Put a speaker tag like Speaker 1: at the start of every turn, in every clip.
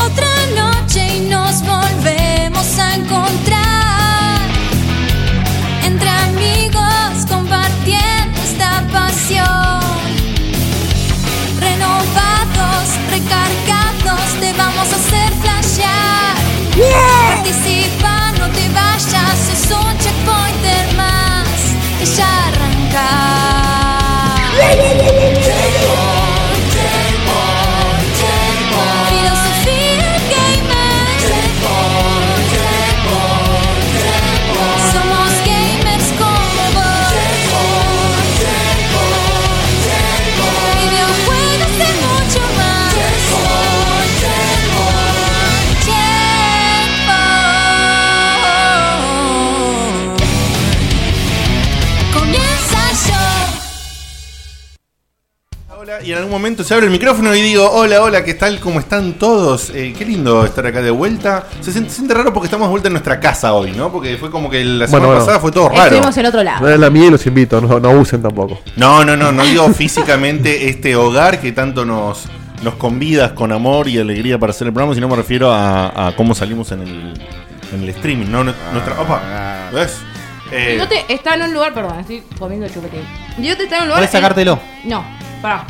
Speaker 1: Otra noche y nos volvemos a encontrar entre amigos compartiendo esta pasión. Renovados, recargados, te vamos a hacer flashear. Participa, no te vayas, es un checkpointer más que ya arranca. Filosofía gamer. Somos gamers como vos. Videojuegos y mucho más. Checkpoint. Comienza yo.
Speaker 2: Hola, y en algún momento se abre el micrófono y digo, hola, hola, ¿qué tal? ¿Cómo están todos? Eh, qué lindo estar acá de vuelta. Se siente, se siente raro porque estamos de vuelta en nuestra casa hoy, ¿no? Porque fue como que la semana
Speaker 3: Bueno, bueno.
Speaker 2: pasada fue todo raro.
Speaker 4: Estuvimos en otro lado.
Speaker 3: No es la mía y los invito, no, no usen tampoco.
Speaker 2: No, no, no, no digo físicamente este hogar que tanto nos, nos convidas con amor y alegría para hacer el programa, sino me refiero a, a cómo salimos en el, en el streaming, ¿no? Nuestra-
Speaker 3: Ah,
Speaker 2: Nuestra. ¡Opa! ¿Ves? Eh,
Speaker 4: Yo te está en un lugar, perdón, estoy comiendo chupetín. Yo te está en un lugar.
Speaker 5: ¿Puedes sacártelo?
Speaker 4: en- No, pará.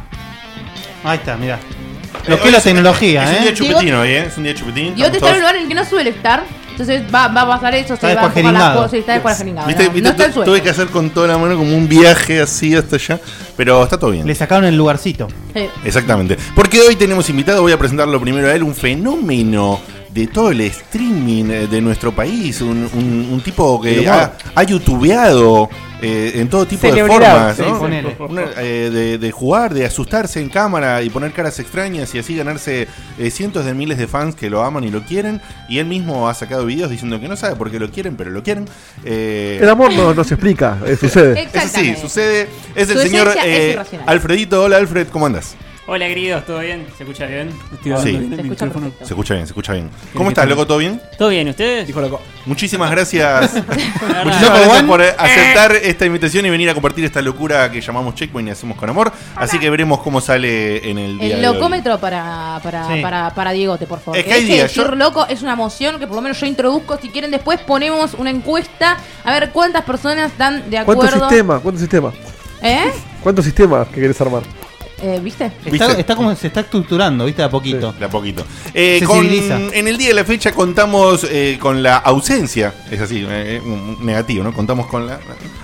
Speaker 5: Ahí está, mirá.
Speaker 2: eh,
Speaker 5: Lo que
Speaker 2: hoy
Speaker 5: es
Speaker 2: es-
Speaker 5: la
Speaker 2: Es
Speaker 5: tecnología,
Speaker 2: un día
Speaker 5: ¿eh?
Speaker 2: chupetín hoy, ¿eh? Es un día chupetín.
Speaker 4: Yo te
Speaker 2: estamos
Speaker 4: está en un
Speaker 2: todos-
Speaker 4: lugar en el que no suele estar. Entonces va, va a pasar eso,
Speaker 5: Está
Speaker 4: se va a jugar las
Speaker 5: descuajeringado.
Speaker 4: cosas y está descuajeringado.
Speaker 2: ¿Viste?
Speaker 4: no,
Speaker 2: ¿Viste?
Speaker 4: no está el
Speaker 2: Tu-
Speaker 4: suelo.
Speaker 2: Tuve que hacer con toda la mano como un viaje así hasta allá, pero está todo bien.
Speaker 5: Le sacaron el lugarcito.
Speaker 4: Sí.
Speaker 2: Exactamente. Porque hoy tenemos invitado, voy a presentarlo primero a él, un fenómeno de todo el streaming eh, de nuestro país, un, un- un tipo que
Speaker 3: Pero,
Speaker 2: ha, ha youtubeado eh, en todo tipo de
Speaker 6: Celebridad,
Speaker 2: formas,
Speaker 5: sí,
Speaker 2: ¿no?
Speaker 5: ponele.
Speaker 2: Una, eh, de, de jugar, de asustarse en cámara y poner caras extrañas y así ganarse eh, cientos de miles de fans que lo aman y lo quieren. Y él mismo ha sacado videos diciendo que no sabe por qué lo quieren, pero lo quieren. Eh,
Speaker 3: El amor no, no se explica, eh, sucede.
Speaker 2: es así,
Speaker 4: Exactamente.
Speaker 2: sucede. Es el
Speaker 4: Su
Speaker 2: señor
Speaker 4: esencia es
Speaker 2: eh,
Speaker 4: irracional.
Speaker 2: Alfredito. Hola Alfred, ¿cómo andas?
Speaker 6: Hola queridos, ¿todo bien? ¿Se escucha bien?
Speaker 2: Sí.
Speaker 6: Estoy hablando bien
Speaker 4: Se
Speaker 6: en mi
Speaker 4: escucha
Speaker 6: micrófono.
Speaker 4: perfecto.
Speaker 2: Se escucha bien, se escucha bien. ¿Cómo estás, loco? ¿Todo bien?
Speaker 6: ¿Todo bien? ¿Ustedes? Dijo loco.
Speaker 2: Muchísimas gracias.
Speaker 6: Hola.
Speaker 2: Muchísimas gracias por eh, aceptar esta invitación y venir a compartir esta locura que llamamos Checkpoint y hacemos con amor. Así que veremos cómo sale en el día.
Speaker 4: El
Speaker 2: de hoy.
Speaker 4: locómetro para, para,
Speaker 5: Sí.
Speaker 4: para, para Diegote, por favor.
Speaker 2: Es que
Speaker 4: Deje
Speaker 2: hay
Speaker 4: de
Speaker 2: días,
Speaker 4: decir
Speaker 2: yo-
Speaker 4: loco es una emoción que por lo menos yo introduzco. Si quieren, después ponemos una encuesta a ver cuántas personas están de
Speaker 3: ¿Cuánto
Speaker 4: acuerdo.
Speaker 3: sistema? ¿Cuánto sistema?
Speaker 4: ¿Eh?
Speaker 3: ¿Cuánto sistema que querés armar?
Speaker 4: Eh, ¿Viste?
Speaker 5: Está,
Speaker 2: ¿Viste?
Speaker 5: está como, se está estructurando, ¿viste? De a poquito.
Speaker 2: De a poquito. Eh,
Speaker 5: Se
Speaker 2: con-
Speaker 5: civiliza.
Speaker 2: en el día de la fecha contamos eh, con la ausencia. Es así, eh, eh, un- un negativo, ¿no? Contamos con la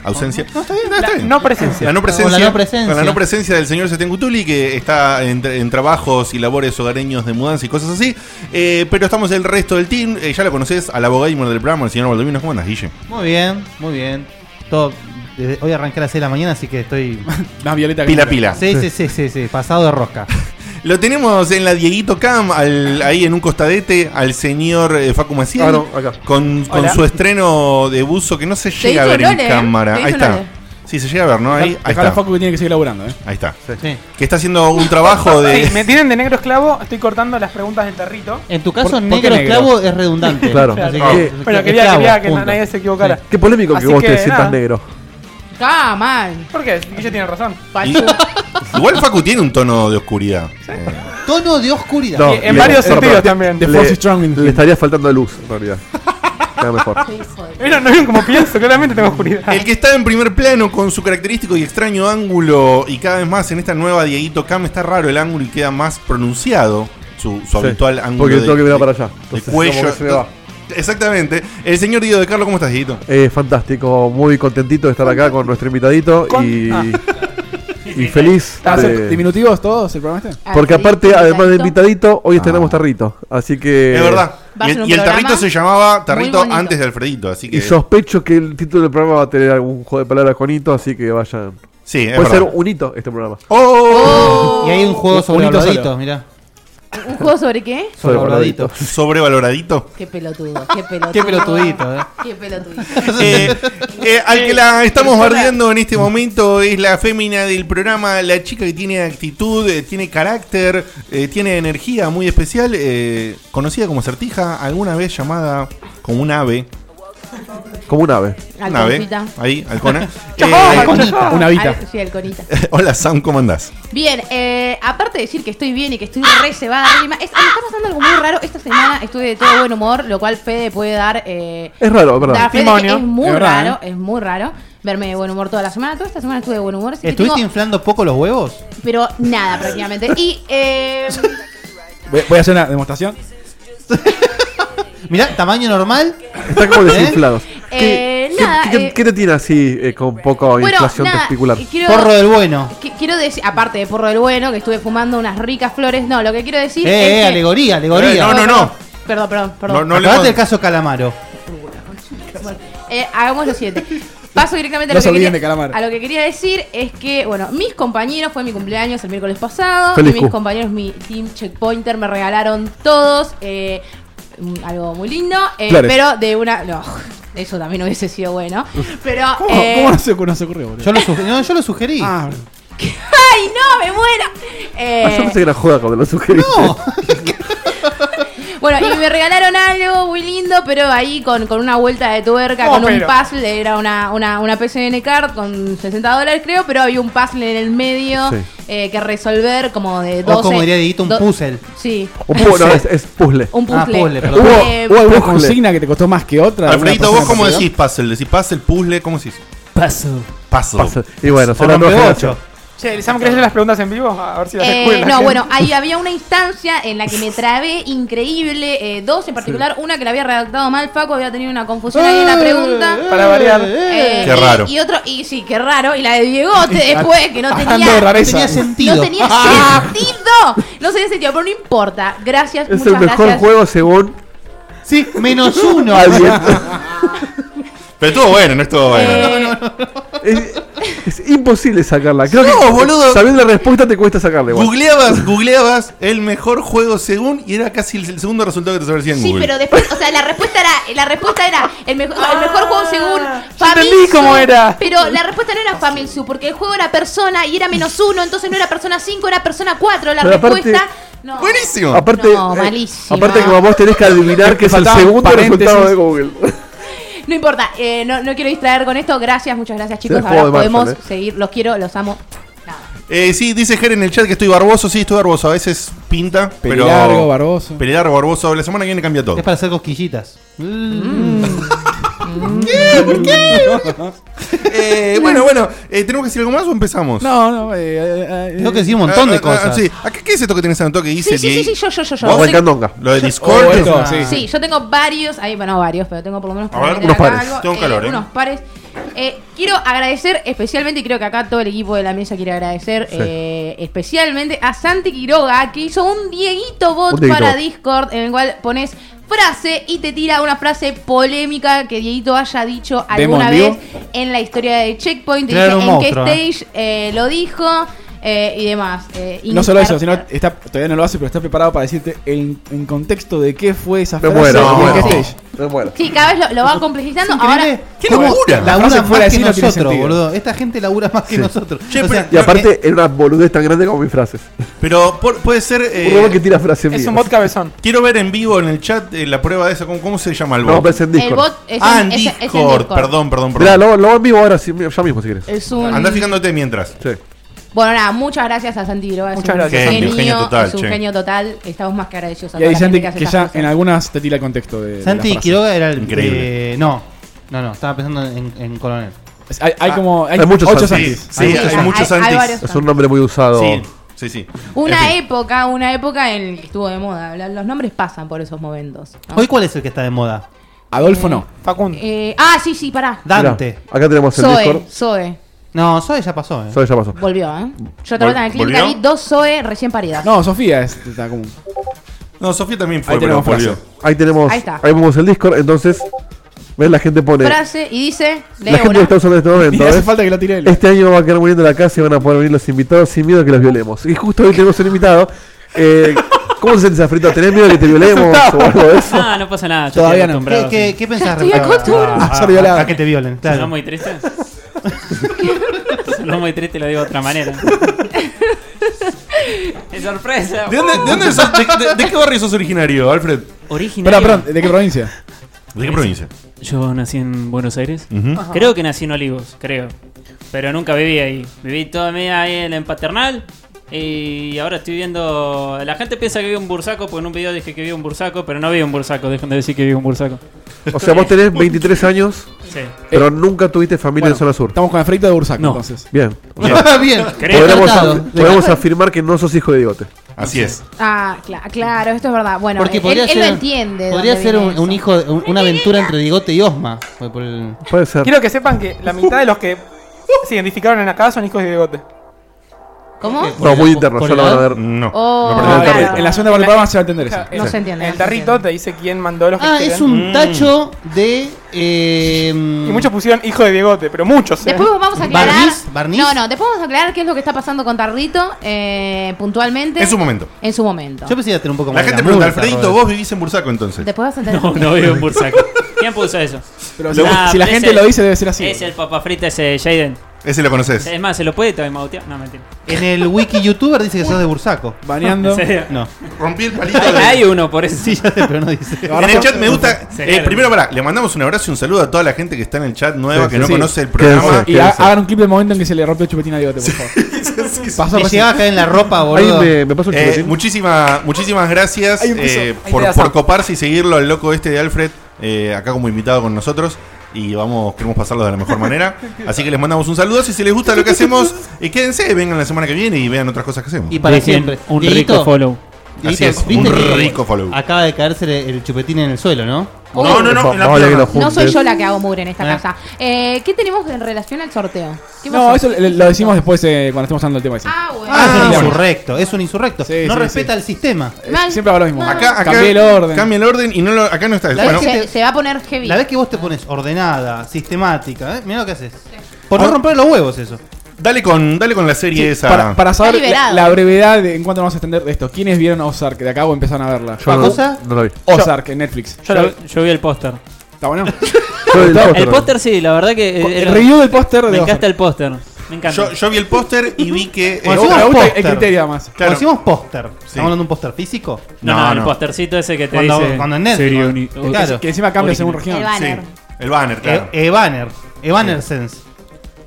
Speaker 2: ausencia.
Speaker 5: Ah,
Speaker 2: No, está bien, está bien.
Speaker 6: No presencia.
Speaker 2: La no presencia,
Speaker 5: Con la no presencia.
Speaker 2: con la no presencia del señor Seten Cutuli, que está en, en trabajos y labores hogareños de mudanza y cosas así. Eh, pero estamos el resto del team. Eh, ya lo conoces, al abogado gamer del programa, el señor Baldovino. ¿Cómo andas, Guille?
Speaker 5: Muy bien, muy bien. Todo, desde- hoy arranqué a las 6 de la mañana, así que estoy.
Speaker 6: Más violeta
Speaker 2: Pila, pila.
Speaker 5: Sí, sí, sí, sí, sí, pasado de rosca.
Speaker 2: Lo tenemos en la Dieguito Cam, al- ahí en un costadete, al señor eh, Facu Maciel.
Speaker 3: Ah, no, acá.
Speaker 2: Con, con
Speaker 6: Hola.
Speaker 2: su estreno de buzo que no se llega a
Speaker 4: hizo
Speaker 2: ver
Speaker 4: Lole,
Speaker 2: en
Speaker 4: ¿eh?
Speaker 2: cámara.
Speaker 4: Te hizo
Speaker 2: Ahí está.
Speaker 4: Lole.
Speaker 2: Sí, se llega a ver, ¿no? Ahí, ahí
Speaker 6: Dejá a
Speaker 2: está.
Speaker 6: Facu que tiene que seguir laburando, ¿eh?
Speaker 2: Ahí está.
Speaker 5: Sí.
Speaker 2: Que está haciendo un trabajo de.
Speaker 6: Sí, me tienen de negro esclavo, estoy cortando las preguntas del tarrito.
Speaker 5: En tu caso,
Speaker 6: ¿Por- por
Speaker 5: negro,
Speaker 6: qué negro?
Speaker 5: esclavo es redundante.
Speaker 3: Claro.
Speaker 5: Así
Speaker 3: Claro.
Speaker 5: que-
Speaker 3: Bueno,
Speaker 6: Bueno, quería,
Speaker 5: esclavo,
Speaker 6: quería que
Speaker 5: punto.
Speaker 6: nadie se equivocara.
Speaker 3: Qué polémico
Speaker 6: Así
Speaker 3: que vos
Speaker 6: que
Speaker 3: te sientas
Speaker 6: nada.
Speaker 3: negro.
Speaker 4: Está Ah, mal.
Speaker 6: ¿Por qué? Guille tiene razón.
Speaker 2: Y- Igual Facu tiene un tono de oscuridad. Eh,
Speaker 5: Tono de oscuridad.
Speaker 3: No,
Speaker 6: en
Speaker 3: le-
Speaker 6: varios
Speaker 3: perdón,
Speaker 6: sentidos también.
Speaker 3: Le, le estaría faltando luz, Pues, en realidad. Queda mejor.
Speaker 6: Mira, no vieron cómo pienso, claramente tengo oscuridad.
Speaker 2: El que está en primer plano con su característico y extraño ángulo y cada vez más en esta nueva Dieguito Cam está raro el ángulo y queda más pronunciado su, su
Speaker 3: Sí,
Speaker 2: habitual ángulo
Speaker 3: porque
Speaker 2: de,
Speaker 3: tengo que mirar
Speaker 2: de-
Speaker 3: para allá.
Speaker 2: de
Speaker 3: Entonces,
Speaker 2: cuello.
Speaker 3: como que se me va.
Speaker 2: Exactamente. El señor Diego de Carlos, ¿cómo estás, Dieguito?
Speaker 3: Eh, fantástico, muy contentito de estar acá con nuestro invitadito y, y feliz.
Speaker 7: Ah.
Speaker 3: de-
Speaker 6: ¿Diminutivos todos el programa este?
Speaker 4: Ah,
Speaker 3: porque aparte, además de
Speaker 4: invitar
Speaker 3: invitadito, hoy
Speaker 2: Ah.
Speaker 3: tenemos tarrito. Así que.
Speaker 2: es verdad.
Speaker 4: va a
Speaker 2: Y,
Speaker 4: ser un
Speaker 2: y el
Speaker 4: programa
Speaker 2: tarrito se llamaba Tarrito
Speaker 4: muy bonito.
Speaker 2: antes de Alfredito, así que.
Speaker 3: Y sospecho que el título del programa va a tener algún juego de palabras con hito, así que vayan.
Speaker 2: Sí, es
Speaker 3: Puede ser
Speaker 2: verdad.
Speaker 3: un hito este programa.
Speaker 2: ¡Oh!
Speaker 5: Y hay un juego sobre
Speaker 6: Bonito
Speaker 5: los
Speaker 6: solo.
Speaker 5: laditos, mirá.
Speaker 4: ¿Un juego sobre qué?
Speaker 5: Sobrevaloradito.
Speaker 2: Sobrevaloradito.
Speaker 4: Qué pelotudo, qué pelotudo.
Speaker 5: Qué pelotudito, eh.
Speaker 4: Qué pelotudo.
Speaker 2: Eh, eh, al que la estamos bardeando en este momento es la fémina del programa, la chica que tiene actitud, eh, tiene carácter, eh, tiene energía muy especial, eh, conocida como Certija, alguna vez llamada como un ave.
Speaker 3: Como un ave.
Speaker 2: Un ave.
Speaker 4: Halconcita.
Speaker 2: Ahí, halcona.
Speaker 6: Chau,
Speaker 2: Eh,
Speaker 6: halcón, chau.
Speaker 7: Una vita.
Speaker 4: Al- Sí, halconita.
Speaker 2: hola Sam, ¿cómo andás?
Speaker 4: Bien, eh, aparte de decir que estoy bien y que estoy re cebada arriba, es- me está pasando algo muy raro. Esta semana estuve de todo buen humor, lo cual Fede puede dar. Eh,
Speaker 3: Es raro, es
Speaker 4: da
Speaker 3: raro.
Speaker 4: fe de que
Speaker 6: Testimonio.
Speaker 4: es muy
Speaker 7: Es verdad,
Speaker 4: raro, es muy raro verme de buen humor toda la semana. Toda esta semana estuve de buen humor, así que
Speaker 5: ¿Estuviste
Speaker 4: tengo-
Speaker 5: inflando poco los huevos?
Speaker 4: pero nada prácticamente. Y eh,
Speaker 7: Voy, voy a hacer una demostración.
Speaker 5: Mirá, tamaño normal.
Speaker 3: Están como desinflados.
Speaker 4: Eh,
Speaker 3: ¿Qué,
Speaker 4: nada,
Speaker 3: qué-
Speaker 4: eh.
Speaker 3: qué te tiene así eh, con poca
Speaker 4: bueno,
Speaker 3: inflación
Speaker 4: nada,
Speaker 3: testicular?
Speaker 4: quiero-
Speaker 5: Porro del bueno.
Speaker 4: Qui- Quiero decir, aparte de porro del bueno, que estuve fumando unas ricas flores, no, lo que quiero decir este- es.
Speaker 5: Eh, eh,
Speaker 4: que-
Speaker 5: alegoría,
Speaker 2: Eh,
Speaker 5: alegoría.
Speaker 2: no, no, no.
Speaker 4: Perdón, perdón,
Speaker 2: No,
Speaker 4: perdón.
Speaker 2: no
Speaker 5: Acordate
Speaker 2: hablemos-
Speaker 5: del caso Calamaro.
Speaker 4: Eh, hagamos lo siguiente. Paso directamente a
Speaker 7: No
Speaker 4: lo,
Speaker 7: se
Speaker 4: que
Speaker 7: olviden
Speaker 4: quería,
Speaker 7: de calamar.
Speaker 4: a lo que quería decir es que, bueno, mis compañeros, fue mi cumpleaños el miércoles pasado,
Speaker 3: Feliz
Speaker 4: y mis
Speaker 3: Q.
Speaker 4: compañeros, mi team checkpointer, me regalaron todos eh, mm, algo muy lindo, eh,
Speaker 7: Flores.
Speaker 4: pero de una... No, eso también hubiese sido bueno, pero...
Speaker 7: ¿Cómo,
Speaker 4: eh,
Speaker 7: cómo no se, no se ocurrió, boludo?
Speaker 5: Yo lo, suge- no, yo lo sugerí.
Speaker 7: Ah,
Speaker 4: ¡Ay, no, me muero! Eh,
Speaker 3: Ah, yo pensé que era joda cuando lo sugeriste.
Speaker 5: No.
Speaker 4: Bueno, y me regalaron algo muy lindo, pero ahí con, con una vuelta de tuerca,
Speaker 6: No,
Speaker 4: con
Speaker 6: pero-
Speaker 4: un puzzle, era una, una, una PSN card con 60 dólares creo, pero había un puzzle en el medio
Speaker 3: Sí.
Speaker 4: eh, que resolver como de 12...
Speaker 5: O como diría Dieguito, un
Speaker 4: do-
Speaker 5: puzzle.
Speaker 4: Sí,
Speaker 3: Un pu- no, es, es puzzle.
Speaker 4: un
Speaker 5: Ah,
Speaker 4: puzzle.
Speaker 5: puzzle, perdón.
Speaker 3: Hubo-
Speaker 4: Eh,
Speaker 3: hubo
Speaker 7: ¿Una
Speaker 3: puzzle.
Speaker 7: consigna que te costó más que otra? de
Speaker 2: Alfredito,
Speaker 7: una
Speaker 2: ¿vos cómo
Speaker 7: persona
Speaker 2: decís puzzle? ¿Decís puzzle, puzzle? ¿Cómo decís?
Speaker 5: Paso.
Speaker 2: Paso.
Speaker 3: Pasa- Y bueno,
Speaker 5: O
Speaker 3: son las
Speaker 5: rompe
Speaker 3: nuevas
Speaker 5: ocho.
Speaker 3: generaciones.
Speaker 6: Che, Sam, ¿querés hacer las preguntas en vivo? A ver si las
Speaker 4: Eh,
Speaker 6: descubre la
Speaker 4: no,
Speaker 6: gente.
Speaker 4: bueno, ahí había una instancia en la que me trabé increíble, eh, dos en particular, una que la había redactado mal, Faco había tenido una confusión ahí en la pregunta.
Speaker 6: Eh, Para variar.
Speaker 4: Eh,
Speaker 2: Qué
Speaker 4: y-
Speaker 2: raro.
Speaker 4: Y, otro, y sí, qué raro. Y la de Diegote después, que no
Speaker 7: Hablando de
Speaker 4: tenía. Ah,
Speaker 5: No
Speaker 7: Ah, rareza.
Speaker 5: tenía sentido.
Speaker 4: No tenía sentido. No tenía sentido, pero no importa. Gracias,
Speaker 3: Es el
Speaker 4: muchas
Speaker 3: mejor
Speaker 4: gracias.
Speaker 3: juego según
Speaker 5: Sí, menos uno.
Speaker 3: alguien.
Speaker 2: Pero estuvo bueno, no estuvo bueno.
Speaker 4: Eh,
Speaker 3: es, es imposible sacarla. Creo que
Speaker 2: No, boludo.
Speaker 3: sabiendo la respuesta te cuesta sacarla. igual.
Speaker 2: Googleabas, googleabas el mejor juego según y era casi el, el segundo resultado que te aparecía en
Speaker 4: Sí,
Speaker 2: Google.
Speaker 4: pero después, o sea, la respuesta era, la respuesta era el, mejo- el mejor juego según
Speaker 6: yo entendí cómo era.
Speaker 4: Pero la respuesta no era Familsu, porque el juego era persona y era menos uno, entonces no era persona 5, era persona 4. La
Speaker 3: Pero aparte-
Speaker 4: respuesta. no.
Speaker 2: Buenísimo.
Speaker 3: Aparte,
Speaker 4: No,
Speaker 3: eh,
Speaker 4: malísima.
Speaker 3: aparte como vos tenés que adivinar que es el
Speaker 7: Faltaban
Speaker 3: segundo
Speaker 7: paréntesis.
Speaker 3: resultado de Google.
Speaker 4: No importa, eh, no, no quiero distraer con esto. Gracias, muchas gracias, chicos.
Speaker 3: Sí,
Speaker 4: Ahora
Speaker 3: juego de
Speaker 4: podemos
Speaker 3: Marshall, eh.
Speaker 4: seguir. Los quiero, los amo. Nada.
Speaker 2: Eh, sí, dice Ger en el chat que estoy barboso. Sí, estoy barboso. A veces pinta, pero.
Speaker 7: Pelilargo, barboso.
Speaker 2: Pelilargo, barboso. La semana que viene cambia todo.
Speaker 5: Es para hacer cosquillitas.
Speaker 7: Mm.
Speaker 2: Eh, bueno, bueno. eh, ¿Tenemos que decir algo más o empezamos?
Speaker 7: No, no, eh, eh, eh,
Speaker 5: Tengo que decir un montón
Speaker 2: Ah,
Speaker 5: de
Speaker 2: ah, ah,
Speaker 5: cosas.
Speaker 2: sí. ¿A qué, qué es esto que tenés anotado que dice
Speaker 4: Sí, sí, sí, sí,
Speaker 2: Diego?
Speaker 4: yo, yo, yo, yo.
Speaker 2: Vos
Speaker 4: Yo
Speaker 3: Arrancan
Speaker 4: tengo-
Speaker 3: donga.
Speaker 2: Lo de Discord.
Speaker 7: Oh, esto, sí.
Speaker 4: Sí, yo tengo varios, ahí, bueno, no varios, pero tengo por lo menos
Speaker 2: A ver,
Speaker 4: para meter
Speaker 2: unos
Speaker 4: acá
Speaker 2: pares. Tengo calor, ¿eh?
Speaker 4: Unos pares. Eh, quiero agradecer especialmente, y creo que acá todo el equipo de la mesa quiere agradecer
Speaker 3: Sí.
Speaker 4: eh, especialmente a Santi Quiroga, que hizo un Dieguito bot
Speaker 3: Un Dieguito
Speaker 4: para
Speaker 3: bot.
Speaker 4: Discord, en el cual pones frase y te tira una frase polémica que Dieguito haya dicho
Speaker 7: ¿Vemos
Speaker 4: alguna
Speaker 7: en vivo?
Speaker 4: vez en la historia de Checkpoint, te
Speaker 5: Crearon
Speaker 4: dice
Speaker 5: un
Speaker 4: en qué
Speaker 5: monstruo, ¿eh?
Speaker 4: stage eh, lo dijo eh, y demás. Eh,
Speaker 7: No solo eso,
Speaker 4: incar-
Speaker 7: sino está, todavía no lo hace, pero está preparado para decirte el, en contexto de qué fue esa
Speaker 3: Me
Speaker 7: frase.
Speaker 3: muero,
Speaker 7: y
Speaker 3: me
Speaker 7: en qué
Speaker 3: muero.
Speaker 7: stage.
Speaker 3: Me muero.
Speaker 4: Sí, cada vez lo, lo va complejizando. Ahora,
Speaker 5: Increíble
Speaker 2: ¡Qué
Speaker 5: cómo
Speaker 2: locura!
Speaker 7: La frase
Speaker 5: Laburan
Speaker 7: fuera de
Speaker 5: más que
Speaker 7: sí no tiene
Speaker 5: nosotros,
Speaker 7: sentido.
Speaker 5: boludo. Esta gente labura más que nosotros.
Speaker 2: Che, eh,
Speaker 5: O sea,
Speaker 3: Y aparte era una boludez tan grande como mi frase.
Speaker 2: Pero por- puede ser.
Speaker 3: un robot que
Speaker 2: Eh,
Speaker 3: tira frases mías.
Speaker 6: Es un bot cabezón.
Speaker 2: quiero ver en vivo en el chat eh, la prueba de eso. ¿Cómo, cómo se llama el bot?
Speaker 3: No, pero es en
Speaker 4: el
Speaker 3: Discord.
Speaker 4: bot es,
Speaker 2: ah, en,
Speaker 4: en, es- es en
Speaker 2: Discord. Perdón, perdón,
Speaker 3: Mirá,
Speaker 2: perdón.
Speaker 3: lo, lo hago en vivo ahora, sí, ya mismo si quieres.
Speaker 4: Es un...
Speaker 2: Andá fijándote mientras.
Speaker 3: Sí.
Speaker 4: Bueno, nada, muchas gracias a Santi Quiroga. es
Speaker 6: Muchas
Speaker 4: un
Speaker 6: gracias,
Speaker 2: Santi.
Speaker 4: Genio,
Speaker 2: Genio total,
Speaker 4: es un
Speaker 2: che.
Speaker 4: genio total. Estamos más que agradecidos a
Speaker 7: Y ahí
Speaker 4: toda la
Speaker 7: Santi,
Speaker 4: gente que hace
Speaker 7: que ya
Speaker 4: estas
Speaker 7: en
Speaker 4: cosas.
Speaker 7: algunas te tira el contexto de. de
Speaker 5: Santi
Speaker 7: las frases.
Speaker 5: Quiroga era el.
Speaker 2: Increíble.
Speaker 5: eh, no, no, no. Estaba pensando en, en Coronel.
Speaker 7: Es- Hay, hay como. Hay,
Speaker 3: Ah, Hay muchos
Speaker 7: ocho
Speaker 3: Santis.
Speaker 7: Santis.
Speaker 2: Sí,
Speaker 4: Sí,
Speaker 2: hay,
Speaker 4: hay-
Speaker 2: muchos
Speaker 4: hay- hay
Speaker 2: antes.
Speaker 4: varios.
Speaker 3: Es un nombre muy usado.
Speaker 2: Sí, sí, sí. En
Speaker 4: Una
Speaker 2: fin.
Speaker 4: época, una época en que estuvo de moda. La- Los nombres pasan por esos momentos. ¿no?
Speaker 5: Hoy, ¿cuál es el que está de moda?
Speaker 7: Adolfo no.
Speaker 6: Facundo.
Speaker 4: Eh, ah, sí, sí, pará.
Speaker 3: Mirá,
Speaker 5: Dante.
Speaker 3: acá tenemos el
Speaker 4: Zoe,
Speaker 3: Discord.
Speaker 4: Zoe.
Speaker 5: No, Zoe ya pasó, eh.
Speaker 3: Zoe ya pasó.
Speaker 4: Volvió, ¿eh? Yo
Speaker 2: Vol-
Speaker 4: trabajo en la clínica,
Speaker 2: ¿volvió?
Speaker 4: vi dos Zoe recién paridas.
Speaker 7: No, Sofía es, está como.
Speaker 2: No, Sofía también fue,
Speaker 7: Ahí
Speaker 2: pero
Speaker 7: tenemos
Speaker 2: volvió.
Speaker 7: frase.
Speaker 3: Ahí tenemos.
Speaker 4: Ahí está.
Speaker 3: Ahí vemos el Discord. Entonces, ves, la gente pone.
Speaker 4: Frase y dice,
Speaker 3: la
Speaker 4: lee
Speaker 3: gente que
Speaker 4: una.
Speaker 3: está usando en este
Speaker 7: Ni
Speaker 3: momento.
Speaker 7: hace
Speaker 3: ¿ves?
Speaker 7: falta que la tire él.
Speaker 3: Este año va a quedar muriendo la casa y van a poder venir los invitados sin miedo a que los violemos. Y justo hoy tenemos un invitado. eh, ¿Cómo se esa frita? ¿Tenés miedo que te violemos o algo de eso?
Speaker 8: Ah, No, no pasa nada. Yo
Speaker 7: Todavía
Speaker 8: estoy
Speaker 7: no.
Speaker 8: acostumbrado,
Speaker 5: ¿Qué, qué,
Speaker 8: sí.
Speaker 5: qué pensás
Speaker 4: Estoy
Speaker 5: respecto
Speaker 4: acostumbrado.
Speaker 5: a- a-
Speaker 7: Ah, ser violado.
Speaker 5: a- a que te violen?
Speaker 8: Si no
Speaker 5: Claro.
Speaker 8: muy triste. Si no muy triste lo digo de otra manera. Es sorpresa.
Speaker 2: ¿De dónde, de dónde sos- de- de- de qué barrio sos originario, Alfred?
Speaker 8: Originario.
Speaker 7: Espera, perdón, ¿de qué provincia?
Speaker 2: ¿De qué provincia?
Speaker 8: Yo nací en Buenos Aires.
Speaker 2: Ujú.
Speaker 8: Creo que nací en Olivos, creo. Pero nunca viví ahí. Viví toda mi vida ahí en en Paternal. Y ahora estoy viendo. La gente piensa que vivo en Bursaco, porque en un video dije que vivo en Bursaco, pero no vivo en Bursaco. Dejen de decir que vivo en Bursaco.
Speaker 3: O sea, vos tenés 23 años,
Speaker 8: Sí.
Speaker 3: pero nunca tuviste familia en zona sur.
Speaker 7: Estamos con la frita de Bursaco,
Speaker 8: No.
Speaker 7: entonces.
Speaker 3: Bien. O sea,
Speaker 5: Ah, Bien.
Speaker 8: Creo.
Speaker 3: podemos
Speaker 5: Tratado.
Speaker 3: af- podemos afirmar que no sos hijo de bigote.
Speaker 2: Así es.
Speaker 4: Ah, cla- claro, esto es verdad. Bueno,
Speaker 5: Porque
Speaker 4: él,
Speaker 5: podría
Speaker 4: él
Speaker 5: ser,
Speaker 4: lo entiende. de
Speaker 5: podría
Speaker 4: dónde
Speaker 5: ser
Speaker 4: viene
Speaker 5: un, un
Speaker 4: eso.
Speaker 5: hijo, de- un- una aventura entre Digote y Osma. Fue por el-
Speaker 3: Puede ser.
Speaker 6: Quiero que sepan que la mitad de los que se identificaron en acá son hijos de bigote.
Speaker 4: ¿Cómo?
Speaker 5: por
Speaker 3: No,
Speaker 5: el-
Speaker 3: muy
Speaker 5: por-
Speaker 3: interno,
Speaker 5: por
Speaker 3: ya
Speaker 5: el
Speaker 3: lo van a
Speaker 5: lado.
Speaker 3: ver.
Speaker 2: No.
Speaker 4: Oh,
Speaker 2: no perdés el
Speaker 6: Ah,
Speaker 7: En-
Speaker 2: carril.
Speaker 4: claro.
Speaker 7: En la zona de Valparaíso se va a entender eso.
Speaker 4: No se entiende,
Speaker 6: En
Speaker 4: no
Speaker 6: el
Speaker 4: se
Speaker 6: tarrito
Speaker 4: entiende.
Speaker 6: te dice quién mandó los que
Speaker 5: Ah, es
Speaker 6: escriben.
Speaker 5: un tacho de. eh,
Speaker 6: Y muchos pusieron hijo de bigote, pero muchos. ¿eh?
Speaker 4: Después vamos a aclarar.
Speaker 5: ¿Barniz? ¿Barniz?
Speaker 4: No, no, después vamos a aclarar qué es lo que está pasando con Tarrito eh, puntualmente.
Speaker 2: En su momento.
Speaker 4: En su momento.
Speaker 5: Yo pensé que iba a tener un poco
Speaker 2: La
Speaker 5: más. de
Speaker 2: gente pregunta,
Speaker 5: multa,
Speaker 2: Alfredito,
Speaker 5: Robert.
Speaker 2: vos vivís en Bursaco entonces.
Speaker 4: Después vas a entender.
Speaker 8: No, no vivo en Bursaco. ¿Quién puso eso?
Speaker 7: Pero si la- si la
Speaker 8: es
Speaker 7: gente lo dice, debe ser así.
Speaker 8: Es el papa frita ese Jaden.
Speaker 2: Ese lo conoces.
Speaker 8: Es más, ¿se lo puede todavía mautear? No, mentira.
Speaker 5: En el wiki youtuber dice que sos de Bursaco.
Speaker 7: Baneando.
Speaker 8: ¿En serio?
Speaker 5: No.
Speaker 2: Rompí el palito.
Speaker 8: Hay,
Speaker 2: de-
Speaker 8: hay uno por eso.
Speaker 5: Sí, ya sé, pero no dice.
Speaker 2: En el chat me gusta.
Speaker 8: Sí,
Speaker 2: eh,
Speaker 8: claro.
Speaker 2: primero, pará, le mandamos un abrazo y un saludo a toda la gente que está en el chat nueva,
Speaker 3: Sí,
Speaker 2: que
Speaker 3: sí,
Speaker 2: no
Speaker 3: sí.
Speaker 2: conoce el
Speaker 3: Quédense.
Speaker 2: programa.
Speaker 7: Y ha- hagan un clip del momento en que se le rompe el chupetín a bigote, por favor. Pasó
Speaker 5: Me llegaba
Speaker 7: recién.
Speaker 5: a caer en la ropa,
Speaker 3: Ahí
Speaker 5: boludo.
Speaker 3: me, me pasó el
Speaker 2: Eh,
Speaker 3: chupetín.
Speaker 2: muchísima- muchísimas gracias
Speaker 7: Hay un piso,
Speaker 2: eh,
Speaker 7: ahí te
Speaker 2: por,
Speaker 7: das
Speaker 2: por
Speaker 7: a-
Speaker 2: coparse y seguirlo al loco este de Alfred, eh, acá como invitado con nosotros. Y vamos, queremos pasarlo de la mejor manera. Así que les mandamos un saludo. Si se les gusta lo que hacemos, eh, quédense, vengan la semana que viene y vean otras cosas que hacemos.
Speaker 5: Y para siempre. Dieguito,
Speaker 8: follow.
Speaker 5: Dieguito,
Speaker 2: Así es,
Speaker 5: ¿viste
Speaker 2: un
Speaker 5: que
Speaker 2: rico follow. Oh.
Speaker 5: Acaba de caerse el chupetín en el suelo, ¿no?
Speaker 4: Uy,
Speaker 2: No, no, no,
Speaker 3: Vamos
Speaker 2: en la
Speaker 3: a hablar que
Speaker 2: pierna.
Speaker 3: lo
Speaker 4: no soy
Speaker 3: juntes.
Speaker 4: yo la que hago mugre en esta
Speaker 5: Ah.
Speaker 4: casa. Eh, ¿Qué tenemos en relación al sorteo? ¿Qué
Speaker 7: No,
Speaker 4: pasó?
Speaker 7: eso le- lo decimos después eh, cuando estemos hablando del tema. ese.
Speaker 4: Ah, bueno.
Speaker 5: Ah, es un
Speaker 2: bueno.
Speaker 5: insurrecto, es un insurrecto.
Speaker 7: Sí,
Speaker 5: no
Speaker 7: sí,
Speaker 5: respeta
Speaker 7: sí.
Speaker 5: el sistema.
Speaker 7: Eh,
Speaker 4: Mal.
Speaker 7: Siempre hago lo mismo.
Speaker 4: Mal.
Speaker 2: Acá, acá.
Speaker 7: Cambié el orden.
Speaker 2: Cambia el orden y no lo, acá no está.
Speaker 5: La
Speaker 2: Bueno,
Speaker 5: vez
Speaker 4: se,
Speaker 5: que-
Speaker 4: se va a poner heavy.
Speaker 5: La vez que vos te pones ordenada, sistemática, ¿eh? mira lo que haces. Por no
Speaker 2: Ah.
Speaker 5: romper los huevos, eso.
Speaker 2: dale con, dale con la serie esa.
Speaker 7: Para, para
Speaker 4: Está
Speaker 7: saber la,
Speaker 4: liberado.
Speaker 7: la brevedad de, en cuanto vamos a extender de esto. ¿Quiénes vieron Ozark? De acá o empezaron a verla.
Speaker 3: Yo no,
Speaker 5: cosa?
Speaker 3: no lo vi.
Speaker 7: Ozark en Netflix.
Speaker 8: Yo, lo- yo vi el póster.
Speaker 7: ¿Está bueno?
Speaker 3: Yo vi
Speaker 8: El póster sí, la verdad que. eh,
Speaker 7: El
Speaker 8: era-
Speaker 7: review del póster
Speaker 8: me
Speaker 7: de
Speaker 8: encanta
Speaker 7: Ozark.
Speaker 8: el póster. Me encanta.
Speaker 2: Yo, yo vi el póster y vi que. eh,
Speaker 7: Me
Speaker 5: Bueno,
Speaker 7: gusta- me
Speaker 5: el
Speaker 7: gusta el
Speaker 5: póster.
Speaker 7: criterio además.
Speaker 2: Claro.
Speaker 5: Cuando decimos póster,
Speaker 2: Sí.
Speaker 5: ¿estamos hablando de un póster físico?
Speaker 8: no,
Speaker 2: No,
Speaker 8: no,
Speaker 2: no.
Speaker 8: el postercito ese que te
Speaker 5: Cuando,
Speaker 8: dice.
Speaker 5: cuando en Netflix.
Speaker 8: Serie
Speaker 5: ¿no?
Speaker 8: uni-
Speaker 5: Eh, claro.
Speaker 7: Que encima cambia según
Speaker 8: Original.
Speaker 4: El
Speaker 2: sí,
Speaker 7: región.
Speaker 4: banner.
Speaker 2: el banner, claro.
Speaker 5: Eh, eh, banner. Eh, banner sense.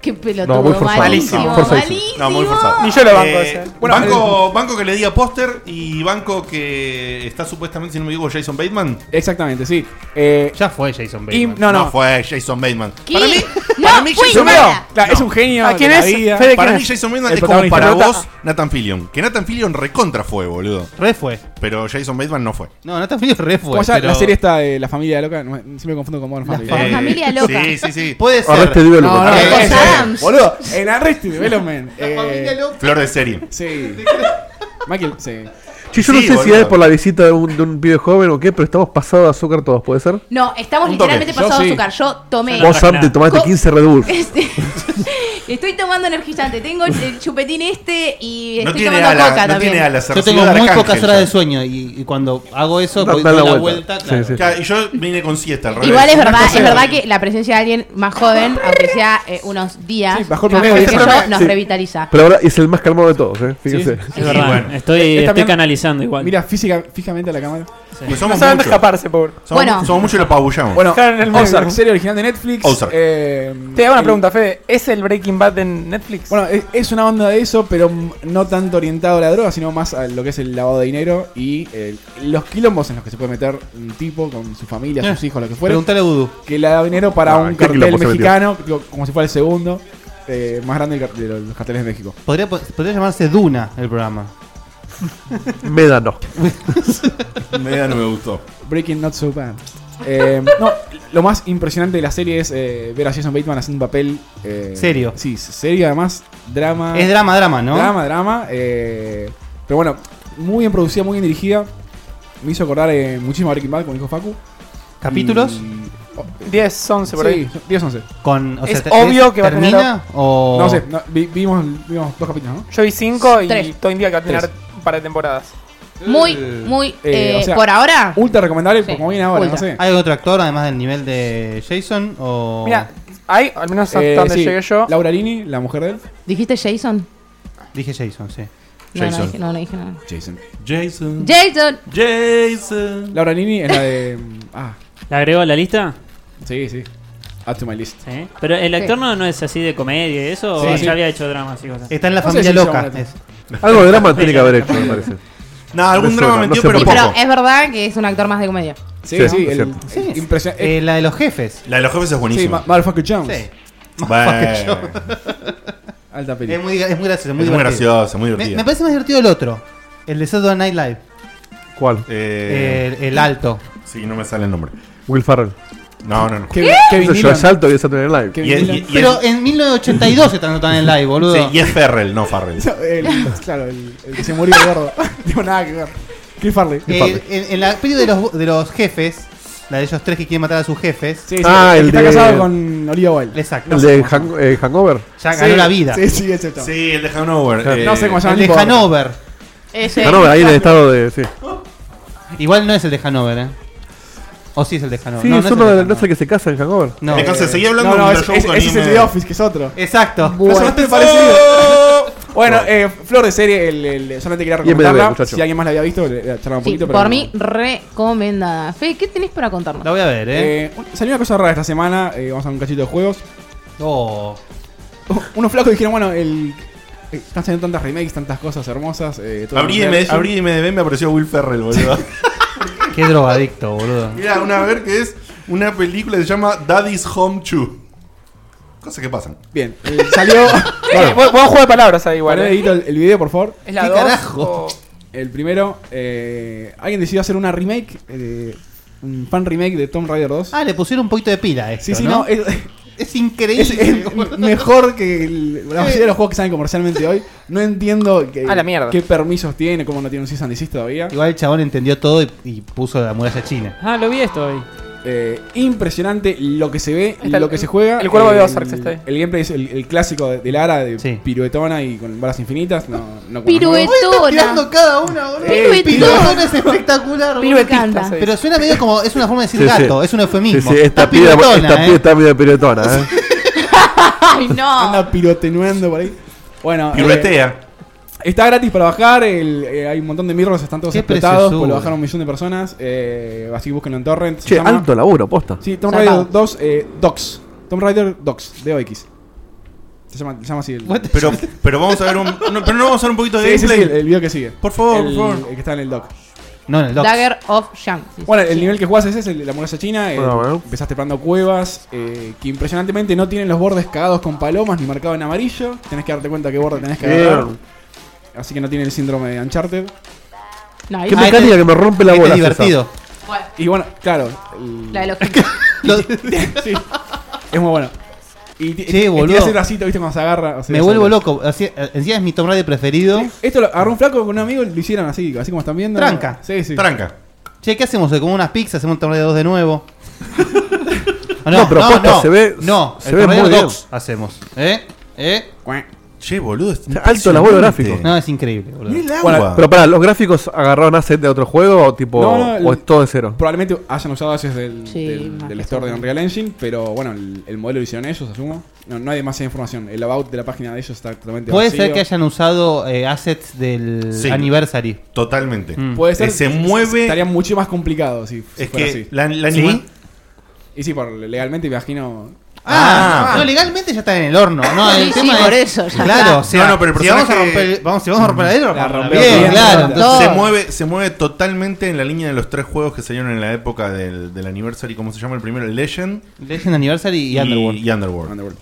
Speaker 4: Qué pelotudo.
Speaker 3: No, muy forzado.
Speaker 4: malísimo,
Speaker 3: No, forzadísimo.
Speaker 4: malísimo.
Speaker 2: no, muy forzado.
Speaker 6: Ni yo lo banco
Speaker 2: Eh,
Speaker 6: ese. Bueno,
Speaker 2: banco, banco que le diga póster y banco que está supuestamente, si no me equivoco, Jason Bateman.
Speaker 7: Exactamente, sí. Eh,
Speaker 5: Ya fue Jason Bateman.
Speaker 7: y- no,
Speaker 2: No,
Speaker 7: no.
Speaker 2: fue Jason Bateman.
Speaker 4: ¿Qué?
Speaker 2: Para mí,
Speaker 4: No,
Speaker 2: para mí
Speaker 4: fue
Speaker 2: Jason
Speaker 7: Yo
Speaker 4: Nada.
Speaker 7: veo.
Speaker 2: Bateman.
Speaker 7: Claro, Ah, Es un genio.
Speaker 6: ¿A quién
Speaker 7: de la
Speaker 6: es?
Speaker 7: vida.
Speaker 6: Fede,
Speaker 2: Para
Speaker 6: ¿quién
Speaker 2: mí
Speaker 6: es?
Speaker 2: Jason Bateman
Speaker 7: El
Speaker 2: es como para
Speaker 7: protagonista.
Speaker 2: vos Nathan Fillion. Que Nathan Fillion recontra fue, boludo.
Speaker 5: Re fue.
Speaker 2: Pero Jason Bateman no fue.
Speaker 5: No, Nathan Fillion re fue.
Speaker 7: ¿Cómo se llama
Speaker 5: pero-
Speaker 7: la serie esta de La Familia Loca? No, siempre me confundo con Modern Family.
Speaker 5: Fa-
Speaker 2: Eh,
Speaker 4: Familia loca.
Speaker 2: Sí, sí, sí.
Speaker 5: Puede
Speaker 3: Arreste
Speaker 5: ser.
Speaker 3: Development.
Speaker 7: No, no,
Speaker 2: Eh,
Speaker 7: es-
Speaker 4: Los Adams.
Speaker 7: Boludo, en Arrested Development. eh,
Speaker 2: Flor de serie.
Speaker 7: Sí. Michael, sí.
Speaker 3: Sí, yo no
Speaker 2: Sí,
Speaker 3: sé si
Speaker 2: boludo.
Speaker 3: es por la visita de un, de un pibe joven o qué, pero estamos pasados de azúcar todos, ¿puede ser?
Speaker 4: No, estamos
Speaker 2: Un toque.
Speaker 4: literalmente
Speaker 7: Yo
Speaker 4: pasados
Speaker 7: sí.
Speaker 4: azúcar. Yo tomé.
Speaker 3: Vos, Sam, te
Speaker 8: nada.
Speaker 3: tomaste
Speaker 4: Co-
Speaker 3: 15 Red Bull.
Speaker 4: Este, estoy tomando energizante. Tengo el chupetín este y
Speaker 2: No
Speaker 4: estoy
Speaker 2: tiene
Speaker 4: tomando coca
Speaker 2: alas, no
Speaker 4: también.
Speaker 2: tiene alas. se
Speaker 5: Yo tengo
Speaker 2: recibió de
Speaker 5: muy pocas
Speaker 2: arcángel
Speaker 5: horas de
Speaker 2: ya.
Speaker 5: sueño y, y cuando hago eso,
Speaker 3: Da-
Speaker 5: voy
Speaker 3: da
Speaker 5: doy
Speaker 3: la
Speaker 5: la vuelta.
Speaker 3: vuelta. Sí,
Speaker 5: claro.
Speaker 3: sí.
Speaker 2: Claro, y yo vine con siesta al revés.
Speaker 4: Igual es verdad,
Speaker 7: cosa
Speaker 4: es
Speaker 7: de-
Speaker 4: verdad que la presencia de alguien más joven, aunque sea eh, unos días,
Speaker 7: Sí, bajó el
Speaker 4: más
Speaker 7: promedio,
Speaker 4: joven
Speaker 7: dice.
Speaker 4: que yo, nos
Speaker 7: Sí.
Speaker 4: revitaliza.
Speaker 3: Pero ahora es el más calmado de todos, ¿eh? Fíjense.
Speaker 8: Es verdad.
Speaker 2: bueno.
Speaker 8: estoy,
Speaker 7: Es
Speaker 8: estoy
Speaker 7: también-
Speaker 8: canalizando igual.
Speaker 7: Mira física, fijamente a la cámara.
Speaker 2: Pues
Speaker 6: No
Speaker 2: somos
Speaker 6: saben
Speaker 2: muchos.
Speaker 6: escaparse, pobre.
Speaker 2: Somos,
Speaker 4: Bueno.
Speaker 2: somos muchos y lo apabullamos.
Speaker 7: Bueno,
Speaker 6: Claro, en el medio.
Speaker 7: Ozark, serie original de Netflix.
Speaker 2: Ozark.
Speaker 7: eh,
Speaker 6: Te hago una
Speaker 7: el-
Speaker 6: pregunta, Fede. ¿Es el Breaking Bad en Netflix?
Speaker 7: Bueno, es, es una onda de eso, pero m- no tanto orientado a la droga, sino más a lo que es el lavado de dinero y eh, los quilombos en los que se puede meter un tipo con su familia, sus hijos, lo que fuera.
Speaker 5: Preguntale Eh, a Vudú.
Speaker 7: que le da dinero para
Speaker 3: Ah,
Speaker 7: un
Speaker 3: ¿qué quilombo
Speaker 7: cartel
Speaker 3: se metió?
Speaker 7: mexicano, digo, como si fuera el segundo, eh, más grande del car- de los, los carteles de México.
Speaker 5: Podría, podría llamarse Duna el programa.
Speaker 3: Médano.
Speaker 2: Media no me gustó.
Speaker 7: Breaking Not So Bad. Eh, no, lo más impresionante de la serie es eh, ver a Jason Bateman haciendo un papel. eh,
Speaker 5: Serio.
Speaker 7: Sí, serio, además, drama.
Speaker 5: Es drama, drama, ¿no?
Speaker 7: Drama, drama. eh, pero bueno, muy bien producida, muy bien dirigida. Me hizo acordar eh, muchísimo a Breaking Bad, como dijo Facu.
Speaker 5: Capítulos
Speaker 7: Y- oh,
Speaker 6: 10, 11 por ahí.
Speaker 7: sí, 10, 11.
Speaker 5: con. O
Speaker 6: Es
Speaker 5: te-
Speaker 6: obvio que va a tener-
Speaker 5: termina o.
Speaker 7: No sé, no, vi- vimos, vimos dos capítulos, ¿no?
Speaker 6: Yo vi 5 y
Speaker 4: Tres.
Speaker 6: todo indica que va a tener
Speaker 7: Tres.
Speaker 6: un par de temporadas.
Speaker 4: Muy, muy.
Speaker 7: Eh,
Speaker 4: eh,
Speaker 7: o sea,
Speaker 4: por ahora.
Speaker 7: Ultra recomendable,
Speaker 4: Sí.
Speaker 7: como viene ahora,
Speaker 4: Ultra.
Speaker 7: no sé.
Speaker 5: ¿Hay otro actor además del nivel de Jason? O...
Speaker 6: Mira, hay, al menos hasta
Speaker 7: Eh,
Speaker 6: donde
Speaker 7: sí,
Speaker 6: llegué yo.
Speaker 7: Laura Lini, la mujer de él.
Speaker 4: ¿Dijiste Jason?
Speaker 5: Dije Jason, sí.
Speaker 4: No, no
Speaker 2: Jason.
Speaker 4: dije, no, no dije nada.
Speaker 7: Jason.
Speaker 2: Jason.
Speaker 4: Jason.
Speaker 2: Jason.
Speaker 7: Laura Lini es la de. Ah,
Speaker 8: ¿La agrego a la lista?
Speaker 7: sí, sí. Add to my list.
Speaker 8: Sí. Pero el actor no, no es así de comedia y eso, o
Speaker 7: Sí.
Speaker 8: ya había hecho dramas y cosas.
Speaker 5: Está en la
Speaker 7: No sé
Speaker 5: familia
Speaker 7: si
Speaker 5: loca.
Speaker 7: son-
Speaker 5: es.
Speaker 3: Algo de drama tiene que haber hecho, me parece.
Speaker 2: No, algún
Speaker 3: Me
Speaker 2: drama
Speaker 3: suena, no
Speaker 2: metió,
Speaker 3: sé
Speaker 2: pero
Speaker 4: Y,
Speaker 3: por qué.
Speaker 2: poco.
Speaker 4: pero es verdad que es un actor más de comedia.
Speaker 7: Sí,
Speaker 3: Cierto,
Speaker 7: sí, el,
Speaker 3: cierto.
Speaker 5: Sí.
Speaker 7: impresionante.
Speaker 5: Eh, la de los jefes.
Speaker 2: La de los jefes es
Speaker 7: sí,
Speaker 2: buenísima.
Speaker 7: Ma- Motherfucker Jones.
Speaker 5: Sí.
Speaker 2: Bueno,
Speaker 7: Alta peli.
Speaker 5: Es muy, es muy gracioso. Muy
Speaker 2: es muy
Speaker 5: divertido.
Speaker 2: graciosa, muy
Speaker 5: Me,
Speaker 2: divertida.
Speaker 5: me parece más divertido el otro. El de Saturday Night Live.
Speaker 3: ¿Cuál?
Speaker 2: Eh,
Speaker 5: El, el alto.
Speaker 2: Sí, no me sale el nombre.
Speaker 3: Will Farrell.
Speaker 2: No, no, no.
Speaker 7: Kevin, Kevin
Speaker 3: Eso yo
Speaker 7: Dillon.
Speaker 3: asalto y de Saturday Night Live.
Speaker 7: Kevin
Speaker 2: Y es-
Speaker 7: Dillon.
Speaker 2: y- y
Speaker 5: Pero
Speaker 2: es-
Speaker 5: en 1982 se están en live, boludo.
Speaker 2: sí, y es Ferrell, no Farrell.
Speaker 7: El- claro, el, el que se murió de gordo. No Tengo nada que ver. Chris Farley.
Speaker 5: Eh, en, en la peli de los, de los jefes, la de ellos tres que quieren matar a sus jefes,
Speaker 7: Sí, sí,
Speaker 3: Ah,
Speaker 7: el,
Speaker 3: el
Speaker 7: que
Speaker 3: de-
Speaker 7: está casado con Olivia Wilde.
Speaker 5: les saca.
Speaker 3: El de Hang- eh, Hangover.
Speaker 5: Ya ganó
Speaker 7: Sí,
Speaker 5: la vida.
Speaker 7: Sí, sí, excepto.
Speaker 2: Sí, el de Hanover.
Speaker 3: Claro.
Speaker 2: eh,
Speaker 7: No sé cómo se
Speaker 5: El
Speaker 7: llama.
Speaker 5: de
Speaker 7: tipo-
Speaker 5: Hanover.
Speaker 4: Ese-
Speaker 3: Hangover, ahí en el estado de. Sí,
Speaker 5: Igual no es el de Hanover, ¿eh? O sí es el de Hanover.
Speaker 3: sí
Speaker 5: no,
Speaker 3: es
Speaker 5: no
Speaker 3: uno
Speaker 5: el de
Speaker 3: de los
Speaker 5: Hangover.
Speaker 3: que se casa en Hangover.
Speaker 5: No.
Speaker 2: Me cansé, seguí hablando
Speaker 7: No, no,
Speaker 2: mientras
Speaker 7: es-
Speaker 2: yo
Speaker 7: es-
Speaker 2: busco
Speaker 7: ese es el
Speaker 2: anime.
Speaker 7: de Office, que es otro.
Speaker 5: Exacto.
Speaker 7: Pero son
Speaker 2: ¡Oh!
Speaker 7: bastante parecidos. Bueno, eh, Flor de serie, el, el- solamente quería
Speaker 3: IMDb,
Speaker 7: recomendarla.
Speaker 3: muchacho.
Speaker 7: Si alguien más la había visto, le, le charlaba un
Speaker 4: Sí,
Speaker 7: poquito. pero
Speaker 4: por
Speaker 7: no.
Speaker 4: mí, recomendada. Fe, ¿qué tenés para
Speaker 5: La
Speaker 4: contarnos?
Speaker 5: voy a ver, ¿eh?
Speaker 7: Eh, un- salió una cosa rara esta semana. eh, vamos a un cachito de juegos.
Speaker 5: Oh.
Speaker 7: Unos flacos dijeron, bueno, el. eh, Están saliendo tantas remakes, tantas cosas hermosas. Eh, todo
Speaker 2: Abrí
Speaker 7: el-
Speaker 2: IMDb, abrí IMDb, me apareció Will Ferrell, boludo.
Speaker 5: Qué drogadicto, boludo.
Speaker 2: Mira, una ver que es una película que se llama Daddy's Home 2. Cosas que pasan.
Speaker 7: Bien, eh, salió.
Speaker 6: Eh, buen, buen juego de palabras ahí igual.
Speaker 7: Pará,
Speaker 6: eh.
Speaker 7: edito el, el video, por favor.
Speaker 6: ¿Es la
Speaker 5: ¿Qué
Speaker 6: dos
Speaker 5: carajo?
Speaker 8: Oh.
Speaker 6: o-
Speaker 7: El primero, eh, alguien decidió hacer una remake, eh, un fan remake de Tomb Raider 2.
Speaker 5: Ah, le pusieron un poquito de pila a esto,
Speaker 7: sí, sí,
Speaker 5: ¿no?
Speaker 7: no. es,
Speaker 5: Es
Speaker 7: es-
Speaker 5: increíble.
Speaker 7: es mejor que el- la mayoría de los juegos que salen comercialmente hoy. No entiendo que-
Speaker 6: A la mierda.
Speaker 7: qué permisos tiene, cómo no tiene un cease and desist todavía.
Speaker 5: Igual el chabón entendió todo y, y puso la muralla china.
Speaker 8: Ah, lo vi esto hoy.
Speaker 7: Eh, impresionante lo que se ve,
Speaker 6: está el-
Speaker 7: lo que se juega.
Speaker 6: el cuervo de
Speaker 7: Eh,
Speaker 6: Ozark está ahí.
Speaker 7: El gameplay es el, el clásico de, de Lara, de
Speaker 5: Sí.
Speaker 7: piruetona y con balas infinitas. No, no como
Speaker 4: Piruet-
Speaker 7: nuevo.
Speaker 4: Piruetona.
Speaker 5: tirando cada una, boludo.
Speaker 4: Piruetona.
Speaker 5: Piruetona es espectacular, boludo.
Speaker 4: Me encanta.
Speaker 6: sí.
Speaker 5: Pero suena medio como. Es una forma de decir
Speaker 3: Sí, sí.
Speaker 5: gato, es un
Speaker 3: Sí,
Speaker 5: eufemismo.
Speaker 3: sí, esta
Speaker 5: Está
Speaker 3: pida
Speaker 5: piruetona,
Speaker 3: esta
Speaker 5: ¿eh?
Speaker 3: pida está medio piruetona, ¿eh?
Speaker 4: Ay, no.
Speaker 7: Anda pirotenuando por ahí. Bueno, eh,
Speaker 2: Piruetea.
Speaker 7: Está gratis para bajar, el- eh, hay un montón de mirrors, están todos
Speaker 5: Qué
Speaker 7: explotados,
Speaker 5: preciosura.
Speaker 7: pues lo bajaron un millón de personas, eh, así que búsquenlo en Torrent. se
Speaker 3: Che,
Speaker 7: llama-
Speaker 3: alto laburo, posta.
Speaker 7: Sí, Tomb
Speaker 4: Zarpado.
Speaker 7: Raider 2, eh, Docs. Tomb Raider Docs, DOX. Se llama, se llama así el...
Speaker 5: What the-
Speaker 2: Pero, pero vamos a ver un. no, pero no vamos a ver un poquito de
Speaker 7: Sí, sí, sí,
Speaker 2: gameplay.
Speaker 7: el, el video que sigue.
Speaker 2: Por favor,
Speaker 7: el,
Speaker 2: por favor.
Speaker 7: el que está en el doc.
Speaker 5: No, en el doc.
Speaker 4: Dagger of Shang. Sí, sí,
Speaker 7: Bueno,
Speaker 4: sí.
Speaker 7: el nivel que jugás es ese, el de la muralla china. eh,
Speaker 3: Bueno, bueno.
Speaker 7: Empezaste plantando cuevas, eh, que impresionantemente no tienen los bordes cagados con palomas ni marcado en amarillo. Tenés que darte cuenta qué borde tenés que agarrar.
Speaker 3: Bien.
Speaker 7: Así que no tiene el síndrome de Uncharted.
Speaker 4: No, ahí
Speaker 3: Qué
Speaker 4: va.
Speaker 5: me-
Speaker 3: mecánica que me rompe la
Speaker 5: Qué
Speaker 3: bola.
Speaker 5: divertido.
Speaker 4: Bueno,
Speaker 7: Y bueno, claro. el-
Speaker 4: La de los que-
Speaker 5: Lo-
Speaker 7: Sí. Es muy bueno. Y ti-
Speaker 5: Che,
Speaker 7: ti-
Speaker 5: boludo.
Speaker 7: tira ese bracito, viste, cuando se agarra. así,
Speaker 5: me
Speaker 7: así.
Speaker 5: vuelvo loco. Así, eh, encima es mi Tomb Raider preferido.
Speaker 7: Esto lo agarró un flaco con un amigo y lo hicieron así, así como están viendo.
Speaker 5: Tranca.
Speaker 7: Sí, sí.
Speaker 2: Tranca.
Speaker 5: Che, ¿qué hacemos? ¿Como unas pizzas? ¿Hacemos un Tomb Raider 2 de nuevo? Ah,
Speaker 3: No, pero posta, se ve-
Speaker 5: No,
Speaker 3: se
Speaker 5: el
Speaker 3: ve
Speaker 5: Tomb Raider
Speaker 3: muy
Speaker 5: 2 hacemos. ¿eh? ¿Eh?
Speaker 7: Cuac.
Speaker 2: Che, boludo. es
Speaker 3: alto laburo
Speaker 2: impresionante.
Speaker 5: No, es increíble,
Speaker 2: Mirá
Speaker 5: boludo.
Speaker 2: el agua.
Speaker 3: Bueno, pero pará, ¿los gráficos agarraron asset de otro juego o tipo.
Speaker 7: No, no, el-
Speaker 3: o es todo de cero?
Speaker 7: Probablemente hayan usado haces del,
Speaker 4: Sí,
Speaker 7: del,
Speaker 4: más
Speaker 7: del
Speaker 4: que
Speaker 7: store de
Speaker 4: seguro.
Speaker 7: Unreal Engine, pero bueno, el, el modelo lo hicieron ellos, asumo. No, no hay demasiada información. El about de la página de ellos está totalmente
Speaker 5: Puede
Speaker 7: vacío.
Speaker 5: ser que hayan usado eh, assets del
Speaker 2: Sí.
Speaker 5: Anniversary.
Speaker 2: Totalmente.
Speaker 5: Mm.
Speaker 7: Puede ser.
Speaker 2: Se mueve-
Speaker 7: Estaría mucho más complicado si, si
Speaker 2: Es
Speaker 7: fuera
Speaker 2: que
Speaker 7: así.
Speaker 2: la, la
Speaker 5: ¿Sí?
Speaker 2: anima-
Speaker 7: Y sí, por, legalmente imagino.
Speaker 5: Ah,
Speaker 2: Ah.
Speaker 5: no, legalmente ya está en el horno. No,
Speaker 4: Sí,
Speaker 5: el
Speaker 4: sí,
Speaker 5: tema es-
Speaker 4: por eso, ya
Speaker 5: claro,
Speaker 4: está.
Speaker 5: o sea,
Speaker 2: No, no, pero el
Speaker 5: si vamos a
Speaker 2: personaje-
Speaker 5: romper, el- vamos, si vamos a romper el
Speaker 7: La
Speaker 5: horno,
Speaker 7: rompemos
Speaker 5: bien,
Speaker 7: toda.
Speaker 5: claro.
Speaker 7: La
Speaker 5: entonces-
Speaker 2: Se mueve, se mueve totalmente en la línea de los tres juegos que salieron en la época del, del anniversary, ¿cómo se llama el primero? El Legend
Speaker 5: Legend Anniversary y, Underworld.
Speaker 2: y Underworld.
Speaker 7: Underworld.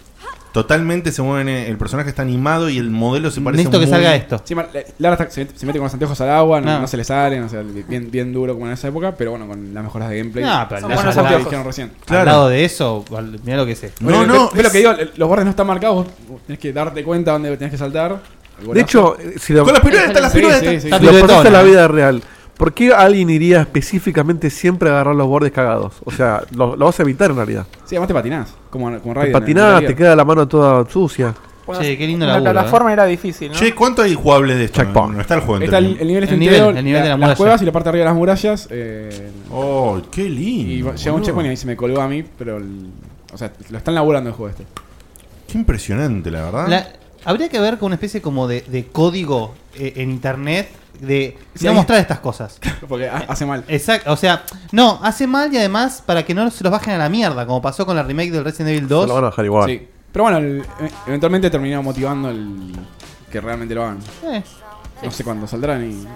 Speaker 2: Totalmente se mueven, eh, el personaje está animado y el modelo se parece
Speaker 5: Mm, Necesito que
Speaker 2: muy-
Speaker 5: salga esto.
Speaker 7: Sí, mal- la- Lara está- se, se mete con los anteojos al agua, no,
Speaker 5: No.
Speaker 7: no se le salen, o sea, bien, bien duro como en esa época, pero bueno, con las mejoras de gameplay.
Speaker 5: No, pero
Speaker 7: Son
Speaker 5: las-
Speaker 7: buenos
Speaker 5: las-
Speaker 7: anteojos. dijeron recién.
Speaker 5: Al
Speaker 2: Claro.
Speaker 5: lado de eso, al- mirá lo que sé.
Speaker 2: No,
Speaker 7: Bueno,
Speaker 2: no,
Speaker 7: ve- ve lo
Speaker 2: es-
Speaker 7: que digo, el- los bordes no están marcados, vos tenés que darte cuenta dónde tenés que saltar. El
Speaker 3: De
Speaker 7: golazo.
Speaker 3: hecho, eh, si lo,
Speaker 2: Con las piruetas, las
Speaker 7: Sí,
Speaker 2: piruetas.
Speaker 7: sí, sí.
Speaker 5: Está
Speaker 3: si lo
Speaker 5: piruetona.
Speaker 3: ponés en la vida real, ¿por qué alguien iría específicamente siempre a agarrar los bordes cagados? O sea, lo, lo vas a evitar en realidad.
Speaker 7: Sí, además te patinás. Como, como
Speaker 3: Te
Speaker 7: Raiden. en
Speaker 3: patinás,
Speaker 7: realidad.
Speaker 3: te queda la mano toda sucia.
Speaker 6: Bueno,
Speaker 5: Che, qué lindo
Speaker 6: La
Speaker 5: laburo, eh.
Speaker 6: plataforma era difícil, ¿no?
Speaker 2: Che, ¿cuánto hay jugables de esto? No está el juego
Speaker 7: eh.
Speaker 2: entero.
Speaker 7: Está el, el nivel
Speaker 5: El
Speaker 7: este
Speaker 5: nivel,
Speaker 7: entero,
Speaker 5: el nivel
Speaker 7: la-
Speaker 5: de la muralla.
Speaker 7: las cuevas y la parte de arriba de las murallas. eh,
Speaker 2: Oh, qué
Speaker 7: y
Speaker 2: lindo.
Speaker 7: va- llega un
Speaker 2: boludo.
Speaker 7: checkpoint y ahí se me colgó a mí, pero. el- o sea, lo están laburando el juego este.
Speaker 2: Qué impresionante, la verdad.
Speaker 5: La- habría que ver con una especie como de, de código eh, en internet de
Speaker 7: Sí.
Speaker 5: de mostrar estas cosas.
Speaker 7: Porque ha- hace mal.
Speaker 5: Exacto, o sea, no, hace mal y además para que no se los bajen a la mierda, como pasó con la remake del Resident Evil
Speaker 3: Se lo van
Speaker 5: 2.
Speaker 3: a dejar igual.
Speaker 7: Sí. Pero bueno, el- eh, eventualmente terminó motivando el que realmente lo hagan.
Speaker 5: Eh,
Speaker 7: No sé cuándo saldrán y.
Speaker 5: sí,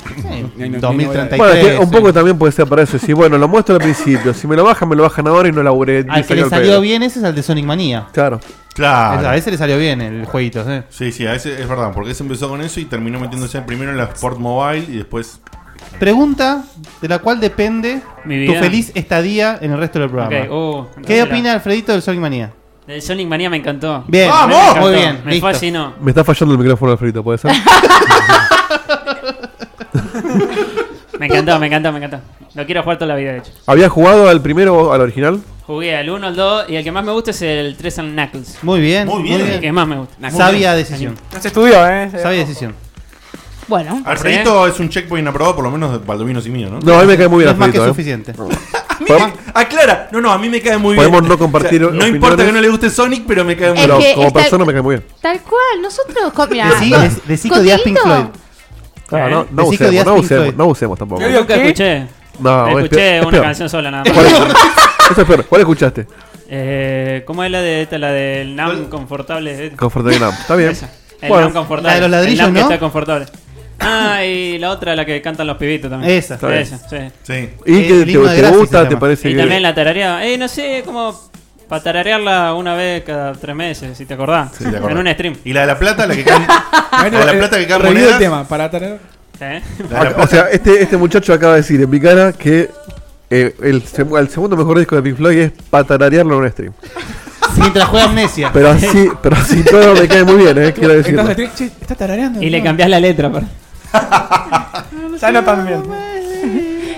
Speaker 7: Ni- ni-
Speaker 5: 2033.
Speaker 3: Bueno, que un
Speaker 5: sí.
Speaker 3: poco también puede ser para eso. Si bueno, lo muestro al principio. Si me lo bajan, me lo bajan ahora y no laburé.
Speaker 5: Al que le salió bien ese es al de Sonic Manía.
Speaker 3: Claro.
Speaker 5: A
Speaker 2: Claro.
Speaker 5: ese le salió bien el jueguito, eh.
Speaker 2: Sí, sí, a veces es verdad, porque ese empezó con eso y terminó metiéndose primero en la Sport Mobile y después.
Speaker 5: Pregunta de la cual depende
Speaker 8: Mi
Speaker 5: tu
Speaker 8: vida.
Speaker 5: feliz estadía en el resto del
Speaker 8: Ok,
Speaker 5: programa.
Speaker 8: uh,
Speaker 5: ¿Qué
Speaker 8: mira.
Speaker 5: opina Alfredito del Sonic Manía?
Speaker 8: Del Sonic Mania me encantó.
Speaker 5: Bien,
Speaker 8: Me encantó,
Speaker 5: muy bien.
Speaker 8: Me
Speaker 5: listo.
Speaker 8: fascinó.
Speaker 3: Me está fallando el micrófono al frito, ¿puede ser?
Speaker 8: Me encantó, me encantó, me encantó. Lo quiero jugar toda la vida, de hecho.
Speaker 3: ¿Habías jugado al primero, al original?
Speaker 8: Jugué al 1, al 2 y el que más me gusta es el 3 and Knuckles.
Speaker 5: Muy bien,
Speaker 2: Muy
Speaker 5: muy
Speaker 2: bien.
Speaker 5: bien.
Speaker 8: El que más me gusta.
Speaker 5: Sabia decisión.
Speaker 6: No se estudió, ¿eh? Se-
Speaker 5: Sabia decisión.
Speaker 4: Bueno,
Speaker 2: Ah, Alfredito es un checkpoint aprobado, por lo menos de Baldovinos y mío, ¿no?
Speaker 3: No, a mí me cae muy bien
Speaker 5: es más que
Speaker 3: Alfredito, ¿eh?
Speaker 5: suficiente.
Speaker 3: Podemos-
Speaker 2: Aclara, no, no, a mí me cae muy
Speaker 3: Podemos no compartir
Speaker 2: no importa
Speaker 3: opiniones.
Speaker 2: que no le guste Sonic, pero me cae muy
Speaker 3: Pero
Speaker 4: Es que
Speaker 3: como
Speaker 4: está-
Speaker 3: persona me cae muy bien.
Speaker 4: tal cual, nosotros. con- Mirá,
Speaker 5: Decí, decí- decí que odias Pink Floyd.
Speaker 4: Cotillito.
Speaker 3: No, no, no
Speaker 5: Decí que
Speaker 3: usemos,
Speaker 5: odias
Speaker 3: no
Speaker 5: Pink
Speaker 3: usemos,
Speaker 5: Floyd.
Speaker 3: no usemos tampoco.
Speaker 6: Yo
Speaker 8: Yo
Speaker 6: digo,
Speaker 8: nunca
Speaker 6: ¿qué?
Speaker 8: escuché.
Speaker 3: No, es
Speaker 8: escuché
Speaker 3: peor- es
Speaker 8: una
Speaker 3: peor.
Speaker 8: canción sola nada
Speaker 3: ¿Cuál
Speaker 8: más.
Speaker 3: es? Eso es peor. ¿Cuál escuchaste?
Speaker 8: Eh, ¿Cómo es la de esta? La del Nam confortable. eh?
Speaker 3: Confortable Lamp. Está bien.
Speaker 8: Esa. El
Speaker 3: Bueno,
Speaker 8: Nam confortable.
Speaker 5: la de los ladrillos,
Speaker 8: el Nam que
Speaker 5: ¿no?
Speaker 8: está confortable. Ah, y la otra, la que cantan los pibitos también.
Speaker 5: Esa.
Speaker 8: Esa, sí.
Speaker 2: Sí.
Speaker 3: ¿Y
Speaker 5: Eh,
Speaker 3: que
Speaker 5: el
Speaker 3: te,
Speaker 5: himno de
Speaker 3: te
Speaker 5: Gracia se
Speaker 3: gusta? ¿Te
Speaker 5: llama.
Speaker 3: parece
Speaker 8: Y
Speaker 3: que.?
Speaker 8: también la tarareaba. Eh, no sé, como para tararearla una vez cada tres meses, si te acordás.
Speaker 2: Sí, te acordás.
Speaker 8: En un stream.
Speaker 2: Y la de la plata, la que canta.
Speaker 7: Bueno,
Speaker 2: A la
Speaker 7: eh,
Speaker 2: plata que cae
Speaker 7: review
Speaker 2: monedas.
Speaker 7: el tema para tener.
Speaker 8: ¿Eh?
Speaker 2: La de la
Speaker 3: o
Speaker 2: plata.
Speaker 3: sea, este, este muchacho acaba de decir en mi cara que eh, el, seg- el segundo mejor disco de Pink Floyd es patararearlo en un stream.
Speaker 5: Mientras juega Amnesia.
Speaker 3: Pero así, pero así todo me cae muy bien, eh, quiero decirlo.
Speaker 7: Entonces, che, está tarareando.
Speaker 8: Y le
Speaker 7: ¿no?
Speaker 8: cambiás la letra. para-
Speaker 6: Ya no también.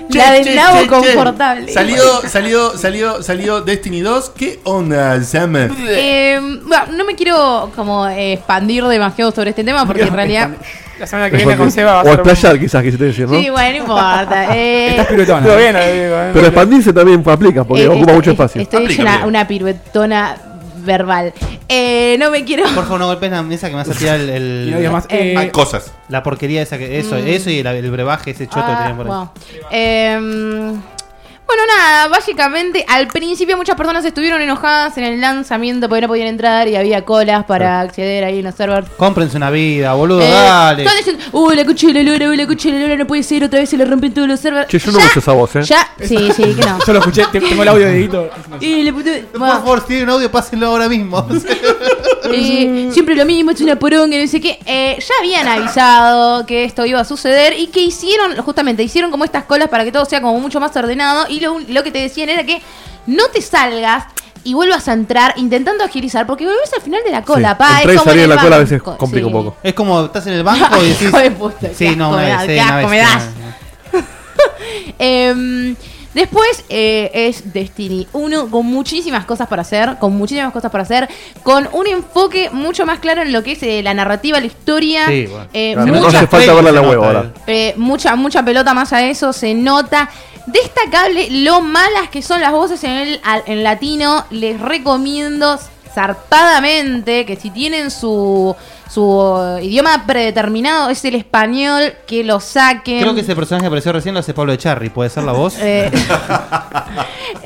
Speaker 4: La
Speaker 2: Che,
Speaker 4: del
Speaker 2: che,
Speaker 4: nabo
Speaker 2: che, che.
Speaker 4: confortable.
Speaker 2: Salió, salió, salió, salió Destiny 2. ¿Qué onda, Sam?
Speaker 4: Eh, bueno, no me quiero como eh, expandir demasiado sobre este tema porque en realidad.
Speaker 6: La semana que viene con Seba va a
Speaker 3: o
Speaker 6: ser. un-
Speaker 3: explayar quizás, quisiste decir, ¿no?
Speaker 4: Sí, bueno, no importa. Eh,
Speaker 7: Estás piruetona.
Speaker 6: Estuvo bien, eh, digo, eh.
Speaker 3: Pero expandirse también aplica, porque
Speaker 4: eh,
Speaker 3: ocupa
Speaker 4: esto-
Speaker 3: mucho espacio.
Speaker 4: Estoy hecho
Speaker 2: Aplícame.
Speaker 4: una, una piruetona verbal. Eh, no me quiero.
Speaker 5: Por favor, no golpes la mesa que me vas a tirar el, el-
Speaker 7: Y no digas más.
Speaker 4: Eh, Mm.
Speaker 2: Hay
Speaker 7: Eh,
Speaker 2: cosas.
Speaker 5: la porquería esa que. Eso, eso y el, el brebaje, ese choto que
Speaker 4: Ah,
Speaker 5: tenían por ahí.
Speaker 4: wow. Eh, bueno, nada, básicamente al principio muchas personas estuvieron enojadas en el lanzamiento porque no podían entrar y había colas para acceder ahí en los servers.
Speaker 5: Cómprense una vida, boludo,
Speaker 4: Eh,
Speaker 5: dale.
Speaker 4: todos diciendo, uy, la cucha de la lora, uy, la cucha de la lora, no puede ser, otra vez se le rompen todos los servers.
Speaker 3: Che, yo no
Speaker 4: Ya,
Speaker 3: uso esa voz, ¿eh?
Speaker 4: Ya, sí, sí, que no.
Speaker 7: Yo lo escuché, te- tengo el audio de Edito.
Speaker 4: Y le puto-
Speaker 5: Por
Speaker 4: bueno,
Speaker 5: favor, si tienen audio, pásenlo ahora mismo.
Speaker 7: mm.
Speaker 4: eh, siempre lo mismo, es una poronga, no sé qué. Eh, ya habían avisado que esto iba a suceder y que hicieron, justamente, hicieron como estas colas para que todo sea como mucho más ordenado. Y lo, un- lo que te decían era que no te salgas y vuelvas a entrar intentando agilizar, porque volvés al final de la cola,
Speaker 3: Sí,
Speaker 4: pa.
Speaker 3: entrar y
Speaker 4: Es como en
Speaker 3: salir de
Speaker 4: el
Speaker 3: la cola a
Speaker 4: banco.
Speaker 3: veces complica un
Speaker 4: Sí.
Speaker 3: poco.
Speaker 5: es como estás en el banco y decís.
Speaker 4: Hijo de puta, qué
Speaker 5: sí, no,
Speaker 4: asco
Speaker 5: una
Speaker 4: me das,
Speaker 5: vez, sí,
Speaker 4: qué
Speaker 5: una
Speaker 4: asco
Speaker 5: vez.
Speaker 4: me
Speaker 5: sí,
Speaker 4: das.
Speaker 5: una vez.
Speaker 4: Em, después eh, es Destiny 1 con muchísimas cosas para hacer, con muchísimas cosas para hacer, con un enfoque mucho más claro en lo que es eh, la narrativa, la historia.
Speaker 5: Sí, bueno.
Speaker 4: eh,
Speaker 3: Claro,
Speaker 4: mucha,
Speaker 3: no hace falta verla en la web ahora.
Speaker 4: eh, mucha, mucha pelota más a eso, se nota. Destacable lo malas que son las voces en, el, al- en latino. Les recomiendo zarpadamente que si tienen su, su eh, idioma predeterminado, es el español, que lo saquen.
Speaker 5: Creo que ese personaje que apareció recién lo hace Pablo Echarri, puede ser la voz.
Speaker 4: Eh,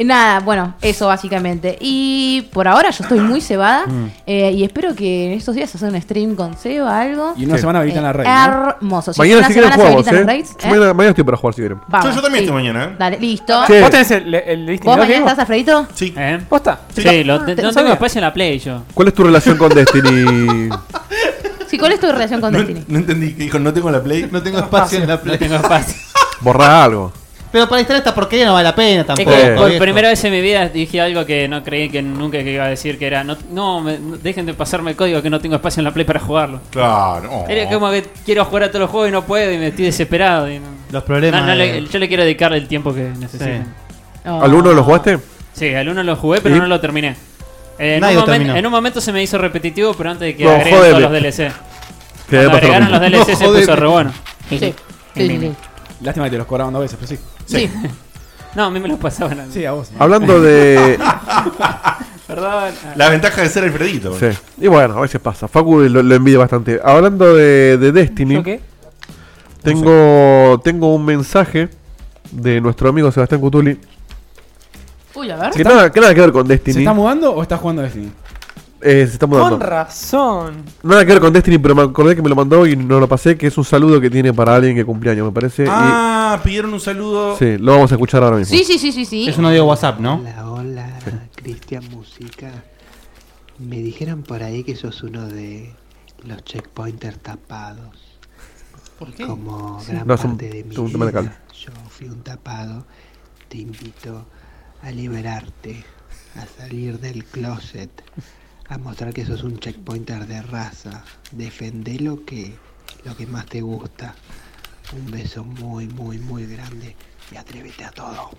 Speaker 4: nada, bueno, eso básicamente. Y por ahora yo estoy muy cebada
Speaker 7: Mm.
Speaker 4: eh, y espero que en estos días hacer un stream con Seba, algo.
Speaker 7: Y en una
Speaker 3: Sí.
Speaker 7: semana
Speaker 4: Eh,
Speaker 7: habilitan la red. ¿no?
Speaker 4: Hermoso. Si
Speaker 3: Mañana
Speaker 4: una
Speaker 3: si quieren
Speaker 4: semana se
Speaker 3: jugamos,
Speaker 4: habilitan
Speaker 3: ¿eh?
Speaker 4: los raids,
Speaker 3: Yo Mañana, mañana estoy para jugar si quieren.
Speaker 4: Vamos,
Speaker 2: Yo- yo también
Speaker 4: sí.
Speaker 2: estoy mañana, ¿eh?
Speaker 4: Dale, listo.
Speaker 3: Sí.
Speaker 6: ¿Vos tenés el, el
Speaker 4: ¿Vos
Speaker 6: distinidor,
Speaker 4: mañana
Speaker 6: Diego?
Speaker 4: estás, Alfredito?
Speaker 2: Sí.
Speaker 8: ¿Eh?
Speaker 6: ¿Posta?
Speaker 8: Sí, lo-
Speaker 4: Ah,
Speaker 8: te- no tengo
Speaker 6: sabía.
Speaker 8: espacio en la Play yo.
Speaker 3: ¿Cuál es tu relación con Destiny?
Speaker 4: Sí, ¿cuál es tu relación con
Speaker 2: No,
Speaker 4: Destiny?
Speaker 2: no entendí, que dijo, no tengo la Play.
Speaker 5: No tengo espacio en la
Speaker 8: No
Speaker 5: play.
Speaker 8: tengo espacio.
Speaker 3: Borra algo.
Speaker 5: Pero para instalar esta porquería no vale la pena
Speaker 8: Es
Speaker 5: tampoco.
Speaker 8: que
Speaker 3: Eh.
Speaker 8: por
Speaker 5: viejo.
Speaker 8: primera vez en mi vida dije algo que no creí que nunca que iba a decir que era no, no, me- no, dejen de pasarme el código que no tengo espacio en la play para jugarlo.
Speaker 2: Claro. oh.
Speaker 8: Era como que quiero jugar a todos los juegos y no puedo y me estoy desesperado. y no-
Speaker 5: Los problemas
Speaker 8: No, no le-
Speaker 5: de-
Speaker 8: yo le quiero dedicar el tiempo que necesite.
Speaker 5: Sí.
Speaker 4: Oh.
Speaker 3: ¿Alguno lo jugaste?
Speaker 8: Sí, al uno lo jugué pero
Speaker 3: ¿Y?
Speaker 8: no lo terminé. Eh, En,
Speaker 5: Nadie
Speaker 8: un
Speaker 5: lo
Speaker 8: momen-
Speaker 5: terminó.
Speaker 8: en un momento se me hizo repetitivo, pero antes de que
Speaker 3: No,
Speaker 8: agreguen
Speaker 3: jodeme.
Speaker 8: todos los DLC.
Speaker 3: Que me
Speaker 8: Cuando
Speaker 3: pasó lo
Speaker 8: agregaron los
Speaker 3: mismo.
Speaker 8: DLC se
Speaker 5: No,
Speaker 8: puso
Speaker 5: jodeme.
Speaker 8: re bueno.
Speaker 4: Sí. Sí, sí, sí.
Speaker 7: Lástima que te los cobraban dos veces, pero sí.
Speaker 4: Sí.
Speaker 8: No, a mí me los pasaban a mí.
Speaker 7: Sí, a vos.
Speaker 3: Hablando de.
Speaker 8: Perdón.
Speaker 2: La ventaja de ser Alfredito.
Speaker 3: sí. Y bueno, a veces pasa. Facu lo, lo envidia bastante. Hablando de, de Destiny,
Speaker 6: ¿Yo qué?
Speaker 3: tengo, tengo un mensaje de nuestro amigo Sebastián Cutuli.
Speaker 4: Uy,
Speaker 6: Ah,
Speaker 4: a ver.
Speaker 3: Que nada, que nada que ver con Destiny.
Speaker 7: ¿Se está mudando o está jugando Destiny?
Speaker 3: Eh, se está mudando.
Speaker 6: Con razón.
Speaker 3: Nada que ver con Destiny, pero me acordé que me lo mandó y no lo pasé, que es un saludo que tiene para alguien que cumple años, me parece.
Speaker 2: Ah, pidieron un saludo.
Speaker 3: y sí, lo vamos a escuchar ahora mismo.
Speaker 4: Sí, sí, sí, sí, sí.
Speaker 5: Es un audio de WhatsApp, ¿no?
Speaker 9: Hola, hola, Cristian Música. Me dijeron por ahí que sos uno de los checkpointers tapados.
Speaker 5: ¿Por
Speaker 9: Y como gran
Speaker 3: No, es un-
Speaker 9: parte de mi
Speaker 3: es un tema de
Speaker 9: vida,
Speaker 3: calma.
Speaker 9: yo fui un tapado, te invito a liberarte, a salir del closet, a mostrar que sos un checkpointer de raza. Defende lo que, lo que más te gusta. Un beso muy, muy, muy grande y atrévete a todo.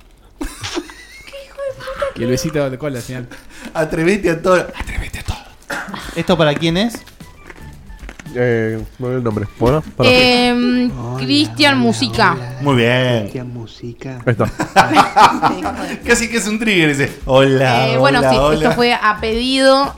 Speaker 7: Y el besito de cola al final.
Speaker 2: Atrevete a todo.
Speaker 5: ¿Esto para quién es?
Speaker 3: Eh, no veo el nombre. Bueno, para.
Speaker 4: Em, Cristian Música.
Speaker 2: Muy bien.
Speaker 9: Cristian Música.
Speaker 3: Ahí está.
Speaker 2: Casi que es un trigger ese. Hola.
Speaker 4: Eh, bueno,
Speaker 2: hola,
Speaker 4: sí,
Speaker 2: hola.
Speaker 4: esto fue a pedido.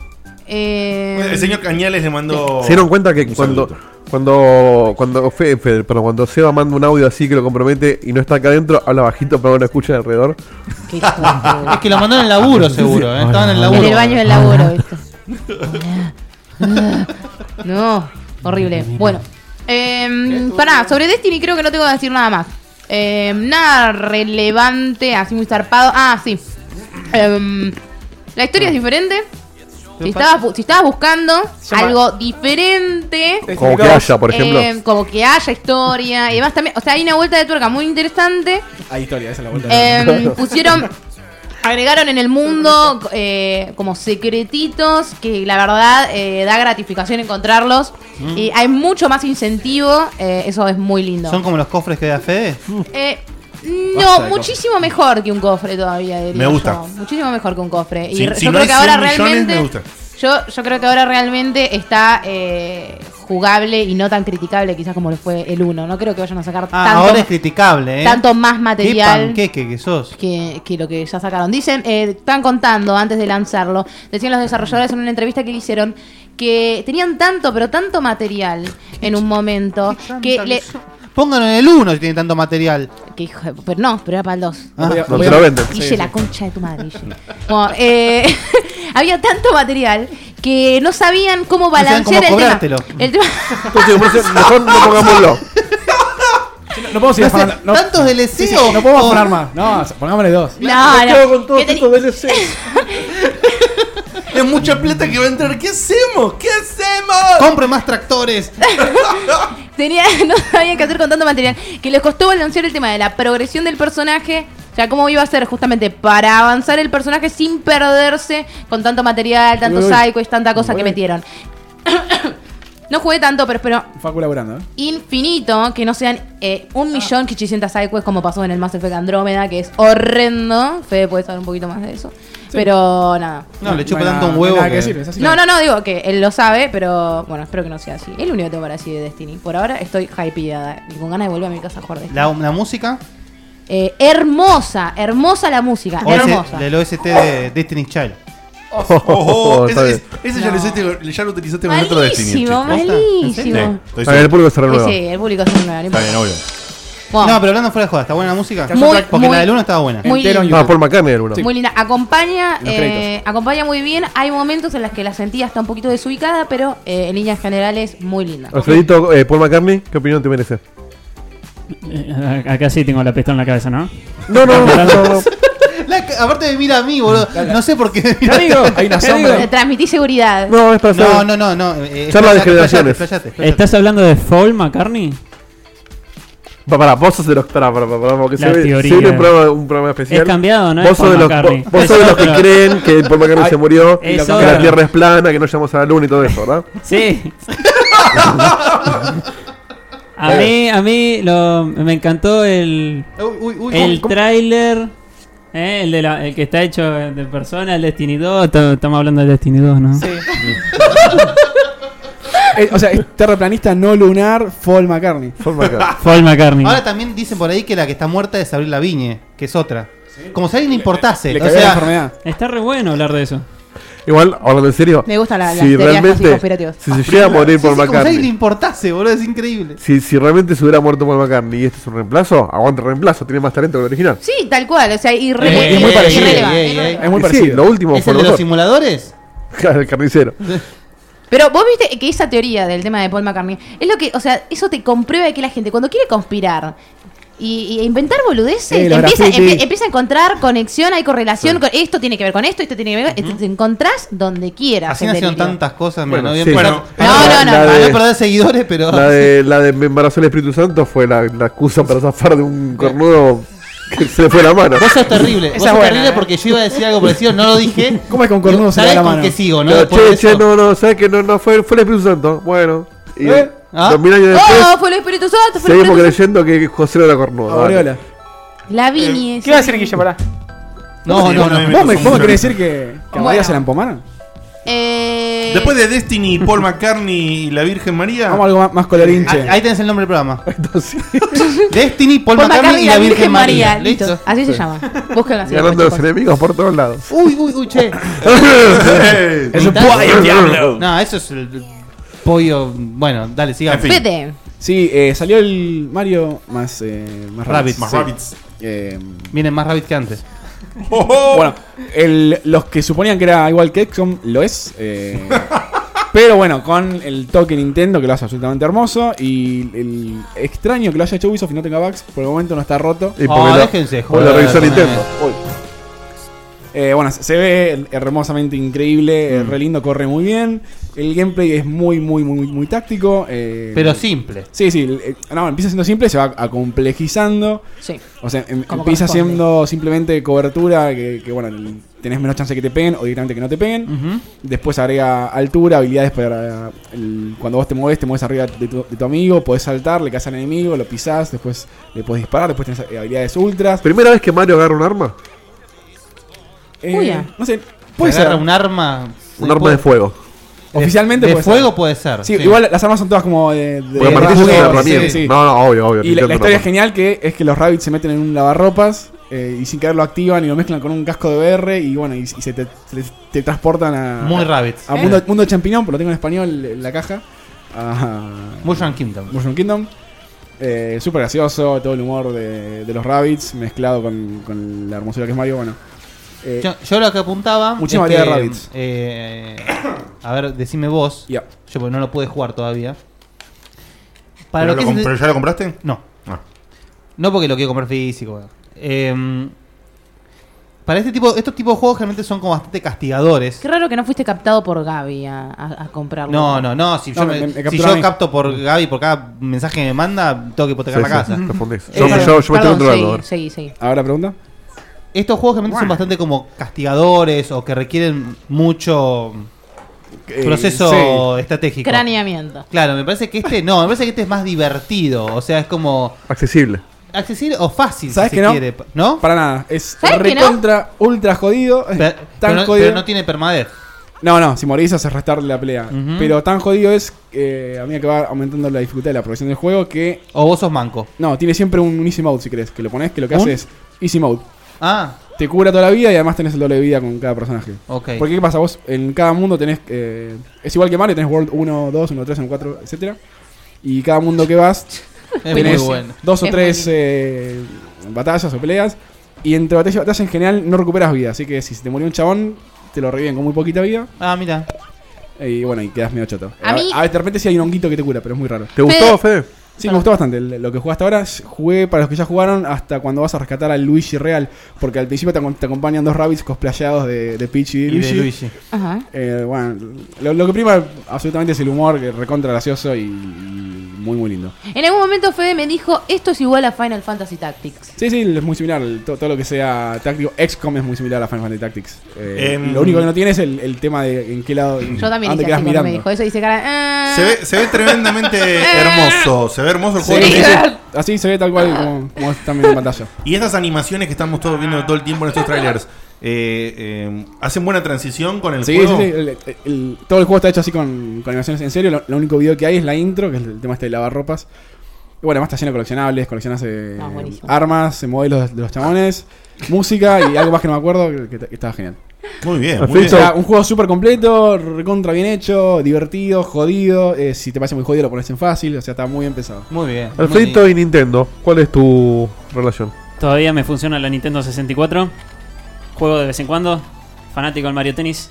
Speaker 4: em,
Speaker 2: El señor Cañales le mandó.
Speaker 3: Se dieron cuenta que
Speaker 2: un
Speaker 3: cuando.
Speaker 2: saludito.
Speaker 3: Cuando. Cuando. Fe- Fede, perdón, cuando Seba manda un audio así que lo compromete y no está acá adentro, habla bajito para que no escuche alrededor.
Speaker 4: qué hijo de-
Speaker 5: Es que lo mandaron en el laburo, seguro. ¿eh? Estaban en el laburo.
Speaker 4: En el baño del laburo, ¿viste? No, horrible. Bueno, em, pará, sobre Destiny creo que no tengo que decir nada más. Em, nada relevante, así muy zarpado. Ah, sí. Em, la historia es diferente. Si estabas, bu- si estabas buscando
Speaker 6: Se llama-
Speaker 4: algo diferente,
Speaker 3: Como que haya, por ejemplo.
Speaker 4: em, como que haya historia y además también, o sea, hay una vuelta de tuerca muy interesante.
Speaker 7: Hay historia, esa es la vuelta.
Speaker 4: Em, pusieron. Agregaron en el mundo eh, como secretitos que la verdad eh, da gratificación encontrarlos. Y hay mucho más incentivo. eh, eso es muy lindo.
Speaker 5: ¿Son como los cofres que da Fede?
Speaker 4: Eh,
Speaker 7: Basta
Speaker 4: no,
Speaker 7: de
Speaker 4: muchísimo mejor que un cofre todavía. diría
Speaker 2: Me gusta.
Speaker 4: yo. Muchísimo mejor que un cofre. Y
Speaker 2: Si-
Speaker 4: re-
Speaker 2: si
Speaker 4: yo
Speaker 2: no
Speaker 4: creo
Speaker 2: hay
Speaker 4: que ahora
Speaker 2: 100 millones,
Speaker 4: realmente.
Speaker 2: me gusta.
Speaker 4: Yo, yo creo que ahora realmente está eh, jugable y no tan criticable, quizás como lo fue el 1. No creo que vayan a sacar
Speaker 5: Ah,
Speaker 4: tanto,
Speaker 5: ahora es criticable, ¿eh?
Speaker 4: tanto más
Speaker 5: Qué
Speaker 4: material
Speaker 5: panqueque que sos.
Speaker 4: que, que lo que ya sacaron. Dicen, eh, están contando antes de lanzarlo, decían los desarrolladores en una entrevista que le hicieron que tenían tanto, pero tanto material en un momento que le...
Speaker 5: Pónganlo en el 1 si tiene tanto material.
Speaker 4: que hijo de- pero no, pero era para el 2.
Speaker 5: Ah,
Speaker 7: Voy a-
Speaker 3: No
Speaker 7: voy
Speaker 3: te
Speaker 7: a-
Speaker 3: lo venden.
Speaker 4: Guille, la concha de tu madre, Guille. Bueno, eh, había tanto material que no sabían cómo
Speaker 5: sabían
Speaker 4: balancear
Speaker 5: cómo
Speaker 4: el
Speaker 5: cobrártelo.
Speaker 4: tema. El tema-
Speaker 3: Entonces, por eso, mejor no pongámoslo.
Speaker 7: No, no podemos ir
Speaker 5: No
Speaker 7: a
Speaker 5: sé,
Speaker 7: afanando- no-
Speaker 5: tantos DLC
Speaker 7: Sí, sí,
Speaker 5: o-
Speaker 7: no podemos
Speaker 5: o-
Speaker 7: poner más. No, pongámosle dos.
Speaker 4: no, no. Que teni-
Speaker 2: Es mucha plata que va a entrar. ¿Qué hacemos? ¿Qué hacemos?
Speaker 5: ¡Compre más tractores!
Speaker 4: Tenía, no sabía qué hacer con tanto material. Que les costó balancear el tema de la progresión del personaje. O sea, cómo iba a ser justamente para avanzar el personaje sin perderse con tanto material, tanto
Speaker 7: Uy, uy.
Speaker 4: psycho y tanta cosa
Speaker 7: Uy.
Speaker 4: que metieron. no jugué tanto, pero espero
Speaker 7: Facu laburando, ¿eh?
Speaker 4: infinito que no sean eh, un millón quichicientas sidequests como pasó en el Mass Effect Andrómeda, que es horrendo. Fede puede saber un poquito más de eso. Pero nada.
Speaker 5: No, le chupo
Speaker 7: hay
Speaker 5: tanto un
Speaker 7: nada-
Speaker 5: huevo.
Speaker 7: nada que
Speaker 5: que-
Speaker 7: decir, es así.
Speaker 4: No, no, no, digo que él lo sabe, pero bueno, espero que no sea así. Es lo único que tengo para decir de Destiny. Por ahora estoy hypeada y con ganas de volver a mi casa a jugar Destiny.
Speaker 5: La, la música.
Speaker 4: Eh, hermosa, hermosa la música, Ah, hermosa.
Speaker 5: OS, el OST de Destiny's Child. Oh,
Speaker 2: Ojo,
Speaker 3: Está
Speaker 2: ese,
Speaker 3: bien.
Speaker 2: ese- ese ya, lo hiciste- ya lo utilizaste en el otro Destiny.
Speaker 4: Malísimo,
Speaker 2: chico. Sí,
Speaker 4: malísimo.
Speaker 2: estoy
Speaker 3: A ver, el
Speaker 2: seguro.
Speaker 3: público se
Speaker 4: Y
Speaker 3: renueva.
Speaker 4: Sí, el público es un nuevo, no
Speaker 2: Está bien,
Speaker 4: importa.
Speaker 2: obvio.
Speaker 4: Bueno,
Speaker 5: No, pero hablando fuera de joda, ¿está buena la música?
Speaker 4: Muy-
Speaker 5: Porque
Speaker 4: muy-
Speaker 5: la del 1 estaba buena.
Speaker 4: muy
Speaker 7: Entero en
Speaker 4: lindo.
Speaker 3: Ah, Paul McCartney era uno.
Speaker 7: Sí.
Speaker 4: Muy linda. Acompaña,
Speaker 7: En los
Speaker 4: eh,
Speaker 7: créditos.
Speaker 4: acompaña muy bien. Hay momentos en las que la sentía hasta un poquito desubicada, pero eh, en líneas generales muy linda.
Speaker 3: Alfredito, eh, Paul McCartney, ¿qué opinión te merece?
Speaker 8: Eh, Acá sí tengo la pistola en la cabeza, ¿no?
Speaker 3: No, no, no, no, no.
Speaker 5: La que- aparte me mira a mí, boludo. No sé por qué me mira.
Speaker 7: Amigo, hay una
Speaker 4: Eh,
Speaker 7: sombra.
Speaker 4: Transmití seguridad.
Speaker 3: No, es para
Speaker 5: No,
Speaker 3: saber.
Speaker 5: no, no, no. eh,
Speaker 3: Charla de
Speaker 5: explayate,
Speaker 3: generaciones.
Speaker 5: explayate, explayate.
Speaker 8: ¿Estás hablando de Paul McCartney?
Speaker 3: Pa- Pará, vos sos de los. Pará, pará, pará, pará, porque se
Speaker 8: La
Speaker 3: ve- se
Speaker 8: teoría.
Speaker 3: viene un programa, un programa especial.
Speaker 8: Es cambiado, ¿no?
Speaker 3: Vos
Speaker 8: Es
Speaker 3: sos, de
Speaker 8: Paul
Speaker 3: los,
Speaker 8: McCartney.
Speaker 3: vos- vos
Speaker 8: Es
Speaker 3: sos de los que
Speaker 8: otro.
Speaker 3: creen que Paul McCartney se murió, que
Speaker 8: es
Speaker 3: la
Speaker 8: otro.
Speaker 3: tierra es plana, que no llegamos a la luna y todo eso, ¿verdad?
Speaker 8: Sí. a mí, a mí lo- me encantó el,
Speaker 5: Uy, uy, uy.
Speaker 8: el
Speaker 5: ¿cómo-
Speaker 8: tráiler. Eh, El, de la- el que está hecho de persona, el Destiny 2. to- Estamos hablando del Destiny 2, ¿no? Sí.
Speaker 7: Eh, o sea, es terraplanista no lunar, Paul McCartney.
Speaker 3: Paul McCartney.
Speaker 8: Paul McCartney.
Speaker 5: Ahora también dicen por ahí que la que está muerta es Abril Lavigne, que es otra. Como si a alguien le importase.
Speaker 7: Le
Speaker 5: o
Speaker 7: cayó la
Speaker 5: sea,
Speaker 7: enfermedad.
Speaker 8: Está re bueno hablar de eso.
Speaker 3: Igual, hablando en serio.
Speaker 4: Me gustan la- las
Speaker 3: si
Speaker 4: teorías así
Speaker 3: realmente.
Speaker 4: conspirativas.
Speaker 3: Si se llega a morir
Speaker 5: sí, sí,
Speaker 3: Paul
Speaker 5: como si a alguien le
Speaker 3: McCartney.
Speaker 5: importase, boludo, es increíble.
Speaker 3: Si, si realmente se hubiera muerto Paul McCartney y este es un reemplazo, aguanta el reemplazo, tiene más talento que el original.
Speaker 4: Sí, tal cual, o sea, eh, irre-
Speaker 7: Es muy- es muy
Speaker 4: irre-
Speaker 7: parecido.
Speaker 4: irrelevante,
Speaker 5: Ey, ey, ey.
Speaker 7: Es muy
Speaker 3: Y Sí,
Speaker 7: parecido.
Speaker 3: lo último
Speaker 5: ¿Es
Speaker 3: fue
Speaker 5: el de
Speaker 3: lo
Speaker 5: los
Speaker 3: otro.
Speaker 5: simuladores?
Speaker 3: Claro, el carnicero.
Speaker 4: Pero vos viste que esa teoría del tema de Paul McCartney es lo que, o sea, eso te comprueba que la gente cuando quiere conspirar y, y inventar boludeces,
Speaker 7: Eh, los
Speaker 4: empieza,
Speaker 7: graffiti.
Speaker 4: empie- empieza a encontrar conexión, hay correlación con esto tiene que ver con esto, esto tiene que ver con esto, te encontrás donde quieras.
Speaker 5: Así
Speaker 4: el
Speaker 5: nacieron
Speaker 4: delirio.
Speaker 5: tantas cosas, mira,
Speaker 3: Bueno,
Speaker 5: no bien
Speaker 3: sí.
Speaker 5: para-
Speaker 2: Bueno,
Speaker 5: para-
Speaker 4: No, no, no.
Speaker 5: para
Speaker 3: La de-
Speaker 5: perder seguidores, pero.
Speaker 3: La de, la de me embarazó el Espíritu Santo fue la, la excusa para zafar de un cornudo que se le fue la mano.
Speaker 5: Vos sos terrible,
Speaker 6: Esa es
Speaker 5: vos sos
Speaker 6: buena,
Speaker 5: terrible
Speaker 6: eh.
Speaker 5: porque yo iba a decir algo parecido, no lo dije.
Speaker 7: ¿Cómo es que un cornudo se le da
Speaker 5: ¿Sabés
Speaker 7: la
Speaker 5: con
Speaker 7: mano?
Speaker 5: qué sigo, no?
Speaker 3: No,
Speaker 5: Después de
Speaker 3: che,
Speaker 5: eso.
Speaker 3: che, no, no, sabes que no, no fue, fue el Espíritu Santo. Bueno, y
Speaker 7: ¿Eh?
Speaker 5: ¿Ah?
Speaker 3: dos mil años después
Speaker 4: Oh, fue el Espíritu Santo, fue el
Speaker 3: seguimos
Speaker 4: Espíritu
Speaker 3: creyendo que José era cornudo. Vale.
Speaker 7: Aureola.
Speaker 4: Santo. La Vini
Speaker 6: ¿Qué iba a decir, Guille? Pará.
Speaker 5: Oh, No, no, no.
Speaker 7: ¿Vos me, vos me
Speaker 2: mucho.
Speaker 7: querés decir que, que a María
Speaker 4: Bueno.
Speaker 7: se la empomaron?
Speaker 4: Eh,
Speaker 2: Después de Destiny, Paul McCartney y la Virgen María. Eh, ah,
Speaker 7: Vamos a algo más, más colorinche.
Speaker 5: Ahí ahí tenés el nombre del programa.
Speaker 3: Entonces,
Speaker 5: Destiny, Paul
Speaker 4: Paul
Speaker 5: McCartney y la Virgen María.
Speaker 4: Listo.
Speaker 5: Listo.
Speaker 4: Así se llama. Búsquenlo así.
Speaker 3: ganando los
Speaker 4: chicos.
Speaker 3: enemigos por todos lados.
Speaker 5: Uy, uy, uy, che.
Speaker 3: Eso
Speaker 7: Eso
Speaker 5: ¿Estás?
Speaker 7: puede-
Speaker 5: No, eso es el pollo. Bueno, dale, sigamos.
Speaker 2: En fin.
Speaker 4: Vete.
Speaker 7: Sí, eh, salió el Mario más, eh, más
Speaker 5: Rabbids.
Speaker 2: Más
Speaker 7: sí.
Speaker 2: rabbits.
Speaker 7: Eh,
Speaker 5: Vienen más rabbit que antes.
Speaker 2: Oh, oh.
Speaker 7: bueno, el- los que suponían que era igual que XCOM lo es. eh, pero bueno, con el toque Nintendo que lo hace absolutamente hermoso. Y el extraño que lo haya hecho Ubisoft y no tenga bugs. Por el momento no está roto.
Speaker 3: Y
Speaker 5: Oh,
Speaker 3: la-
Speaker 5: déjense
Speaker 3: porque la
Speaker 5: joder,
Speaker 3: revisó
Speaker 5: man.
Speaker 3: Nintendo. Uy.
Speaker 7: Eh, bueno, se- se ve hermosamente increíble, eh,
Speaker 3: Mm.
Speaker 7: re lindo, corre muy bien. El gameplay es muy, muy, muy, muy táctico. eh,
Speaker 5: Pero simple.
Speaker 7: Sí, sí. el- eh, no, empieza siendo simple, se va acomplejizando.
Speaker 4: Sí.
Speaker 7: O sea, em-
Speaker 4: Como
Speaker 7: empieza
Speaker 4: corresponde.
Speaker 7: siendo simplemente cobertura, que, que, bueno, el- tenés menos chance que te peguen o directamente que no te
Speaker 1: Mm.
Speaker 7: peguen. Después agrega altura, habilidades para el- cuando vos te mueves, te mueves arriba de tu, de tu amigo, podés saltar, le cazas al enemigo, lo pisás, después le podés disparar, después tenés eh, habilidades ultras.
Speaker 3: Primera vez que Mario agarra un arma,
Speaker 7: Eh,
Speaker 4: Uy, ah.
Speaker 7: no sé, puede ser.
Speaker 5: Agarra un arma.
Speaker 3: un arma de fuego.
Speaker 7: Oficialmente
Speaker 5: de
Speaker 7: puede ser.
Speaker 5: fuego puede ser.
Speaker 7: Sí, igual las armas son todas como de. de-
Speaker 3: Porque
Speaker 7: de
Speaker 3: martillo es una
Speaker 7: rasgueos,
Speaker 3: herramienta.
Speaker 7: sí, sí.
Speaker 3: No, no, obvio, obvio.
Speaker 7: Y la, la
Speaker 3: Nintendo no
Speaker 7: historia
Speaker 3: pasa.
Speaker 7: genial que es que los rabbits se meten en un lavarropas eh, y sin querer lo activan y lo mezclan con un casco de VR y bueno, y, y se te, te- te transportan a.
Speaker 5: Muy rabbit.
Speaker 7: a Mundo, Mundo Champiñón, porque lo tengo en español en la caja. A
Speaker 5: Mushroom Kingdom.
Speaker 7: Mushroom Kingdom. Eh, Súper gracioso, todo el humor de, de los rabbits mezclado con, con la hermosura que es Mario. Bueno, Eh,
Speaker 5: Yo, yo lo que apuntaba. este,
Speaker 7: Mucha
Speaker 5: es
Speaker 7: variedad
Speaker 5: que,
Speaker 7: de
Speaker 2: ah.
Speaker 7: rabbits.
Speaker 5: eh, a ver, decime vos.
Speaker 7: ya.
Speaker 5: Yo porque no lo pude jugar todavía. Para
Speaker 2: ¿Pero,
Speaker 5: lo
Speaker 2: lo
Speaker 5: que
Speaker 2: comp-
Speaker 5: es-
Speaker 2: pero ya lo compraste?
Speaker 5: No.
Speaker 2: Ah.
Speaker 5: No porque lo quiero comprar físico. Eh, para este tipo, estos tipos de juegos generalmente son como bastante castigadores.
Speaker 4: Qué raro que no fuiste captado por Gaby a, a- a comprarlo.
Speaker 5: No, no, no. Si
Speaker 7: No,
Speaker 5: yo,
Speaker 7: me-
Speaker 5: me-
Speaker 7: me
Speaker 5: si
Speaker 7: capturó a
Speaker 5: yo
Speaker 7: mí.
Speaker 5: capto por Gaby por cada mensaje que me manda, tengo que hipotecar la
Speaker 3: Sí, sí,
Speaker 5: casa.
Speaker 3: te fundís. Yo,
Speaker 5: Eh,
Speaker 3: yo- yo me estoy
Speaker 4: Perdón,
Speaker 3: controlando ahora.
Speaker 4: seguí, seguí, seguí.
Speaker 7: Ahora pregunta.
Speaker 5: Estos juegos generalmente son bastante como castigadores o que requieren mucho
Speaker 7: Eh,
Speaker 5: proceso
Speaker 7: sí.
Speaker 5: estratégico.
Speaker 4: Craneamiento.
Speaker 5: Claro, me parece que este no, me parece que este es más divertido. O sea, es como
Speaker 3: Accesible.
Speaker 5: accesible o fácil
Speaker 7: ¿Sabes
Speaker 5: si
Speaker 7: que
Speaker 5: se
Speaker 7: no?
Speaker 5: quiere. ¿No?
Speaker 7: Para nada, es
Speaker 4: ¿Sabes que no?
Speaker 7: recontra, ultra jodido. es
Speaker 5: Pero, pero
Speaker 7: tan
Speaker 5: no,
Speaker 7: jodido.
Speaker 5: pero no tiene permadez.
Speaker 7: No, no, si morís haces restarle la pelea.
Speaker 5: Ujú.
Speaker 7: Pero tan jodido es, eh, a mí que va aumentando la dificultad de la progresión del juego, que...
Speaker 5: O vos sos manco.
Speaker 7: No, tiene siempre un, un easy mode si querés, que lo pones, que lo que
Speaker 5: ¿Un?
Speaker 7: hace es easy mode.
Speaker 5: Ah,
Speaker 7: Te cura toda la vida y además tenés el doble de vida con cada personaje.
Speaker 5: ok.
Speaker 7: Porque ¿qué pasa? Vos en cada mundo tenés... eh, es igual que Mario, tenés World 1, 2, 1, 3, 1, 4, etc. Y cada mundo que vas
Speaker 5: es muy
Speaker 7: tenés
Speaker 5: bueno.
Speaker 7: dos o
Speaker 4: Es muy
Speaker 7: tres
Speaker 4: lindo.
Speaker 7: eh, batallas o peleas. Y entre batalla y batalla en general no recuperas vida. Así que si se te murió un chabón, te lo reviven con muy poquita vida.
Speaker 5: Ah, mira.
Speaker 7: Y bueno, y quedas medio choto.
Speaker 4: A mí-
Speaker 7: a, de repente sí hay un honguito que te cura, pero es muy raro.
Speaker 3: ¿Te gustó, Fede?
Speaker 7: Sí, me gustó bastante el- lo que jugaste ahora. Jugué para los que ya jugaron hasta cuando vas a rescatar al Luigi real. Porque al principio te, acom- te acompañan dos rabbits cosplayados de, de Peach y,
Speaker 5: Y
Speaker 7: Luigi.
Speaker 5: de Luigi.
Speaker 4: Ajá.
Speaker 7: Eh, bueno, lo, lo que prima absolutamente es el humor, que es recontra gracioso y, y muy, muy lindo.
Speaker 4: En algún momento Fede me dijo, esto es igual a Final Fantasy Tactics.
Speaker 7: Sí, sí, es muy similar. el- to- Todo, lo que sea táctico. XCOM es muy similar a Final Fantasy Tactics. Eh,
Speaker 2: Em.
Speaker 7: lo único que no tiene es el, el tema de en qué lado.
Speaker 4: Yo también
Speaker 7: dónde
Speaker 4: dije
Speaker 7: quedas
Speaker 4: así cuando me
Speaker 7: mirando.
Speaker 4: dijo eso. Dice cara, "Ah".
Speaker 2: Se ve, se ve tremendamente hermoso. Se ve hermoso el
Speaker 7: Sí,
Speaker 2: juego.
Speaker 7: sí, sí. Así se ve tal cual como, como está viendo en pantalla.
Speaker 2: Y estas animaciones que estamos todos viendo todo el tiempo en estos trailers, eh, eh, ¿hacen buena transición con el
Speaker 7: Sí, sí,
Speaker 2: juego?
Speaker 7: sí, el- el- todo el juego está hecho así con, con animaciones en serio. Lo, lo único video que hay es la intro, que es el tema este de lavarropas. Y bueno, además está lleno de coleccionables, coleccionas eh,
Speaker 4: Ah, buenísimo.
Speaker 7: armas, eh, modelos de los chabones, música y algo más que no me acuerdo, que, que- que estaba genial.
Speaker 2: Muy bien, muy
Speaker 7: O
Speaker 2: bien.
Speaker 3: Perfecto.
Speaker 7: sea, un juego súper completo, recontra bien hecho, divertido, jodido. eh, si te parece muy jodido, lo pones en fácil. O sea, está muy bien pensado.
Speaker 5: Muy bien. muy
Speaker 3: Alfredito y Nintendo, ¿cuál es tu relación?
Speaker 8: Todavía me funciona la Nintendo 64. Juego de vez en cuando. Fanático del Mario Tennis.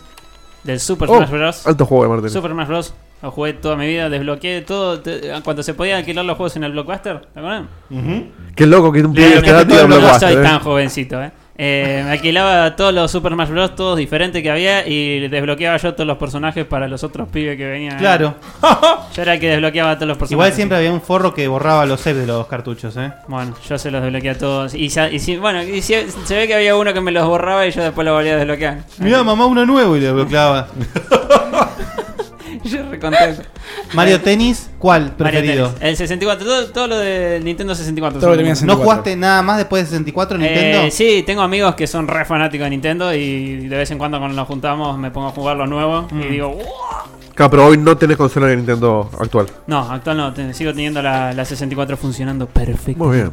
Speaker 8: Del Super
Speaker 3: Oh,
Speaker 8: Smash Bros.
Speaker 3: Alto juego de Martín.
Speaker 8: Super Smash Bros. Lo jugué toda mi vida, desbloqueé todo. te- cuando se podía alquilar los juegos en el Blockbuster, ¿te acuerdan?
Speaker 2: Ujú.
Speaker 3: Qué loco que un pibe
Speaker 8: Leo,
Speaker 3: que da
Speaker 8: no,
Speaker 3: tira
Speaker 8: este no
Speaker 3: blockbuster,
Speaker 8: soy
Speaker 3: eh.
Speaker 8: tan jovencito, ¿eh? Eh, me alquilaba todos los Super Smash Bros. todos diferentes que había y desbloqueaba yo todos los personajes para los otros pibes que venían. ¿eh?
Speaker 5: Claro.
Speaker 8: Yo era el que desbloqueaba todos los personajes.
Speaker 5: Igual siempre había un forro que borraba los saves de los cartuchos, ¿eh?
Speaker 8: Bueno, yo se los desbloqueé a todos. Y, sa- y si- bueno, y si- se ve que había uno que me los borraba y yo después lo volvía a desbloquear.
Speaker 7: Ah,
Speaker 5: Mirá, mamá, uno nuevo y le bloqueaba.
Speaker 8: Yo recontento.
Speaker 5: Mario Tennis, ¿cuál
Speaker 8: Mario
Speaker 5: preferido?
Speaker 8: Tennis. El 64, todo, todo lo de Nintendo 64.
Speaker 7: Todo lo
Speaker 8: son-
Speaker 7: que tenías en
Speaker 5: ¿No
Speaker 7: 64.
Speaker 5: jugaste nada más después de 64 Nintendo?
Speaker 8: Eh, sí, tengo amigos que son re fanáticos de Nintendo y de vez en cuando cuando nos juntamos me pongo a jugar lo nuevo y digo, "Uh, "Uah".
Speaker 3: Claro, pero hoy no tenés consola de Nintendo actual.
Speaker 8: no, actual no, te- sigo teniendo la, la 64 funcionando perfecto.
Speaker 3: Muy bien.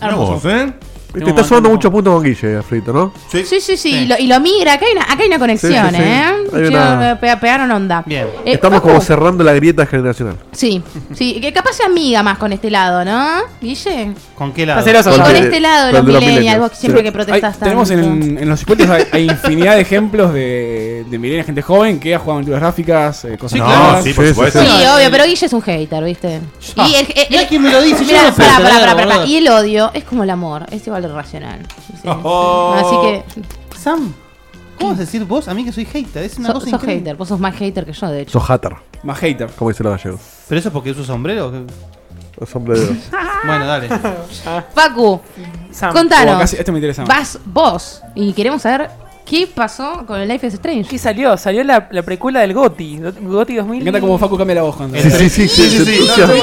Speaker 2: Mirá vos, ¿eh?
Speaker 3: Te estás sumando muchos puntos con Guille, Alfredito, ¿no?
Speaker 2: Sí.
Speaker 4: Sí, sí, sí, lo- y lo migra. Acá hay una, acá hay una conexión,
Speaker 3: Sí, sí, sí.
Speaker 4: ¿eh?
Speaker 3: Hay
Speaker 4: Yo-
Speaker 3: una-
Speaker 4: eh, pe- pegaron onda.
Speaker 5: Bien.
Speaker 4: Eh,
Speaker 3: Estamos como
Speaker 4: Facu.
Speaker 3: cerrando la grieta generacional.
Speaker 4: Sí, sí. Que capaz se amiga más con este lado, ¿no, Guille?
Speaker 5: ¿Con qué lado?
Speaker 6: Está celoso,
Speaker 4: Con
Speaker 6: Con
Speaker 3: de-
Speaker 4: este lado de los
Speaker 3: con de los
Speaker 4: millennials,
Speaker 3: millennials.
Speaker 4: vos que siempre
Speaker 3: Sí.
Speaker 4: que protestas
Speaker 7: Hay- tenemos
Speaker 4: tanto.
Speaker 7: en, en los spoilers hay, hay infinidad de ejemplos de, de milenios, gente joven que ha jugado aventuras gráficas, eh, cosas
Speaker 5: Sí,
Speaker 2: No,
Speaker 5: claro.
Speaker 7: raras.
Speaker 2: sí, por
Speaker 3: Sí, sí,
Speaker 2: supuesto.
Speaker 4: Sí,
Speaker 5: Sí,
Speaker 4: obvio,
Speaker 5: el-
Speaker 4: pero Guille es un hater, ¿viste?
Speaker 5: Ah,
Speaker 4: y el, el-
Speaker 5: mirá
Speaker 4: el-
Speaker 5: quién me lo dice, yo
Speaker 4: Mirá, pará,
Speaker 5: no puedo
Speaker 4: pará, pará,
Speaker 5: creerlo,
Speaker 4: pará.
Speaker 5: boludo.
Speaker 4: Y el odio es como el amor, es igual de racional. Sí, sí.
Speaker 2: Oh.
Speaker 4: Así que
Speaker 5: Sam, ¿cómo vas a decir vos a mí que soy hater? Es una
Speaker 4: so-
Speaker 5: cosa
Speaker 4: sos
Speaker 5: increíble.
Speaker 4: hater, vos sos más hater que yo, de hecho.
Speaker 3: Sos hater,
Speaker 7: Más hater.
Speaker 3: como dicen los gallegos.
Speaker 5: ¿Pero eso es porque uso sombrero?
Speaker 3: Los sombreros.
Speaker 5: Bueno, dale.
Speaker 4: Facu,
Speaker 6: Sam.
Speaker 7: O
Speaker 4: contanos.
Speaker 7: Oh, casi- esto me interesa más.
Speaker 4: Vas vos y queremos saber qué pasó con el Life is Strange.
Speaker 6: ¿Qué salió? Salió la, la precuela del Goti. Goti 2000.
Speaker 7: Me encanta como Facu cambia la voz cuando.
Speaker 5: El-
Speaker 3: sí, sí, sí, se entusiasma.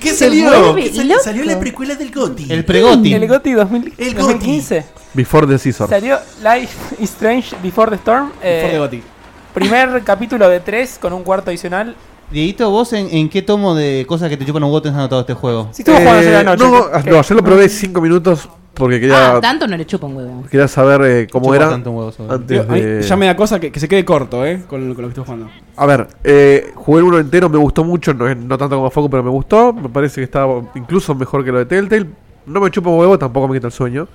Speaker 2: ¿Qué
Speaker 4: Se
Speaker 2: salió?
Speaker 4: vuelve
Speaker 2: ¿Qué sal-
Speaker 4: loco.
Speaker 2: Salió la precuela del Goti.
Speaker 5: El pregoti.
Speaker 6: El Goti 2000
Speaker 2: El GOTY.
Speaker 6: 2015.
Speaker 3: Before the Season.
Speaker 6: Salió Life is Strange Before the Storm. eh,
Speaker 7: Ford de Gotti.
Speaker 6: primer capítulo de tres con un cuarto adicional.
Speaker 5: Dieguito, ¿vos en, en qué tomo de cosas que te chupan un voto has anotado este juego?
Speaker 6: Si estuvo jugando ayer
Speaker 3: Eh,
Speaker 6: la noche.
Speaker 3: no,
Speaker 6: ¿Qué-
Speaker 3: no, ayer lo probé 5 minutos porque
Speaker 4: Ah,
Speaker 3: quería,
Speaker 4: tanto no le chupa un huevo.
Speaker 3: quería saber eh, cómo
Speaker 5: Chupa
Speaker 3: era
Speaker 5: tanto un huevo sobre.
Speaker 3: antes
Speaker 7: Digo, a mí
Speaker 3: de...
Speaker 7: Ya me da cosa que, que se quede corto, eh, con, con lo que estoy jugando.
Speaker 3: A ver, eh, jugué el uno entero, me gustó mucho, no, no tanto como Foco, pero me gustó. Me parece que estaba incluso mejor que lo de Telltale. No me chupo huevo, tampoco me quita el sueño.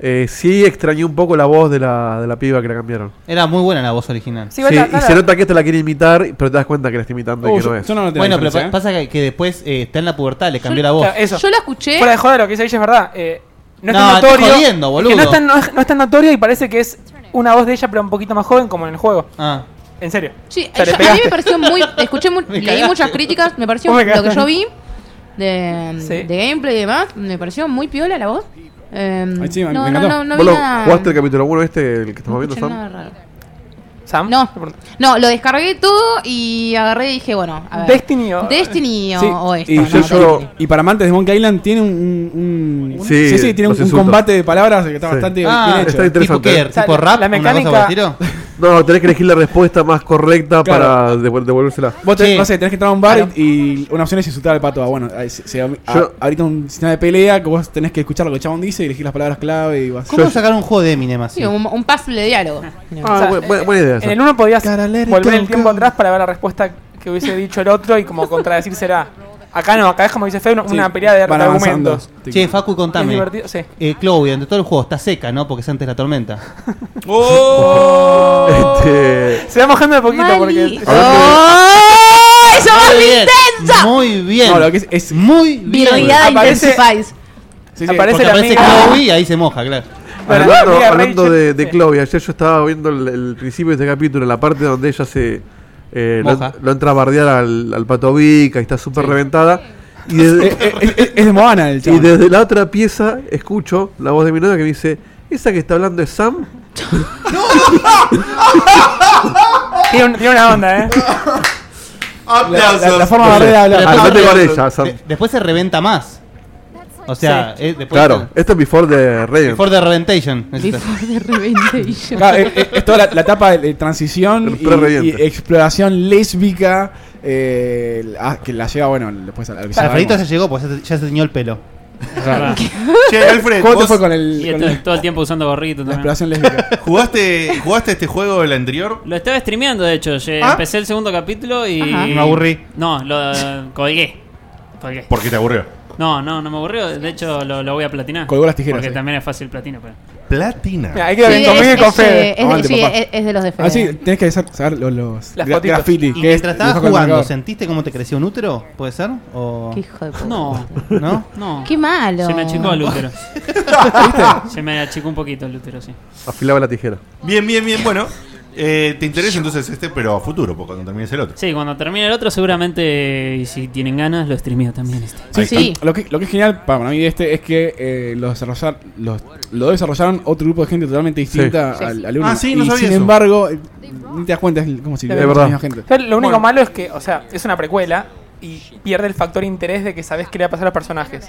Speaker 3: Eh, sí extrañé un poco la voz de la, de la piba que la cambiaron.
Speaker 5: Era muy buena la voz original.
Speaker 6: Sí, igual
Speaker 3: Sí,
Speaker 6: la-
Speaker 3: y
Speaker 6: la-
Speaker 3: se nota que esta la quiere imitar, pero te das cuenta que la está imitando
Speaker 7: Uh,
Speaker 3: y que
Speaker 7: yo,
Speaker 3: no es.
Speaker 7: yo no noté la
Speaker 5: Bueno, pero pa-
Speaker 7: diferencia,
Speaker 5: pasa que, que después eh, está en la pubertad, le cambió la voz.
Speaker 6: Claro, Eso.
Speaker 4: Yo la escuché.
Speaker 6: Fuera de joda, lo que dice ella es verdad. eh, no es
Speaker 5: No,
Speaker 6: tan
Speaker 5: estoy
Speaker 6: notorio.
Speaker 5: jodiendo,
Speaker 6: es que
Speaker 5: boludo.
Speaker 6: no, es tan, no es- no es tan notorio y parece que es una voz de ella, pero un poquito más joven, como en el juego.
Speaker 5: Ah,
Speaker 6: En serio.
Speaker 4: Sí,
Speaker 6: Te le
Speaker 4: yo- a mí
Speaker 6: pegaste.
Speaker 4: me pareció muy. Escuché, mu-
Speaker 5: Me
Speaker 4: leí
Speaker 5: cagaste.
Speaker 4: muchas críticas, me pareció
Speaker 6: Vos me
Speaker 4: lo que
Speaker 6: cagaste.
Speaker 4: yo vi de,
Speaker 6: Sí.
Speaker 4: de gameplay y demás. Me pareció muy piola la voz. Em,
Speaker 7: Ay, ¿eh? sí, me-
Speaker 4: no,
Speaker 7: me
Speaker 4: no,
Speaker 7: encantó.
Speaker 4: no, no,
Speaker 3: ¿Vos
Speaker 4: vi
Speaker 3: lo
Speaker 4: nada-
Speaker 3: jugaste el capítulo 1 este, el que estamos
Speaker 4: no
Speaker 3: viendo,
Speaker 4: escuché
Speaker 3: Sam?
Speaker 4: nada raro.
Speaker 6: Sam.
Speaker 4: No,
Speaker 6: te pregunto.
Speaker 4: no, lo descargué todo y agarré y dije, bueno, a ver.
Speaker 6: Destiny o-
Speaker 4: Destiny o,
Speaker 7: Sí,
Speaker 4: o esto.
Speaker 7: y,
Speaker 4: no,
Speaker 7: yo-
Speaker 4: no,
Speaker 7: yo-
Speaker 4: Destiny.
Speaker 7: y para amantes de Monkey Island tiene un, un- un-
Speaker 3: Sí,
Speaker 7: tiene
Speaker 3: los
Speaker 7: un, un
Speaker 3: insultos.
Speaker 7: combate de palabras que está
Speaker 3: Sí.
Speaker 7: bastante
Speaker 5: Ah,
Speaker 7: bien hecho.
Speaker 3: está
Speaker 5: ¿tipo
Speaker 3: interesante.
Speaker 5: qué?
Speaker 6: O sea,
Speaker 5: ¿Tipo rap?
Speaker 6: la mecánica-
Speaker 5: ¿Una cosa por el tiro?
Speaker 3: No, tenés que elegir la respuesta más correcta
Speaker 7: Claro.
Speaker 3: para devol- devolvérsela.
Speaker 7: Vos tenés,
Speaker 5: Sí.
Speaker 7: no sé, tenés que entrar a un bar
Speaker 5: Claro.
Speaker 7: y, y una opción es insultar al pato. Ah, Bueno, ahí se, se- a-
Speaker 3: Yo-
Speaker 7: ahorita un sistema de pelea que vos tenés que escuchar lo que el chabón dice y elegir las palabras clave y vas.
Speaker 5: ¿Cómo sacar un juego de Eminem así?
Speaker 4: Sí, un, un puzzle de diálogo.
Speaker 3: Ah,
Speaker 6: O sea,
Speaker 3: bu- bu- buena idea.
Speaker 6: En
Speaker 3: esa.
Speaker 6: el uno podías
Speaker 5: Gotta let it
Speaker 6: volver
Speaker 5: go,
Speaker 6: el tiempo
Speaker 5: go.
Speaker 6: atrás para ver la respuesta que hubiese dicho el otro y como contradecir será. Acá no, acá es como dice Fede, una- una pelea de
Speaker 7: van avanzando.
Speaker 6: argumentos.
Speaker 5: Che, Facu,
Speaker 6: Es
Speaker 5: contame.
Speaker 6: divertido, sí.
Speaker 5: Eh, Chloe, ante todo el juego, está seca, ¿no? Porque es antes de la tormenta.
Speaker 3: Oh. Este,
Speaker 6: Se va mojando de poquito
Speaker 4: Mali.
Speaker 6: porque.
Speaker 3: A ver qué-
Speaker 4: ¡Oh! ¡Eso va
Speaker 5: Muy bien.
Speaker 4: intensa!
Speaker 5: Muy bien.
Speaker 7: No, lo que es, es-
Speaker 5: Muy bien.
Speaker 4: Virreal
Speaker 6: Aparece-
Speaker 4: Intensifies.
Speaker 7: sí, sí,
Speaker 6: aparece
Speaker 5: Porque
Speaker 6: la
Speaker 5: aparece
Speaker 6: amiga.
Speaker 5: Chloe y ahí se moja, claro.
Speaker 6: Bueno,
Speaker 3: hablando
Speaker 6: mira,
Speaker 3: hablando
Speaker 6: Rachel-
Speaker 3: de, de
Speaker 6: sí.
Speaker 3: Chloe, ayer yo estaba viendo el, el principio de este capítulo, la parte donde ella se eh, lo,
Speaker 5: Moja.
Speaker 3: lo entra a bardear al, al pato Vica y está súper reventada. Y
Speaker 7: Eh,
Speaker 3: desde,
Speaker 7: Es de Moana el
Speaker 3: y
Speaker 7: chabón.
Speaker 3: desde la otra pieza escucho la voz de mi novia que me dice, ¿esa que está hablando es Sam?
Speaker 6: Tiene, un- tiene una onda, ¿eh?
Speaker 7: La, la- la forma barrera de hablar.
Speaker 5: Pero
Speaker 3: Ah,
Speaker 5: después-
Speaker 3: no te con ella, Sam.
Speaker 5: de- después se reventa más. O sea, eh, después
Speaker 3: Claro, esto es Before the Rain.
Speaker 5: Before the Reventation. necesitas.
Speaker 4: Before the Reventation.
Speaker 7: Claro, eh, es, es- es toda la, la etapa de, de
Speaker 3: El
Speaker 7: transición y,
Speaker 3: pre-reviente.
Speaker 7: y exploración lésbica eh, la- que la lleva, bueno, después al, al que
Speaker 5: O sea, Alfredito
Speaker 7: sabemos.
Speaker 5: se llegó, pues ya se- ya se teñió el pelo.
Speaker 8: Ah,
Speaker 2: Che, Alfred,
Speaker 7: ¿Cómo te
Speaker 2: ¿vos
Speaker 7: fue con, el,
Speaker 8: y
Speaker 7: con
Speaker 8: todo,
Speaker 7: la,
Speaker 8: todo el tiempo usando gorrito
Speaker 7: la
Speaker 8: también.
Speaker 7: exploración lésbica?
Speaker 2: jugaste, ¿jugaste este juego el anterior?
Speaker 8: Lo estaba streameando, de hecho. Ye-
Speaker 2: Ah.
Speaker 8: Empecé el segundo capítulo y.
Speaker 4: Ajá.
Speaker 5: Me aburrí.
Speaker 8: No, lo colgué. Colgué.
Speaker 2: Porque te aburrió.
Speaker 8: No, no, no me aburrió. De hecho, lo, lo voy a platinar.
Speaker 7: Colgó las tijeras,
Speaker 8: Porque
Speaker 7: sí.
Speaker 8: también es fácil platino. Pero...
Speaker 2: Platina.
Speaker 6: Mira, hay
Speaker 4: Sí,
Speaker 6: que ver con
Speaker 4: es,
Speaker 6: Miguel y con
Speaker 4: es, eh,
Speaker 6: Fede.
Speaker 4: es de-
Speaker 7: Aguante,
Speaker 4: sí,
Speaker 7: papá.
Speaker 4: es- es de los de Fede.
Speaker 7: Ah, sí, tenés que saber saber los, los
Speaker 6: Las
Speaker 7: gra-
Speaker 6: fotitos.
Speaker 7: graffiti.
Speaker 5: Y
Speaker 7: que
Speaker 5: mientras
Speaker 7: es dibujo
Speaker 5: estabas
Speaker 7: con
Speaker 5: jugando,
Speaker 7: marcador.
Speaker 5: ¿sentiste cómo te creció un útero? ¿Puede ser? ¿O...
Speaker 4: Qué hijo de puta.
Speaker 8: No,
Speaker 5: ¿No?
Speaker 8: no.
Speaker 4: Qué malo.
Speaker 8: Se me achicó el útero. Se me achicó un poquito el útero, sí.
Speaker 3: Afilaba la tijera.
Speaker 2: Bien, bien, bien. Bueno, eh, te interesa entonces este, pero a futuro, porque cuando termines el otro.
Speaker 8: Sí, cuando termine el otro, seguramente, y si tienen ganas, lo streameo también este.
Speaker 4: Sí, sí.
Speaker 7: Lo que, lo que es genial para mí de este es que eh, lo, desarrollar, los- lo desarrollaron otro grupo de gente totalmente distinta
Speaker 4: Sí.
Speaker 7: al, al uno.
Speaker 2: Ah, sí, no
Speaker 7: y
Speaker 2: sabía
Speaker 7: sin
Speaker 2: eso.
Speaker 7: embargo, eh, ni te das cuenta, es como si
Speaker 6: Es
Speaker 7: hubiera
Speaker 3: verdad.
Speaker 7: mucha gente.
Speaker 6: O sea, lo único
Speaker 7: Bueno.
Speaker 6: malo es que, o sea, es una precuela y pierde el factor interés de que sabes qué le va a pasar a los personajes.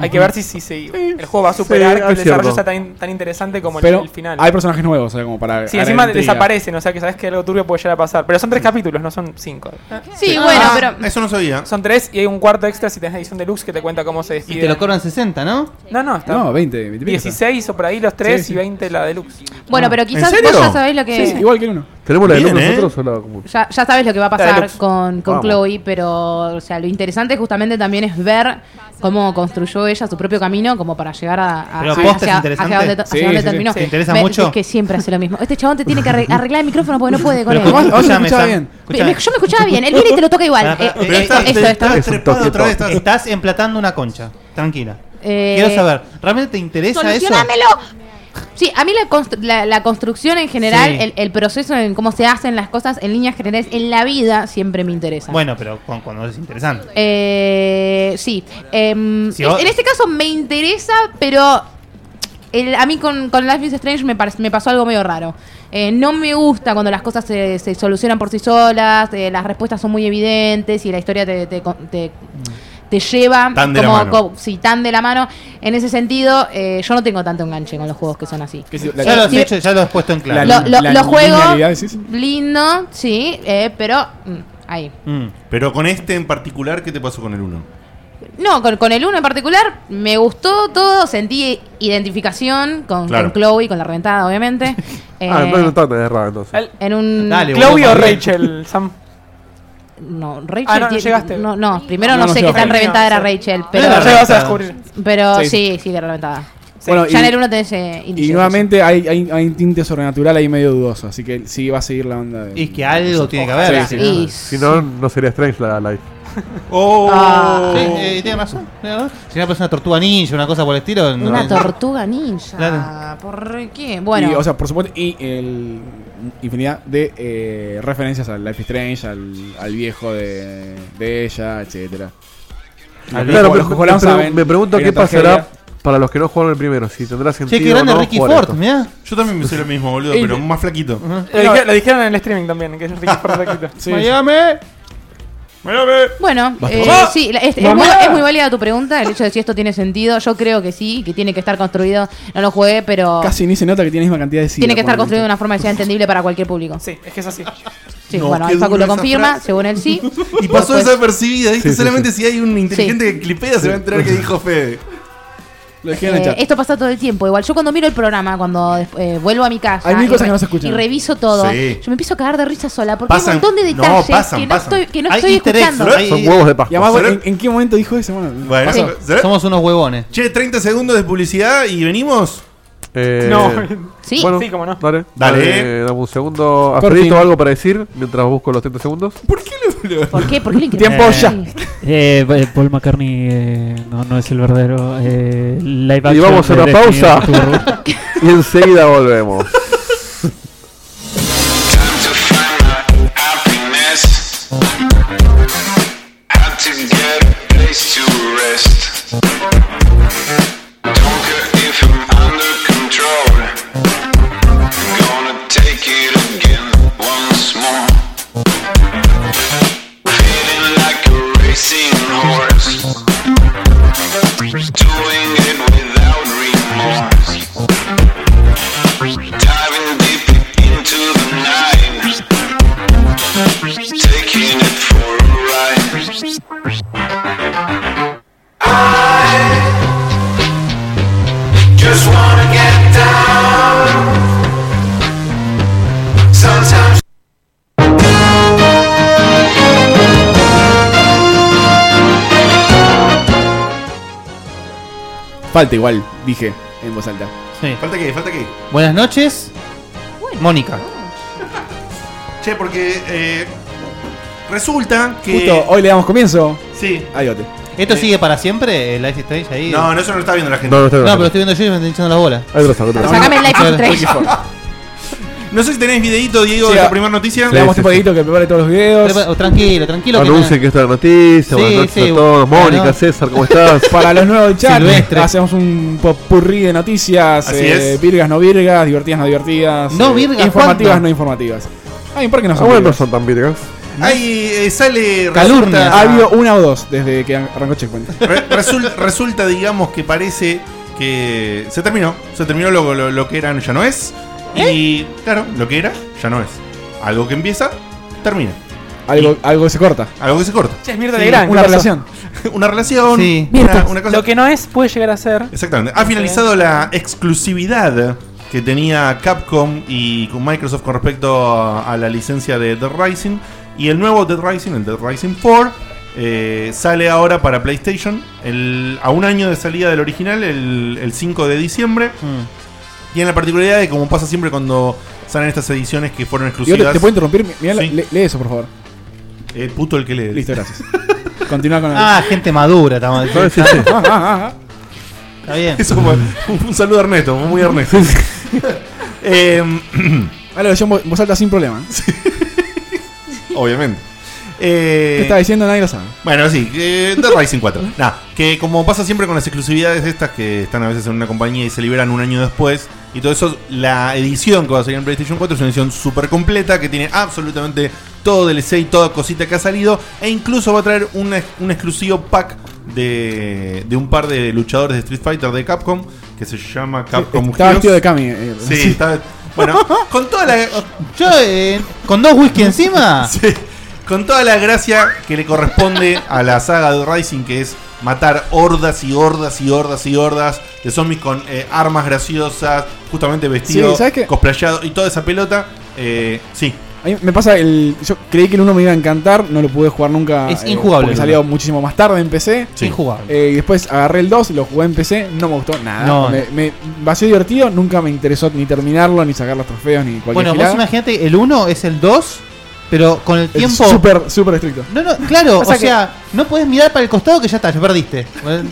Speaker 6: Hay que ver si, si, si el juego va a superar
Speaker 3: sí,
Speaker 6: que el
Speaker 3: es
Speaker 6: desarrollo
Speaker 3: cierto.
Speaker 6: sea tan, tan interesante como el-
Speaker 7: Pero
Speaker 6: el, final.
Speaker 7: hay personajes nuevos, o sea, como para.
Speaker 6: sí,
Speaker 7: agregar
Speaker 6: encima
Speaker 7: intriga.
Speaker 6: desaparecen, o sea que sabes que algo turbio puede llegar a pasar. Pero son tres capítulos, no son cinco.
Speaker 4: Sí, bueno,
Speaker 2: Ah,
Speaker 4: pero.
Speaker 2: Eso no sabía.
Speaker 6: Son tres y hay un cuarto extra si tenés edición deluxe que te cuenta cómo se
Speaker 5: Y
Speaker 6: despide.
Speaker 5: te lo cobran 60, ¿no?
Speaker 6: No, no, está.
Speaker 7: No, 20, 20 piezas.
Speaker 6: 16 o por ahí los tres
Speaker 7: Sí, sí. Ah.
Speaker 6: y 20 la deluxe.
Speaker 4: Bueno, pero quizás
Speaker 2: serio?
Speaker 4: vos ya sabés lo que.
Speaker 7: Sí, sí, igual que el uno.
Speaker 3: ¿Tenemos la de
Speaker 2: Bien,
Speaker 3: Luz
Speaker 2: ¿eh?
Speaker 3: nosotros o la común?
Speaker 4: Ya, ya sabes lo que va a pasar
Speaker 6: Deluxe.
Speaker 4: con, con
Speaker 3: Vamos.
Speaker 4: Chloe, pero o sea, lo interesante justamente también es ver cómo construyó ella su propio camino como para llegar a, a-
Speaker 5: Pero
Speaker 4: a-
Speaker 5: posta es
Speaker 4: hacia,
Speaker 5: interesante.
Speaker 4: hacia donde, hacia
Speaker 7: Sí,
Speaker 4: donde
Speaker 7: sí, sí.
Speaker 4: terminó.
Speaker 5: ¿Te interesa
Speaker 4: Me-
Speaker 5: mucho?
Speaker 4: Es que siempre hace lo mismo. Este chabón te tiene que arre- arreglar el micrófono porque no puede con
Speaker 5: Pero
Speaker 4: él.
Speaker 5: ¿cómo-
Speaker 7: Vos- vos
Speaker 5: escuchame,
Speaker 7: escuchás
Speaker 5: Sam.
Speaker 7: bien.
Speaker 4: Eh,
Speaker 5: Escuchame.
Speaker 4: me- yo me escuchaba bien, él viene y te lo toca igual.
Speaker 5: Pará,
Speaker 4: Eh,
Speaker 5: pará,
Speaker 4: eh,
Speaker 2: Pero
Speaker 5: eh,
Speaker 2: estás,
Speaker 5: eh,
Speaker 4: eso,
Speaker 2: te-
Speaker 4: esto.
Speaker 2: estás
Speaker 3: Es un
Speaker 2: trepado
Speaker 3: toque,
Speaker 2: otra vez.
Speaker 3: toque.
Speaker 2: Estás...
Speaker 5: Estás emplatando una concha. Tranquila.
Speaker 4: Eh,
Speaker 5: Quiero saber, ¿realmente te interesa eso?
Speaker 4: ¡Solucionámelo! Sí, a mí la, constru- la, la construcción en general,
Speaker 5: Sí.
Speaker 4: el, el proceso en cómo se hacen las cosas en líneas generales en la vida siempre me interesa.
Speaker 5: Bueno, pero cu- cuando es interesante.
Speaker 4: Eh, sí. Em,
Speaker 5: Si
Speaker 4: es-
Speaker 5: vos-
Speaker 4: en este caso me interesa, pero el- a mí con, con Life is Strange me, pare- me pasó algo medio raro. Eh, no me gusta cuando las cosas se, se solucionan por sí solas, eh, las respuestas son muy evidentes y la historia te, te, con- te- te lleva
Speaker 2: Tan de la mano.
Speaker 4: co- sí, tan de la mano. En ese sentido, eh, yo no tengo tanto enganche con los juegos que son así.
Speaker 7: La-
Speaker 5: ya, lo has
Speaker 4: sí.
Speaker 5: hecho, ya lo has puesto en claro.
Speaker 7: La-
Speaker 4: Lo, lo-
Speaker 7: la
Speaker 4: lo juego
Speaker 7: linealidad, decís.
Speaker 4: lindo, sí, eh, pero mm, ahí.
Speaker 5: Mm.
Speaker 2: Pero con este en particular, ¿qué te pasó con el uno?
Speaker 4: No, con, con el uno en particular me gustó todo, sentí identificación con,
Speaker 2: Claro.
Speaker 4: con Chloe, con la rentada, obviamente. Eh,
Speaker 3: Ah, no, no está tan errada entonces.
Speaker 6: El-
Speaker 4: En un...
Speaker 5: Dale,
Speaker 6: ¿Chloe
Speaker 5: boludo,
Speaker 6: o
Speaker 5: también.
Speaker 6: Rachel, Sam?
Speaker 4: No, Rachel...
Speaker 6: Ah, no, no
Speaker 4: tiene-
Speaker 6: llegaste.
Speaker 4: No, no, primero
Speaker 7: No,
Speaker 4: no,
Speaker 7: no
Speaker 4: sé qué
Speaker 7: llegaste.
Speaker 4: tan reventada era
Speaker 6: No,
Speaker 4: Rachel,
Speaker 6: Pero
Speaker 4: pero...
Speaker 5: No,
Speaker 6: ya
Speaker 5: no,
Speaker 6: vas a
Speaker 5: no.
Speaker 6: descubrir.
Speaker 4: Pero
Speaker 7: Sí.
Speaker 4: sí, sí que era reventada.
Speaker 7: Bueno,
Speaker 4: ya en
Speaker 7: y-
Speaker 4: el uno tenés eh, indicios.
Speaker 7: Y nuevamente hay, hay, hay un tinte sobrenatural ahí medio dudoso, así que sí va a seguir la onda de.
Speaker 5: Y que algo tiene que haber.
Speaker 7: Sí,
Speaker 4: Y-
Speaker 3: Si no, no sería Strange la live.
Speaker 2: ¡Oh!
Speaker 4: Ah.
Speaker 5: Sí, eh, tiene razón. tiene razón. Si una persona tortuga ninja, una cosa por el estilo. no-
Speaker 4: Una
Speaker 5: no-
Speaker 4: tortuga ninja.
Speaker 5: Claro.
Speaker 4: ¿Por qué? Bueno,
Speaker 7: Y, o sea, por supuesto, y el, infinidad de eh, referencias al Life is Strange, al, al viejo de, de ella, etcétera. Los que-
Speaker 3: Ah,
Speaker 7: los
Speaker 3: Claro, me,
Speaker 7: que jugaron
Speaker 3: me pregun-
Speaker 7: saben,
Speaker 3: me pregunto
Speaker 7: hay
Speaker 3: qué
Speaker 7: una tragedia.
Speaker 3: pasará para los que no jugaron el primero. Si tendrá sentido.
Speaker 5: Che, qué
Speaker 3: o
Speaker 5: grande
Speaker 3: no
Speaker 5: Ricky
Speaker 3: jugar
Speaker 5: Ford,
Speaker 3: esto.
Speaker 5: mirá.
Speaker 2: Yo también pensé lo mismo, boludo, pero más flaquito.
Speaker 6: Lo, dije- lo dijeron en el streaming también, que es Ricky Perfectito.
Speaker 7: Sí,
Speaker 5: Miami.
Speaker 4: Bueno, eh, sí, la- es, es muy, es muy válida tu pregunta, el hecho de si esto tiene sentido. Yo creo que sí, que tiene que estar construido. No lo jugué, pero
Speaker 7: Casi ni se nota que tiene la misma cantidad de sida,
Speaker 4: tiene que estar
Speaker 7: ponele.
Speaker 4: construido de una forma que sea entendible para cualquier público.
Speaker 6: Sí, es que es así.
Speaker 4: Sí,
Speaker 2: No,
Speaker 4: bueno,
Speaker 2: qué
Speaker 4: el Facu
Speaker 2: duro
Speaker 4: lo
Speaker 2: esa
Speaker 4: confirma,
Speaker 2: frase.
Speaker 4: según él sí.
Speaker 2: Y pasó
Speaker 4: Después-
Speaker 2: desapercibida, ¿viste?
Speaker 3: Sí, sí,
Speaker 2: Solamente si hay un inteligente
Speaker 4: Sí.
Speaker 2: que clipea se va a enterar que dijo Fede.
Speaker 7: Lo dijeron en
Speaker 4: Eh,
Speaker 7: el chat.
Speaker 4: esto pasa todo el tiempo. Igual yo cuando miro el programa, cuando eh, vuelvo a mi casa
Speaker 7: Hay mil
Speaker 4: y
Speaker 7: cosas
Speaker 4: re-
Speaker 7: que no se escuchan.
Speaker 4: y reviso todo,
Speaker 2: Sí.
Speaker 4: yo me empiezo a cagar de risa sola porque
Speaker 2: Pasan-
Speaker 4: hay un montón de
Speaker 2: no,
Speaker 4: detalles
Speaker 2: pasan,
Speaker 4: que no
Speaker 2: pasan.
Speaker 4: estoy, que no
Speaker 5: Hay
Speaker 4: estoy
Speaker 5: easter eggs,
Speaker 4: escuchando.
Speaker 5: hay-
Speaker 3: Son huevos de
Speaker 7: Y
Speaker 3: Pascua.
Speaker 7: además,
Speaker 2: Pasó-
Speaker 7: ¿en, en qué momento dijo eso? Bueno,
Speaker 2: Bueno,
Speaker 7: pasó.
Speaker 2: ¿será?
Speaker 5: Somos unos huevones.
Speaker 2: Che, 30 segundos de publicidad y venimos.
Speaker 3: Eh,
Speaker 6: No.
Speaker 4: Sí.
Speaker 3: Bueno,
Speaker 6: Sí, cómo no.
Speaker 3: Dale.
Speaker 2: Dale.
Speaker 3: Eh, dame un segundo.
Speaker 7: Cortín.
Speaker 3: Alfredito, algo para decir mientras busco los 30 segundos.
Speaker 4: ¿Por qué? ¿Por qué le
Speaker 7: Tiempo
Speaker 4: incrementan?
Speaker 7: ya.
Speaker 4: Sí.
Speaker 8: Eh, Paul McCartney eh, no, es el verdadero eh, live
Speaker 3: Y vamos a una pausa. y enseguida volvemos.
Speaker 10: Time to find out happiness.
Speaker 7: Falta igual, dije en voz alta.
Speaker 5: Sí.
Speaker 2: Falta que, falta que.
Speaker 5: Buenas noches, Mónica.
Speaker 2: Che, porque eh, resulta que.
Speaker 7: Justo hoy le damos comienzo.
Speaker 2: Sí.
Speaker 7: Ayote.
Speaker 5: ¿Esto sigue para siempre? ¿El Life Strange ahí.
Speaker 2: No, no, eso no lo está viendo la gente.
Speaker 3: No, no está
Speaker 5: No,
Speaker 3: bien.
Speaker 5: pero estoy viendo yo y me están hinchando las bolas.
Speaker 3: Hay otros, hay otros.
Speaker 4: Sácame el Life is
Speaker 5: Claro.
Speaker 4: Strange.
Speaker 2: Ah, No sé si tenés videito, Diego,
Speaker 7: Sí,
Speaker 2: de la
Speaker 7: a-
Speaker 2: primera noticia.
Speaker 7: Le damos
Speaker 3: sí,
Speaker 7: tiempo a
Speaker 3: sí.
Speaker 7: Dieguito que prepare todos los videos.
Speaker 5: Pero, oh, Tranquilo, tranquilo. que
Speaker 3: Anuncien
Speaker 5: no-
Speaker 3: que esta es la noticia.
Speaker 5: Sí,
Speaker 3: Buenas noches
Speaker 5: sí,
Speaker 3: a todos.
Speaker 5: bueno.
Speaker 3: Mónica, César, ¿cómo estás?
Speaker 7: Para los nuevos del chat,
Speaker 5: Silvestre.
Speaker 7: hacemos un popurrí de noticias. eh,
Speaker 2: Así es.
Speaker 7: Virgas, no virgas, divertidas, no divertidas. eh,
Speaker 5: No virgas,
Speaker 7: Informativas,
Speaker 5: ¿cuándo?
Speaker 7: no informativas. Hay un par que no
Speaker 3: Ah,
Speaker 7: son.
Speaker 3: bueno, no
Speaker 7: virgas.
Speaker 3: son tan virgas.
Speaker 2: Ahí eh, sale.
Speaker 5: Calumnias.
Speaker 2: resulta-
Speaker 7: Ha habido una o dos desde que arrancó Checkpoint.
Speaker 2: Re- resul- resulta, digamos, que parece que se terminó. Se terminó lo, lo- lo que eran, ya no es.
Speaker 7: ¿Eh?
Speaker 2: Y claro, lo que era, ya no es. Algo que empieza, termina.
Speaker 7: Algo, algo que se corta.
Speaker 2: Algo que se corta.
Speaker 6: Che, es Mirta
Speaker 7: Sí,
Speaker 6: de Gran.
Speaker 7: una relación.
Speaker 2: una relación,
Speaker 5: Sí.
Speaker 2: una, una cosa.
Speaker 6: Lo que no es puede llegar a ser.
Speaker 2: Exactamente. Ha finalizado la exclusividad que tenía Capcom y con Microsoft con respecto a, a la licencia de Dead Rising. Y el nuevo Dead Rising, el Dead Rising 4, eh, sale ahora para PlayStation. el- a un año de salida del original, el, el 5 de diciembre. Tiene la particularidad de, como pasa siempre cuando salen estas ediciones que fueron
Speaker 7: Digo, te,
Speaker 2: exclusivas.
Speaker 7: te puedo interrumpir. Mirá,
Speaker 2: Sí.
Speaker 7: le- lee eso, por favor.
Speaker 2: Eh, puto el que le.
Speaker 7: Listo, gracias. Continúa con la.
Speaker 5: Ah, gente madura, estamos
Speaker 3: No, sí,
Speaker 5: Está
Speaker 3: sí.
Speaker 7: Ah, ah, ah, ah.
Speaker 5: está bien.
Speaker 2: Eso fue- un, un saludo a Ernesto, muy Ernesto. Em,
Speaker 7: Ah, lo leyó en vo- voz alta sin problema.
Speaker 2: Obviamente.
Speaker 7: ¿Qué
Speaker 2: Eh,
Speaker 7: está diciendo? Nadie lo sabe.
Speaker 2: bueno, sí, eh, Dead Rising 4. Nah, que como pasa siempre con las exclusividades estas que están a veces en una compañía y se liberan un año después y todo eso, la edición que va a salir en PlayStation 4 es una edición súper completa que tiene absolutamente todo DLC y toda cosita que ha salido e incluso va a traer una- un exclusivo pack de, de un par de luchadores de Street Fighter de Capcom que se llama Capcom
Speaker 7: Estaba
Speaker 2: Heroes.
Speaker 7: vestido de Cami. eh,
Speaker 2: Sí, está- Bueno, con toda la...
Speaker 5: Yo, eh, con dos whisky encima.
Speaker 2: Sí, Con toda la gracia que le corresponde a la saga de Rising, que es matar hordas y hordas y hordas y hordas de zombies con eh, armas graciosas, justamente vestido,
Speaker 7: Sí, ¿sabes qué?
Speaker 2: cosplayado y toda esa pelota. eh, sí,
Speaker 7: A mí me pasa el. Yo creí que el uno me iba a encantar, no lo pude jugar nunca. eh,
Speaker 5: Es injugable
Speaker 7: Porque
Speaker 5: el
Speaker 7: salió muchísimo más tarde en PC.
Speaker 2: sí.
Speaker 5: Injugable.
Speaker 7: Eh, y después agarré el 2, lo jugué en PC, no me gustó nada.
Speaker 5: No.
Speaker 7: me, me vació divertido, nunca me interesó ni terminarlo, ni sacar los trofeos, ni cualquier
Speaker 5: bueno, vos
Speaker 7: gilada.
Speaker 5: imagínate, el 1 es el 2, pero con el
Speaker 7: Es
Speaker 5: tiempo.
Speaker 7: súper, súper estricto.
Speaker 5: No, no, claro, o,
Speaker 6: O sea que-
Speaker 5: sea, no podés mirar para el costado que ya está, ya perdiste. Bueno,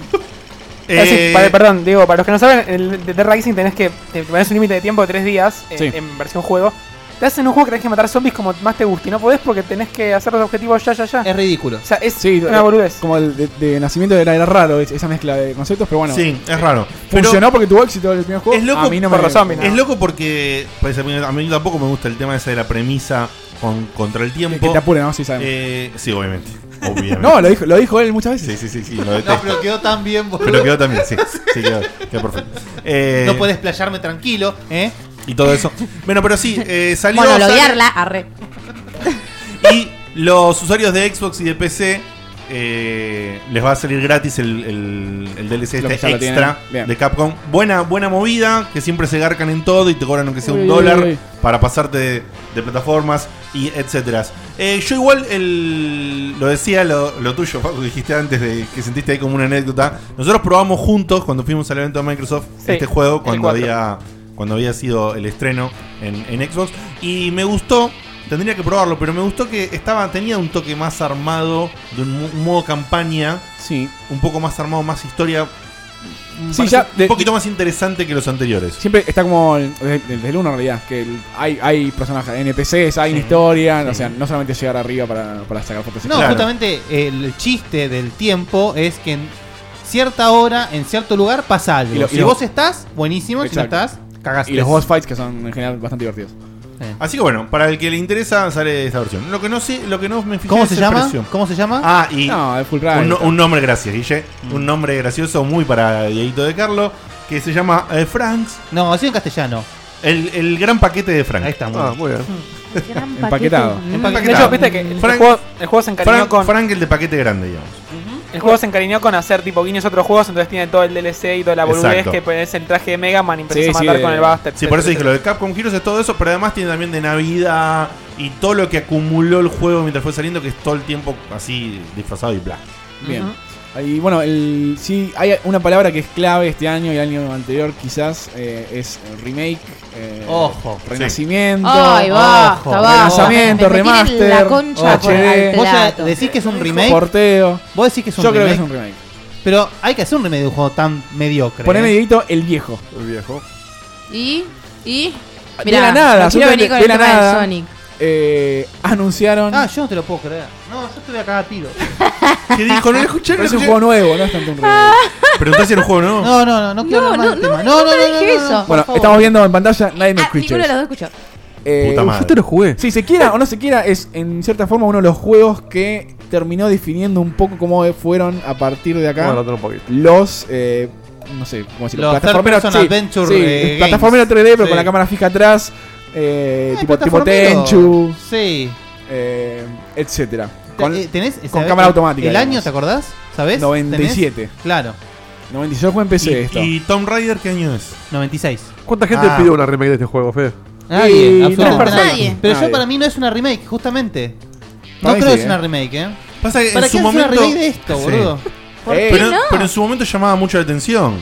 Speaker 6: Es decir,
Speaker 2: Eh,
Speaker 6: para- Ah, perdón, digo, para los que no saben, el de Dead Rising tenés que. Te pones un límite de tiempo de 3 días eh,
Speaker 7: Sí.
Speaker 6: en versión juego. Te hacen un juego que tenés que matar zombies como más te guste y no podés porque tenés que hacer los objetivos ya, ya, ya.
Speaker 5: es ridículo.
Speaker 6: O sea, es
Speaker 7: Sí, eh,
Speaker 6: una boludez.
Speaker 7: Como el de, de nacimiento era, era raro es- esa mezcla de conceptos, pero bueno.
Speaker 2: sí, es raro. Pero-
Speaker 7: Funcionó porque tuvo éxito el primer juego.
Speaker 2: Es loco
Speaker 7: a mí no me
Speaker 6: por los zombies,
Speaker 2: Es loco porque pues, a, mí, a mí tampoco me gusta el tema ese de la premisa con, contra el
Speaker 7: Que,
Speaker 2: tiempo.
Speaker 7: que te apuren, ¿no? Sí, sabemos.
Speaker 2: Eh, sí, obviamente. obviamente.
Speaker 7: no, lo dijo, lo dijo él muchas
Speaker 2: sí,
Speaker 7: veces.
Speaker 2: sí, sí, sí, lo
Speaker 5: No,
Speaker 2: detesto.
Speaker 5: pero quedó tan bien, boludo.
Speaker 2: Pero quedó también, sí. sí, quedó, quedó perfecto. Eh,
Speaker 5: No podés playarme tranquilo, ¿eh?
Speaker 2: Y todo eso. Bueno, pero sí, eh, salió.
Speaker 4: Monologuearla, arre.
Speaker 2: Y los usuarios de Xbox y de PC eh, les va a salir gratis el, el- el DLC
Speaker 7: Lo que
Speaker 2: este
Speaker 7: ya lo tienen.
Speaker 2: extra
Speaker 7: Bien.
Speaker 2: de Capcom. Buena, buena movida, que siempre se garcan en todo y te cobran aunque sea
Speaker 7: Uy,
Speaker 2: un
Speaker 7: uy,
Speaker 2: dólar
Speaker 7: uy.
Speaker 2: para pasarte de, de plataformas y etcétera. Eh, yo igual el- lo decía lo, lo tuyo, Facu, dijiste antes de que sentiste ahí como una anécdota. Nosotros probamos juntos cuando fuimos al evento de Microsoft
Speaker 6: Sí,
Speaker 2: este juego
Speaker 6: el
Speaker 2: cuando
Speaker 6: cuatro.
Speaker 2: había cuando había sido el estreno en, en Xbox y me gustó tendría que probarlo pero me gustó que estaba tenía un toque más armado de un, mo- un modo campaña
Speaker 7: Sí.
Speaker 2: un poco más armado más historia me
Speaker 7: Sí,
Speaker 2: Mm. parece
Speaker 7: ya de-
Speaker 2: un poquito más interesante que los anteriores
Speaker 7: Siempre está como el- desde desde el 1 en realidad, que el- hay, hay personajes, NPCs, hay una historia, o sea, no solamente llegar arriba para, para sacar fotos.
Speaker 5: No,
Speaker 2: Claro.
Speaker 5: justamente el chiste del tiempo es que en cierta hora, en cierto lugar, pasa algo.
Speaker 7: Y lo-
Speaker 5: si
Speaker 7: y lo-
Speaker 5: vos estás, buenísimo.
Speaker 7: Exacto.
Speaker 5: Si no estás, cagaste.
Speaker 7: Y los boss fights que son en general bastante divertidos.
Speaker 2: así que bueno para el que le interesa sale esta versión lo que no sé lo que no me fijé
Speaker 5: ¿Cómo
Speaker 2: es
Speaker 5: se
Speaker 2: el
Speaker 5: llama?
Speaker 2: precio.
Speaker 5: ¿Cómo se llama?
Speaker 2: ah y
Speaker 7: No, es full
Speaker 2: un,
Speaker 7: ride.
Speaker 2: no- un nombre gracias Guille un nombre gracioso muy para Dieguito de Carlo que se llama eh, Franks
Speaker 5: No, así en castellano.
Speaker 2: el, el gran paquete de Frank
Speaker 5: Ahí está, muy
Speaker 3: Ah,
Speaker 5: bien. Mm.
Speaker 3: muy bien.
Speaker 4: Gran
Speaker 7: Empaquetado.
Speaker 4: paquete.
Speaker 6: Mm. De
Speaker 2: Empaquetado.
Speaker 6: hecho, viste que el,
Speaker 2: Frank-
Speaker 6: juego, el juego se encariñó
Speaker 2: Frank,
Speaker 6: con.
Speaker 2: Frank el de paquete grande, digamos.
Speaker 6: El juego se encariñó con hacer tipo guiños a otros juegos, entonces tiene todo el DLC y toda la boludez
Speaker 2: Exacto.
Speaker 6: que pones el traje de Mega Man y empezás
Speaker 7: Sí,
Speaker 6: a
Speaker 7: sí,
Speaker 6: matar
Speaker 7: de-
Speaker 6: con el Buster.
Speaker 2: Sí, por eso dije
Speaker 6: etcétera,
Speaker 2: lo de Capcom Heroes es todo eso, pero además tiene también de Navidad y todo lo que acumuló el juego mientras fue saliendo, que es todo el tiempo así disfrazado y bla.
Speaker 7: Bien. Y bueno, el, sí, hay una palabra que es clave este año y el año anterior quizás eh, es remake, eh,
Speaker 5: Ojo.
Speaker 7: renacimiento,
Speaker 4: Ay, basta,
Speaker 5: Ojo.
Speaker 4: basta. Me-
Speaker 7: Renacimiento,
Speaker 4: me tienen
Speaker 7: remaster,
Speaker 4: la concha por
Speaker 7: HD.
Speaker 4: el
Speaker 5: Vos ya
Speaker 4: plato.
Speaker 5: decís que es un remake.
Speaker 7: porteo.
Speaker 5: Vos decís que es un
Speaker 7: Yo creo
Speaker 5: remake.
Speaker 7: que es un remake.
Speaker 5: Pero hay que hacer un remake de un juego tan mediocre.
Speaker 7: Poneme,
Speaker 5: ¿eh?
Speaker 7: Dieguito, el viejo.
Speaker 2: El viejo.
Speaker 4: ¿Y? ¿Y?
Speaker 7: la nada,
Speaker 4: no quiero
Speaker 7: absolutamente
Speaker 4: venir con
Speaker 7: de
Speaker 4: el
Speaker 7: la
Speaker 4: tema del
Speaker 7: nada.
Speaker 4: Sonic.
Speaker 7: Eh, anunciaron.
Speaker 5: Ah, yo no te lo puedo creer. No, yo te voy a cagar a tiro.
Speaker 2: ¿Qué dijo? No lo escuché, no
Speaker 7: pero
Speaker 2: lo
Speaker 7: es un
Speaker 2: escuché.
Speaker 7: juego nuevo, no es tanto un remake.
Speaker 2: Pero entonces era un juego nuevo.
Speaker 5: No, no, no, no quiero
Speaker 4: No,
Speaker 5: hablar más
Speaker 4: no,
Speaker 5: del
Speaker 4: no,
Speaker 5: tema.
Speaker 4: no,
Speaker 5: No, no,
Speaker 4: no
Speaker 5: no,
Speaker 4: te
Speaker 5: no,
Speaker 4: dije
Speaker 5: no, no,
Speaker 4: eso.
Speaker 5: por
Speaker 7: Bueno,
Speaker 5: favor.
Speaker 7: estamos viendo en pantalla Nightmare
Speaker 4: Ah, ninguno de los
Speaker 7: Creatures.
Speaker 4: dos escuchó.
Speaker 7: Eh,
Speaker 2: Puta madre.
Speaker 3: Yo te lo jugué.
Speaker 7: Si se quiera o no se quiera, es en cierta forma uno de los juegos que terminó definiendo un poco cómo fueron a partir de acá
Speaker 3: Bueno, otro un poquito.
Speaker 7: los. eh, no sé, ¿cómo decirlo?
Speaker 5: Los third person adventure,
Speaker 7: sí,
Speaker 5: eh, games.
Speaker 7: plataformero 3D, pero
Speaker 5: Sí.
Speaker 7: con la cámara fija atrás. eh,
Speaker 5: Eh,
Speaker 7: tipo, tipo
Speaker 5: plataformero.
Speaker 7: Tenchu,
Speaker 5: Sí.
Speaker 7: eh, etcétera. Con
Speaker 5: Eh, ¿Tenés,
Speaker 7: con
Speaker 5: sabés-
Speaker 7: cámara automática,
Speaker 5: ¿El
Speaker 7: digamos.
Speaker 5: año te acordás? ¿Sabés?
Speaker 7: 97.
Speaker 5: ¿Tenés? Claro,
Speaker 7: 96 fue en
Speaker 2: ¿Y,
Speaker 7: PC esto.
Speaker 2: y Tomb Raider qué año es?
Speaker 5: 96.
Speaker 3: ¿Cuánta gente
Speaker 2: Ah.
Speaker 3: pidió una remake de este juego, Fede?
Speaker 5: Nadie,
Speaker 7: Y-
Speaker 5: absolutamente
Speaker 4: Nadie.
Speaker 5: nadie. Pero
Speaker 7: Nadie.
Speaker 5: yo para mí no es una remake, justamente. No
Speaker 7: Para mí
Speaker 5: creo que
Speaker 7: sí,
Speaker 5: es
Speaker 7: eh.
Speaker 5: una remake, ¿eh?
Speaker 2: Pasa que
Speaker 5: ¿Para
Speaker 2: en su
Speaker 5: qué hacer una
Speaker 2: momento.
Speaker 5: remake de esto,
Speaker 2: Sí.
Speaker 5: boludo?
Speaker 7: Eh,
Speaker 2: Pero, pero en su momento llamaba mucho la atención.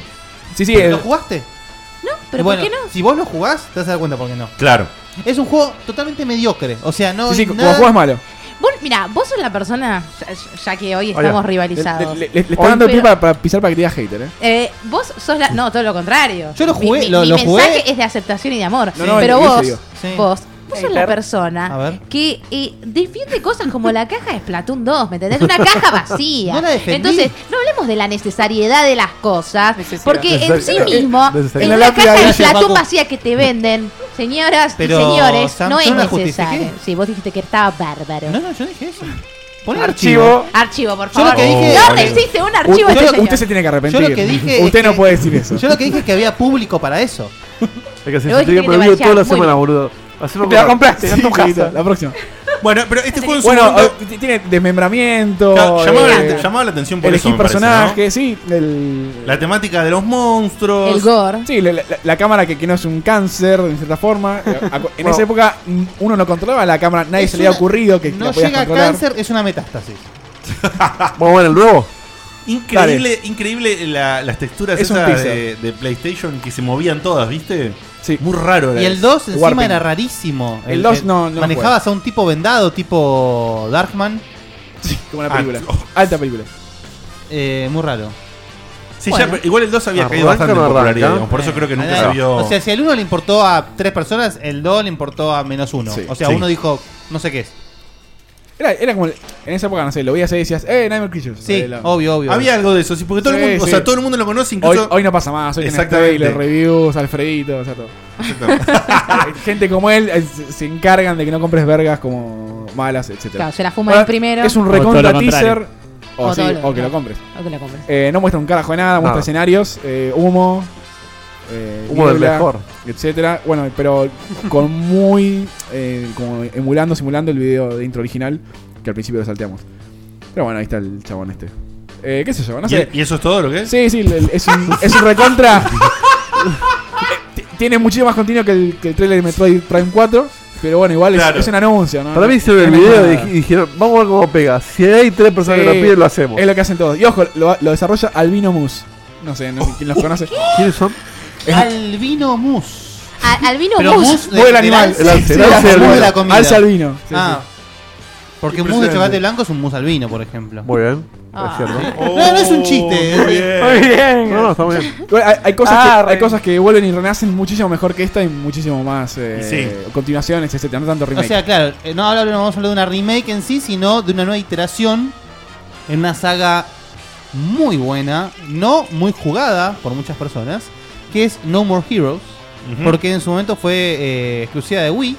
Speaker 7: sí, eh. sí,
Speaker 5: ¿Lo
Speaker 7: el-
Speaker 5: jugaste? Eh,
Speaker 4: ¿No? ¿Pero
Speaker 5: bueno,
Speaker 4: por qué no?
Speaker 5: Si vos lo jugás, te vas a dar cuenta por qué no.
Speaker 2: Claro.
Speaker 5: Es un juego totalmente mediocre. O sea, no.
Speaker 7: sí, sí,
Speaker 5: hay
Speaker 7: como
Speaker 5: nada-
Speaker 7: juego es malo.
Speaker 4: Vos, mira, vos sos la persona, ya, ya que hoy estamos
Speaker 3: Hola.
Speaker 7: Le,
Speaker 4: rivalizados.
Speaker 7: le- le- le está
Speaker 4: Hoy-
Speaker 7: dando el pie
Speaker 4: pero-
Speaker 7: para, para pisar para que te diga hater, eh.
Speaker 4: Eh, vos sos la. No, todo lo contrario.
Speaker 5: Yo lo jugué,
Speaker 4: Mi, mi-
Speaker 5: lo-
Speaker 4: mi
Speaker 5: lo jugué.
Speaker 4: mensaje es de aceptación y de amor.
Speaker 7: No, no,
Speaker 4: pero
Speaker 7: el- el
Speaker 4: vos,
Speaker 7: serio.
Speaker 5: Sí.
Speaker 4: vos, vos sos la
Speaker 6: Hater.
Speaker 5: A
Speaker 4: persona
Speaker 5: ver.
Speaker 4: que eh, defiende cosas como la caja de Splatoon 2, ¿me entendés? Una caja vacía.
Speaker 5: No la defendí.
Speaker 4: Entonces, no hablemos de la necesariedad de las cosas,
Speaker 6: Necesidad.
Speaker 4: porque en sí
Speaker 3: Necesario.
Speaker 4: mismo,
Speaker 3: Necesario.
Speaker 4: en
Speaker 7: En la
Speaker 4: una
Speaker 7: lápida
Speaker 4: caja de
Speaker 5: dice,
Speaker 4: Splatoon
Speaker 5: Facu.
Speaker 4: vacía que te venden, señoras
Speaker 5: Pero,
Speaker 4: y señores,
Speaker 5: Sam,
Speaker 4: no
Speaker 5: yo
Speaker 4: es
Speaker 5: no la
Speaker 4: necesario.
Speaker 5: justifiqué.
Speaker 4: Sí, vos dijiste que estaba bárbaro.
Speaker 5: No, no, yo dije eso. Pon el
Speaker 7: Archivo.
Speaker 4: Archivo, por
Speaker 5: Yo lo
Speaker 4: favor.
Speaker 5: que dije-
Speaker 4: no
Speaker 5: Vale.
Speaker 4: resiste un
Speaker 7: U-
Speaker 4: archivo a este
Speaker 7: Usted,
Speaker 4: señor.
Speaker 7: usted se tiene que arrepentir.
Speaker 5: Yo lo que dije
Speaker 7: usted
Speaker 5: es
Speaker 7: no
Speaker 5: que-
Speaker 7: puede decir eso.
Speaker 5: Yo lo que dije es que había público para eso.
Speaker 3: Hay que hacer
Speaker 4: Pero hoy
Speaker 3: sentido,
Speaker 4: tiene
Speaker 3: pero
Speaker 4: que
Speaker 3: vivo toda la
Speaker 4: variar, muy
Speaker 3: semana,
Speaker 4: bien.
Speaker 3: boludo. Hacemos
Speaker 7: Te la
Speaker 3: con-
Speaker 7: compraste,
Speaker 3: Sí,
Speaker 7: en tu
Speaker 3: sí,
Speaker 7: casa. La próxima.
Speaker 2: Bueno, pero este juego en su
Speaker 7: Bueno,
Speaker 2: momento.
Speaker 7: eh, tiene desmembramiento.
Speaker 2: Claro, llamaba, la,
Speaker 7: eh,
Speaker 2: llamaba la atención por eso.
Speaker 7: elegir
Speaker 2: me parece,
Speaker 7: personajes, sí. el-
Speaker 2: ¿no? La temática de los monstruos.
Speaker 4: El gore.
Speaker 7: Sí, la, la- la cámara que, que no es un cáncer, de cierta forma. Eh, acu- En esa época mm, uno no controlaba la cámara, nadie
Speaker 5: Es
Speaker 7: se le había
Speaker 5: una-
Speaker 7: ocurrido que
Speaker 5: No
Speaker 7: la podías
Speaker 5: llega a
Speaker 7: controlar.
Speaker 5: cáncer, es una metástasis.
Speaker 3: Vamos a ver el nuevo.
Speaker 2: Ah, Increíble, increíble la- las texturas
Speaker 7: Es un
Speaker 2: esas
Speaker 7: teaser.
Speaker 2: de, de PlayStation que se movían todas, ¿viste?
Speaker 7: Sí.
Speaker 2: Muy raro era
Speaker 5: Y el
Speaker 2: eso.
Speaker 5: 2 encima
Speaker 7: Warping.
Speaker 5: era rarísimo.
Speaker 7: El 2 no- no lo
Speaker 5: Manejabas a un tipo vendado, tipo Darkman.
Speaker 7: Sí, como la
Speaker 2: Ah,
Speaker 7: película.
Speaker 2: oh.
Speaker 7: Alta película.
Speaker 5: Eh, muy raro.
Speaker 2: Sí,
Speaker 4: Bueno.
Speaker 2: ya, pero igual el 2 había
Speaker 3: Arranca
Speaker 2: caído bastante en
Speaker 3: o Ah, no arranca.
Speaker 2: popularidad, digamos, por eso creo que nunca
Speaker 5: Ahora,
Speaker 2: se vio.
Speaker 5: Eh, O sea, si al 1 le importó a 3 personas, el 2 le importó a menos 1.
Speaker 7: Sí.
Speaker 5: o sea,
Speaker 2: Sí.
Speaker 5: uno dijo, no sé qué es.
Speaker 7: Era, era como. el- En esa época, no sé, lo veías ahí y decías, ¡eh, Nightmare Creatures!
Speaker 5: Sí,
Speaker 7: Eh, lo-
Speaker 5: obvio, obvio.
Speaker 2: había algo de eso, sí, porque todo el
Speaker 7: Sí,
Speaker 2: mundo, o
Speaker 7: sí.
Speaker 2: sea, todo el mundo lo conoce,
Speaker 7: Hoy,
Speaker 2: incluso
Speaker 7: hoy no pasa más, hoy tienes
Speaker 2: Exactamente.
Speaker 7: trailers, reviews, Alfredito, o sea, todo. Gente como él eh, se se encargan de que no compres vergas como malas, etc.
Speaker 4: Claro, se la fuman
Speaker 7: Ahora,
Speaker 4: primero.
Speaker 7: Ah, Es un
Speaker 8: O todo
Speaker 7: recontra
Speaker 8: lo
Speaker 7: teaser. O,
Speaker 4: O
Speaker 7: sí,
Speaker 4: todo lo-
Speaker 7: o que
Speaker 4: no.
Speaker 7: lo compres.
Speaker 4: O que la compres.
Speaker 7: Eh, no muestra un carajo de nada, muestra
Speaker 3: Nada.
Speaker 7: escenarios, eh, humo, eh,
Speaker 3: Humo del
Speaker 7: niebla,
Speaker 3: mejor.
Speaker 7: etcétera. Bueno, pero con muy. eh, como emulando, simulando el video de intro original, que al principio lo salteamos. Pero bueno, ahí está el chabón este. Eh, ¿Qué sé yo? No
Speaker 2: ¿Y,
Speaker 7: sé.
Speaker 2: y eso es todo lo que es?
Speaker 7: Sí, sí, el- el- es un, es un recontra. T- Tiene muchísimo más contenido que el, que el trailer de Metroid Prime 4. Pero bueno, igual es-
Speaker 2: Claro.
Speaker 7: es, un anuncio, ¿no?
Speaker 3: Para mí hicieron el
Speaker 7: No es
Speaker 3: video y
Speaker 7: nada.
Speaker 3: dij- y dijeron, vamos a ver cómo pega. Si hay tres personas que lo
Speaker 7: Sí,
Speaker 3: piden, lo hacemos.
Speaker 7: Es lo que hacen todos. Y ojo, lo, lo desarrolla Albino Mus. No sé, no sé quién los conoce.
Speaker 3: ¿Quiénes son?
Speaker 5: Albino Mus.
Speaker 4: Al, al vino
Speaker 5: Pero
Speaker 4: mousse.
Speaker 5: Mus
Speaker 7: Mueve el animal.
Speaker 5: alce.
Speaker 3: El alce, el alce
Speaker 5: mousse
Speaker 3: albino.
Speaker 5: de la comida.
Speaker 7: Alza Albino. Sí,
Speaker 5: Ah.
Speaker 7: sí.
Speaker 5: Porque un mousse de chocolate blanco es un mousse albino, por ejemplo.
Speaker 3: Muy bien.
Speaker 4: Ah.
Speaker 3: Es cierto.
Speaker 2: Oh,
Speaker 5: No, no es un chiste.
Speaker 7: Oh,
Speaker 2: muy bien.
Speaker 3: No, no, está muy bien.
Speaker 7: Igual Hay, hay cosas
Speaker 6: Ah,
Speaker 7: que, hay
Speaker 6: re-
Speaker 7: cosas que vuelven y renacen muchísimo mejor que esta y muchísimo más eh,
Speaker 2: Y sí.
Speaker 7: continuaciones, etcétera, no tanto
Speaker 5: O
Speaker 7: remake.
Speaker 5: sea, claro, eh, no ahora no vamos a hablar de una remake en sí, sino de una nueva iteración en una saga muy buena, no muy jugada por muchas personas, que es No More Heroes,
Speaker 2: Ujú.
Speaker 5: porque en su momento fue eh, exclusiva de Wii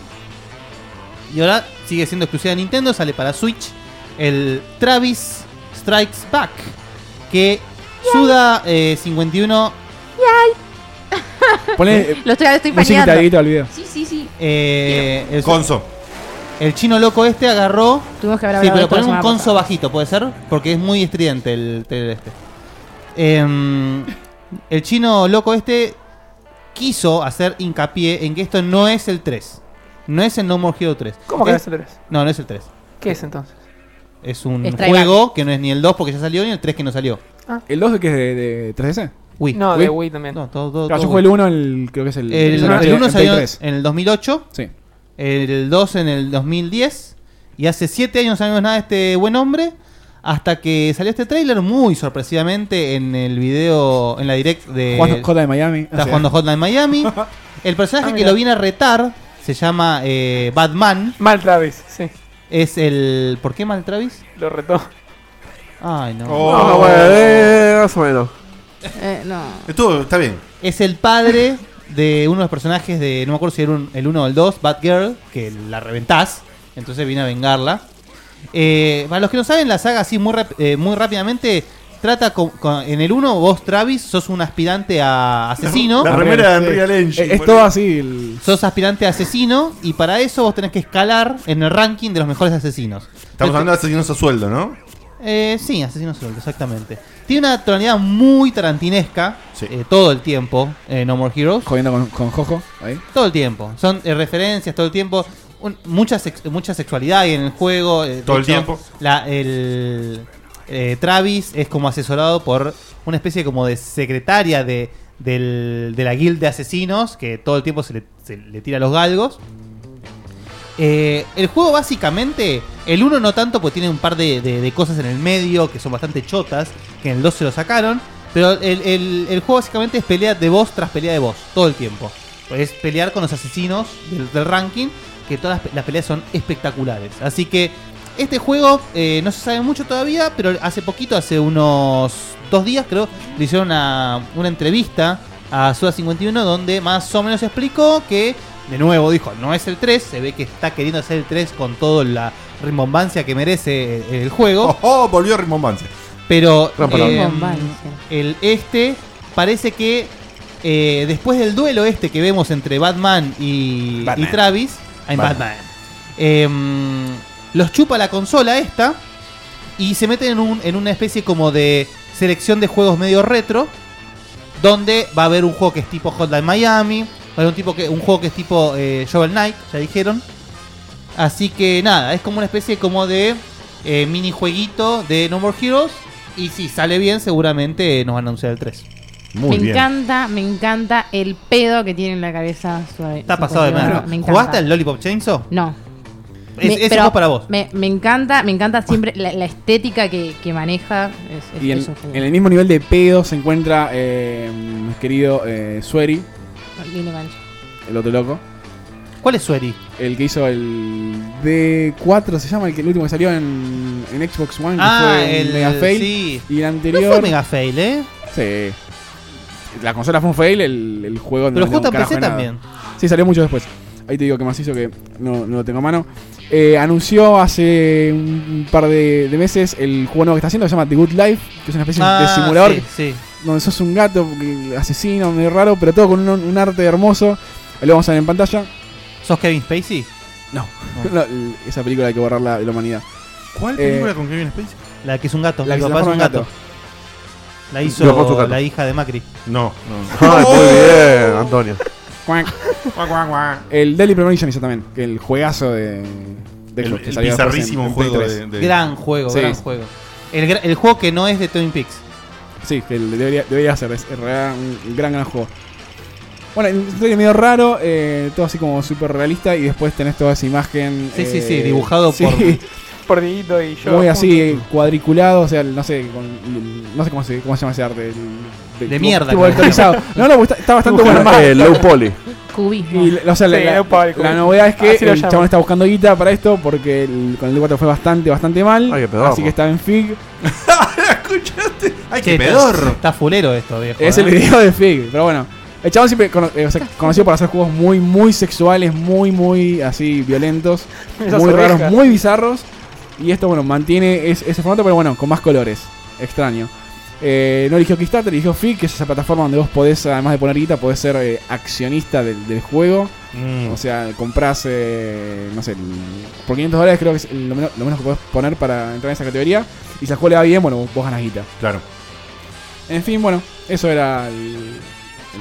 Speaker 5: y ahora sigue siendo exclusiva de Nintendo, sale para Switch el Travis Strikes Back, que Suda eh, 51
Speaker 7: Ponle eh,
Speaker 4: Lo estoy, estoy
Speaker 7: musiquita
Speaker 4: pañando.
Speaker 7: Dieguito, al video.
Speaker 4: Sí, sí, sí.
Speaker 5: eh, el-
Speaker 2: Conso.
Speaker 5: el chino loco este agarró
Speaker 4: Tuvimos que hablar
Speaker 5: Sí, pero poner un conso bajito, ¿puede ser? Porque es muy estridente el, el este. Em, el chino loco este quiso hacer hincapié en que esto no es el 3. No es el No More Hero 3.
Speaker 6: ¿Cómo que
Speaker 5: Es-
Speaker 6: no es el 3?
Speaker 5: No, no es el 3.
Speaker 6: ¿Qué es entonces?
Speaker 5: Es un
Speaker 4: Es Strike
Speaker 5: juego que no es ni el 2 porque ya salió ni el 3 que no salió.
Speaker 7: ¿El 2 que es de, de 3DS?
Speaker 5: Wii.
Speaker 6: Ah. No,
Speaker 7: Wii.
Speaker 6: de Wii también.
Speaker 5: No, todo, todo-
Speaker 7: Claro, yo
Speaker 5: todo
Speaker 7: jugué el
Speaker 5: Wii.
Speaker 7: 1, el, creo que es el.
Speaker 5: El,
Speaker 7: en
Speaker 5: el
Speaker 7: Play-
Speaker 5: 1
Speaker 7: en Play
Speaker 5: salió
Speaker 7: 3.
Speaker 5: en el 2008,
Speaker 7: Sí.
Speaker 5: el 2 en el 2010 y hace 7 años no sabemos nada de este buen hombre hasta que salió este tráiler muy sorpresivamente en el video, en la direct de...
Speaker 7: Jugando Jota de Miami. Ah, o
Speaker 5: Está
Speaker 7: sea,
Speaker 5: jugando Hotline Miami. El personaje que lo viene a retar se llama eh, Batman.
Speaker 6: Mal Travis, sí.
Speaker 5: Es el. ¿Por qué Mal Travis?
Speaker 6: Lo retó.
Speaker 5: Ay, no.
Speaker 3: Ah, bueno, eh, más o menos.
Speaker 4: Eh, no.
Speaker 2: Estuvo, está bien.
Speaker 5: Es el padre de uno de los personajes de. No me acuerdo si era un- el 1 o el 2, Batgirl, que la reventás. Entonces viene a vengarla. Eh, para los que no saben, la saga así muy, rap- eh, muy rápidamente. Trata con, con- en el 1, vos, Travis, sos un aspirante a asesino.
Speaker 2: La remera de Unreal Engine.
Speaker 7: Eh, Es, es
Speaker 2: boludo.
Speaker 7: todo así. el-
Speaker 5: Sos aspirante a asesino y para eso vos tenés que escalar en el ranking de los mejores asesinos.
Speaker 2: Estamos hablando de asesinos a sueldo, ¿no?
Speaker 5: Eh, sí, Asesino Sueldo, exactamente. Tiene una tonalidad muy tarantinesca
Speaker 2: Sí.
Speaker 5: eh, todo el tiempo, eh, No More Heroes.
Speaker 7: Jodiendo con, con Jojo. Ahí.
Speaker 5: Todo el tiempo. Son eh, referencias todo el tiempo. Un- mucha, sex- mucha sexualidad hay en el juego. eh, de
Speaker 2: Todo el tiempo.
Speaker 5: la- el, eh, Travis es como asesorado por una especie como de secretaria de, del- de la guild de asesinos que todo el tiempo se le, se le tira los galgos. Eh, el juego básicamente, el 1 no tanto porque tiene un par de, de- de cosas en el medio que son bastante chotas, que en el 2 se lo sacaron, pero el, el- el juego básicamente es pelea de boss tras pelea de boss, todo el tiempo. Es pelear con los asesinos del, del ranking, que todas las, pe- las peleas son espectaculares. Así que este juego eh, no se sabe mucho todavía, pero hace poquito, hace unos dos días creo, le hicieron una, una entrevista a Suda51 donde más o menos explicó que, de nuevo dijo, no es el 3, se ve que está queriendo hacer el 3 con toda la rimbombancia que merece el, el juego,
Speaker 2: Oh, oh, volvió Rimbombance.
Speaker 5: pero
Speaker 3: Gran palabra.
Speaker 5: eh,
Speaker 4: Rimbombancia.
Speaker 5: el este parece que eh, después del duelo este que vemos entre Batman y,
Speaker 2: Batman.
Speaker 5: y Travis, ay,
Speaker 2: Batman.
Speaker 5: Batman. Em, los chupa la consola esta y se meten en, un- en una especie como de selección de juegos medio retro donde va a haber un juego que es tipo Hotline Miami, va a haber un, tipo que, un juego que es tipo eh, Shovel Knight, ya dijeron. Así que nada, es como una especie como de eh, minijueguito de No More Heroes y si sale bien seguramente nos van a anunciar el 3.
Speaker 2: Muy
Speaker 4: me
Speaker 2: bien.
Speaker 4: encanta, me encanta el pedo que tiene en la cabeza suave.
Speaker 5: Está pasado de mano.
Speaker 4: Me encanta.
Speaker 5: ¿Jugaste al Lollipop Chainsaw?
Speaker 4: No.
Speaker 5: Es,
Speaker 4: Me-
Speaker 5: ese
Speaker 4: pero
Speaker 5: juego es para vos.
Speaker 4: Me, me encanta, me encanta siempre la, la estética que, que maneja. Es, es-
Speaker 7: Y en,
Speaker 4: es un juego.
Speaker 7: en el mismo nivel de pedo se encuentra, eh, querido eh, Sueri,
Speaker 4: Lindo gancho.
Speaker 7: el otro loco.
Speaker 5: ¿Cuál es Sueri?
Speaker 7: El que hizo el D4, se llama el, que, el último que salió en, en Xbox One. que
Speaker 5: Ah,
Speaker 7: fue
Speaker 5: el
Speaker 7: Mega Fail.
Speaker 5: Sí.
Speaker 7: Y el
Speaker 5: No
Speaker 7: anterior.
Speaker 5: fue Mega Fail, ¿eh?
Speaker 7: Sí. La consola fue un fail, el, el juego no
Speaker 5: Pero
Speaker 7: tengo
Speaker 5: justo
Speaker 7: un
Speaker 5: en
Speaker 7: carajo
Speaker 5: PC
Speaker 7: de nada.
Speaker 5: también.
Speaker 7: Sí, salió mucho después. Ahí te digo que más hizo que no, no lo tengo a mano. Eh, anunció hace un par de, de meses el juego nuevo que está haciendo que se llama The Good Life, que es una especie de
Speaker 5: Ah,
Speaker 7: simulador
Speaker 5: Sí, sí.
Speaker 7: donde sos un gato que- asesino, medio raro, pero todo con un, un arte hermoso. Ahí lo vamos a ver en pantalla.
Speaker 2: Ah.
Speaker 5: ¿Sos Kevin Spacey?
Speaker 7: No, no, l- esa película hay que borrarla de la humanidad.
Speaker 2: ¿Cuál
Speaker 7: Eh,
Speaker 2: película con Kevin Spacey?
Speaker 5: La que es un gato.
Speaker 7: La
Speaker 5: Mi
Speaker 7: que se
Speaker 5: papá es
Speaker 7: transforma
Speaker 5: un
Speaker 7: en
Speaker 5: gato.
Speaker 7: gato.
Speaker 5: La
Speaker 3: Mi papá es un
Speaker 5: hizo
Speaker 3: gato.
Speaker 5: la hija de Macri.
Speaker 2: No,
Speaker 3: Ay,
Speaker 7: Oh.
Speaker 3: muy bien, Antonio.
Speaker 7: Cuac. el Daily Premonition hizo también, que el juegazo de... de
Speaker 2: El,
Speaker 7: Xbox que
Speaker 2: el
Speaker 7: salió después en-
Speaker 2: bizarrísimo
Speaker 7: en Play
Speaker 2: juego
Speaker 7: 3.
Speaker 2: de, de-
Speaker 5: Gran juego,
Speaker 7: Sí.
Speaker 5: gran juego. El, gra- el juego que no es de Twin Peaks.
Speaker 7: Sí, que el- debería, debería ser, es en realidad un gran, gran juego. Bueno, un trailer medio raro, eh, todo así como súper realista y después tenés toda esa imagen...
Speaker 5: Sí, sí,
Speaker 7: eh,
Speaker 5: sí, dibujado por-
Speaker 6: Por Dieguito y yo.
Speaker 7: Muy así,
Speaker 6: juntos.
Speaker 7: eh, cuadriculado, o sea, no sé, con- no sé cómo se, cómo se llama ese arte. el-
Speaker 5: De mierda,
Speaker 7: tipo
Speaker 5: creo.
Speaker 7: vectorizado. No, no, está, está bastante bueno.
Speaker 3: Eh, low poly.
Speaker 4: Cubismo.
Speaker 7: Y, o sea, la-
Speaker 6: Sí,
Speaker 7: la,
Speaker 6: no puedo,
Speaker 7: la
Speaker 6: como-
Speaker 7: novedad es que
Speaker 6: así lo
Speaker 7: el
Speaker 6: llaman.
Speaker 7: chabón está buscando guita para esto porque el- con el D4 fue bastante, bastante mal.
Speaker 3: Ay, qué pedorro.
Speaker 7: así que está en FIG.
Speaker 2: ¿Escuchaste? ¡Ay,
Speaker 5: Che,
Speaker 2: qué
Speaker 5: está-
Speaker 2: pedorro!
Speaker 5: Está fulero esto, viejo.
Speaker 7: Es
Speaker 5: ¿eh?
Speaker 7: el video de Fig, pero bueno. El chabón siempre cono- eh, o sea, conocido por hacer juegos muy, muy sexuales, muy, muy así violentos,
Speaker 6: Esas
Speaker 7: muy
Speaker 6: orejas.
Speaker 7: raros, muy bizarros. Y esto, bueno, mantiene es- ese formato, pero bueno, con más colores. Extraño. Eh, no eligió Kickstarter, eligió Fig, que es esa plataforma donde vos podés, además de poner guita, podés ser eh, accionista del, del juego.
Speaker 2: Mm.
Speaker 7: O sea, compras, eh, no sé, el- por 500 dólares creo que es el- lo, menos, lo menos que podés poner para entrar en esa categoría. Y si al juego le va bien, bueno, vos ganas guita.
Speaker 2: Claro.
Speaker 7: En fin, bueno, eso era el.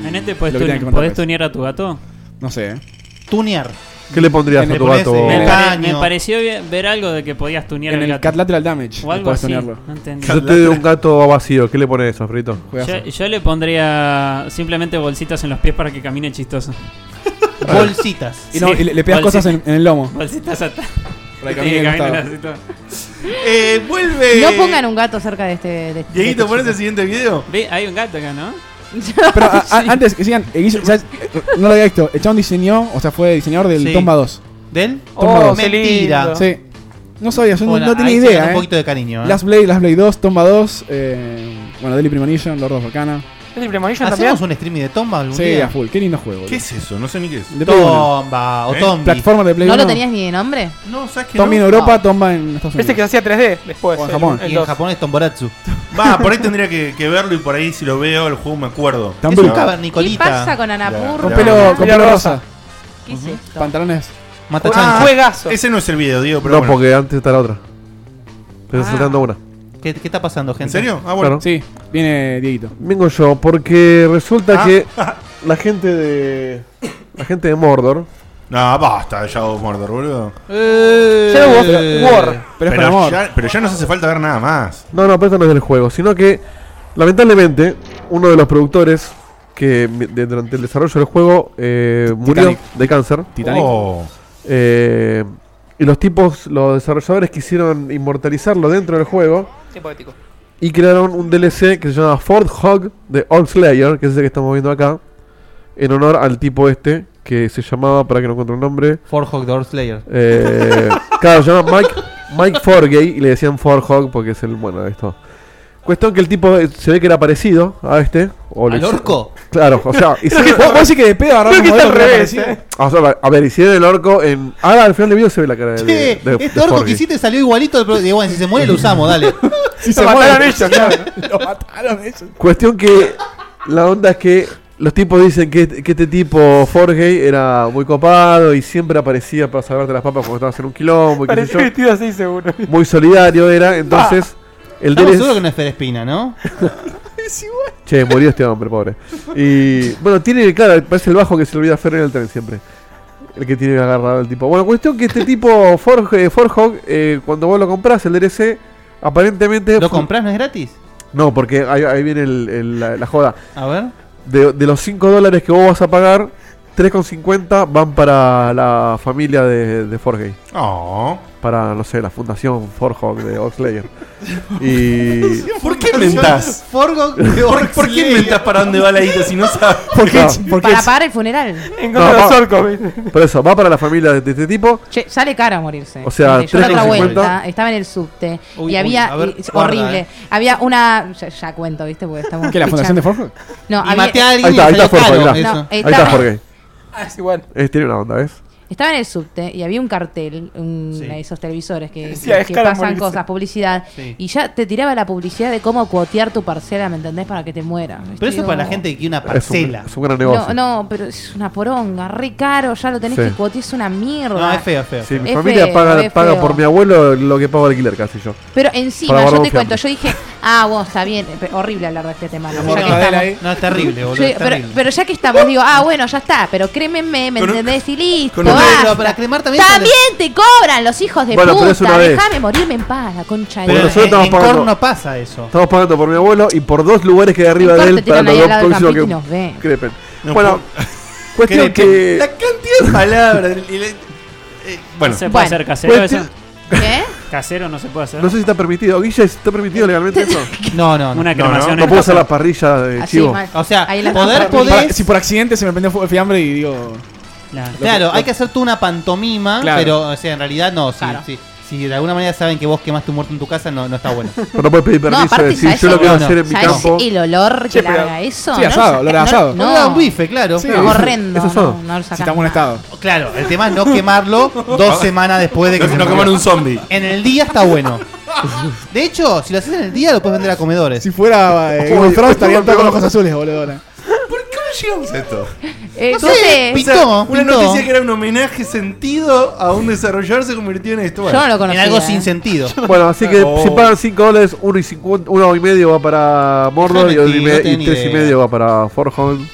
Speaker 7: el-
Speaker 8: En este
Speaker 7: lo
Speaker 8: podés,
Speaker 7: que tenía que
Speaker 8: tune-
Speaker 7: contarles.
Speaker 8: podés tunear a tu gato.
Speaker 7: No sé, ¿eh?
Speaker 5: Tunear.
Speaker 3: ¿Qué le pondrías
Speaker 7: En
Speaker 3: a
Speaker 7: el-
Speaker 3: tu gato?
Speaker 8: Me,
Speaker 7: el
Speaker 8: pare-
Speaker 7: caño.
Speaker 8: me pareció bien- ver algo de que podías tunear
Speaker 7: En
Speaker 8: el
Speaker 7: el
Speaker 8: gato.
Speaker 7: Cat Lateral Damage.
Speaker 8: o algo
Speaker 7: puedes
Speaker 8: así.
Speaker 7: tunearlo.
Speaker 8: No entendí.
Speaker 3: Si yo te doy un gato vacío, ¿qué le pones, Sofrito?
Speaker 7: Juegazo.
Speaker 8: Yo, yo le pondría simplemente bolsitas en los pies para que camine chistoso.
Speaker 5: Bolsitas.
Speaker 7: Y, no,
Speaker 8: sí.
Speaker 7: y le, le pegas
Speaker 8: Igual
Speaker 7: cosas
Speaker 8: sí.
Speaker 7: en, en el lomo.
Speaker 8: Bolsitas atrás.
Speaker 7: Para que
Speaker 8: Sí,
Speaker 7: camine
Speaker 8: caminen
Speaker 7: acostado.
Speaker 8: así todo.
Speaker 2: Eh, vuelve.
Speaker 4: No pongan un gato cerca de este. De este
Speaker 2: Dieguito, pones el siguiente video.
Speaker 8: Ve, hay un gato acá, ¿no?
Speaker 7: Pero a- a- antes que sigan, eh, Guille, ¿sabes? Eh, no lo había visto. El chabón diseñó, o sea, fue diseñador del
Speaker 5: Sí.
Speaker 7: Tomba 2.
Speaker 5: ¿Del?
Speaker 7: Tomba
Speaker 6: Oh,
Speaker 7: 2.
Speaker 6: qué
Speaker 5: Mentira.
Speaker 6: lindo.
Speaker 7: Sí. No sabía, yo no-
Speaker 5: Hola,
Speaker 7: no tenía
Speaker 5: ahí se ganó
Speaker 7: idea.
Speaker 5: Un
Speaker 7: eh.
Speaker 5: poquito de cariño. ¿eh?
Speaker 7: Last Blade, Last Blade 2, Tomba 2. Eh, bueno, Daily Premonition, Lord of Arcana.
Speaker 6: ¿Es Triple Mansion también?
Speaker 5: Hacemos un streaming de Tomba algún
Speaker 7: Sí, a
Speaker 5: día.
Speaker 7: full. Qué lindo juego.
Speaker 2: ¿Qué es eso? No sé ni qué es.
Speaker 7: De Play uno.
Speaker 5: Tomba o
Speaker 2: ¿Eh?
Speaker 5: Tombi.
Speaker 7: Plataforma de Play
Speaker 4: ¿No lo
Speaker 7: 1.
Speaker 4: tenías ni de nombre?
Speaker 2: No, ¿sabes qué?
Speaker 7: Tombi en
Speaker 2: no?
Speaker 7: Europa, Tomba en Estados Unidos.
Speaker 6: Este que se hacía 3D
Speaker 2: Pues
Speaker 6: después.
Speaker 7: O en
Speaker 6: el-
Speaker 7: Japón.
Speaker 6: el
Speaker 5: Y en
Speaker 6: dos.
Speaker 5: Japón es Tomboratsu.
Speaker 2: Va, por ahí tendría que, que verlo y por ahí si lo veo el juego me acuerdo.
Speaker 5: Es
Speaker 7: Tambú.
Speaker 5: un
Speaker 4: ¿Qué pasa
Speaker 5: cavernicolita.
Speaker 4: con Anapurna?
Speaker 7: Con
Speaker 2: Ya.
Speaker 7: pelo, con
Speaker 6: Mira,
Speaker 7: pelo
Speaker 6: rosa.
Speaker 7: rosa.
Speaker 4: ¿Qué es esto?
Speaker 7: Pantalones.
Speaker 5: Mata
Speaker 6: Ah,
Speaker 5: chancho.
Speaker 6: juegazo.
Speaker 2: Ese no es el video, Diego, pero
Speaker 3: No,
Speaker 2: bueno.
Speaker 3: porque antes está la otra. Te está saltando una.
Speaker 5: ¿Qué, ¿Qué está pasando, gente?
Speaker 2: ¿En serio? Ah, bueno.
Speaker 3: Claro.
Speaker 7: Sí, viene Dieguito.
Speaker 3: Vengo yo, porque resulta
Speaker 2: Ah.
Speaker 3: que la gente de. La gente de Mordor.
Speaker 2: No, basta de Shadow of Mordor, boludo.
Speaker 3: Eh.
Speaker 6: Shadow of War.
Speaker 7: Eh, Pero
Speaker 2: Pero,
Speaker 7: es para amor.
Speaker 2: ya, pero ya nos hace falta ver nada más.
Speaker 3: No, no, pero esto no es del juego, sino que lamentablemente uno de los productores que mi- de- durante el desarrollo del juego eh, murió
Speaker 7: Titanic.
Speaker 3: de cáncer.
Speaker 7: Titanic.
Speaker 2: Oh.
Speaker 3: Eh, y los tipos, los desarrolladores quisieron inmortalizarlo dentro del juego
Speaker 6: Qué poético.
Speaker 3: y crearon un DLC que se llama Fort Hog de Orc Slayer, que es el que estamos viendo acá, en honor al tipo este que se llamaba, para que no encuentre un nombre,
Speaker 5: Forhawk Door Slayer.
Speaker 3: eh, claro, se llama Mike, Mike Forgay y le decían Forhog porque es el bueno de esto. Cuestión que el tipo eh, se ve que era parecido a este. o lo
Speaker 5: ¿Al
Speaker 3: hizo-
Speaker 5: orco?
Speaker 3: Claro, o sea, hicieron-
Speaker 7: ¿Vos, vos sí que de pedo agarramos
Speaker 3: Creo que
Speaker 7: modelo
Speaker 3: está
Speaker 7: que
Speaker 3: al
Speaker 7: era
Speaker 3: revés, Ah,
Speaker 7: parecido.
Speaker 3: o sea, a ver, hicieron el orco en. Ahora al final del video se ve la cara de.
Speaker 5: Che,
Speaker 3: de- de
Speaker 5: este orco
Speaker 3: Forgay.
Speaker 5: que hiciste salió igualito. al pro- Digo, bueno, si se muere lo usamos, dale.
Speaker 7: Si
Speaker 6: Lo mataron ellos,
Speaker 7: claro. Lo mataron ellos.
Speaker 3: Cuestión que la onda es que los tipos dicen que, este- que este tipo Forgay era muy copado y siempre aparecía para salvarte las papas cuando estabas en un quilombo y qué sé
Speaker 6: Parecía
Speaker 3: yo.
Speaker 6: vestido así, seguro.
Speaker 3: Muy solidario era, entonces. El
Speaker 5: Ah, Estamos
Speaker 3: DLC
Speaker 5: seguros que no es Ferespina, ¿no?
Speaker 3: Che, murió este hombre, pobre. Y bueno, tiene, claro, parece el bajo que se le olvida a Ferrer en el tren siempre. El que tiene agarrado el tipo. Bueno, cuestión que este tipo, Forge- eh, Forhog, eh, cuando vos lo compras, el DLC, aparentemente.
Speaker 5: ¿Lo
Speaker 3: fu-
Speaker 5: compras? ¿No es gratis?
Speaker 3: No, porque ahí, ahí viene el- el- la, la joda.
Speaker 5: A ver.
Speaker 3: De, de los 5 dólares que vos vas a pagar, 3,50 van para la familia de, de Forgay.
Speaker 2: Oh.
Speaker 3: Para, no sé, la fundación Forhog de Oxlayer. y.
Speaker 2: ¿Por qué inventás?
Speaker 5: Forhawk
Speaker 2: ¿Por, por qué inventás para dónde va la guita si no sabes?
Speaker 7: ¿Por qué?
Speaker 3: No.
Speaker 7: ¿Por qué?
Speaker 4: Para pagar el funeral.
Speaker 6: En contra de
Speaker 3: No,
Speaker 6: los
Speaker 3: va-
Speaker 6: orcos, ¿viste?
Speaker 3: Por eso, va para la familia de- de este tipo.
Speaker 4: Che, sale cara a morirse.
Speaker 3: O sea,
Speaker 4: Mire, yo la otra
Speaker 3: 3,50.
Speaker 4: vuelta estaba en el subte
Speaker 5: Uy,
Speaker 4: y
Speaker 5: uy,
Speaker 4: había.
Speaker 5: a ver,
Speaker 4: y- es
Speaker 5: guarda,
Speaker 4: horrible.
Speaker 5: eh.
Speaker 4: Había una. Ya, ya cuento, ¿viste? Porque estamos.
Speaker 7: ¿Qué, la fundación de Forja?
Speaker 4: No,
Speaker 5: Y maté
Speaker 4: había,
Speaker 5: a alguien
Speaker 3: Ahí está,
Speaker 5: y
Speaker 3: ahí está
Speaker 5: salió
Speaker 3: Forge,
Speaker 5: caro
Speaker 3: mirá.
Speaker 5: eso.
Speaker 4: No,
Speaker 3: Ahí
Speaker 4: está-
Speaker 3: está Forge.
Speaker 6: Ah, es igual.
Speaker 3: Eh, tiene una onda, ¿ves?
Speaker 4: estaba en el subte y había un cartel, un-
Speaker 5: Sí.
Speaker 4: de esos televisores que,
Speaker 6: Decía,
Speaker 4: que-
Speaker 6: "Es
Speaker 4: que
Speaker 6: cara a
Speaker 4: pasan
Speaker 6: morirse".
Speaker 4: cosas, publicidad.
Speaker 5: Sí.
Speaker 4: Y ya te tiraba la publicidad de cómo cuotear tu parcela, ¿me entendés? Para que te muera.
Speaker 5: Pero eso es para la gente que quiere una
Speaker 3: Es un,
Speaker 5: parcela.
Speaker 3: es un
Speaker 4: No,
Speaker 3: gran negocio.
Speaker 4: no, pero es una poronga, re caro, ya lo tenés
Speaker 3: Sí.
Speaker 4: que cuotear, es una mierda.
Speaker 5: No, es feo, es feo.
Speaker 3: Sí, mi
Speaker 4: Es
Speaker 3: familia
Speaker 4: feo,
Speaker 3: paga,
Speaker 4: es
Speaker 3: paga
Speaker 4: feo.
Speaker 3: por mi abuelo lo que pago alquiler casi yo.
Speaker 4: Pero
Speaker 3: Para
Speaker 4: encima,
Speaker 3: guardar
Speaker 4: yo
Speaker 3: un
Speaker 4: te cuento,
Speaker 3: fiambre.
Speaker 4: yo dije, ah, bueno, está bien, pe- horrible hablar de este tema, ¿no?
Speaker 5: No,
Speaker 4: ya que
Speaker 5: no,
Speaker 4: estamos.
Speaker 5: no, es terrible, boludo.
Speaker 4: Yo-
Speaker 5: es
Speaker 4: pero,
Speaker 5: terrible.
Speaker 4: pero ya que estamos, digo, ah, bueno, ya está, pero crémenme, ¿me
Speaker 2: Con un-
Speaker 4: entendés? Y listo,
Speaker 2: con un-
Speaker 4: basta.
Speaker 5: Pero para cremar también
Speaker 4: También te cobran los hijos de
Speaker 3: Bueno, pero es una
Speaker 4: puta,
Speaker 3: vez.
Speaker 4: déjame morirme en paz, la concha de
Speaker 5: Pero
Speaker 3: Bueno,
Speaker 4: la-
Speaker 3: nosotros
Speaker 5: en,
Speaker 3: estamos
Speaker 5: en
Speaker 3: pagando-
Speaker 5: Cor no pasa eso.
Speaker 3: Estamos pagando por mi abuelo y por dos lugares que hay arriba
Speaker 4: No
Speaker 3: de él
Speaker 4: importa, tiran ahí al lado del
Speaker 3: coincido
Speaker 4: campito y nos ven.
Speaker 3: crepen.
Speaker 2: No,
Speaker 3: bueno,
Speaker 2: por-
Speaker 3: cuestión que...
Speaker 2: La cantidad de palabras. y la- eh, bueno,
Speaker 8: No se puede
Speaker 4: Bueno.
Speaker 8: hacer casero
Speaker 3: Cuestión-
Speaker 8: eso.
Speaker 4: ¿Qué?
Speaker 8: Casero no se puede hacer.
Speaker 3: No sé si está permitido. Guille, ¿está permitido legalmente eso?
Speaker 5: No, no, no.
Speaker 8: Una
Speaker 2: No,
Speaker 8: cremación.
Speaker 2: no,
Speaker 3: No
Speaker 8: es
Speaker 3: puedo usar la
Speaker 8: cosa.
Speaker 3: parrilla de
Speaker 4: Así,
Speaker 3: chivo.
Speaker 4: mal.
Speaker 5: O sea,
Speaker 4: Ahí la-
Speaker 5: poder, ¿ah?
Speaker 7: Para-
Speaker 5: poder.
Speaker 7: Si por accidente se me prendió fu- fiambre y digo.
Speaker 8: Claro.
Speaker 5: Claro, hay que hacer tú una pantomima,
Speaker 7: Claro.
Speaker 5: pero o sea, en realidad no. Si,
Speaker 4: Claro.
Speaker 5: si, si de alguna manera saben que vos quemaste un muerto en tu casa, no, no está bueno.
Speaker 3: Pero no puedes pedir
Speaker 4: No,
Speaker 3: permiso.
Speaker 4: aparte,
Speaker 3: decir,
Speaker 4: ¿sabes
Speaker 3: yo lo que voy a
Speaker 5: no,
Speaker 3: hacer en mi
Speaker 4: ¿Sabes
Speaker 3: campo...
Speaker 4: el olor que
Speaker 7: Che, pero-
Speaker 4: larga eso?
Speaker 7: sí,
Speaker 4: No lo
Speaker 7: asado,
Speaker 4: saca-
Speaker 7: olor a
Speaker 4: no-
Speaker 7: asado.
Speaker 5: No, da un
Speaker 4: No,
Speaker 5: bife, claro.
Speaker 7: Sí.
Speaker 5: Ahorra-
Speaker 4: horrendo.
Speaker 3: Es asado.
Speaker 4: No, no lo
Speaker 7: Si
Speaker 4: sacás
Speaker 7: está en buen
Speaker 4: nada.
Speaker 7: estado.
Speaker 5: Claro, el tema es no quemarlo dos semanas después de que
Speaker 2: no,
Speaker 5: se
Speaker 2: no
Speaker 5: murió.
Speaker 2: coman un zombie.
Speaker 5: En el día está bueno. De hecho, si lo haces en el día, lo puedes vender a comedores.
Speaker 7: Si fuera eh, Game of Thrones, estarían todos con los ojos azules, boludo. ahora.
Speaker 2: Llegamos a esto.
Speaker 4: Eh,
Speaker 5: No sé,
Speaker 4: entonces,
Speaker 5: pito,
Speaker 2: una
Speaker 5: pito.
Speaker 2: noticia que era un homenaje sentido a un desarrollador se convirtió en esto. Bueno,
Speaker 4: yo no lo
Speaker 5: en
Speaker 4: conocía.
Speaker 5: algo
Speaker 4: eh.
Speaker 5: sin sentido.
Speaker 3: Bueno, así que
Speaker 2: Oh.
Speaker 3: si pagan 5 dólares, 1 y, cincuenta- uno y medio va para Mordor y,
Speaker 5: Déjame
Speaker 3: otro y,
Speaker 5: ti,
Speaker 3: me-
Speaker 5: no tenía
Speaker 3: y
Speaker 5: ni
Speaker 3: tres y
Speaker 5: idea.
Speaker 3: medio va para Forhorn.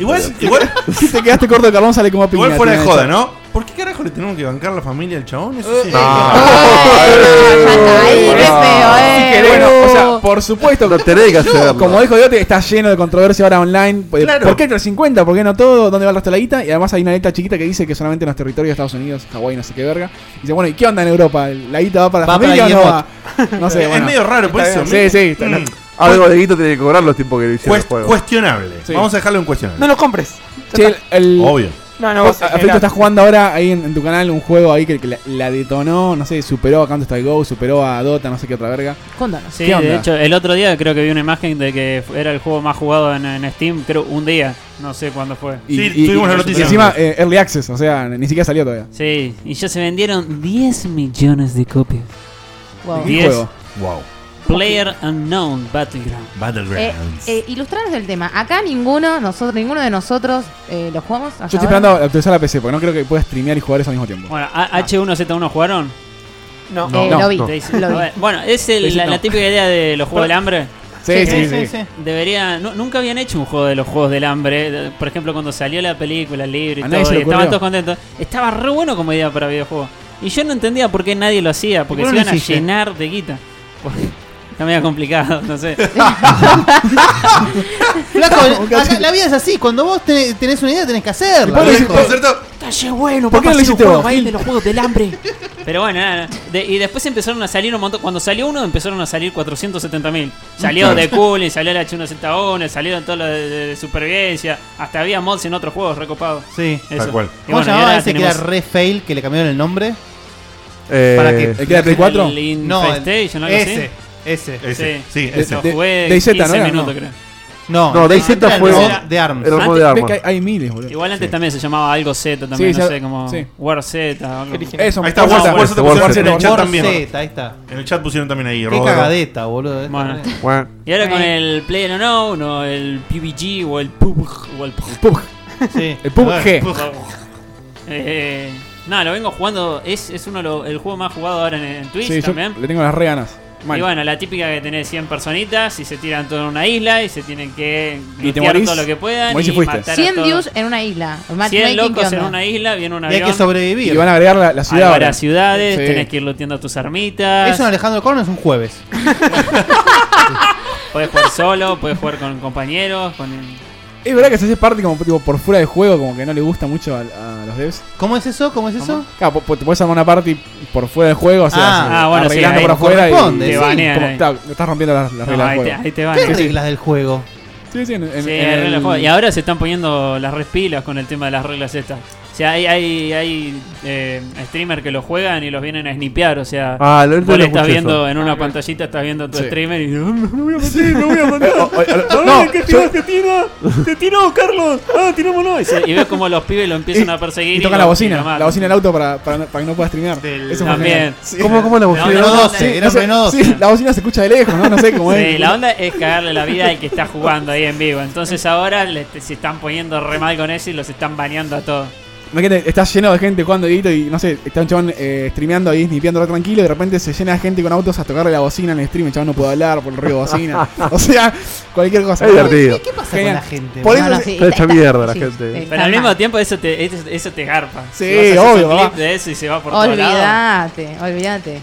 Speaker 2: igual, igual,
Speaker 7: Si te quedaste corto, Carlón sale como
Speaker 2: igual
Speaker 7: piña,
Speaker 2: fuera de
Speaker 7: tiene
Speaker 2: joda,
Speaker 7: eso.
Speaker 2: ¿no? ¿Por qué carajo carajo le tenemos que bancar la familia al chabón? Eso sí. Ah, eh,
Speaker 4: Ahí, qué feo, eh.
Speaker 7: Bueno, o sea, por supuesto.
Speaker 3: No tenés que hacerlo.
Speaker 7: Como dijo Diote, está lleno de controversia ahora online. Eh,
Speaker 2: Claro.
Speaker 7: ¿Por qué el 50? ¿Por qué no todo? ¿Dónde va el resto de la guita? Y además hay una letra chiquita que dice que solamente en los territorios de Estados Unidos, Hawái, no sé qué verga. Dice, bueno, ¿y qué onda en Europa? ¿La guita va para la
Speaker 5: Va para
Speaker 7: familia o no
Speaker 5: Guillermo.
Speaker 7: va? No sé,
Speaker 2: es
Speaker 7: bueno.
Speaker 2: medio raro, por eso.
Speaker 7: Sí, sí. está-
Speaker 2: Mm.
Speaker 3: Algo de guito tiene que cobrar los tiempos que le hicieron el
Speaker 2: Cuest-
Speaker 3: este juego.
Speaker 2: cuestionable.
Speaker 7: Sí.
Speaker 2: Vamos a dejarlo en cuestionable.
Speaker 6: No lo compres. Ya
Speaker 7: Che, el,
Speaker 6: está.
Speaker 7: el-
Speaker 2: Obvio.
Speaker 6: No, no,
Speaker 7: Vos,
Speaker 6: vos. en
Speaker 7: Afecto,
Speaker 6: general.
Speaker 7: estás jugando ahora ahí en, en tu canal un juego ahí que, que la, la detonó, no sé, superó a Counter-Strike GO, superó a Dota, no sé qué otra verga.
Speaker 4: Contanos.
Speaker 8: Sí,
Speaker 7: ¿Qué onda?
Speaker 8: de hecho, el otro día creo que vi una imagen de que era el juego más jugado en, en Steam, creo un día, no sé cuándo fue.
Speaker 7: Y,
Speaker 2: Sí,
Speaker 7: y-
Speaker 2: tuvimos
Speaker 7: y-
Speaker 2: la
Speaker 7: y
Speaker 2: noticia.
Speaker 7: encima eh, Early Access, o sea, ni siquiera salió todavía.
Speaker 8: Sí, y ya se vendieron 10 millones de copias.
Speaker 4: Wow.
Speaker 7: ¿Qué
Speaker 8: Diez.
Speaker 7: juego?
Speaker 2: Wow.
Speaker 8: Player Unknown Battleground.
Speaker 4: Eh,
Speaker 2: Battlegrounds.
Speaker 4: eh, ilustraros del tema. Acá ninguno, nosotros, ninguno de nosotros eh, lo jugamos. hasta
Speaker 7: Yo estoy
Speaker 4: ahora.
Speaker 7: esperando a actualizar la PC, porque no creo que pueda streamear y jugar eso al mismo tiempo.
Speaker 8: Bueno, A- H1Z1 jugaron.
Speaker 6: No.
Speaker 4: Eh,
Speaker 7: No,
Speaker 4: lo vi.
Speaker 3: no.
Speaker 8: Te
Speaker 4: Lo
Speaker 8: dicen-
Speaker 4: vi.
Speaker 8: Bueno, es el-
Speaker 7: dicen
Speaker 8: la,
Speaker 7: no.
Speaker 8: la típica idea de los juegos del hambre.
Speaker 7: Sí, sí, sí.
Speaker 8: Debería, nu- nunca habían hecho un juego de los juegos del hambre. De- Por ejemplo, cuando salió la película libre y
Speaker 7: A nadie
Speaker 8: todo,
Speaker 7: se le
Speaker 8: y estaban
Speaker 7: ocurrió.
Speaker 8: todos contentos. Estaba re bueno como idea para videojuegos. Y yo no entendía por qué nadie lo hacía, porque
Speaker 5: ¿Y por
Speaker 8: se
Speaker 5: qué
Speaker 8: iban
Speaker 5: no
Speaker 8: a
Speaker 5: hiciste?
Speaker 8: llenar de guita. Está medio complicado, no sé.
Speaker 5: Flaco, acá la vida es así. Cuando vos te- tenés una idea, tenés que hacerla.
Speaker 7: Bueno,
Speaker 5: viejo.
Speaker 2: Por cierto,
Speaker 7: ¿Por qué no lo hiciste vos?
Speaker 8: Pero bueno, nada, nada. De- y después empezaron a salir un montón. Cuando salió uno, empezaron a salir 470.000. Salió de Cooling, salió la H1Z1, salieron todos los de, de- de supervivencia. Hasta había mods en otros juegos recopados.
Speaker 5: Sí.
Speaker 2: Tal
Speaker 8: Eso.
Speaker 2: cual.
Speaker 8: Y
Speaker 5: ¿Cómo
Speaker 8: bueno, y
Speaker 5: se llamaba
Speaker 8: ahora
Speaker 5: ese que era
Speaker 8: tenemos
Speaker 5: re fail, que le cambiaron el nombre?
Speaker 3: Eh,
Speaker 5: Para que-
Speaker 7: ¿El que era Play 4?
Speaker 8: el
Speaker 5: No, el-
Speaker 8: Infestation, algo así.
Speaker 5: ese. Ese.
Speaker 2: ese.
Speaker 8: Sí.
Speaker 2: Sí,
Speaker 7: De-
Speaker 2: ese.
Speaker 8: Lo
Speaker 7: de-
Speaker 8: jugué
Speaker 7: DayZ,
Speaker 8: 15
Speaker 7: ¿no era?
Speaker 8: minutos,
Speaker 7: No.
Speaker 8: creo.
Speaker 5: No,
Speaker 3: No, DayZ
Speaker 5: era el
Speaker 3: fue-
Speaker 5: nombre de Arms.
Speaker 3: el juego de
Speaker 7: Ve
Speaker 3: armas.
Speaker 7: que hay, hay miles, boludo.
Speaker 8: Igual antes
Speaker 7: Sí.
Speaker 8: también se llamaba algo Z también,
Speaker 7: Sí,
Speaker 8: no
Speaker 7: ya-
Speaker 8: sé, como
Speaker 7: sí.
Speaker 8: War Z. o algo.
Speaker 6: Qué original.
Speaker 7: Eso,
Speaker 2: Ahí está,
Speaker 7: Forza.
Speaker 2: War- Warza te pusieron
Speaker 3: Warza.
Speaker 2: en el chat
Speaker 5: War
Speaker 2: también.
Speaker 5: Z, ahí está.
Speaker 2: En el chat pusieron también ahí,
Speaker 5: Qué
Speaker 2: Rodo.
Speaker 5: cagadeta, boludo. eh.
Speaker 8: Bueno.
Speaker 3: Bueno,
Speaker 8: Y ahora con
Speaker 4: Ahí.
Speaker 8: el Player No, o el PUBG o el PUBG o el PUBG.
Speaker 7: Pug.
Speaker 5: Sí.
Speaker 7: El PUBG.
Speaker 8: Eh, nada, lo vengo jugando. Es, es uno de los- el juego más jugado ahora en, en Twitch
Speaker 7: Sí, yo
Speaker 8: también.
Speaker 7: le tengo las re ganas. Mal.
Speaker 8: Y bueno, la típica que tenés 100 personitas y se tiran todos en una isla y se tienen que
Speaker 7: Y te
Speaker 8: lootear
Speaker 7: morís.
Speaker 8: todo lo que puedan
Speaker 7: Morís y
Speaker 8: y
Speaker 7: fuiste.
Speaker 8: matar a
Speaker 4: 100
Speaker 8: todos.
Speaker 4: views en una isla.
Speaker 8: 100
Speaker 4: Matchmaking, ¿qué
Speaker 8: locos en
Speaker 4: onda?
Speaker 8: una isla, viene un
Speaker 5: Y hay
Speaker 8: avión.
Speaker 5: que sobrevivir.
Speaker 7: Y van a agregar la, la ciudad
Speaker 8: Hay
Speaker 7: ahora.
Speaker 8: varias ciudades,
Speaker 7: Sí.
Speaker 8: tenés que ir looteando tus armitas.
Speaker 5: Eso en Alejandro Corno es un jueves.
Speaker 8: Puedes jugar solo, puedes jugar con compañeros. Con
Speaker 7: Es verdad que se hace parte como tipo por fuera de juego, como que no le gusta mucho a, a los devs.
Speaker 5: ¿Cómo es eso? ¿Cómo es eso?
Speaker 7: Claro, po- po- te puedes armar una party por fuera del juego, o sea,
Speaker 5: Ah,
Speaker 7: así,
Speaker 8: ah, bueno, sí,
Speaker 7: arreglando
Speaker 8: ahí
Speaker 7: por afuera y
Speaker 5: corresponde,
Speaker 8: Te
Speaker 5: sí.
Speaker 8: banean
Speaker 7: como,
Speaker 8: ahí.
Speaker 7: claro, estás rompiendo las, las
Speaker 8: No,
Speaker 7: reglas del
Speaker 8: ahí, te,
Speaker 7: juego.
Speaker 8: ahí te van.
Speaker 5: ¿Qué reglas del juego?
Speaker 7: Sí, sí, en, en-
Speaker 8: Sí,
Speaker 7: en
Speaker 8: hay reglas
Speaker 7: el-
Speaker 8: de juego. Y ahora se están poniendo las respilas con el tema de las reglas estas. O sea, hay, hay, hay eh, streamer que lo juegan y los vienen a snipear. O sea,
Speaker 3: Ah, lo
Speaker 8: vos
Speaker 3: lo
Speaker 8: le estás
Speaker 3: escuché
Speaker 8: viendo
Speaker 3: eso.
Speaker 8: en una pantallita, estás viendo a tu
Speaker 7: Ah, Sí.
Speaker 8: streamer y.
Speaker 7: No, yo-
Speaker 8: ¡Te tiró, Carlos! ¡Ah, tirémoslo! Y, se- y ves como los pibes lo empiezan a perseguir.
Speaker 7: y tocan
Speaker 8: lo-
Speaker 7: la
Speaker 8: y lo
Speaker 7: bocina,
Speaker 8: matan.
Speaker 7: la bocina del auto para, para, no- para que no pueda streamear.
Speaker 5: Del-
Speaker 7: Eso fue
Speaker 8: También.
Speaker 7: genial.
Speaker 3: ¿Cómo, cómo la
Speaker 8: No,
Speaker 3: bocina?
Speaker 8: no,
Speaker 5: Menos
Speaker 8: no,
Speaker 5: 12, era
Speaker 7: no sé,
Speaker 5: menos 12.
Speaker 7: sí, la bocina se escucha de lejos, ¿no? No sé cómo
Speaker 8: Sí,
Speaker 7: es.
Speaker 8: la onda es cagarle la vida al que está jugando ahí en vivo. Entonces ahora le- te- se están poniendo re mal con eso y los están baneando a todos.
Speaker 7: Imagínate, estás lleno de gente jugando Dieguito y no sé, está un chabón eh, streameando ahí, snipeándolo tranquilo y de repente se llena de gente con autos a tocarle la bocina en el stream, el chabón no puede hablar por el ruido de bocina. o sea, cualquier cosa.
Speaker 3: Es divertido.
Speaker 5: ¿Qué pasa
Speaker 7: Genial.
Speaker 5: con la gente?
Speaker 7: Por
Speaker 5: boludo?
Speaker 7: eso-
Speaker 4: No, no,
Speaker 7: se-
Speaker 4: sí,
Speaker 3: está hecha mierda la gente.
Speaker 4: está
Speaker 8: Pero al
Speaker 4: mal.
Speaker 8: mismo tiempo eso te, eso, eso te garpa.
Speaker 7: Sí,
Speaker 8: Si vos haces
Speaker 7: obvio,
Speaker 8: un clip
Speaker 7: va.
Speaker 8: de eso y se va por todos lados.
Speaker 4: Olvídate, olvídate.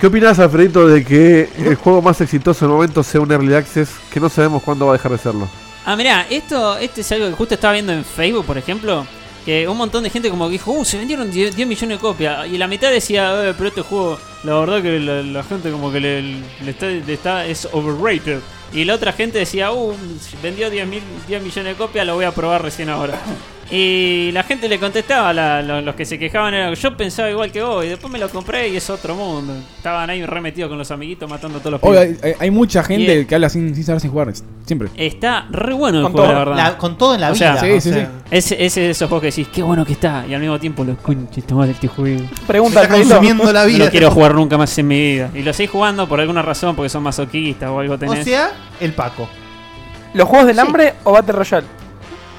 Speaker 3: ¿Qué opinas, Alfredito, de que el juego más exitoso en el momento sea un Early Access que no sabemos cuándo va a dejar de serlo?
Speaker 8: Ah, mirá, esto, esto es algo que justo estaba viendo en Facebook, por ejemplo. Que un montón de gente como que dijo, uh, se vendieron 10, 10 millones de copias. Y la mitad decía, eh, pero este juego, la verdad que la, la gente como que le, le está, le está- es overrated. Y la otra gente decía, uh, vendió 10, mil- 10 millones de copias, lo voy a probar recién ahora. Y la gente le contestaba, la- lo- los que se quejaban eran, yo pensaba igual que vos, y después me lo compré y es otro mundo. Estaban ahí remetidos con los amiguitos matando a todos los
Speaker 7: Obvio,
Speaker 8: pibes.
Speaker 7: hay, hay- hay mucha gente
Speaker 8: Bien.
Speaker 7: que habla sin, sin saber sin jugar, siempre.
Speaker 8: Está re bueno el
Speaker 6: Con
Speaker 8: juego,
Speaker 6: todo,
Speaker 8: la verdad.
Speaker 5: La- con todo en la
Speaker 8: O sea,
Speaker 5: vida.
Speaker 7: sí,
Speaker 5: o
Speaker 7: sí,
Speaker 5: sea.
Speaker 7: sí.
Speaker 8: Ese, ese de esos juegos que decís, qué bueno que está, y al mismo tiempo lo conches, tomar este juego.
Speaker 5: Me
Speaker 6: Pregunta
Speaker 5: está consumiendo la vida.
Speaker 8: No quiero jugar nunca más en mi vida. Y lo seguís jugando por alguna razón, porque son masoquistas o algo
Speaker 5: O
Speaker 8: tenés.
Speaker 5: sea, el Paco.
Speaker 6: ¿Los juegos del
Speaker 4: Sí.
Speaker 6: hambre o Battle Royale?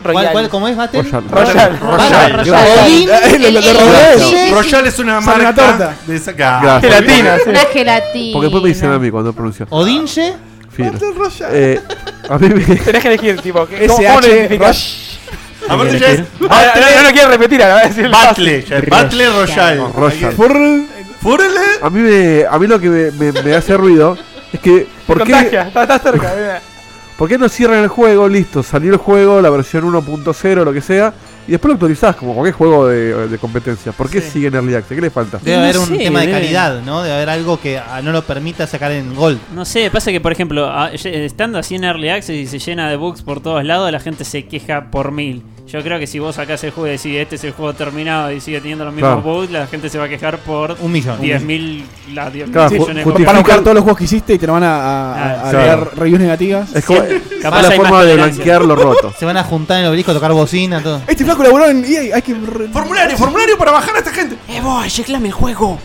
Speaker 5: ¿Cuál, cuál, ¿Cómo es, Battle?
Speaker 3: Royal.
Speaker 6: Royal.
Speaker 5: Battle
Speaker 7: Royale.
Speaker 5: Royale.
Speaker 7: Eh, lo- lo- lo
Speaker 4: El-
Speaker 7: robé.
Speaker 4: el-
Speaker 7: Sí,
Speaker 4: el-
Speaker 2: Royal es una
Speaker 7: Sale
Speaker 2: marca
Speaker 7: una torta.
Speaker 2: de Ah, saca.
Speaker 3: Gracias.
Speaker 6: Gelatina, sí.
Speaker 4: Una gelatina.
Speaker 3: Porque después me dicen a mí cuando pronuncio.
Speaker 5: Odinche.
Speaker 3: Fear. Eh, a mí me...
Speaker 6: Tenés que elegir, tipo, ¿qué- ¿cómo, cómo lo
Speaker 7: SH
Speaker 6: identificás?
Speaker 7: Rush.
Speaker 2: Aparte ya es
Speaker 6: Ahora, Ah, no, no lo quiero repetir, ahora voy a decir el
Speaker 2: Battle, ya es Battle Royale.
Speaker 3: Royal.
Speaker 2: Fúrele.
Speaker 3: A mí me, a mí lo que me, me- me hace ruido es que ¿por qué,
Speaker 6: Contagia, está- está cerca. mira.
Speaker 3: ¿por qué no cierran el juego? Listo, salió el juego, la versión 1.0, lo que sea, y después lo actualizás como cualquier juego de, de competencia. ¿Por qué sigue en Early Access? ¿Qué le falta?
Speaker 5: Debe
Speaker 8: No
Speaker 5: haber un
Speaker 8: sé,
Speaker 5: tema de
Speaker 8: debe-
Speaker 5: calidad, ¿no? Debe haber algo que ah, no lo permita sacar en Gold.
Speaker 8: No sé, pasa que, por ejemplo, a- ye- estando así en Early Access y se llena de bugs por todos lados, la gente se queja por mil. Yo creo que si vos sacás el juego y decís, este es el juego terminado y sigue teniendo los mismos
Speaker 3: Claro.
Speaker 8: bugs, la gente se va a quejar por
Speaker 5: Un millón.
Speaker 8: 10.000 la 10.000
Speaker 3: Claro, ju-
Speaker 8: millones de
Speaker 3: justifica-
Speaker 8: copias.
Speaker 7: Van a buscar todos los juegos que hiciste y te lo van a, a- a- a
Speaker 3: Claro.
Speaker 7: agregar reviews negativas.
Speaker 3: Es como
Speaker 8: capaz
Speaker 3: es la
Speaker 8: hay más
Speaker 3: forma de
Speaker 8: tolerancia.
Speaker 3: blanquear lo roto.
Speaker 5: Se van a juntar en el obelisco a tocar bocina, todo.
Speaker 7: Este flaco laburó en EA, hay que... re-
Speaker 2: Formulario, formulario para bajar a esta gente.
Speaker 9: ¡Eh, vos, arreglame el juego!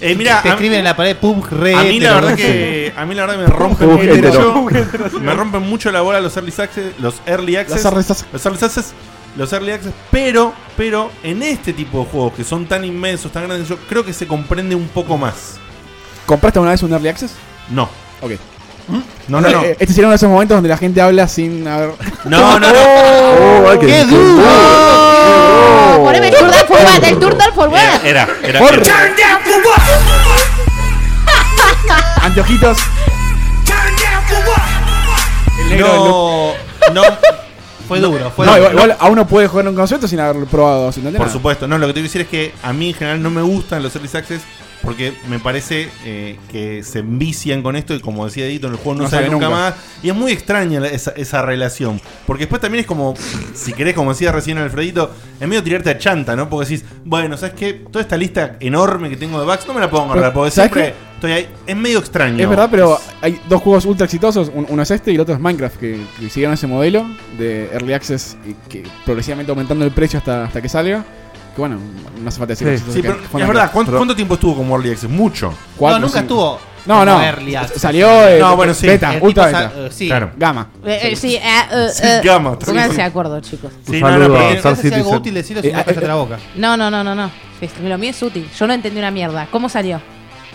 Speaker 2: Eh, mira,
Speaker 5: Te
Speaker 2: a,
Speaker 5: escriben en la pared, pum, re.
Speaker 2: a mí
Speaker 5: te
Speaker 2: la
Speaker 5: lo
Speaker 2: verdad
Speaker 5: hacen.
Speaker 2: que a mí la verdad me rompen
Speaker 3: Pum,
Speaker 2: mucho, me rompen mucho la bola los early access, los early access,
Speaker 7: Las arrasas-
Speaker 2: los early access, los early access, pero pero en este tipo de juegos que son tan inmensos, tan grandes, yo creo que se comprende un poco más.
Speaker 7: ¿Compraste una vez un Early Access?
Speaker 2: No,
Speaker 7: Ok.
Speaker 2: no, no, no.
Speaker 7: Eh, Este sería uno de esos momentos donde la gente habla sin haber...
Speaker 2: No, no, no.
Speaker 3: Oh, hay que-
Speaker 5: ¡Qué duro!
Speaker 4: Oh, poneme el Tour Down for What, el Tour Down for
Speaker 2: Era,
Speaker 4: What.
Speaker 2: era, era. era.
Speaker 7: Anteojitos.
Speaker 2: No, no,
Speaker 5: Fue duro, fue
Speaker 7: No,
Speaker 5: duro.
Speaker 7: igual, igual aún no puede jugar en un concepto sin haberlo probado, sin entender
Speaker 2: por
Speaker 7: nada.
Speaker 2: supuesto. No, lo que te quiero decir es que a mí en general no me gustan los early access porque me parece eh, que se envician con esto y como decía Edito, en el juego no,
Speaker 7: No
Speaker 2: sale
Speaker 7: sale
Speaker 2: nunca,
Speaker 7: nunca.
Speaker 2: más. Y es muy extraña la- esa, esa relación. Porque después también es como, si querés, como decía recién Alfredito, en medio de tirarte a chanta, ¿no? Porque decís, bueno, ¿sabes qué? Toda esta lista enorme que tengo de backs no me la puedo agarrar
Speaker 7: Pero,
Speaker 2: porque
Speaker 7: ¿sabes
Speaker 2: siempre estoy ahí. Es medio extraño.
Speaker 7: Es verdad, pero hay dos juegos ultra exitosos. un- Uno es este y el otro es Minecraft, que, que siguieron ese modelo de Early Access y que progresivamente aumentando el precio hasta, hasta que salga. Que bueno, no hace falta decir
Speaker 3: Sí.
Speaker 7: exitoso
Speaker 2: Sí,
Speaker 7: que-
Speaker 2: pero
Speaker 7: que
Speaker 2: es
Speaker 7: fue Minecraft.
Speaker 2: verdad, ¿cuánto, cuánto tiempo estuvo como Early Access? Mucho.
Speaker 7: Cuatro,
Speaker 5: no, nunca
Speaker 7: cinco.
Speaker 5: estuvo.
Speaker 7: No, no.
Speaker 5: como Early Access.
Speaker 7: Salió eh,
Speaker 2: No, bueno, sí.
Speaker 7: beta,
Speaker 5: El tipo
Speaker 7: ultra
Speaker 5: sa-
Speaker 7: beta.
Speaker 5: eh, sí.
Speaker 2: Claro.
Speaker 7: Gama.
Speaker 4: Eh, eh, Sí, ah, eh,
Speaker 2: Sí,
Speaker 4: eh,
Speaker 2: gama,
Speaker 4: Pónganse
Speaker 2: sí.
Speaker 4: de acuerdo, chicos.
Speaker 2: Sí,
Speaker 3: Un
Speaker 2: no, no,
Speaker 3: saludo
Speaker 2: pero-
Speaker 3: a
Speaker 5: Pero
Speaker 3: Star
Speaker 5: si algo
Speaker 3: Citizen.
Speaker 5: útil decirlo, si
Speaker 7: Eh,
Speaker 5: no, cállate la boca.
Speaker 4: No, no, no, no, no. Es que Lo mío es útil. Yo no entendí una mierda. ¿Cómo salió?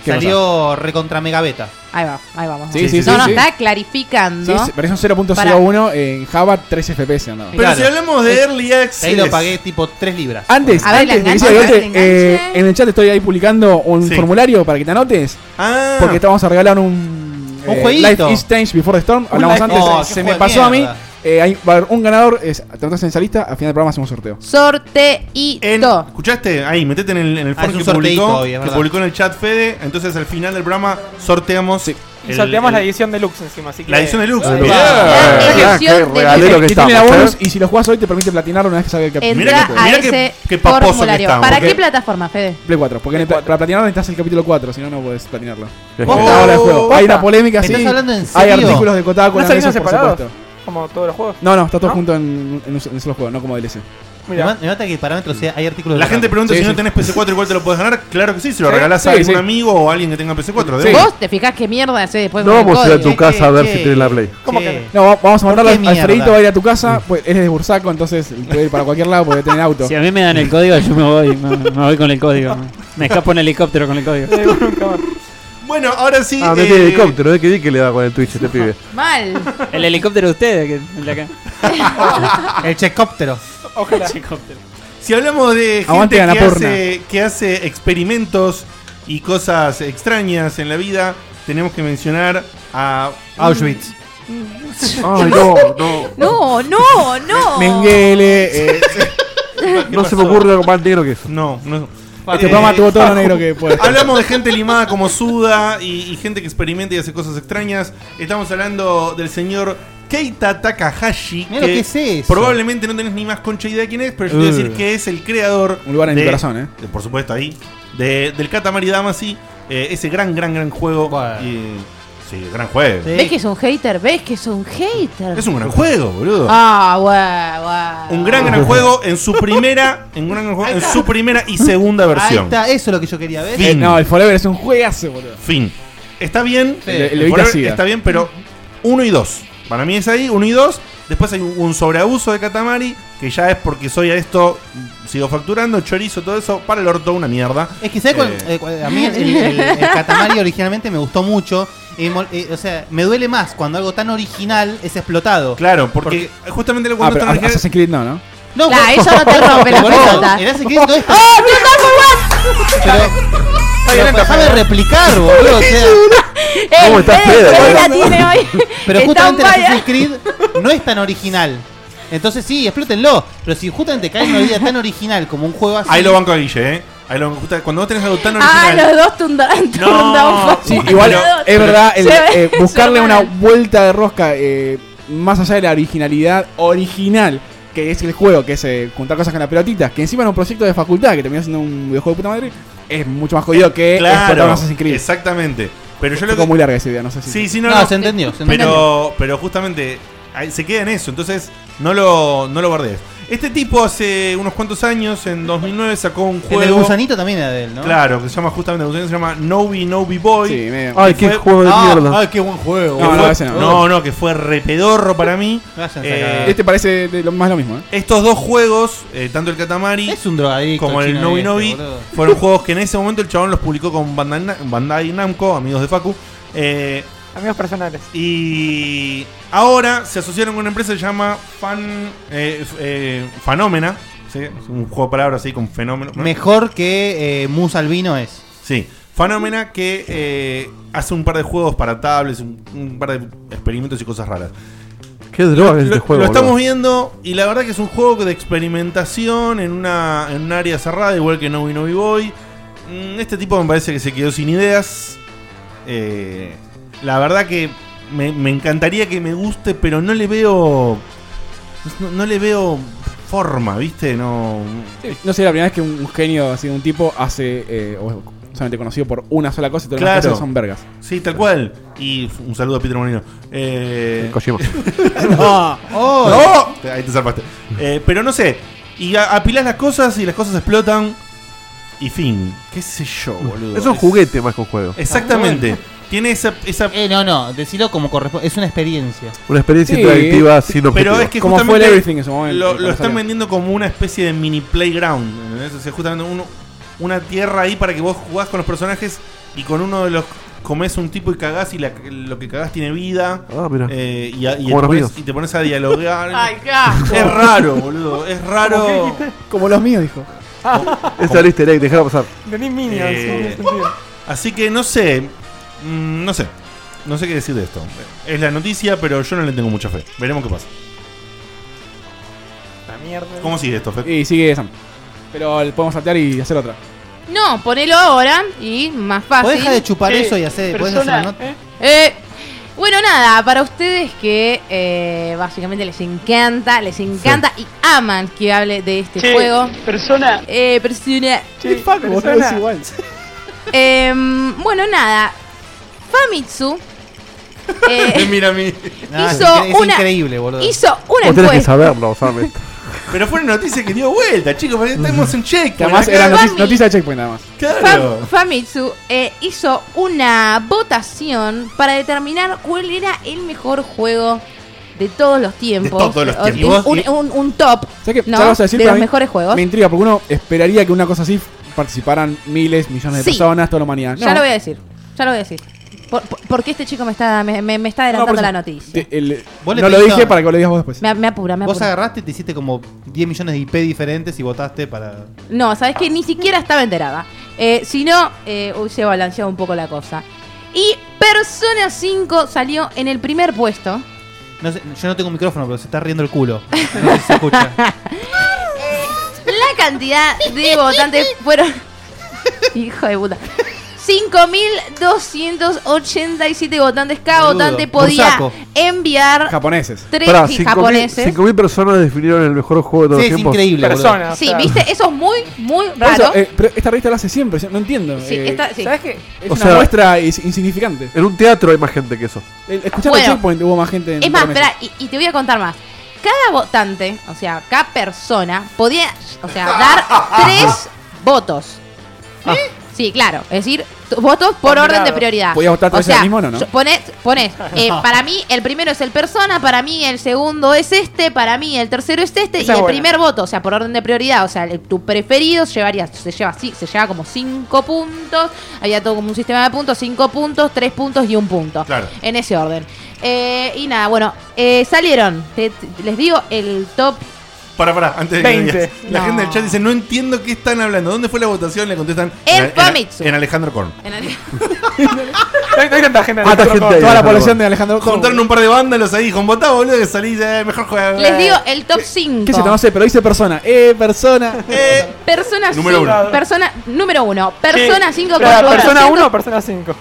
Speaker 7: ¿Qué
Speaker 5: Salió recontra mega beta.
Speaker 4: Ahí va, ahí vamos.
Speaker 7: Sí, sí, sí,
Speaker 4: no, no,
Speaker 7: sí.
Speaker 4: está clarificando.
Speaker 7: Sí, sí, pero es un 0.01 en Java 3 FPS andaba.
Speaker 2: Pero
Speaker 5: Claro.
Speaker 2: si hablamos de Early Access.
Speaker 5: Ahí lo pagué tipo 3 libras.
Speaker 7: Antes,
Speaker 4: A ver, la
Speaker 7: antes de que se
Speaker 4: enganche,
Speaker 7: adelante,
Speaker 4: la enganche.
Speaker 7: eh, en el chat estoy ahí publicando un
Speaker 2: Sí.
Speaker 7: formulario para que te anotes.
Speaker 2: Ah,
Speaker 7: Porque te vamos a regalar un. eh,
Speaker 5: Un jueguito.
Speaker 7: Life is Strange Before the Storm. Hablamos
Speaker 5: Life-
Speaker 7: antes.
Speaker 5: Oh, qué
Speaker 7: se me
Speaker 5: juego de
Speaker 7: pasó a mí.
Speaker 5: mierda.
Speaker 7: Eh, hay, va a haber un ganador. Es, te anotas en esa lista. Al final del programa hacemos un sorteo.
Speaker 2: en-
Speaker 4: Sorteito.
Speaker 2: ¿Escuchaste? Ahí, metete en el, en el
Speaker 5: Ah,
Speaker 2: form
Speaker 5: es un
Speaker 2: que, publicó,
Speaker 5: sorteíto hoy, es
Speaker 2: que
Speaker 5: verdad.
Speaker 2: publicó en el chat Fede. Entonces al final del programa sorteamos.
Speaker 6: Y
Speaker 2: el-
Speaker 6: sorteamos
Speaker 2: el-
Speaker 6: la edición deluxe encima, así que. Ah,
Speaker 2: la edición deluxe.
Speaker 6: Ahí va.
Speaker 2: Mirá.
Speaker 4: La
Speaker 3: Ah,
Speaker 4: elección
Speaker 3: qué
Speaker 4: de-
Speaker 3: regalero que
Speaker 7: Que tiene la
Speaker 3: estamos,
Speaker 7: bonus
Speaker 3: ¿eh?
Speaker 7: y si lo juegas hoy te permite platinarlo una vez que salga el capítulo.
Speaker 4: Entra
Speaker 2: Mirá que-
Speaker 4: a
Speaker 2: mirá que-
Speaker 4: ese
Speaker 2: qué paposo que
Speaker 4: formulario.
Speaker 2: estamos,
Speaker 4: ¿Para
Speaker 2: porque-
Speaker 4: qué plataforma, Fede?
Speaker 7: Play 4, porque en el- para platinarlo necesitas el capítulo 4, si no, no puedes platinarlo.
Speaker 3: Bien.
Speaker 7: Está ahora el juego. Hay una polémica,
Speaker 5: ¿Me
Speaker 7: sí.
Speaker 5: estás hablando en
Speaker 7: Hay
Speaker 5: serio?
Speaker 7: artículos de Kotaku,
Speaker 6: ¿No
Speaker 7: nada de
Speaker 6: salieron
Speaker 7: eso, por
Speaker 6: separados?
Speaker 7: supuesto.
Speaker 6: Como todos los juegos. Ah.
Speaker 7: No, no, está todo
Speaker 6: ¿No?
Speaker 7: junto en, en un en un solo juego, no como DLC.
Speaker 5: Me
Speaker 6: Mira.
Speaker 5: ma- me mata que el parámetro sea. Hay artículos
Speaker 2: La gente pregunta
Speaker 7: Sí,
Speaker 2: si
Speaker 7: sí.
Speaker 2: no tenés PC4 igual te lo puedes ganar. Claro que sí, se lo
Speaker 7: Sí,
Speaker 2: regalás a
Speaker 7: sí,
Speaker 2: algún
Speaker 7: sí.
Speaker 2: amigo o a alguien que tenga PC4. de
Speaker 7: Sí.
Speaker 2: una.
Speaker 4: Vos te fijás qué mierda hace después
Speaker 3: No
Speaker 4: con el
Speaker 3: vamos a ir a
Speaker 4: código.
Speaker 3: tu casa a ver
Speaker 5: che.
Speaker 3: si tiene la Play.
Speaker 6: ¿Cómo
Speaker 5: Che.
Speaker 6: que?
Speaker 7: No, va- vamos a mandarlo
Speaker 5: qué
Speaker 7: al- al
Speaker 5: mierda?
Speaker 7: Fredito va a ir a tu casa, pues él es de Bursaco, entonces puede ir para cualquier lado porque tiene auto.
Speaker 8: Si a mí me dan el código, yo me voy, me, me voy con el código. Me escapo en helicóptero con el código.
Speaker 2: Bueno, ahora sí.
Speaker 3: Ah, metí
Speaker 2: eh,
Speaker 3: el helicóptero, ¿eh? Que vi que le da con el Twitch este pibe.
Speaker 4: Mal.
Speaker 8: El helicóptero de ustedes, que el de acá.
Speaker 5: El checóptero.
Speaker 6: Ojalá.
Speaker 8: helicóptero.
Speaker 2: Si hablamos de gente
Speaker 7: Aguante
Speaker 2: que
Speaker 7: Annapurna.
Speaker 2: hace, que hace experimentos y cosas extrañas en la vida, tenemos que mencionar a
Speaker 5: Auschwitz.
Speaker 3: Ay, no, no.
Speaker 4: No, no, no.
Speaker 7: Mengele, eh,
Speaker 3: No se me ocurre algo más negro que eso.
Speaker 2: No, no.
Speaker 7: este
Speaker 2: Eh,
Speaker 7: programa tuvo todo lo negro que puede. estar.
Speaker 2: Hablamos de gente limada como Suda y, y gente que experimenta y hace cosas extrañas. Estamos hablando del señor Keita Takahashi.
Speaker 5: Mira lo que es eso.
Speaker 2: Probablemente no tenés ni más concha idea de quién es, pero yo te voy a decir
Speaker 3: Uh.
Speaker 2: que es el creador.
Speaker 7: Un lugar en mi corazón, ¿eh?
Speaker 2: de- por supuesto, ahí. de- del Katamari Damacy. eh, ese gran, gran, gran juego.
Speaker 5: Bueno.
Speaker 2: Y- sí, gran juego.
Speaker 5: Sí.
Speaker 4: ¿Ves que es un hater? ¿Ves que es un hater?
Speaker 2: Es un gran juego, boludo.
Speaker 4: Ah, guau, guau.
Speaker 2: Un gran, gran juego en su primera. En, un gran juego, en su primera y segunda
Speaker 5: Ahí
Speaker 2: versión.
Speaker 5: está, eso es lo que yo quería ver.
Speaker 2: Fin.
Speaker 7: Eh, no, el Forever es un juegazo, boludo.
Speaker 2: Fin. Está bien.
Speaker 5: Sí.
Speaker 7: El, el
Speaker 2: El
Speaker 7: Evita
Speaker 2: Forever
Speaker 7: Siga.
Speaker 2: está bien, pero 1 y 2. Para mí es ahí, 1 y 2. Después hay un sobreabuso de Katamari, que ya es porque soy a esto, sigo facturando, chorizo, todo eso, para el orto una mierda.
Speaker 5: Es que ¿sabes cuál-
Speaker 2: Eh.
Speaker 5: eh, cuál- a mí el, el- el Katamari originalmente me gustó mucho. y mol- eh, o sea, me duele más cuando algo tan original es explotado.
Speaker 2: Claro, porque justamente lo
Speaker 7: Ah,
Speaker 2: cuando
Speaker 7: pero
Speaker 2: están
Speaker 7: Assassin's Creed no, ¿no?
Speaker 5: No,
Speaker 4: La,
Speaker 5: pues-
Speaker 4: eso no te rompe la
Speaker 5: Por eso,
Speaker 4: pelota.
Speaker 5: el Assassin's Creed no es tan-
Speaker 4: ¡Oh, New Number One!
Speaker 5: Pero, pero
Speaker 6: violento,
Speaker 5: sabe replicar, boludo. o sea,
Speaker 4: ¿Cómo
Speaker 3: estás, Fede?
Speaker 4: la tiene hoy. Está
Speaker 5: pero justamente el
Speaker 4: un
Speaker 5: Assassin's Creed no es tan original. Entonces sí, explótenlo. Pero si justamente cae en una idea tan original como un juego así.
Speaker 2: Ahí lo banco a Guille, ¿eh? Ahí lo banco. Justo Cuando vos tenés algo tan
Speaker 4: Ah,
Speaker 2: original.
Speaker 4: los dos tundaron
Speaker 2: No.
Speaker 7: Sí, igual
Speaker 2: Pero-
Speaker 7: es verdad, el,
Speaker 4: Se-
Speaker 7: eh, buscarle
Speaker 4: se
Speaker 7: una
Speaker 4: van.
Speaker 7: vuelta de rosca eh, más allá de la originalidad original que es el juego, que es eh, juntar cosas con la pelotita, que encima era un proyecto de facultad que terminó siendo un videojuego de puta madre, es mucho más jodido que explotar un
Speaker 2: Eh, claro,
Speaker 7: Assassin's Creed.
Speaker 2: exactamente. Pero yo
Speaker 7: Fue
Speaker 2: lo
Speaker 7: como
Speaker 2: que.
Speaker 7: muy larga esa idea, no sé si.
Speaker 2: Sí, sí, no,
Speaker 5: No,
Speaker 2: no. eh,
Speaker 5: se entendió. se entendió.
Speaker 2: Pero, pero justamente ahí se queda en eso, entonces no lo, no lo bardees. Este tipo hace unos cuantos años, en 2009, sacó un
Speaker 5: el del
Speaker 2: juego.
Speaker 5: gusanito también era de él, ¿no?
Speaker 2: Claro, que se llama justamente el gusanito, se llama Novi Novi Boy.
Speaker 7: Sí, medio-
Speaker 3: Ay, qué
Speaker 2: Fue-
Speaker 3: juego de
Speaker 5: Ah,
Speaker 3: mierda.
Speaker 5: ay, qué buen juego.
Speaker 2: Que
Speaker 7: No,
Speaker 2: fue-
Speaker 7: no,
Speaker 2: no,
Speaker 7: ese no.
Speaker 2: no, que fue repedorro para mí.
Speaker 5: Me hacen
Speaker 2: Eh,
Speaker 5: sacar.
Speaker 7: Este parece de lo- más lo mismo, ¿eh?
Speaker 2: Estos dos juegos, eh, tanto el Katamari
Speaker 5: es un drogadicto.
Speaker 2: como el
Speaker 5: chino
Speaker 2: Novi
Speaker 5: este,
Speaker 2: Novi,
Speaker 5: boludo.
Speaker 2: fueron juegos que en ese momento el chabón los publicó con Bandai, Na- Bandai Namco, amigos de Facu. Eh,
Speaker 6: Amigos personales.
Speaker 2: Y ahora se asociaron con una empresa que se llama Fan, eh, f- eh, Fanómena. ¿sí? Es un juego de palabras así con fenómeno. ¿no?
Speaker 5: Mejor que eh, Mus Albino es.
Speaker 2: Sí. Fanómena que eh, hace un par de juegos para tablets, un, un par de experimentos y cosas raras.
Speaker 3: Qué droga es
Speaker 2: Lo,
Speaker 3: este juego.
Speaker 2: lo estamos
Speaker 3: boludo.
Speaker 2: viendo y la verdad que es un juego de experimentación en una en un área cerrada, igual que No Novi Boy. Mm, Este tipo me parece que se quedó sin ideas. Eh, la verdad que me, me encantaría que me guste, pero no le veo. No, no le veo forma, ¿viste? No.
Speaker 7: No sé, la primera vez que un, un genio, así un tipo, hace. eh, o- solamente conocido por una sola cosa y todas las
Speaker 2: Claro.
Speaker 7: cosas son vergas.
Speaker 2: Sí, tal cual. Y un saludo a Peter Molino. Eh,
Speaker 3: Kojima.
Speaker 5: Oh,
Speaker 2: ¡No! Ahí te zarpaste. Eh, pero no sé. Y a- apilás las cosas y las cosas explotan. Y fin. ¿Qué sé yo, boludo?
Speaker 3: Es un juguete más que un juego.
Speaker 2: Exactamente. Tiene esa. esa
Speaker 5: Ah, Eh, no, no, decilo como corresponde. Es una experiencia.
Speaker 3: Una experiencia
Speaker 7: Sí.
Speaker 3: interactiva sin objetivo.
Speaker 2: pero es que
Speaker 7: Como fue el
Speaker 2: justamente
Speaker 7: Everything en su momento.
Speaker 2: lo,
Speaker 7: cuando
Speaker 2: lo están
Speaker 7: salió.
Speaker 2: vendiendo como una especie de mini playground. ¿entendés? O sea, justamente uno- una tierra ahí para que vos jugás con los personajes y con uno de los comés un tipo y cagás y la- lo que cagás tiene vida.
Speaker 3: Ah, mira.
Speaker 2: Eh, y, a- y
Speaker 3: Como
Speaker 2: te
Speaker 3: los
Speaker 2: pones-
Speaker 3: míos.
Speaker 2: y te pones a dialogar.
Speaker 4: Ay, God.
Speaker 2: es raro, boludo. Es raro.
Speaker 7: Como los míos, dijo.
Speaker 3: Ese era el easter egg, dejalo pasar.
Speaker 6: Denis Minions.
Speaker 2: Eh.
Speaker 6: no tiene sentido.
Speaker 2: Así que no sé. mm, no sé. No sé qué decir de esto. Es la noticia, pero yo no le tengo mucha fe. Veremos qué pasa.
Speaker 6: La mierda.
Speaker 2: ¿Cómo sigue esto, Fe?
Speaker 7: Y sigue Sam. Pero le podemos saltear y hacer otra.
Speaker 4: No, ponelo ahora y más
Speaker 5: Podés
Speaker 4: fácil.
Speaker 5: dejar de chupar eso y hacer. Podés hacer la
Speaker 6: Persona,
Speaker 5: nota.
Speaker 6: ¿eh?
Speaker 4: Eh, bueno, nada, para ustedes que eh, básicamente les encanta, les encanta y aman que hable de este
Speaker 6: Che,
Speaker 4: juego.
Speaker 6: Persona.
Speaker 4: Eh, persona.
Speaker 6: Che,
Speaker 7: Vos
Speaker 6: persona.
Speaker 7: es igual.
Speaker 4: Em, bueno, nada. Famitsu eh,
Speaker 2: Mira a mí.
Speaker 5: Ah, es
Speaker 4: Hizo
Speaker 5: incre- es
Speaker 4: una-
Speaker 5: increíble, boludo.
Speaker 4: hizo una
Speaker 3: Vos tenés que
Speaker 4: encuesta.
Speaker 3: saberlo, ¿sabes?
Speaker 2: Pero fue una noticia que dio vuelta, chicos. porque Estamos en check.
Speaker 7: Que además era
Speaker 4: Bambi.
Speaker 7: noticia, noticia de Checkpoint, nada más.
Speaker 2: Claro.
Speaker 4: Fam- Famitsu eh, hizo una votación para determinar cuál era el mejor juego de todos los tiempos.
Speaker 2: De todos los
Speaker 4: O-
Speaker 2: tiempos.
Speaker 4: Un, un- un top
Speaker 7: ¿Sabes qué?
Speaker 4: ¿no?
Speaker 7: Ya vas a decir,
Speaker 4: de
Speaker 7: pero
Speaker 4: los
Speaker 7: a mí
Speaker 4: mejores juegos.
Speaker 7: Me intriga, porque uno esperaría que una cosa así participaran miles, millones de
Speaker 4: Sí.
Speaker 7: personas, toda la humanidad.
Speaker 4: Ya lo voy a decir. Ya lo voy a decir. Por, por- porque este chico me está, me, me- me está
Speaker 7: No,
Speaker 4: adelantando
Speaker 7: por eso.
Speaker 4: la noticia.
Speaker 7: Te- el-
Speaker 5: Vos le
Speaker 7: no lo
Speaker 5: pedís
Speaker 7: dije
Speaker 5: todo.
Speaker 7: para que lo digas vos después.
Speaker 4: Me, me apura, me
Speaker 5: Vos
Speaker 4: apura.
Speaker 5: agarraste y te hiciste como 10 millones de IP diferentes y votaste para.
Speaker 4: No, sabes que ni siquiera estaba enterada. Eh, si no, eh, hubiese balanceado un poco la cosa. Y Persona 5 salió en el primer puesto.
Speaker 5: No sé, yo no tengo micrófono, pero se está riendo el culo. No sé si se escucha.
Speaker 4: La cantidad de votantes fueron. Hijo de puta. 5.287 votantes. Cada
Speaker 5: Boludo,
Speaker 4: votante podía
Speaker 5: bursaco.
Speaker 4: enviar
Speaker 7: Japoneses.
Speaker 4: tres
Speaker 3: Pará,
Speaker 4: ji-
Speaker 3: 5.000
Speaker 4: japoneses.
Speaker 3: 5.000 personas definieron el mejor juego de todos los
Speaker 5: Sí, es
Speaker 3: tiempos.
Speaker 5: increíble, boludo.
Speaker 6: Persona. o
Speaker 4: Sí,
Speaker 6: sea.
Speaker 4: viste, eso es muy, muy
Speaker 7: Por eso,
Speaker 4: raro.
Speaker 7: eh, pero esta revista lo hace siempre, yo no entiendo.
Speaker 4: Sí,
Speaker 7: eh,
Speaker 4: esta- sí.
Speaker 6: ¿Sabes qué?
Speaker 7: Es
Speaker 3: O
Speaker 7: una
Speaker 3: sea-
Speaker 7: muestra is- insignificante.
Speaker 3: En un teatro hay más gente que eso.
Speaker 7: El- Escuchando
Speaker 4: Bueno.
Speaker 7: Checkpoint hubo más gente en
Speaker 4: Es más,
Speaker 7: Japoneses.
Speaker 4: espera, y, y te voy a contar más. Cada votante, o sea, cada persona, podía, o sea, dar
Speaker 7: Ah,
Speaker 4: tres votos. Sí, claro. Es decir, t- votos por
Speaker 6: Combinado.
Speaker 4: orden de prioridad.
Speaker 7: ¿Podías votar tres
Speaker 4: o sea,
Speaker 7: al mismo o no, no?
Speaker 4: yo- Ponés, ponés, eh, para mí el primero es el persona, para mí el segundo es este, para mí el tercero es este
Speaker 6: Esa
Speaker 4: y
Speaker 6: es
Speaker 4: el
Speaker 6: buena.
Speaker 4: primer voto, o sea, por orden de prioridad, o sea, el- tu preferido llevaría, se lleva así, se lleva como cinco puntos, había todo como un sistema de puntos, cinco puntos, tres puntos y un punto.
Speaker 2: Claro.
Speaker 4: En ese orden. Eh, y nada, bueno, eh, salieron, te- te- les digo, el top
Speaker 2: Para, para, antes de que
Speaker 6: 20.
Speaker 2: lo digas. La
Speaker 4: No.
Speaker 2: gente del chat dice, no entiendo qué están hablando. ¿Dónde fue la votación? Le contestan
Speaker 4: En Famitsu.
Speaker 2: en, Alejandro Korn.
Speaker 4: En realidad-
Speaker 6: No hay, no hay tanta gente en el
Speaker 3: Mata
Speaker 6: Discord,
Speaker 3: gente
Speaker 6: toda
Speaker 3: ahí.
Speaker 7: Toda
Speaker 6: la-
Speaker 7: la población de Alejandro Korn.
Speaker 2: Juntaron un par de vándalos ahí, con votá, boludo, que salís, eh, mejor jugar.
Speaker 4: Les digo el top 5.
Speaker 7: ¿Qué se No sé, pero dice persona. Eh, persona.
Speaker 2: Eh,
Speaker 4: Persona
Speaker 2: Número
Speaker 4: cinco-
Speaker 6: uno.
Speaker 4: Persona número 1. Persona 5
Speaker 6: Pero, Persona 1 o persona 5.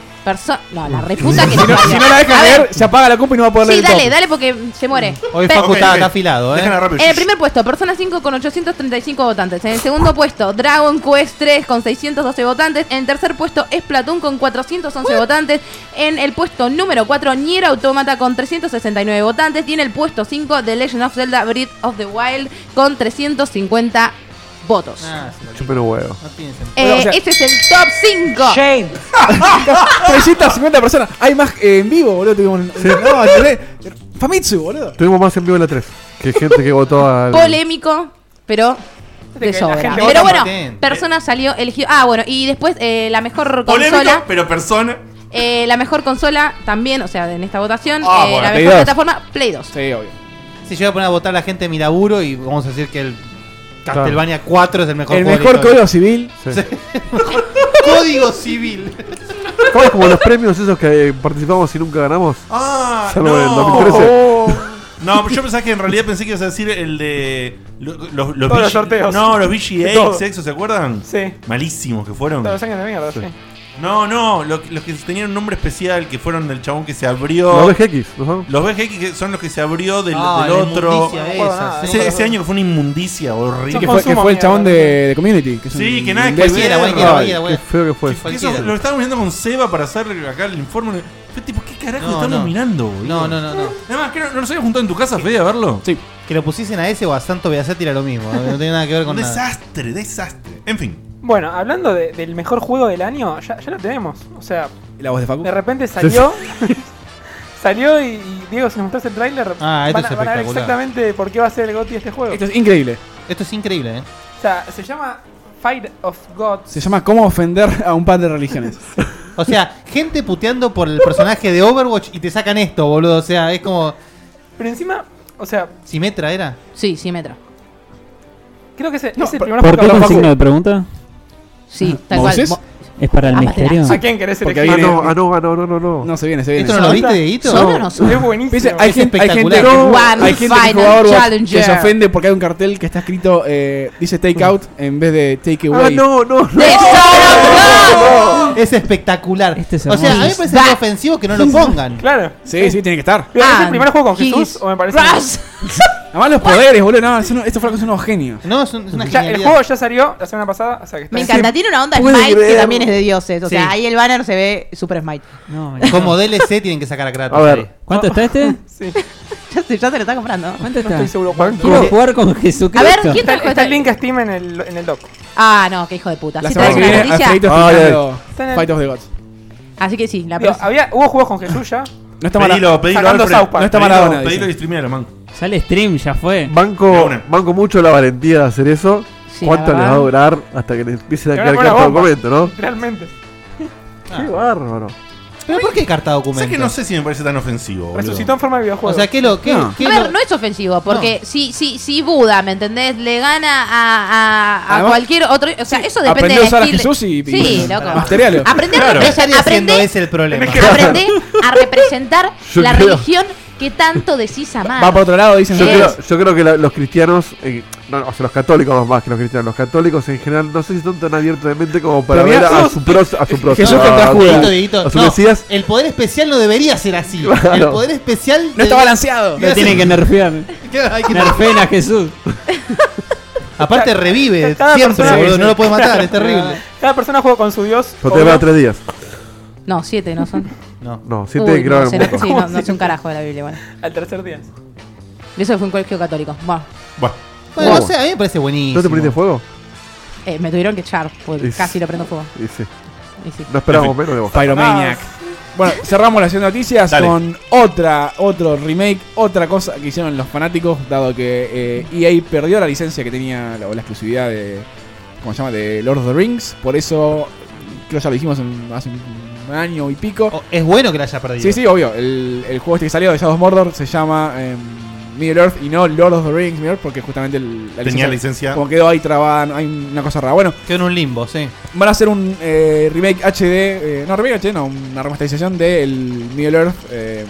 Speaker 4: No, la reputa que
Speaker 7: Si no,
Speaker 4: parió.
Speaker 7: si no la dejan
Speaker 4: A ver,
Speaker 7: leer, se apaga la compu y no va a poder
Speaker 4: Sí,
Speaker 7: leer. el
Speaker 4: dale,
Speaker 7: top.
Speaker 4: dale porque se muere.
Speaker 5: Hoy
Speaker 4: Pe-
Speaker 5: Facu
Speaker 2: ok,
Speaker 5: está,
Speaker 2: ok.
Speaker 5: está afilado,
Speaker 2: Déjala
Speaker 5: ¿eh?
Speaker 2: rápido.
Speaker 4: En el primer puesto, Persona 5 con 835 votantes. En el segundo puesto, Dragon Quest 3 con 612 votantes. En el tercer puesto, Splatoon con 411 votantes. En el puesto número 4, Nier Automata con 369 votantes. Y en el puesto 5, The Legend of Zelda Breath of the Wild con 350 votos.
Speaker 5: Ah, sí,
Speaker 3: Chupen un huevo.
Speaker 5: no tiene sentido.
Speaker 4: Eh,
Speaker 7: Bueno, o sea-
Speaker 4: este es el top 5.
Speaker 7: 350 personas. Hay más eh, en vivo, boludo. Tuvimos un- No, ¿entendés? Famitsu, boludo.
Speaker 3: Tuvimos más en vivo en la 3 que gente que votó al.
Speaker 4: Polémico, pero
Speaker 6: que
Speaker 4: de
Speaker 6: la
Speaker 4: sobra.
Speaker 6: gente
Speaker 4: Pero
Speaker 6: vota
Speaker 4: bueno,
Speaker 5: contenta.
Speaker 4: Persona salió elegido. Ah, bueno, y después eh, la mejor
Speaker 2: Polémico,
Speaker 4: consola.
Speaker 2: pero persona.
Speaker 4: eh, la mejor consola también, o sea, en esta votación.
Speaker 2: Ah,
Speaker 4: eh,
Speaker 2: bueno,
Speaker 4: la
Speaker 7: Play
Speaker 4: mejor
Speaker 7: 2.
Speaker 4: plataforma, Play 2.
Speaker 7: Sí, obvio.
Speaker 5: Si yo voy a poner a votar a la gente de mi laburo y vamos a decir que el
Speaker 3: Claro.
Speaker 5: Castlevania 4 es el mejor
Speaker 7: El
Speaker 5: juego de
Speaker 7: mejor
Speaker 5: la historia.
Speaker 7: código civil.
Speaker 3: Sí.
Speaker 5: Código civil.
Speaker 3: Somos como los premios esos que eh, participamos y nunca ganamos.
Speaker 2: Ah,
Speaker 3: Salvo en el
Speaker 2: no. Oh.
Speaker 3: 2013.
Speaker 2: No, yo pensaba que en realidad pensé que ibas a decir el de lo- los, los,
Speaker 6: Todos los sorteos.
Speaker 2: No, los
Speaker 6: Todo.
Speaker 2: VGA, sexo, ¿se acuerdan?
Speaker 6: Sí.
Speaker 2: Malísimos que fueron.
Speaker 6: Todos los años de mierda, sí.
Speaker 2: No, no, lo- los que tenían un nombre especial, que fueron del chabón que se abrió.
Speaker 3: No ves X, ¿no? son?
Speaker 2: Los BGX que son los que se abrió del,
Speaker 5: Ah,
Speaker 2: del
Speaker 5: la
Speaker 2: otro.
Speaker 5: inmundicia
Speaker 6: No puedo nada,
Speaker 5: esa, sí.
Speaker 2: Ese, ese año que fue una inmundicia horrible.
Speaker 6: Sí,
Speaker 7: Que fue, que
Speaker 6: Consumo
Speaker 7: fue el
Speaker 6: mierda,
Speaker 7: chabón de,
Speaker 6: boludo.
Speaker 7: de Community. Que es
Speaker 2: Sí,
Speaker 7: un
Speaker 2: que nada que
Speaker 7: imbécil.
Speaker 5: Cualquiera,
Speaker 2: ver.
Speaker 5: cualquiera,
Speaker 2: Ay,
Speaker 5: cualquiera,
Speaker 3: Qué
Speaker 5: cualquiera.
Speaker 3: feo que fue.
Speaker 2: Que eso
Speaker 5: cualquiera.
Speaker 2: lo estábamos viendo con Seba para hacer acá el informe. Fue tipo, ¿qué carajo
Speaker 5: No,
Speaker 2: estamos
Speaker 5: no.
Speaker 2: mirando, boludo?
Speaker 5: No, no, no, no.
Speaker 2: Nada más, que no, no nos habíamos juntado en tu casa, Fede, a verlo.
Speaker 7: Sí.
Speaker 5: Que lo pusiesen a ese o a Santo Beacetti era lo mismo. No tenía nada que ver
Speaker 2: Un
Speaker 5: con nada.
Speaker 2: desastre, desastre. En fin.
Speaker 6: Bueno, hablando de- del mejor juego del año, ya, ya lo tenemos. O sea,
Speaker 7: ¿Y la voz de Facu?
Speaker 6: de repente salió. salió y, y, Diego, si nos mostraste el tráiler,
Speaker 5: Ah,
Speaker 6: van, a-
Speaker 5: esto es
Speaker 6: van a ver
Speaker 5: espectacular.
Speaker 6: exactamente por qué va a ser el GOTI este juego.
Speaker 7: Esto es increíble.
Speaker 5: Esto es increíble, ¿eh?
Speaker 6: O sea, se llama Fight of Gods.
Speaker 7: Se llama Cómo ofender a un par de religiones.
Speaker 5: O sea, gente puteando por el personaje de Overwatch y te sacan esto, boludo. O sea, es como.
Speaker 6: Pero encima, o sea,
Speaker 5: Simetra era.
Speaker 4: Sí, sí, Metro.
Speaker 6: creo que ese es el primer
Speaker 8: ¿Por qué
Speaker 6: juego que
Speaker 8: con
Speaker 6: hablamos.
Speaker 8: signo de pregunta?
Speaker 7: Ah.
Speaker 4: Sí, tal cual.
Speaker 7: ¿Moses?
Speaker 4: Mo-
Speaker 8: ¿Es para el
Speaker 4: Ah,
Speaker 8: misterio?
Speaker 4: para-
Speaker 6: ¿A quién querés
Speaker 7: Porque
Speaker 3: Ah,
Speaker 6: elegir?
Speaker 7: viene-
Speaker 3: no, ah, no, ah, no, no, no. no.
Speaker 7: No, se viene, se viene.
Speaker 5: ¿Esto no lo viste de
Speaker 4: ¿Solo
Speaker 5: Hito?
Speaker 4: no
Speaker 6: Es
Speaker 4: solo?
Speaker 7: Dice,
Speaker 6: buenísimo.
Speaker 7: hay,
Speaker 5: Es
Speaker 7: gente, hay gente,
Speaker 5: espectacular.
Speaker 4: One
Speaker 7: que- hay gente que
Speaker 4: final
Speaker 7: juega Overwatch
Speaker 4: challenger.
Speaker 7: que se ofende porque hay un cartel que está escrito, eh, dice take out en vez de take
Speaker 3: Ah,
Speaker 7: away.
Speaker 3: no, no, no.
Speaker 4: ¡The Son of God!
Speaker 5: Es espectacular.
Speaker 8: Este es
Speaker 5: o sea, a mí me
Speaker 8: hermoso.
Speaker 5: parece muy ofensivo que no lo pongan. Ah,
Speaker 6: Claro.
Speaker 7: Sí, sí, tiene que estar.
Speaker 6: Mira, ¿Es el
Speaker 4: And
Speaker 6: primer juego con
Speaker 4: his
Speaker 6: Jesús? ¿O me parece?
Speaker 4: brass.
Speaker 7: Además los poderes, boludo. No, eso no- esto fue son unos genios.
Speaker 5: No, es, un- es una
Speaker 6: Ya, el
Speaker 5: genialidad.
Speaker 6: juego ya salió la semana pasada, o sea que está
Speaker 4: Me
Speaker 6: ahí.
Speaker 4: encanta, tiene una onda
Speaker 3: Puede
Speaker 4: Smite que
Speaker 3: creer.
Speaker 4: también es de dioses. O sea,
Speaker 5: Sí.
Speaker 4: ahí el banner se ve super Smite.
Speaker 8: No,
Speaker 5: Como DLC tienen que sacar a Kratos.
Speaker 3: A
Speaker 5: ahí.
Speaker 3: ver.
Speaker 8: ¿Cuánto está este?
Speaker 6: Sí,
Speaker 4: Ya se, ya se lo está comprando.
Speaker 8: ¿Cuánto
Speaker 6: no estoy
Speaker 8: está?
Speaker 6: seguro cuánto.
Speaker 8: Quiero jugar con Jesucristo.
Speaker 4: A ver, ¿quién-
Speaker 6: Está, está el link a Steam en el, en el doc.
Speaker 4: Ah, no, qué hijo de puta.
Speaker 7: La
Speaker 4: Si
Speaker 7: semana
Speaker 4: traes
Speaker 7: que
Speaker 4: una
Speaker 7: viene,
Speaker 4: noticia.
Speaker 7: Alfredito
Speaker 3: Ah,
Speaker 7: explicando
Speaker 6: Está en el-
Speaker 7: Fight of the Gods.
Speaker 4: Así que sí, la
Speaker 6: Digo,
Speaker 4: próxima.
Speaker 6: había, hubo juegos con Jesús ya.
Speaker 7: No está mal.
Speaker 2: Pedilo, pedilo,
Speaker 6: Sacando
Speaker 2: Alfred.
Speaker 6: South Park.
Speaker 7: No está
Speaker 2: Pedilo-
Speaker 7: Maradona,
Speaker 2: Pedilo
Speaker 7: dice.
Speaker 2: y streamealo, man.
Speaker 8: Sale stream, ya fue.
Speaker 2: De
Speaker 3: Banco,
Speaker 2: una.
Speaker 3: banco mucho la valentía de hacer eso.
Speaker 4: Sí,
Speaker 3: ¿Cuánto
Speaker 4: la
Speaker 3: les va a
Speaker 4: verdad.
Speaker 3: durar hasta que le empiecen a
Speaker 6: Te
Speaker 3: quedar
Speaker 6: van a
Speaker 3: cartas
Speaker 6: poner
Speaker 3: de documento, no?
Speaker 6: Realmente.
Speaker 3: Qué bárbaro.
Speaker 5: ¿Pero por qué carta documento?
Speaker 2: ¿Sabes que no Ah. sé si me parece tan ofensivo, boludo?
Speaker 6: Resucitó en forma de videojuego.
Speaker 5: O sea, ¿qué lo.? Qué,
Speaker 7: No.
Speaker 5: qué
Speaker 4: a ver,
Speaker 5: lo-
Speaker 4: no es ofensivo, porque si, si, si Buda, ¿me entendés? Le gana a, a, a
Speaker 7: Además-
Speaker 4: cualquier otro. O sea, eso depende
Speaker 7: Aprender a
Speaker 4: del
Speaker 7: usar a
Speaker 4: estilo-
Speaker 7: Jesús y- y-
Speaker 4: Sí, loco.
Speaker 7: masterealo.
Speaker 4: Aprender
Speaker 2: Claro.
Speaker 4: a
Speaker 5: ¿Qué estaría
Speaker 4: representar.
Speaker 5: haciendo
Speaker 4: Aprende,
Speaker 5: ese el problema?
Speaker 4: aprende a representar
Speaker 3: Yo
Speaker 4: la
Speaker 3: creo-
Speaker 4: religión que tanto decís amar.
Speaker 7: Va por otro lado, dicen.
Speaker 3: Yo
Speaker 4: Sí.
Speaker 3: creo, yo creo que la- los cristianos, eh, no, o sea, los católicos más que los cristianos, los católicos en general no sé si son tan abiertos de mente como para
Speaker 7: Pero
Speaker 3: ver
Speaker 7: mirá,
Speaker 3: a
Speaker 7: Jesús-
Speaker 3: su pros, a su Ah, pros-
Speaker 7: Jesús
Speaker 3: a-
Speaker 7: contra
Speaker 3: a-
Speaker 7: Judas.
Speaker 5: Dieguito, Dieguito,
Speaker 3: a su
Speaker 5: no,
Speaker 3: Mesías.
Speaker 5: el poder especial no debería ser así. El
Speaker 3: Claro.
Speaker 5: poder especial.
Speaker 7: No está
Speaker 5: debe-
Speaker 7: balanceado.
Speaker 8: Lo tienen que nerfear.
Speaker 5: Hay que-
Speaker 8: Nerfeen a Jesús.
Speaker 5: Aparte revive
Speaker 6: Cada
Speaker 5: siempre,
Speaker 6: persona-
Speaker 5: boludo, no lo puedes matar, es terrible.
Speaker 6: Cada persona juega con su dios.
Speaker 3: Yo te
Speaker 6: o
Speaker 3: veo
Speaker 6: no.
Speaker 3: tres días.
Speaker 4: No, siete no son.
Speaker 5: No.
Speaker 3: No,
Speaker 4: Uy,
Speaker 3: siete creo
Speaker 4: no,
Speaker 3: que
Speaker 4: sé,
Speaker 3: no.
Speaker 4: no, sí, no, no sé un carajo de la Biblia. Bueno.
Speaker 6: Al tercer día.
Speaker 4: Eso fue un colegio católico. Bueno,
Speaker 2: Bueno,
Speaker 5: Bueno,
Speaker 3: Wow.
Speaker 5: no sé, a mí me parece buenísimo.
Speaker 3: ¿No te prendiste fuego?
Speaker 4: eh, me tuvieron que echar, porque
Speaker 3: Es-
Speaker 4: casi lo prendo fuego.
Speaker 3: Y sí.
Speaker 4: Y sí.
Speaker 3: No esperábamos menos de vos.
Speaker 7: Pyromaniac.
Speaker 5: Ah.
Speaker 7: Bueno, cerramos la sesión de noticias
Speaker 2: Dale.
Speaker 7: con otra, otro remake, otra cosa que hicieron los fanáticos, dado que eh, EA perdió la licencia que tenía, la- o la exclusividad de, ¿cómo se llama?, de Lord of the Rings. Por eso, creo ya lo dijimos en- hace un año y pico.
Speaker 5: Oh, es bueno que la haya perdido.
Speaker 7: sí, sí, obvio. El, el juego este que salió de Shadow of Mordor se llama... em, Middle Earth y no Lord of the Rings Middle Earth porque justamente el- la
Speaker 2: Tenía licencia.
Speaker 7: Como quedó ahí trabada, no- hay una cosa rara. Bueno,
Speaker 5: Quedó en un limbo, sí.
Speaker 7: van a hacer un eh, remake HD, eh, no remake HD, no, una remasterización del Middle Earth. eh,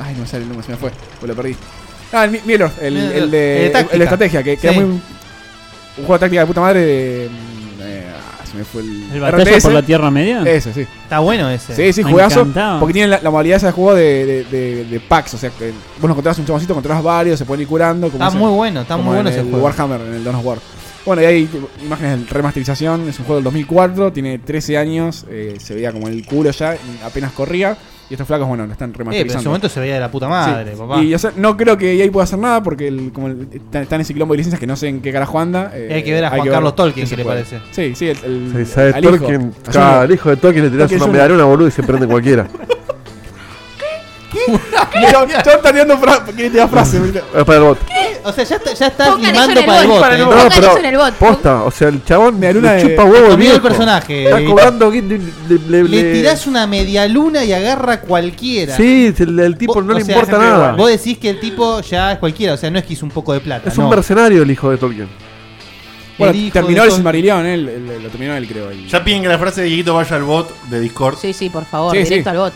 Speaker 7: ay, no me sale el nombre, se me fue, pues lo perdí. Ah, el Mi- Middle Earth, el,
Speaker 5: Middle
Speaker 7: el
Speaker 5: Earth,
Speaker 7: de,
Speaker 5: el de táctica.
Speaker 7: el de estrategia, que, que
Speaker 5: Sí.
Speaker 7: era muy. Un juego de táctica de puta madre de. eh, ah, se me fue el.
Speaker 8: ¿El batalla
Speaker 7: RTS.
Speaker 8: por la Tierra Media?
Speaker 7: Ese, sí.
Speaker 5: Está bueno ese.
Speaker 7: Sí, sí,
Speaker 8: Me
Speaker 7: juegazo.
Speaker 8: encantaba.
Speaker 7: Porque tienen la, la modalidad esa de juego de, de, de- de packs. O sea, que vos no controlás un chaboncito, controlás varios, se pueden ir curando. Como
Speaker 5: Está
Speaker 7: ese-
Speaker 5: muy bueno, está
Speaker 7: como
Speaker 5: muy bueno
Speaker 7: en
Speaker 5: ese
Speaker 7: el
Speaker 5: juego.
Speaker 7: Warhammer, en el Dawn of War. Bueno, y hay tipo, imágenes de remasterización. Es un juego del 2004, tiene 13 años. eh, se veía como el culo ya, y apenas corría. Y estos flacos, bueno, lo están
Speaker 5: Eh, pero en
Speaker 7: remasterizando.
Speaker 5: su momento se veía de la puta
Speaker 7: Sí.
Speaker 5: madre, papá.
Speaker 7: Y o sea, no creo que EA pueda hacer nada porque el, como el- está, está en ese quilombo de licencias que no sé en qué carajo anda. eh,
Speaker 5: Y hay que ver a Juan
Speaker 7: ver
Speaker 5: Carlos Tolkien,
Speaker 7: qué se
Speaker 5: ¿qué le
Speaker 7: puede.
Speaker 5: parece?
Speaker 7: Sí, sí, el. el-
Speaker 3: Se sabe
Speaker 7: al hijo.
Speaker 3: Tolkien.
Speaker 7: Ayuno.
Speaker 3: Claro, al hijo de Tolkien le tirás
Speaker 7: Tolkien
Speaker 3: una
Speaker 7: Jr.
Speaker 3: medallona, boludo, y se prende cualquiera.
Speaker 7: Yo, yo está tirando fra- que te da frase. mira.
Speaker 3: Es para el bot.
Speaker 5: O sea, ya, está- ya estás
Speaker 4: Póngale
Speaker 5: limando
Speaker 4: eso en
Speaker 5: para
Speaker 4: el
Speaker 5: el
Speaker 4: bot,
Speaker 5: bote.
Speaker 3: No,
Speaker 5: eh.
Speaker 4: Pongan
Speaker 3: pero
Speaker 4: eso en el bot.
Speaker 3: Posta, o sea, el chabón
Speaker 7: Me da una
Speaker 3: le
Speaker 7: de-
Speaker 3: chupa huevo el
Speaker 5: Comido
Speaker 3: viejo.
Speaker 5: el personaje.
Speaker 3: Está
Speaker 5: eh.
Speaker 3: cobrando que le, le- le-
Speaker 5: Le tirás una media luna y agarra cualquiera.
Speaker 3: Sí, el, el tipo
Speaker 5: Vos-
Speaker 3: no
Speaker 5: o
Speaker 3: le
Speaker 5: sea,
Speaker 3: importa
Speaker 6: siempre
Speaker 3: nada.
Speaker 6: igual.
Speaker 5: Vos decís que el tipo ya es cualquiera, o sea, no es que hizo un poco de plata.
Speaker 3: Es un
Speaker 5: Ah, no.
Speaker 3: mercenario el hijo de Tolkien.
Speaker 5: El
Speaker 7: Bueno,
Speaker 5: hijo
Speaker 7: terminó
Speaker 5: de
Speaker 7: el
Speaker 5: Tol-
Speaker 7: Silmarillion, eh, el- el- lo terminó él, creo. el-
Speaker 2: Ya piden que la frase de Dieguito vaya al bot de Discord.
Speaker 4: Sí, sí, por favor,
Speaker 7: Sí,
Speaker 4: directo
Speaker 7: sí.
Speaker 4: al bot.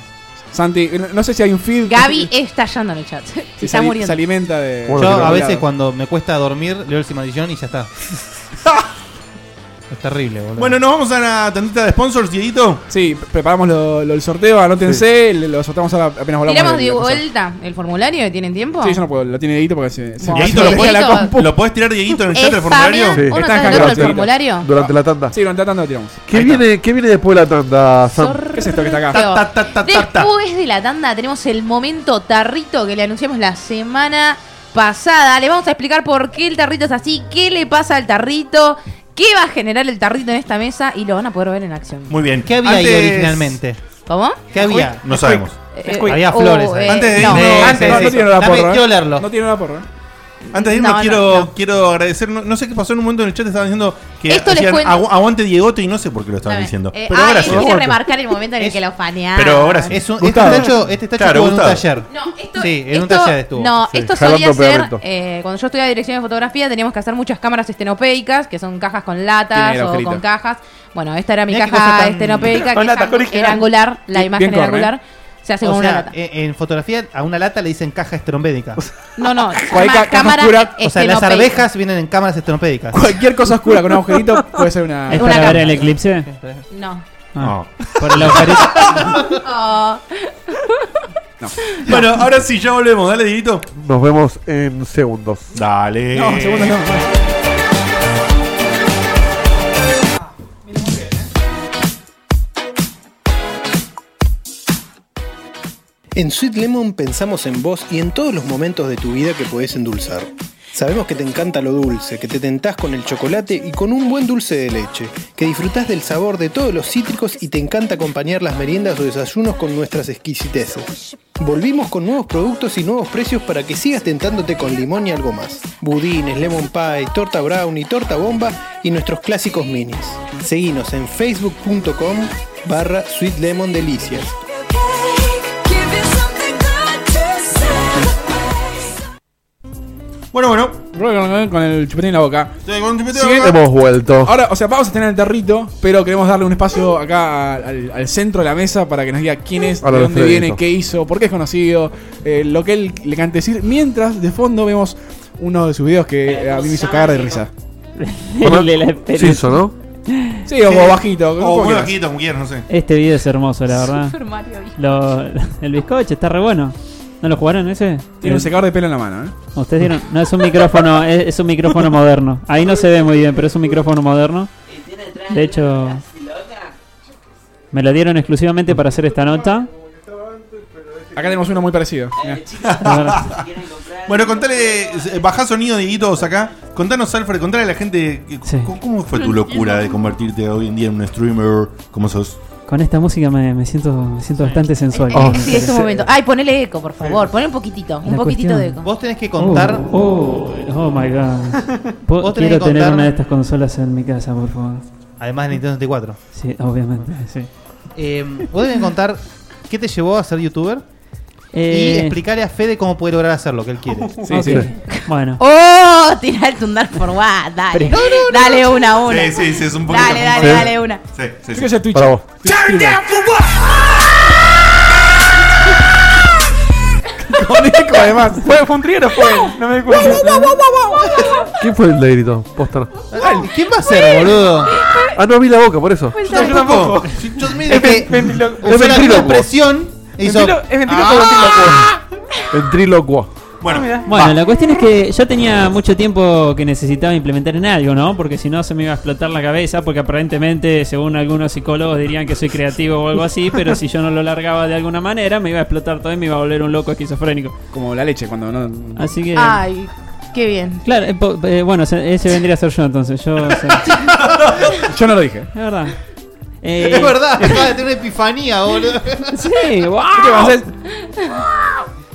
Speaker 7: Santi, eh, no, no sé si hay un feed.
Speaker 4: Gaby
Speaker 7: que se-
Speaker 4: estallando en el chat. Se
Speaker 7: que
Speaker 4: está
Speaker 7: se, ali-
Speaker 4: muriendo.
Speaker 7: se alimenta de.
Speaker 3: Bueno,
Speaker 5: Yo
Speaker 3: pero
Speaker 5: a
Speaker 7: de-
Speaker 5: veces cuando me cuesta dormir leo el Cimadillón y ya está. es terrible, boludo.
Speaker 2: Bueno, nos vamos a la tantita de sponsors, Dieguito.
Speaker 7: Sí, preparamos lo, lo- el sorteo, anótense, le- lo sorteamos ahora apenas volvamos.
Speaker 4: Tiramos
Speaker 7: de-
Speaker 4: de
Speaker 7: la cosa.
Speaker 4: vuelta el formulario que tienen tiempo.
Speaker 7: Sí, yo no puedo, lo tiene Edito porque se. se-
Speaker 4: Bueno,
Speaker 7: se
Speaker 2: Dieguito,
Speaker 7: me
Speaker 2: ¿lo
Speaker 7: pega
Speaker 4: puede-
Speaker 7: la
Speaker 4: Dieguito-
Speaker 7: compu.
Speaker 2: ¿Lo podés tirar, Dieguito, en el chat del formulario?
Speaker 4: Spamean
Speaker 3: Sí.
Speaker 4: uno
Speaker 7: Está
Speaker 4: tras el otro el
Speaker 7: escaneado,
Speaker 4: formulario.
Speaker 3: Durante la tanda.
Speaker 7: Sí, durante la tanda lo tiramos.
Speaker 3: ¿Qué
Speaker 2: Ahí está.
Speaker 3: viene, ¿Qué viene después de la tanda, Sam?
Speaker 7: ¿Qué es esto que está acá?
Speaker 4: Sorteo.
Speaker 2: Ta, ta, ta, ta, ta.
Speaker 4: Después de la tanda tenemos el momento tarrito que le anunciamos la semana pasada. Le vamos a explicar por qué el tarrito es así, qué le pasa al tarrito, qué va a generar el tarrito en esta mesa y lo van a poder ver en acción.
Speaker 2: Muy bien.
Speaker 5: ¿Qué había ahí
Speaker 2: Antes-
Speaker 5: originalmente?
Speaker 4: ¿Cómo?
Speaker 5: ¿Qué había? Este
Speaker 2: No sabemos.
Speaker 4: Eh,
Speaker 5: Había
Speaker 4: o,
Speaker 5: flores ahí.
Speaker 4: eh,
Speaker 2: Antes de
Speaker 4: no.
Speaker 2: irnos-
Speaker 5: Sí,
Speaker 7: No,
Speaker 5: sí,
Speaker 7: no
Speaker 5: sí.
Speaker 7: tiene la
Speaker 5: Dame,
Speaker 7: porra.
Speaker 5: quiero
Speaker 7: eh.
Speaker 5: leerlo.
Speaker 7: No tiene la porra. eh.
Speaker 2: Antes de irnos,
Speaker 4: No, no,
Speaker 2: quiero,
Speaker 4: no.
Speaker 2: quiero agradecer. No, no sé qué pasó en un momento en el chat. Estaban diciendo que
Speaker 4: Esto les
Speaker 2: hacían
Speaker 4: cuento.
Speaker 2: agu- aguante Diegote y no sé por qué lo
Speaker 4: Dame.
Speaker 2: estaban diciendo.
Speaker 4: Eh,
Speaker 2: pero
Speaker 4: ah,
Speaker 2: ahora
Speaker 4: y
Speaker 2: sí.
Speaker 4: quiere remarcar el momento en el
Speaker 5: Es-
Speaker 4: que lo fanearon.
Speaker 2: Pero ahora sí.
Speaker 5: Es un, este
Speaker 7: Gustavo.
Speaker 5: tacho, este tacho
Speaker 2: Claro,
Speaker 5: estuvo en un
Speaker 2: Gustavo.
Speaker 5: taller.
Speaker 4: No, esto,
Speaker 5: Sí, en un
Speaker 4: esto-
Speaker 5: taller estuvo.
Speaker 4: No,
Speaker 3: Sí,
Speaker 4: esto
Speaker 3: jalando
Speaker 4: solía ser.
Speaker 3: pegamento.
Speaker 4: eh, cuando yo estudiaba dirección de fotografía, teníamos que hacer muchas cámaras estenopeicas, que son cajas con
Speaker 7: Tiene
Speaker 4: latas
Speaker 7: el
Speaker 4: o
Speaker 7: agujerito.
Speaker 4: con cajas. Bueno, esta era mi
Speaker 5: Mirá qué cosa
Speaker 4: caja
Speaker 5: tan-
Speaker 4: estenopeica, que
Speaker 6: con lata,
Speaker 4: es ang-
Speaker 6: con original.
Speaker 4: era angular, la
Speaker 7: Bien
Speaker 4: imagen era
Speaker 7: corre,
Speaker 4: angular. Se hace
Speaker 5: O
Speaker 4: con una
Speaker 5: sea,
Speaker 4: lata.
Speaker 5: en, en fotografía a una lata le dicen caja estrompédica.
Speaker 4: No, no, se
Speaker 7: Cualquier
Speaker 4: llama
Speaker 7: ca- caja oscura,
Speaker 5: O sea, las
Speaker 4: estenopeica.
Speaker 5: arvejas vienen en cámaras estrompédicas.
Speaker 7: Cualquier cosa oscura con un agujerito puede ser una.
Speaker 8: ¿Es
Speaker 4: Una
Speaker 8: para ver
Speaker 4: cámara.
Speaker 8: el eclipse?
Speaker 4: No.
Speaker 8: Ah,
Speaker 2: No.
Speaker 8: Por el agujerito.
Speaker 4: Oh,
Speaker 2: Bueno, ahora sí, ya volvemos. Dale, Dieguito.
Speaker 3: Nos vemos en segundos.
Speaker 2: Dale.
Speaker 7: No, segundo no.
Speaker 10: En Sweet Lemon pensamos en vos y en todos los momentos de tu vida que podés endulzar. Sabemos que te encanta lo dulce, que te tentás con el chocolate y con un buen dulce de leche, que disfrutás del sabor de todos los cítricos y te encanta acompañar las meriendas o desayunos con nuestras exquisiteces. Volvimos con nuevos productos y nuevos precios para que sigas tentándote con limón y algo más. Budines, lemon pie, torta brownie, torta bomba y nuestros clásicos minis. Seguinos en facebook.com barra Sweet Lemon Delicias.
Speaker 2: Bueno, bueno.
Speaker 7: Roll Con el chupetín en la boca.
Speaker 2: Siguiente.
Speaker 3: Hemos vuelto.
Speaker 7: Ahora, o sea, vamos a tener el tarrito, pero queremos darle un espacio acá al, al centro de la mesa para que nos diga quién es,
Speaker 3: Ahora
Speaker 7: de
Speaker 3: lo
Speaker 7: dónde
Speaker 3: estoy
Speaker 7: viene,
Speaker 3: viendo.
Speaker 7: qué hizo, por qué es conocido, eh, lo que él le cante decir. Mientras, de fondo, vemos uno de sus videos que a mí me hizo cagar de risa.
Speaker 8: El de la
Speaker 3: Sí,
Speaker 8: experiencia.
Speaker 3: eso, ¿no?
Speaker 7: Sí, o bajito. como
Speaker 2: O muy
Speaker 7: quieras.
Speaker 2: bajito, como quieras, no sé.
Speaker 8: Este video es hermoso, la verdad.
Speaker 4: Super Mario. hijo.
Speaker 8: Lo- el bizcocho está re bueno. ¿No lo jugaron ese?
Speaker 7: Tiene un
Speaker 8: Eh,
Speaker 7: secador de pelo en la mano, ¿eh?
Speaker 8: Ustedes dieron. No, es un micrófono, es, es un micrófono moderno. Ahí no se ve muy bien, pero es un micrófono moderno. De hecho, me lo dieron exclusivamente para hacer esta nota.
Speaker 7: Acá tenemos uno muy parecido. Mirá.
Speaker 2: Bueno, contale. eh, Bajá sonido, Dieguito, acá. Contanos, Alfred, contale a la gente. eh,
Speaker 8: Sí.
Speaker 2: ¿cómo- ¿Cómo fue tu locura de convertirte hoy en día en un streamer? ¿Cómo sos?
Speaker 8: Con esta música me, me siento me siento bastante sensual.
Speaker 5: Oh.
Speaker 4: Eh, sí, es un momento. Ay, ponele eco, por favor. Ponle un poquitito. Un
Speaker 8: La
Speaker 4: poquitito
Speaker 8: cuestión.
Speaker 4: de eco.
Speaker 5: Vos tenés que contar.
Speaker 8: Oh, oh, oh my god. Po-
Speaker 5: Vos tenés
Speaker 8: Quiero
Speaker 5: que
Speaker 8: tener
Speaker 5: contar-
Speaker 8: una de estas consolas en mi casa, por favor.
Speaker 5: Además de Nintendo 64.
Speaker 8: Sí, obviamente. Sí.
Speaker 5: Em, Eh, vos tenés que contar qué te llevó a ser youtuber Y
Speaker 8: Eh,
Speaker 5: explicarle a Fede cómo puede lograr hacer lo que él quiere.
Speaker 8: ok. Bueno.
Speaker 4: ¡Oh! Tira el tundar por guá, dale. Dale una a una.
Speaker 2: Sí, sí, sí, es un poco.
Speaker 4: Dale, dale,
Speaker 2: Sí.
Speaker 4: dale una.
Speaker 2: Sí, sí, sí.
Speaker 7: Yo que sea Twitch.
Speaker 3: Para vos.
Speaker 7: Conejo, además.
Speaker 6: ¿Fue, fue un trigger o fue? él? No me di cuenta.
Speaker 3: ¿Quién fue el de grito? Posta no.
Speaker 5: Ay, ¿Quién va a ser, boludo?
Speaker 3: Ah, no, vi la boca, por eso.
Speaker 2: No, yo tampoco. Yo, mire,
Speaker 5: Es que
Speaker 6: Es ventilo-
Speaker 5: usó la
Speaker 3: ventrílocuo.
Speaker 5: presión e hizo.
Speaker 6: ventilo- Es ventilo con
Speaker 7: pues.
Speaker 3: Ventrílocuo.
Speaker 2: Ah. Bueno,
Speaker 8: Bueno, la cuestión es que yo tenía mucho tiempo que necesitaba implementar en algo, ¿no? Porque si no se me iba a explotar la cabeza, porque aparentemente, según algunos psicólogos, dirían que soy creativo o algo así, pero si yo no lo largaba de alguna manera, me iba a explotar todo y me iba a volver un loco esquizofrénico.
Speaker 7: Como la leche cuando no.
Speaker 8: Así que...
Speaker 4: Ay, qué bien.
Speaker 8: Claro, eh, po- eh, bueno, se- ese vendría a ser yo entonces. Yo, o sea,
Speaker 7: Yo no lo dije.
Speaker 8: es verdad. Eh,
Speaker 5: Es verdad, acaba de tener una epifanía, boludo.
Speaker 8: Sí, wow.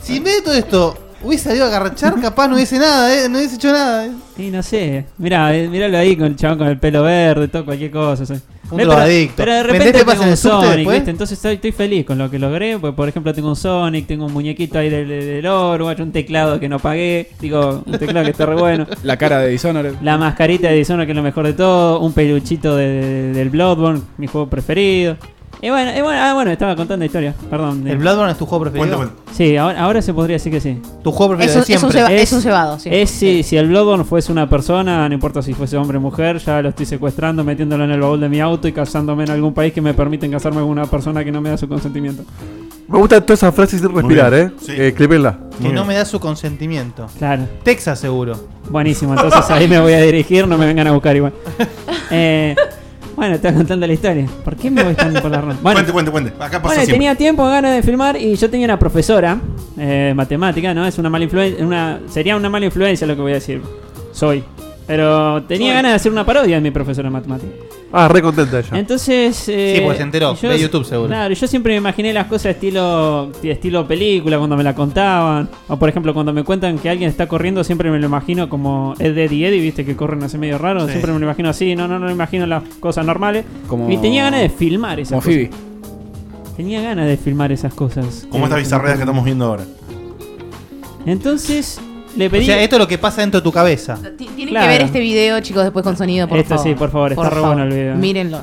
Speaker 5: Si en vez de todo esto hubiese salido a agarrachar, capaz no hubiese nada, eh, no hubiese hecho nada. eh.
Speaker 8: Y no sé, mirá, eh, míralo ahí con el chabón con el pelo verde, todo cualquier cosa. o sea.
Speaker 5: Un
Speaker 8: Eh,
Speaker 5: drogadicto.
Speaker 8: Pero, de
Speaker 5: ¿Vendés
Speaker 8: repente
Speaker 5: pepas
Speaker 8: tengo
Speaker 5: en
Speaker 8: un
Speaker 5: el subte
Speaker 8: Sonic,
Speaker 5: después?
Speaker 8: ¿viste? Entonces estoy, estoy feliz con lo que logré, porque por ejemplo tengo un Sonic, tengo un muñequito ahí del, del, del Overwatch, un teclado que no pagué, digo, un teclado que está re bueno.
Speaker 7: La cara de Dishonored.
Speaker 8: La mascarita de Dishonored que es lo mejor de todo, un peluchito de- de- del Bloodborne, mi juego preferido. Y bueno, y bueno, ah, bueno, estaba contando historia, perdón.
Speaker 5: ¿El Bloodborne es tu juego
Speaker 2: cuenta,
Speaker 5: preferido?
Speaker 2: cuenta.
Speaker 8: Sí, ahora, ahora se podría decir que sí.
Speaker 5: Tu juego
Speaker 4: Es
Speaker 5: preferido
Speaker 4: un,
Speaker 5: de
Speaker 4: es un
Speaker 5: siempre.
Speaker 4: ceba-
Speaker 8: Es-
Speaker 4: es un cebado, sí.
Speaker 8: Es si, si el Bloodborne fuese una persona, no importa si fuese hombre o mujer, ya lo estoy secuestrando, metiéndolo en el baúl de mi auto y casándome en algún país que me permiten casarme con una persona que no me da su consentimiento.
Speaker 3: Me gusta toda esa frase sin respirar,
Speaker 2: bien,
Speaker 3: ¿eh?
Speaker 2: sí.
Speaker 3: Eh, clipenla.
Speaker 5: que no me da su consentimiento.
Speaker 8: Claro.
Speaker 5: Texas seguro.
Speaker 8: Buenísimo, entonces ahí me voy a dirigir, no me vengan a buscar igual. Eh, bueno, estaba contando la historia. ¿Por qué me voy tanto por la ronda? Bueno,
Speaker 2: cuente, cuente, cuente. Acá pasa
Speaker 8: Bueno,
Speaker 2: siempre.
Speaker 8: tenía tiempo, ganas de filmar y yo tenía una profesora eh, de matemática, ¿no? Es una mala influencia, una, sería una mala influencia lo que voy a decir. Soy. Pero tenía ganas de hacer una parodia de mi profesora de matemática.
Speaker 3: Ah, re contenta ella.
Speaker 8: Entonces... eh,
Speaker 5: Sí, porque se enteró,
Speaker 8: yo-
Speaker 5: ve YouTube seguro.
Speaker 8: Claro, yo siempre me imaginé las cosas estilo, estilo película cuando me la contaban. O por ejemplo, cuando me cuentan que alguien está corriendo, siempre me lo imagino como Ed, Ed y Eddie, viste que corren así medio raro.
Speaker 5: Sí.
Speaker 8: Siempre me lo imagino así, no, no, no me imagino las cosas normales.
Speaker 7: Como-
Speaker 8: Y tenía ganas de filmar esas
Speaker 7: Como
Speaker 8: cosas.
Speaker 7: Phoebe.
Speaker 8: Tenía ganas de filmar esas cosas. Eh,
Speaker 2: ¿Cómo
Speaker 8: está
Speaker 2: estas bizarreadas que estamos viendo ahora?
Speaker 8: Entonces le
Speaker 5: O
Speaker 8: pedí.
Speaker 5: sea, esto es lo que pasa dentro de tu cabeza.
Speaker 4: Ti- Tienen
Speaker 8: Claro.
Speaker 4: que ver este video, chicos, después con sonido, por
Speaker 8: Esto
Speaker 4: favor.
Speaker 8: Este sí, por favor, está re bueno el video.
Speaker 4: Mírenlo.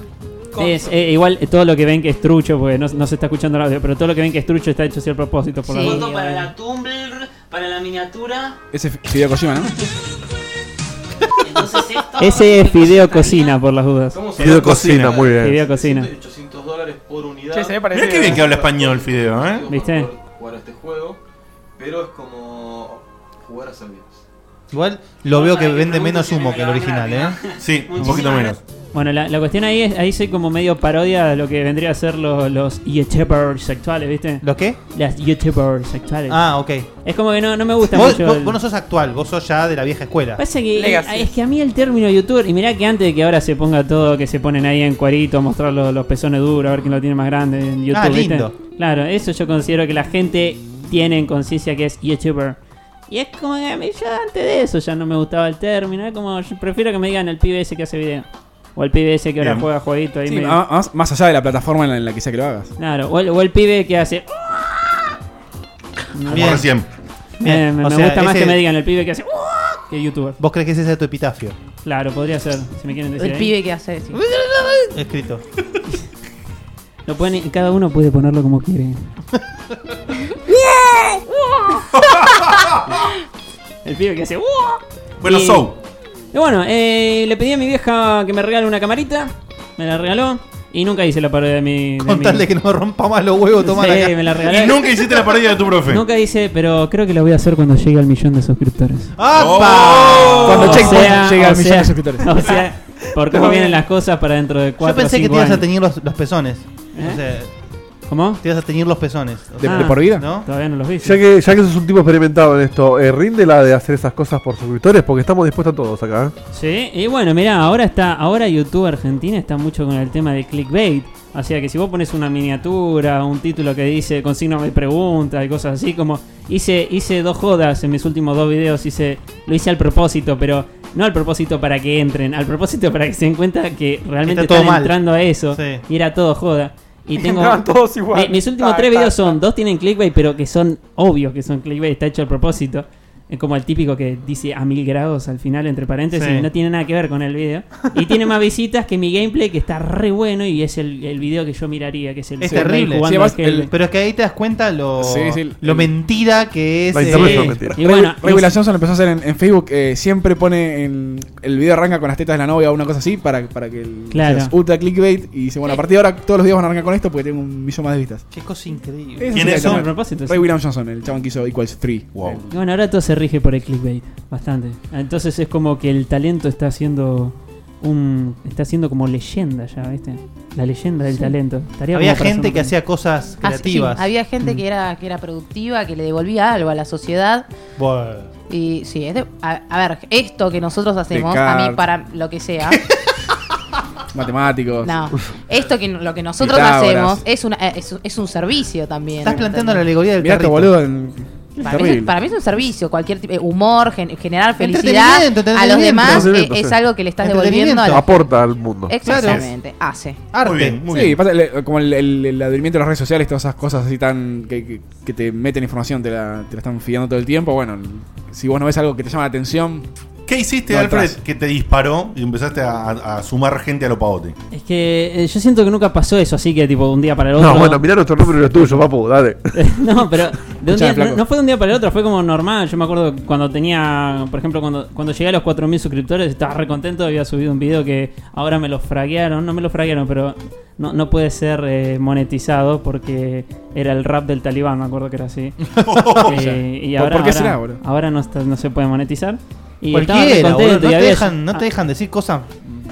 Speaker 8: es, eh, igual eh, todo lo que ven que es trucho, porque no, no se está escuchando el audio, pero todo lo que ven que es trucho está hecho así a propósito. Por la
Speaker 4: Sí.
Speaker 8: duda.
Speaker 4: Foto para la
Speaker 8: Tumblr, para la miniatura.
Speaker 7: Ese es Fideo Kojima, ¿no?
Speaker 8: Ese es Fideo Cocina, por las dudas.
Speaker 3: Fideo cocina, muy bien.
Speaker 8: Fideo Cocina.
Speaker 6: Che, se eh. me parece.
Speaker 2: Mirá qué bien que habla español, Fideo, ¿eh?
Speaker 8: ¿Viste? este
Speaker 5: Igual lo veo que vende menos humo que el original, ¿eh?
Speaker 2: Sí, un poquito menos.
Speaker 8: Bueno, la, la cuestión ahí es, ahí soy como medio parodia de lo que vendría a ser los, los youtubers sexuales, ¿viste?
Speaker 5: ¿Lo qué?
Speaker 8: Las youtubers sexuales.
Speaker 5: Ah, ok.
Speaker 8: Es como que no, no me gusta
Speaker 5: Vos,
Speaker 8: mucho.
Speaker 5: vos-
Speaker 8: el-
Speaker 5: vos no sos actual, vos sos ya de la vieja escuela.
Speaker 8: Pasa que
Speaker 6: Legacy.
Speaker 8: es que a mí el término youtuber, y mirá que antes de que ahora se ponga todo, que se ponen ahí en cuarito a mostrar los, los pezones duros, a ver quién lo tiene más grande en YouTube.
Speaker 5: Ah,
Speaker 8: ¿viste?
Speaker 5: lindo.
Speaker 8: Claro, eso yo considero que la gente tiene en conciencia que es youtuber. Y es como que a mí ya antes de eso ya no me gustaba el término, es como yo prefiero que me digan el pibe ese que hace video. O el pibe ese que ahora
Speaker 2: Bien.
Speaker 8: juega jueguito ahí
Speaker 7: Em. Sí,
Speaker 8: medio-
Speaker 7: a- más, más allá de la plataforma en la, en la que sea que lo hagas.
Speaker 8: Claro, o el, o el pibe que hace... "Oh",
Speaker 2: Como
Speaker 5: Bien.
Speaker 2: recién.
Speaker 8: Eh, me
Speaker 5: O
Speaker 8: me
Speaker 5: sea,
Speaker 8: gusta más
Speaker 5: ese-
Speaker 8: que me digan el pibe que hace... "Oh", Que youtuber.
Speaker 5: ¿Vos crees que ese es tu epitafio?
Speaker 8: Claro, podría ser, si me quieren decir.
Speaker 4: El
Speaker 8: ahí.
Speaker 4: pibe que hace. sí.
Speaker 5: Escrito.
Speaker 8: Lo pueden, cada uno puede ponerlo como quiere. El pibe que hace. "Uah".
Speaker 2: Bueno,
Speaker 8: Y-
Speaker 2: Sou.
Speaker 8: Y bueno, eh, le pedí a mi vieja que me regale una camarita. Me la regaló. Y nunca hice la parodia de mi. de mi-
Speaker 5: Contarle que no me rompa más los huevos, toma
Speaker 8: Sí,
Speaker 5: la cara.
Speaker 8: me la regaló.
Speaker 2: Y nunca hiciste la parodia de tu profe.
Speaker 8: Nunca hice, pero creo que lo voy a hacer cuando llegue al millón de suscriptores.
Speaker 2: Oh.
Speaker 5: ¡Apa!
Speaker 7: Cuando
Speaker 8: O
Speaker 7: Checkpoint
Speaker 8: sea,
Speaker 7: llegue
Speaker 8: o
Speaker 7: al millón
Speaker 8: sea,
Speaker 7: de suscriptores.
Speaker 8: O sea, por cómo vienen las cosas para dentro de
Speaker 5: Yo
Speaker 8: cuatro
Speaker 5: pensé
Speaker 8: o
Speaker 5: que te
Speaker 8: cinco
Speaker 5: ibas a
Speaker 8: años.
Speaker 5: teñir los, los pezones.
Speaker 8: ¿Eh?
Speaker 5: O sea,
Speaker 8: ¿Cómo?
Speaker 5: te ibas a teñir los pezones. O
Speaker 7: ¿De,
Speaker 8: Ah,
Speaker 7: de por vida?
Speaker 5: sea, ¿No?
Speaker 8: Todavía no los vi.
Speaker 3: Ya que, ya que sos un tipo experimentado en esto, eh, rinde la de hacer esas cosas por suscriptores porque estamos dispuestos a todos acá. ¿eh?
Speaker 8: Sí, y bueno, mirá, ahora está, ahora YouTube Argentina está mucho con el tema de clickbait. O sea que si vos pones una miniatura, un título que dice con signo de pregunta y cosas así, como hice, hice dos jodas en mis últimos dos videos, hice, lo hice al propósito, pero no al propósito para que entren, al propósito para que se den cuenta que realmente
Speaker 5: Está todo
Speaker 8: están
Speaker 5: mal.
Speaker 8: entrando a eso.
Speaker 5: Sí.
Speaker 8: Y era todo joda. Y tengo.
Speaker 6: Entraban todos igual.
Speaker 8: Mi- mis últimos
Speaker 6: Tac,
Speaker 8: tres
Speaker 6: tac,
Speaker 8: videos son: dos tienen clickbait, pero que son obvios que son clickbait, está hecho al propósito. Es como el típico que dice a mil grados al final, entre paréntesis,
Speaker 6: Sí.
Speaker 8: y no tiene nada que ver con el video. Y tiene más visitas que mi gameplay, que está re bueno y es el, el video que yo miraría, que es el
Speaker 5: Es
Speaker 8: Fortnite
Speaker 5: terrible.
Speaker 8: jugando
Speaker 5: Sí, además,
Speaker 8: aquel-
Speaker 5: el- pero es que ahí te das cuenta lo,
Speaker 7: Sí, sí, el-
Speaker 5: lo mentira que es.
Speaker 3: La
Speaker 5: eh,
Speaker 3: internet fue mentira.
Speaker 8: Y bueno,
Speaker 7: Ray William Johnson lo empezó a hacer en, en Facebook. eh, siempre pone en- el video arranca con las tetas de la novia o una cosa así para, para que el
Speaker 8: Claro.
Speaker 7: seas ultra clickbait. Y dice, bueno, a partir de ahora todos los videos van a arrancar con esto porque tengo un millón más de vistas.
Speaker 5: Qué cosa increíble.
Speaker 7: Ese
Speaker 2: ¿Quién es?
Speaker 7: sí
Speaker 8: son
Speaker 7: la
Speaker 8: a
Speaker 7: cámara.
Speaker 8: propósito. sí.
Speaker 7: Ray William Johnson, el chabón que hizo Equals 3.
Speaker 2: Wow.
Speaker 8: Y Bueno, ahora todo se rige por el clickbait, bastante. Entonces es como que el talento está haciendo un está siendo como leyenda ya, ¿viste? La leyenda del talento. Estaría
Speaker 5: Había
Speaker 8: como para
Speaker 5: gente
Speaker 8: hacer
Speaker 5: que
Speaker 8: una-
Speaker 5: hacía cosas
Speaker 4: Ah, sí,
Speaker 5: creativas.
Speaker 4: había gente que era, que era productiva, que le devolvía algo a la sociedad.
Speaker 5: Bueno.
Speaker 4: Y sí, es de- a, a ver, esto que nosotros hacemos, a mí
Speaker 7: Descartes.
Speaker 4: para lo que sea,
Speaker 7: Matemáticos.
Speaker 4: no, esto que lo que nosotros
Speaker 7: Pitágoras.
Speaker 4: hacemos es, una, es, es un servicio también.
Speaker 5: Estás planteando la
Speaker 4: ¿entendés?
Speaker 5: alegoría del
Speaker 7: Mirá este
Speaker 5: carrito.
Speaker 7: boludo. en-
Speaker 4: Para mí, es-
Speaker 7: terrible.
Speaker 4: para mí es un servicio, cualquier tipo, eh, humor, gen- generar felicidad
Speaker 5: Entretenimiento,
Speaker 4: a los
Speaker 5: entretenimiento.
Speaker 4: demás eh,
Speaker 3: Entretenimiento,
Speaker 4: es,
Speaker 3: sí.
Speaker 4: algo que le estás
Speaker 5: Entretenimiento.
Speaker 4: devolviendo a la...
Speaker 3: Aporta al mundo.
Speaker 4: Exactamente, hace.
Speaker 5: Arte.
Speaker 8: Ah,
Speaker 2: Muy bien, muy
Speaker 7: sí,
Speaker 2: bien.
Speaker 7: pasa, le- como el, el- el advenimiento de las redes sociales, todas esas cosas así tan que, que- que te meten información, te la, te la están fiando todo el tiempo. Bueno, si vos no ves algo que te llama la atención,
Speaker 2: ¿Qué hiciste,
Speaker 7: No,
Speaker 2: Alfred,
Speaker 7: atrás.
Speaker 2: que te disparó y empezaste a, a- a sumar gente a lo pavote?
Speaker 8: Es que eh, yo siento que nunca pasó eso, así que tipo de un día para el otro.
Speaker 3: No, bueno, mirá nuestro número y los tuyos, papu, dale.
Speaker 8: no, pero de un
Speaker 7: Escuchame,
Speaker 8: día- no,
Speaker 7: flaco.
Speaker 8: no fue de un día para el otro, fue como normal. Yo me acuerdo cuando tenía, por ejemplo, cuando, cuando llegué a los 4.000 suscriptores, estaba re contento, había subido un video que ahora me lo fraguearon, no me lo fraguearon, pero no, no puede ser eh, monetizado porque era el rap del talibán, me acuerdo que era así. Eh, y
Speaker 7: ¿Por-
Speaker 8: ahora,
Speaker 7: por qué
Speaker 8: ahora-
Speaker 7: será, boludo?
Speaker 8: ahora no, está- no se puede monetizar. Y estaba re
Speaker 5: Cualquiera, boludo,
Speaker 8: contento
Speaker 5: no,
Speaker 8: y
Speaker 5: te
Speaker 8: había- Ah.
Speaker 5: dejan, no te dejan decir cosas.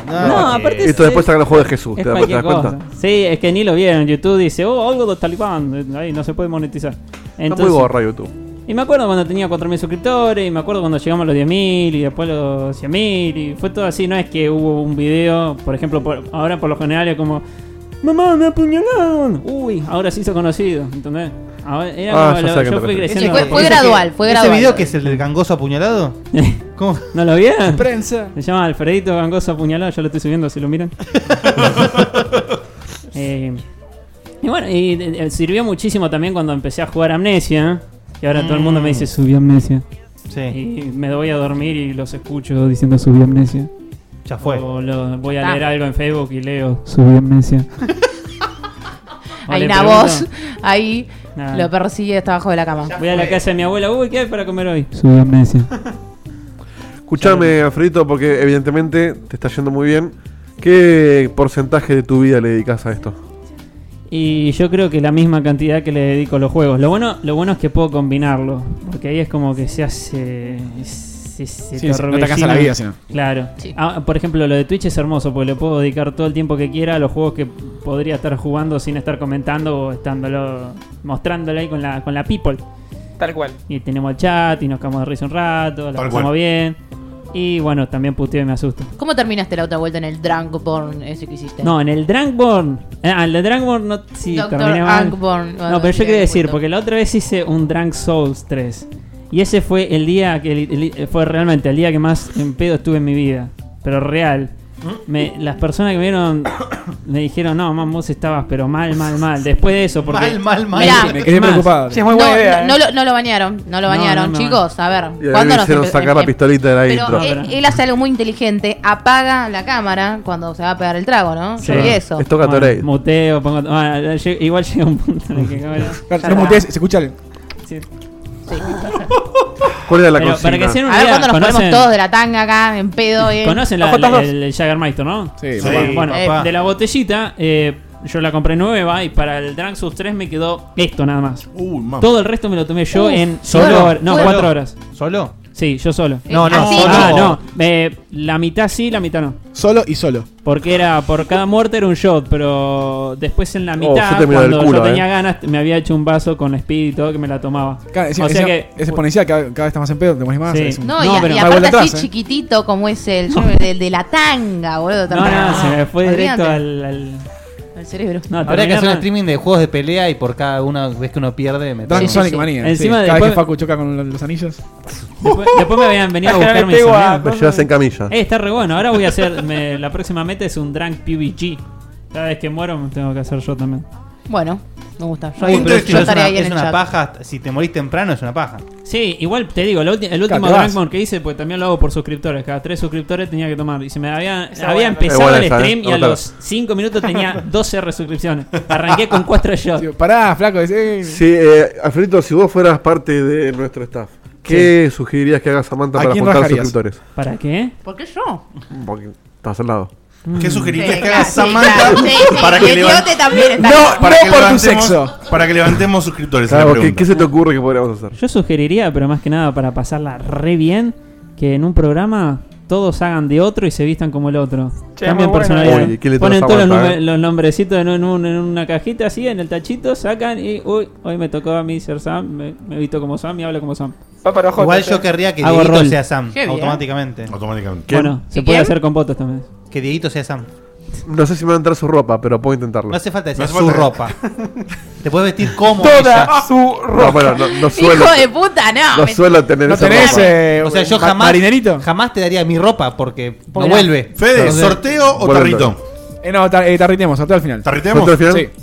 Speaker 3: Ah,
Speaker 8: No,
Speaker 5: porque-
Speaker 8: aparte Sí.
Speaker 3: Esto después saca el juego de Jesús,
Speaker 8: Es
Speaker 3: ¿te das te
Speaker 8: cualquier
Speaker 3: das
Speaker 8: cosa.
Speaker 3: cuenta?
Speaker 8: Sí, es que ni lo vieron. YouTube dice, oh, algo de talibán. Ahí no se puede monetizar.
Speaker 3: Está muy
Speaker 8: Entonces,
Speaker 3: gorra YouTube.
Speaker 8: y me acuerdo cuando tenía 4.000 suscriptores, y me acuerdo cuando llegamos a los 10.000 y después a los 100.000, y fue todo así. No es que hubo un video, por ejemplo, por- ahora por lo general es como, mamá, me apuñalaron. Uy, ahora se hizo conocido, ¿entendés? Ahora, era
Speaker 3: Ah,
Speaker 8: como
Speaker 3: ya
Speaker 8: lo-
Speaker 3: sé
Speaker 8: yo
Speaker 3: que te
Speaker 8: fui
Speaker 3: referís.
Speaker 8: creciendo.
Speaker 4: Fue-
Speaker 8: por-
Speaker 4: fue gradual, fue gradual.
Speaker 5: ¿Ese video que es el del gangoso apuñalado? ¿Cómo?
Speaker 8: ¿No lo vieron?
Speaker 7: prensa.
Speaker 8: Se llama Alfredito Gangoso Apuñalado, yo lo estoy subiendo si lo miran. Eh, y bueno, y, eh, eh, sirvió muchísimo también cuando empecé a jugar Amnesia. Y ahora todo el mundo
Speaker 6: Mm.
Speaker 8: me dice subió Amnesia.
Speaker 5: Mm. Sí,
Speaker 8: Y me voy a dormir y los escucho diciendo subió Amnesia.
Speaker 5: ya fue.
Speaker 8: O lo- voy a
Speaker 4: Ah.
Speaker 8: leer algo en Facebook y leo subió Amnesia. O
Speaker 4: Hay
Speaker 8: le
Speaker 4: una
Speaker 8: pregunto,
Speaker 4: voz ahí,
Speaker 8: Nada.
Speaker 4: lo persigue hasta abajo de la cama.
Speaker 8: Voy a la casa de mi abuela, uy, ¿qué hay para comer hoy? Subió Amnesia.
Speaker 3: Escuchame, Alfredito, porque evidentemente te está yendo muy bien. ¿Qué porcentaje de tu vida le dedicas a esto?
Speaker 8: Y yo creo que la misma cantidad que le dedico a los juegos. Lo bueno, lo bueno es que puedo combinarlo. Porque ahí es como que se hace. Se, se
Speaker 7: Sí, sí, no te alcanza
Speaker 8: torbellina.
Speaker 7: la vida, sino.
Speaker 8: Claro.
Speaker 4: Sí.
Speaker 8: Ah, por ejemplo, lo de Twitch es hermoso porque le puedo dedicar todo el tiempo que quiera a los juegos que podría estar jugando sin estar comentando o estándolo, mostrándolo ahí con la, con la people.
Speaker 6: Tal cual.
Speaker 8: Y tenemos el chat y nos cagamos de risa un rato, la
Speaker 2: Tal
Speaker 8: pasamos
Speaker 2: cual.
Speaker 8: bien. Y bueno, también puteo y me asusto.
Speaker 4: ¿Cómo terminaste la otra vuelta en el Drunk Born ese que hiciste?
Speaker 8: No, en el Drankborn. Ah, en el Drankborn no. Sí,
Speaker 4: Este. Doctor
Speaker 8: terminé mal.
Speaker 4: Ankborn.
Speaker 8: No, pero yo quería decir, porque la otra vez hice un Drunk Souls 3. Y ese fue el día que li- li- fue realmente el día que más en pedo estuve en mi vida. Pero real. Me- las personas que me vieron me dijeron, no, man, vos estabas, pero mal, mal, mal. Después de eso, porque.
Speaker 5: Mal, mal, mal.
Speaker 4: Mirá.
Speaker 7: Me quedé
Speaker 8: Más.
Speaker 7: preocupado.
Speaker 6: Sí, es muy
Speaker 4: no,
Speaker 6: buena idea.
Speaker 4: no,
Speaker 6: ¿eh?
Speaker 4: no lo, no lo bañaron, no lo
Speaker 8: No,
Speaker 4: bañaron.
Speaker 8: no me
Speaker 4: Chicos, a ver.
Speaker 3: Y a mí
Speaker 4: ¿cuándo
Speaker 3: me
Speaker 4: nos
Speaker 3: hicieron
Speaker 4: empe-
Speaker 3: sacar la
Speaker 4: em-
Speaker 3: pistolita de la
Speaker 4: Pero
Speaker 3: intro.
Speaker 4: él, él hace algo muy inteligente, apaga la cámara cuando se va a pegar el trago, ¿no?
Speaker 8: Sí.
Speaker 4: Yo vi eso.
Speaker 3: Esto
Speaker 8: Bueno,
Speaker 3: Gatorade.
Speaker 8: muteo, pongo. ah, lle- igual llega un punto en el que. bueno,
Speaker 7: No mutees, se escucha el.
Speaker 8: sí.
Speaker 3: ¿Cuál era la
Speaker 8: Pero para que
Speaker 3: consigna?
Speaker 8: sean una
Speaker 4: A ver
Speaker 8: idea,
Speaker 4: cuándo nos
Speaker 8: conocen-
Speaker 4: ponemos todos de la tanga acá, en pedo. eh.
Speaker 8: Conocen la-
Speaker 6: Ojo,
Speaker 8: la-
Speaker 6: todos.
Speaker 8: el, el Jaggermeister, ¿no?
Speaker 7: Sí,
Speaker 2: Sí.
Speaker 7: papá.
Speaker 8: Bueno,
Speaker 4: papá.
Speaker 8: de la botellita, eh, yo la compré nueva y para el Drunk Souls 3 me quedó esto nada más.
Speaker 2: Uy, mamá.
Speaker 8: Todo el resto me lo tomé yo en
Speaker 5: ¿solo?
Speaker 8: cuatro horas. No,
Speaker 5: ¿Solo?
Speaker 8: cuatro horas.
Speaker 5: ¿Solo?
Speaker 8: Sí, yo solo.
Speaker 5: No, no,
Speaker 4: Así.
Speaker 5: solo.
Speaker 8: Ah, no. eh, la mitad sí, la mitad no.
Speaker 7: Solo y solo.
Speaker 8: Porque era por cada muerte era un shot, pero después en la
Speaker 7: Oh,
Speaker 3: yo
Speaker 8: mitad,
Speaker 3: te miro del
Speaker 8: cuando
Speaker 3: culo,
Speaker 8: yo tenía
Speaker 3: eh.
Speaker 8: ganas, me había hecho un vaso con speed y todo que me la tomaba.
Speaker 7: Cada- Es,
Speaker 8: o sea
Speaker 7: es-
Speaker 8: que.
Speaker 7: es exponencial, cada, cada vez está más en pedo, te morís más.
Speaker 8: Sí.
Speaker 7: es un-
Speaker 4: No, y,
Speaker 8: No,
Speaker 4: a-
Speaker 8: pero-
Speaker 4: y
Speaker 7: Ah,
Speaker 4: aparte
Speaker 7: vuelta
Speaker 4: así
Speaker 7: atrás, ¿eh?
Speaker 4: chiquitito como es el yo me- del de la tanga, boludo.
Speaker 8: No, no, se me fue directo
Speaker 4: Olvídate.
Speaker 8: al. al-
Speaker 4: al cerebro.
Speaker 8: no,
Speaker 5: Habría que
Speaker 8: terminar,
Speaker 5: hacer un
Speaker 8: no.
Speaker 5: streaming de juegos de pelea y por cada una vez que uno pierde, me
Speaker 7: Dan
Speaker 4: Sí, sí,
Speaker 7: Sonic
Speaker 4: sí.
Speaker 7: Manía. sí.
Speaker 8: Encima
Speaker 7: cada vez
Speaker 8: después-
Speaker 7: que Facu choca con los anillos.
Speaker 8: Después, después me habían venido a
Speaker 6: Acá
Speaker 8: buscar
Speaker 6: me
Speaker 8: mis
Speaker 6: pego a-
Speaker 8: amigos.
Speaker 3: Me llevas en camilla.
Speaker 8: Eh, está re bueno. Ahora voy a hacer. me- la próxima meta es un Drunk PvG. Cada vez que muero me tengo que hacer yo también.
Speaker 4: Bueno, me gusta. Yo,
Speaker 5: Uy,
Speaker 4: yo
Speaker 5: pero es, es
Speaker 4: estaré
Speaker 5: una,
Speaker 4: ahí en
Speaker 5: es
Speaker 4: el
Speaker 5: una
Speaker 4: chat.
Speaker 5: paja. Si te morís temprano, es una paja.
Speaker 8: Sí, igual te digo, la ulti- el último
Speaker 5: te vas.
Speaker 8: Dragon que hice, pues también lo hago por suscriptores. Cada tres suscriptores tenía que tomar. Y se me había,
Speaker 6: Está
Speaker 8: había
Speaker 6: bueno.
Speaker 8: empezado
Speaker 3: Es buena
Speaker 8: el
Speaker 3: esa,
Speaker 8: stream
Speaker 3: eh.
Speaker 8: y a
Speaker 3: Anotala.
Speaker 8: los 5 minutos tenía 12 resuscripciones. Arranqué con 4 shots.
Speaker 7: Digo,
Speaker 5: Ah,
Speaker 7: Pará, flaco. ese-
Speaker 3: Sí, eh, Alfredito, si vos fueras parte de nuestro staff, ¿qué sugerirías que haga Samantha
Speaker 7: ¿A
Speaker 3: para
Speaker 7: quién
Speaker 3: juntar
Speaker 7: rajarías?
Speaker 3: suscriptores?
Speaker 8: ¿Para qué?
Speaker 4: ¿Por qué yo?
Speaker 3: Porque estás al lado.
Speaker 2: ¿Qué sugerirías
Speaker 4: Sí,
Speaker 2: que
Speaker 8: Ah,
Speaker 2: haga
Speaker 4: sí,
Speaker 2: Samantha
Speaker 4: claro, sí, sí.
Speaker 2: para
Speaker 4: Y
Speaker 2: que
Speaker 4: el
Speaker 2: levan-
Speaker 4: Diote también está.
Speaker 7: No,
Speaker 2: para
Speaker 7: no
Speaker 2: que
Speaker 7: por tu
Speaker 2: levantemos-
Speaker 7: sexo.
Speaker 2: Para que levantemos suscriptores.
Speaker 3: Claro,
Speaker 2: a la
Speaker 3: ¿qué,
Speaker 2: pregunta.
Speaker 3: qué se te ocurre que podríamos hacer?
Speaker 8: Yo sugeriría, pero más que nada para pasarla re bien, que en un programa todos hagan de otro y se vistan como el otro.
Speaker 6: Che,
Speaker 8: Cambian
Speaker 6: muy buena
Speaker 8: personalidad.
Speaker 3: idea. Uy, qué letra
Speaker 8: Ponen todos los,
Speaker 3: Samantha,
Speaker 8: nume-
Speaker 3: eh.
Speaker 8: los nombrecitos en, un- un- en una cajita así, en el tachito, sacan y, uy, hoy me tocó a mí ser Sam, me, me visto como Sam y hablo como Sam.
Speaker 6: Va para Ojota,
Speaker 5: Igual
Speaker 6: che.
Speaker 5: yo querría que
Speaker 8: Hago
Speaker 5: Dieguito
Speaker 8: rol.
Speaker 5: sea Sam,
Speaker 4: Qué bien.
Speaker 5: automáticamente.
Speaker 2: Automáticamente.
Speaker 8: Bueno, se
Speaker 4: ¿Y
Speaker 8: puede
Speaker 4: quién?
Speaker 8: hacer con votos también.
Speaker 5: Que Dieguito sea Sam.
Speaker 3: No sé si me va a entrar su ropa, pero puedo intentarlo.
Speaker 5: No hace falta que
Speaker 2: No
Speaker 5: sea
Speaker 2: hace
Speaker 5: su
Speaker 2: falta.
Speaker 5: ropa. Te puedes vestir como
Speaker 6: Toda
Speaker 5: ella.
Speaker 6: su
Speaker 3: No,
Speaker 6: ropa.
Speaker 3: bueno, no, no suelo,
Speaker 4: Hijo de puta, no.
Speaker 3: no
Speaker 4: me-
Speaker 3: suelo tener
Speaker 7: No
Speaker 3: esa
Speaker 7: tenés.
Speaker 3: ropa.
Speaker 7: eh,
Speaker 5: O sea, yo
Speaker 7: ma-
Speaker 5: jamás,
Speaker 7: Marinerito.
Speaker 5: jamás te daría mi ropa porque no
Speaker 4: Bueno.
Speaker 5: vuelve.
Speaker 2: Fede,
Speaker 5: Entonces,
Speaker 2: ¿sorteo o
Speaker 3: Bueno,
Speaker 2: tarrito?
Speaker 7: Eh, no, tar- eh, tarritemos, sorteo al final.
Speaker 2: ¿Tarriteamos?
Speaker 3: ¿Sorteo al final?
Speaker 7: Sí.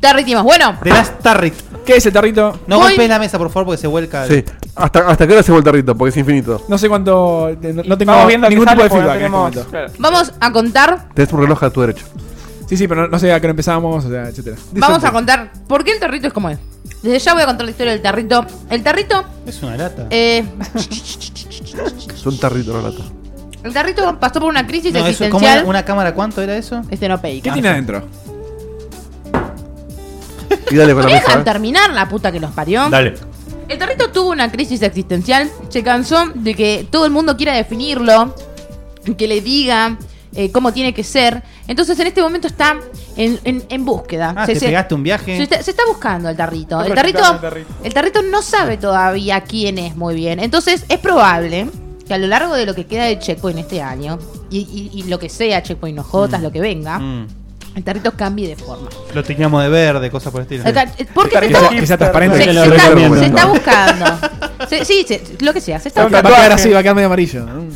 Speaker 4: Territimos. Bueno,
Speaker 5: De las Tarrit.
Speaker 7: ¿Qué es el tarrito?
Speaker 5: No
Speaker 4: Voy-
Speaker 5: golpees la mesa, por favor, porque se vuelca. el-
Speaker 3: Sí. ¿Hasta, ¿Hasta qué hora se vuelve el tarrito? Porque es infinito.
Speaker 7: No sé cuánto. eh, No, no tengo
Speaker 6: Vamos viendo
Speaker 7: ningún
Speaker 6: qué sale
Speaker 7: tipo de
Speaker 6: porque no
Speaker 7: feedback en este
Speaker 6: tenemos-
Speaker 7: momento.
Speaker 6: claro.
Speaker 4: vamos a contar.
Speaker 3: Tenés un reloj a tu derecha.
Speaker 7: Sí, sí, pero no, no sé a qué hora empezamos, o sea, etcétera.
Speaker 4: Vamos a contar por qué el territo es como es. Desde ya voy a contar la historia del territo. El territo,
Speaker 5: Es una lata.
Speaker 4: eh,
Speaker 3: Es un tarrito, no lata.
Speaker 4: el territo pasó por una crisis
Speaker 5: No, eso- ¿cómo
Speaker 4: existencial. Este
Speaker 5: era? ¿Una cámara cuánto era eso?
Speaker 7: ¿Qué
Speaker 4: estenopeica.
Speaker 7: tiene adentro?
Speaker 3: Y dale con la
Speaker 4: Me dejan
Speaker 3: mesa. ¿eh?
Speaker 4: terminar la puta que los parió.
Speaker 2: Dale.
Speaker 4: El territo tuvo una crisis existencial. Se cansó de que todo el mundo quiera definirlo, que le diga eh, cómo tiene que ser. Entonces en este momento está en, en- en búsqueda.
Speaker 5: Ah,
Speaker 4: Se-
Speaker 5: te
Speaker 4: se-
Speaker 5: pegaste un viaje.
Speaker 4: se está, se está buscando el tarrito.
Speaker 6: Está
Speaker 4: El tarrito,
Speaker 6: practicando el tarrito.
Speaker 4: el tarrito no sabe todavía quién es muy bien. Entonces es probable que a lo largo de lo que queda de Checkpoint este año, y, y- y lo que sea, Checkpoint Ojotas, lo que venga,
Speaker 5: Mm.
Speaker 4: el tarrito cambie de forma.
Speaker 5: Lo teníamos de verde, cosas por el estilo.
Speaker 4: El tar- Porque se
Speaker 7: Que
Speaker 6: tarrito
Speaker 4: está,
Speaker 7: sea,
Speaker 6: hipster.
Speaker 7: que sea
Speaker 4: se-
Speaker 7: transparente.
Speaker 8: Te
Speaker 4: se
Speaker 8: lo
Speaker 4: está-
Speaker 8: recomiendo.
Speaker 4: se está buscando. Se- sí, se- lo que sea, se está
Speaker 7: Va
Speaker 4: buscando.
Speaker 7: va a quedar así, va a quedar medio amarillo. ¿no?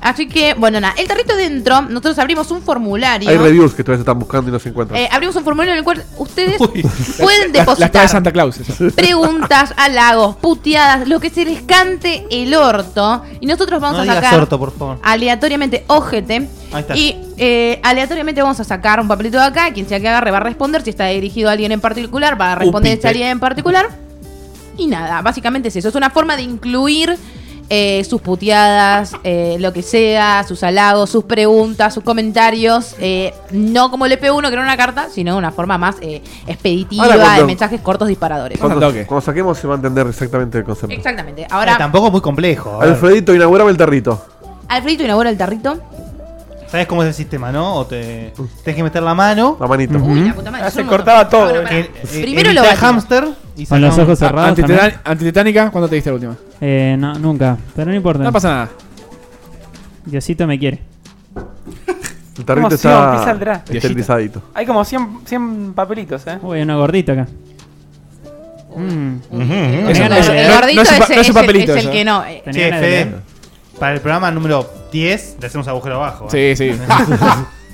Speaker 4: Así que, bueno, nada, el tarrito dentro, nosotros abrimos un formulario.
Speaker 3: Hay reviews que todavía se están buscando y no se encuentran.
Speaker 4: Eh, abrimos un formulario en el cual ustedes
Speaker 5: Uy.
Speaker 4: pueden
Speaker 7: La, la está de
Speaker 4: depositar
Speaker 7: Santa Claus. esa.
Speaker 4: preguntas, halagos, puteadas, lo que se les cante el orto. Y nosotros vamos
Speaker 5: no
Speaker 4: a
Speaker 5: digas
Speaker 4: sacar
Speaker 5: sorto, por favor.
Speaker 4: aleatoriamente ojete.
Speaker 5: Ahí está.
Speaker 4: Y eh, aleatoriamente vamos a sacar un papelito de acá. y Quien sea que agarre va a responder. Si está dirigido a alguien en particular, va a responder a ese
Speaker 5: pite.
Speaker 4: alguien en particular. Y nada, básicamente es eso. Es una forma de incluir eh, sus puteadas, eh, lo que sea, sus halagos, sus preguntas, sus comentarios. eh, no como el EP1, que era una carta, sino de una forma más eh, expeditiva
Speaker 3: Ahora cuando-
Speaker 4: de mensajes cortos disparadores.
Speaker 7: Vamos al
Speaker 3: Cuando,
Speaker 7: toque.
Speaker 3: cuando saquemos se va a entender exactamente el concepto.
Speaker 4: Exactamente.
Speaker 5: Eh,
Speaker 4: Ahora,
Speaker 5: tampoco es muy complejo. a ver.
Speaker 3: Alfredito, inaugurame el tarrito.
Speaker 4: Alfredito inaugura el tarrito.
Speaker 5: ¿Sabes cómo es el sistema, no? O te tenés que meter la mano.
Speaker 3: La manito.
Speaker 4: Uy, la puta madre,
Speaker 6: Ah,
Speaker 4: son
Speaker 6: se
Speaker 4: un montón.
Speaker 6: cortaba todo,
Speaker 4: Ahora,
Speaker 6: eh.
Speaker 4: pará.
Speaker 5: eh, eh,
Speaker 4: Primero lo
Speaker 5: evitá
Speaker 4: batido.
Speaker 5: hamster y
Speaker 8: Con los
Speaker 5: sacá un-
Speaker 8: ojos cerrados.
Speaker 7: Antititán-
Speaker 8: también.
Speaker 7: Antititánica, ¿cuándo te diste la última?
Speaker 8: Eh, no, nunca. Pero no importa.
Speaker 7: No pasa nada.
Speaker 8: Diosito me quiere.
Speaker 3: El tarrito
Speaker 6: Emoción, ¿qué
Speaker 3: está
Speaker 6: saldrá?
Speaker 3: esterilizadito.
Speaker 6: Hay como 100, 100 papelitos, ¿eh?
Speaker 8: Uy, hay una gordita acá. Mm.
Speaker 2: Ujú,
Speaker 4: Bueno,
Speaker 8: Eso
Speaker 7: no
Speaker 4: el
Speaker 7: es- no es-
Speaker 4: gordito es,
Speaker 7: no es un pa- no es un
Speaker 4: es el-
Speaker 7: papelito
Speaker 4: es el
Speaker 7: eso.
Speaker 4: que no. eh,
Speaker 8: Tenía
Speaker 5: Che,
Speaker 8: ganas de
Speaker 5: Fede,
Speaker 8: leer.
Speaker 5: para el programa número 10 le hacemos agujero abajo. ¿eh?
Speaker 7: Sí, sí.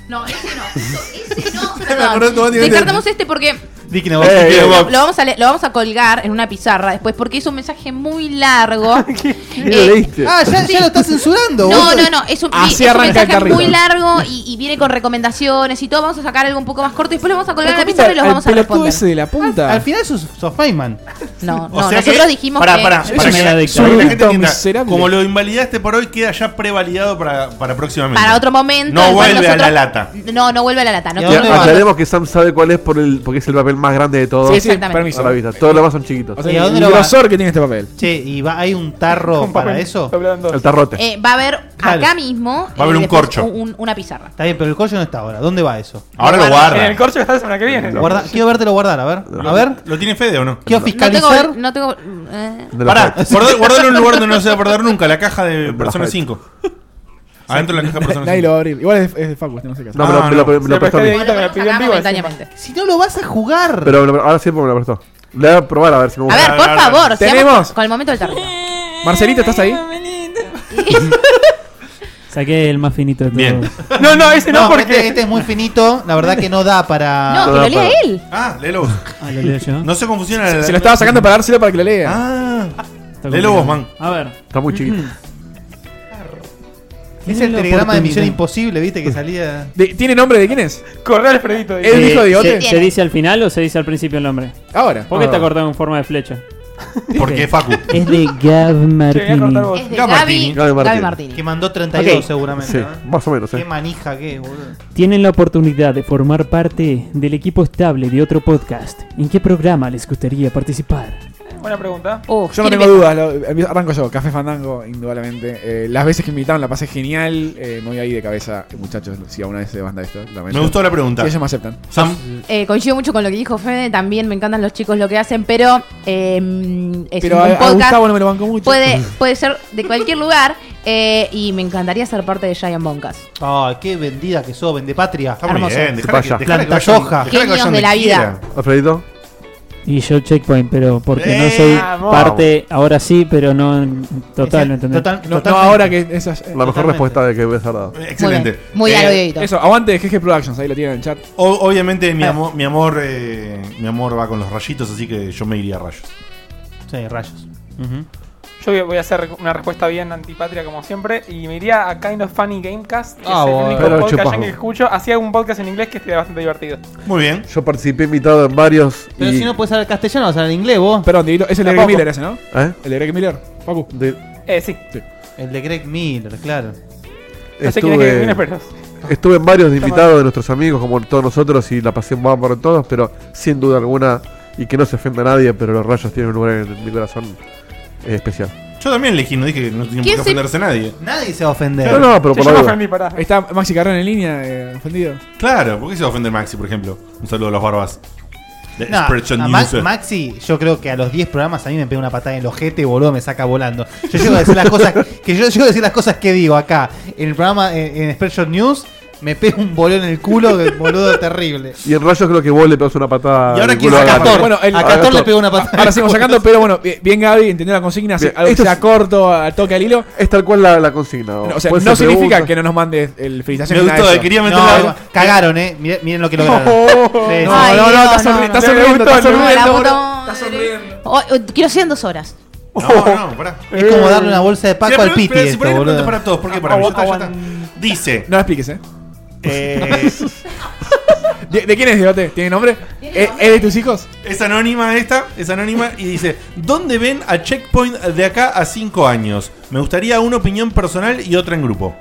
Speaker 4: No, ese no. Ese no.
Speaker 2: acordé
Speaker 4: perdón.
Speaker 2: automáticamente.
Speaker 4: Descartamos este porque
Speaker 5: Di que no va-
Speaker 2: Eh, eh,
Speaker 4: lo vamos, a le- lo vamos a colgar en una pizarra después porque es un mensaje muy largo.
Speaker 3: ¿Qué
Speaker 4: Eh,
Speaker 3: leíste?
Speaker 5: Ah, ya, ya lo estás censurando.
Speaker 4: No,
Speaker 5: boludo.
Speaker 4: no, no, es un,
Speaker 2: Ah,
Speaker 7: Así
Speaker 4: es un
Speaker 7: arranca el
Speaker 4: mensaje
Speaker 7: carrito.
Speaker 4: muy largo y, y viene con recomendaciones y todo. Vamos a sacar algo un poco más corto y después lo vamos a colgar en la
Speaker 7: Recomienda
Speaker 4: pizarra y los
Speaker 7: al
Speaker 4: vamos a
Speaker 7: pelotudo
Speaker 4: responder.
Speaker 7: ese de la
Speaker 5: Al
Speaker 7: punta.
Speaker 5: final sos, sos Feynman.
Speaker 4: No,
Speaker 2: O
Speaker 4: no,
Speaker 2: sea que-
Speaker 4: nosotros dijimos
Speaker 2: pará,
Speaker 4: que...
Speaker 2: pará,
Speaker 8: Eso
Speaker 2: para
Speaker 8: me
Speaker 2: que
Speaker 8: da
Speaker 2: la-
Speaker 8: adicto.
Speaker 2: para que la gente
Speaker 7: Suelto,
Speaker 2: entienda,
Speaker 7: miserable.
Speaker 2: Como lo invalidaste por hoy, queda ya prevalidado para, para próximamente.
Speaker 4: Para otro momento.
Speaker 2: No
Speaker 4: el cual
Speaker 2: vuelve a la
Speaker 4: nosotros-
Speaker 2: lata.
Speaker 4: No, no vuelve a la lata.
Speaker 5: ¿Y a
Speaker 4: Nosotros
Speaker 5: dónde
Speaker 4: no-
Speaker 5: va?
Speaker 3: Aclaremos que Sam sabe cuál es por el, porque es el papel más grande de todos.
Speaker 7: Sí, sí,
Speaker 4: Exactamente.
Speaker 7: permiso.
Speaker 3: A la vista. Todos los demás son chiquitos.
Speaker 7: O sea,
Speaker 5: ¿Y a dónde
Speaker 7: el
Speaker 5: lo va?
Speaker 7: grosor que tiene este papel.
Speaker 5: Che, ¿y va, hay un tarro
Speaker 6: Con
Speaker 5: para
Speaker 6: papel
Speaker 5: eso?
Speaker 6: doblado en dos.
Speaker 3: El tarrote.
Speaker 4: eh, va a haber
Speaker 5: Claro.
Speaker 4: acá mismo...
Speaker 2: a haber
Speaker 4: eh,
Speaker 2: un
Speaker 4: después
Speaker 2: corcho.
Speaker 4: un- una pizarra.
Speaker 5: Está bien, pero el collo no está ahora. ¿Dónde va eso?
Speaker 2: Ahora lo
Speaker 6: En el
Speaker 2: guarda.
Speaker 6: corcho está la semana que viene.
Speaker 5: Guarda- quiero vértelo guardar, a ver. A ver,
Speaker 2: ¿Lo tiene Fede o no?
Speaker 5: quiero
Speaker 4: No tengo...
Speaker 5: fiscalizar.
Speaker 4: No tengo eh.
Speaker 3: De la
Speaker 2: Pará,
Speaker 3: parte.
Speaker 2: guardá- guardalo en un lugar donde no se va a perder nunca, la caja de
Speaker 3: la
Speaker 2: Persona
Speaker 3: Fed.
Speaker 2: 5. Adentro de la caja de Persona
Speaker 7: Nadie lo
Speaker 2: 5.
Speaker 7: va a abrir. Igual es, es de Facu, este no sé qué hacer.
Speaker 3: No, me lo-
Speaker 2: Ah,
Speaker 3: me lo,
Speaker 2: no.
Speaker 3: me lo
Speaker 6: Se lo
Speaker 3: prestó a mí.
Speaker 6: presté
Speaker 4: Bueno,
Speaker 6: me la
Speaker 4: lo
Speaker 6: pidió en
Speaker 4: acá
Speaker 6: vivo,
Speaker 4: momentáneamente.
Speaker 5: Si no lo vas a jugar.
Speaker 3: Pero me lo- ahora sí me lo prestó. Le voy a probar a ver si
Speaker 4: A
Speaker 3: me gusta.
Speaker 4: ver, por
Speaker 2: Ahora,
Speaker 4: favor, seamos
Speaker 7: ¿Tenemos?
Speaker 4: con el momento del tarrito.
Speaker 7: Marcelito, ¿estás ahí?
Speaker 8: Saqué el más finito de todos.
Speaker 2: Bien.
Speaker 6: No, no, ese no, porque.
Speaker 5: este, este es muy finito, la verdad que no da para.
Speaker 4: No, que lo lea él.
Speaker 2: Ah, léelo vos.
Speaker 8: Ah, lo leo yo.
Speaker 2: No se confusiona.
Speaker 7: Se lo estaba sacando para dárselo para que lo lea.
Speaker 2: Ah,
Speaker 8: Está
Speaker 2: léelo vos, man.
Speaker 8: complicado. A ver.
Speaker 3: Está muy chiquito.
Speaker 5: Es
Speaker 8: Tiene
Speaker 5: el
Speaker 8: la
Speaker 5: telegrama de Misión
Speaker 8: oportunidad.
Speaker 5: Imposible, viste, que salía.
Speaker 7: De- ¿Tiene nombre de quién es?
Speaker 6: Corre Alfredito. dice.
Speaker 7: ¿Es el hijo de
Speaker 8: ¿se,
Speaker 7: Diote?
Speaker 8: se dice al final o se dice al principio el nombre?
Speaker 7: Ahora.
Speaker 8: ¿Por qué
Speaker 3: Ah.
Speaker 8: está cortado en forma de flecha?
Speaker 2: Porque Facu.
Speaker 8: Es de Gav
Speaker 6: Che, voy a cortar vos.
Speaker 4: Es de
Speaker 2: Gaby
Speaker 4: Gaby,
Speaker 2: Martini.
Speaker 3: Gaby Martini.
Speaker 4: Gaby
Speaker 5: Que
Speaker 4: Martini.
Speaker 5: mandó 32
Speaker 8: Ok.
Speaker 5: seguramente.
Speaker 3: Sí,
Speaker 5: ¿no?
Speaker 3: más o menos,
Speaker 5: Qué
Speaker 3: eh.
Speaker 5: manija que, es, boludo.
Speaker 8: Tienen la oportunidad de formar parte del equipo estable de otro podcast. ¿En qué programa les gustaría participar?
Speaker 6: Buena pregunta.
Speaker 4: Oh,
Speaker 7: Yo no
Speaker 4: ¿quién
Speaker 7: tengo
Speaker 4: empieza?
Speaker 7: dudas, lo- empiezo- arranco yo, Café Fandango, indudablemente. Eh, las veces que me invitaron la pasé genial, eh, me voy ahí de cabeza, Eh, muchachos, si alguna vez se banda esto.
Speaker 2: Me gustó la pregunta.
Speaker 7: Si ellos me aceptan.
Speaker 2: Sam,
Speaker 4: Eh, coincido mucho con lo que dijo Fede, también me encantan los chicos lo que hacen, pero eh, es
Speaker 7: Pero
Speaker 4: un
Speaker 7: a, a
Speaker 4: podcast,
Speaker 7: Gustavo no me lo banco mucho.
Speaker 4: puede, puede ser de cualquier lugar eh, y me encantaría ser parte de Giant Boncas.
Speaker 5: Ay, qué vendida que sos, vende patria.
Speaker 2: está muy bien. Dejala que,
Speaker 3: Vaya.
Speaker 2: dejala que
Speaker 5: Planta
Speaker 2: vayan-
Speaker 5: soja.
Speaker 2: dejala que
Speaker 4: Genios
Speaker 2: vayan
Speaker 4: de
Speaker 2: donde
Speaker 4: la vida.
Speaker 2: quieran.
Speaker 3: Alfredito.
Speaker 8: Y yo checkpoint, pero porque no
Speaker 2: ¡Eh,
Speaker 8: soy
Speaker 6: vamos!
Speaker 8: parte, ahora sí, pero no en total, ¿me
Speaker 5: Total,
Speaker 8: entendés?
Speaker 7: No, no,
Speaker 5: totalmente.
Speaker 7: ahora que esas. eh,
Speaker 3: La mejor
Speaker 5: Totalmente.
Speaker 3: respuesta de que hubiese dado.
Speaker 2: Excelente.
Speaker 4: Muy
Speaker 2: Eh,
Speaker 4: bien, muy bien,
Speaker 7: Eso, aguante de GG Productions, ahí lo tienen en el chat.
Speaker 2: o- obviamente mi amor, mi amor, eh, mi amor va con los rayitos, así que yo me iría a rayos.
Speaker 5: Sí, rayos.
Speaker 8: Ujú.
Speaker 6: Yo voy- voy a hacer una respuesta bien antipatria como siempre y me iría a Kind of Funny Gamecast, que
Speaker 5: Ah,
Speaker 6: es el
Speaker 5: bueno.
Speaker 6: único
Speaker 3: Pero
Speaker 6: podcast
Speaker 3: chupamos.
Speaker 6: en que escucho. Hacía un podcast en inglés que era bastante divertido.
Speaker 2: Muy bien.
Speaker 3: Yo participé invitado en varios.
Speaker 5: Pero
Speaker 3: y-
Speaker 5: si no puedes hablar castellano, vas a hablar inglés vos.
Speaker 7: Perdón, Dieguito, es el de Greg
Speaker 6: Tampoco.
Speaker 7: Miller ese, ¿no?
Speaker 3: ¿Eh?
Speaker 7: El de Greg Miller, Facu.
Speaker 3: De-
Speaker 6: Eh, sí.
Speaker 5: El de Greg Miller, claro.
Speaker 6: No sé quién es que viene,
Speaker 3: estuve,
Speaker 6: pero.
Speaker 3: estuve en varios de invitados de nuestros amigos, como todos nosotros, y la pasé bomba por todos, pero sin duda alguna, y que no se ofenda a nadie, pero los rayos tienen un lugar en mi corazón eh, especial.
Speaker 2: Yo también elegí, no dije que no tenían por
Speaker 4: ¿Quién
Speaker 2: qué
Speaker 4: se-
Speaker 2: ofenderse a nadie.
Speaker 5: Nadie se va a ofender.
Speaker 3: No, no, pero
Speaker 6: Che, yo
Speaker 3: por la
Speaker 6: me
Speaker 3: duda.
Speaker 6: ofendí, pará.
Speaker 7: Está Maxi Carrón en línea, eh, ofendido.
Speaker 2: Claro, ¿por qué se va a ofender Maxi, por ejemplo? Un saludo a los barbas. De
Speaker 5: No,
Speaker 2: Expression
Speaker 5: a Ma-
Speaker 2: News.
Speaker 5: Maxi, yo creo que a los 10 programas a mí me pega una patada en el ojete, boludo, me saca volando. Yo llego a decir las cosas que yo llego a decir las cosas que digo acá en el programa en, en Expression News, me pega un bolón en el culo, que- boludo terrible.
Speaker 3: Y en rayos creo que vos le pegas una patada.
Speaker 2: Y ahora
Speaker 3: en el
Speaker 2: quién
Speaker 3: culo a
Speaker 2: saca
Speaker 3: Gato.
Speaker 5: Castor,
Speaker 7: Bueno, el- Ah,
Speaker 5: a
Speaker 3: a
Speaker 5: Castor
Speaker 3: Castor.
Speaker 5: le pega una patada. en
Speaker 7: Ahora
Speaker 5: el
Speaker 7: seguimos
Speaker 5: culo.
Speaker 7: sacando, pero bueno, bien, bien Gaby, entendió la consigna, hace
Speaker 3: Bien,
Speaker 7: algo que
Speaker 3: esto
Speaker 7: sea
Speaker 3: es-
Speaker 7: corto, al toque al hilo.
Speaker 3: Es tal cual la, la consigna.
Speaker 7: No, o sea, no
Speaker 3: Puede ser
Speaker 7: significa
Speaker 3: preguntas.
Speaker 7: que no nos mandes el
Speaker 2: Me
Speaker 7: felicitación.
Speaker 2: gustó, eh, quería meter
Speaker 5: No,
Speaker 2: la.
Speaker 5: cagaron, eh. Miren, miren lo que lograron. Sí,
Speaker 7: No,
Speaker 5: sí.
Speaker 4: Ay,
Speaker 7: no, no,
Speaker 4: Dios,
Speaker 7: estás
Speaker 4: no,
Speaker 7: sonri-
Speaker 4: no.
Speaker 7: estás
Speaker 6: Me
Speaker 7: sonriendo,
Speaker 6: gustó,
Speaker 7: estás
Speaker 6: no,
Speaker 4: No, la
Speaker 7: sonriendo.
Speaker 4: puta
Speaker 7: bro.
Speaker 4: madre. Oh, oh, quiero ser en dos horas.
Speaker 2: No, no, pará.
Speaker 5: Es como darle una bolsa de
Speaker 2: Sí,
Speaker 5: Paco
Speaker 2: pero-
Speaker 5: al Piti
Speaker 2: pero si
Speaker 5: esto,
Speaker 2: por ahí le pregunto
Speaker 5: boludo.
Speaker 2: para todos, ¿por
Speaker 3: Ah,
Speaker 2: qué para mí? Ya está, ya está. Dice.
Speaker 7: No lo expliques, eh.
Speaker 2: eh,
Speaker 7: ¿De, de quién es Diote? ¿Tiene nombre? ¿Es, es de tus hijos?
Speaker 2: Es anónima esta, es anónima y dice, ¿dónde ven a Checkpoint de acá a 5 años? Me gustaría una opinión personal y otra en grupo.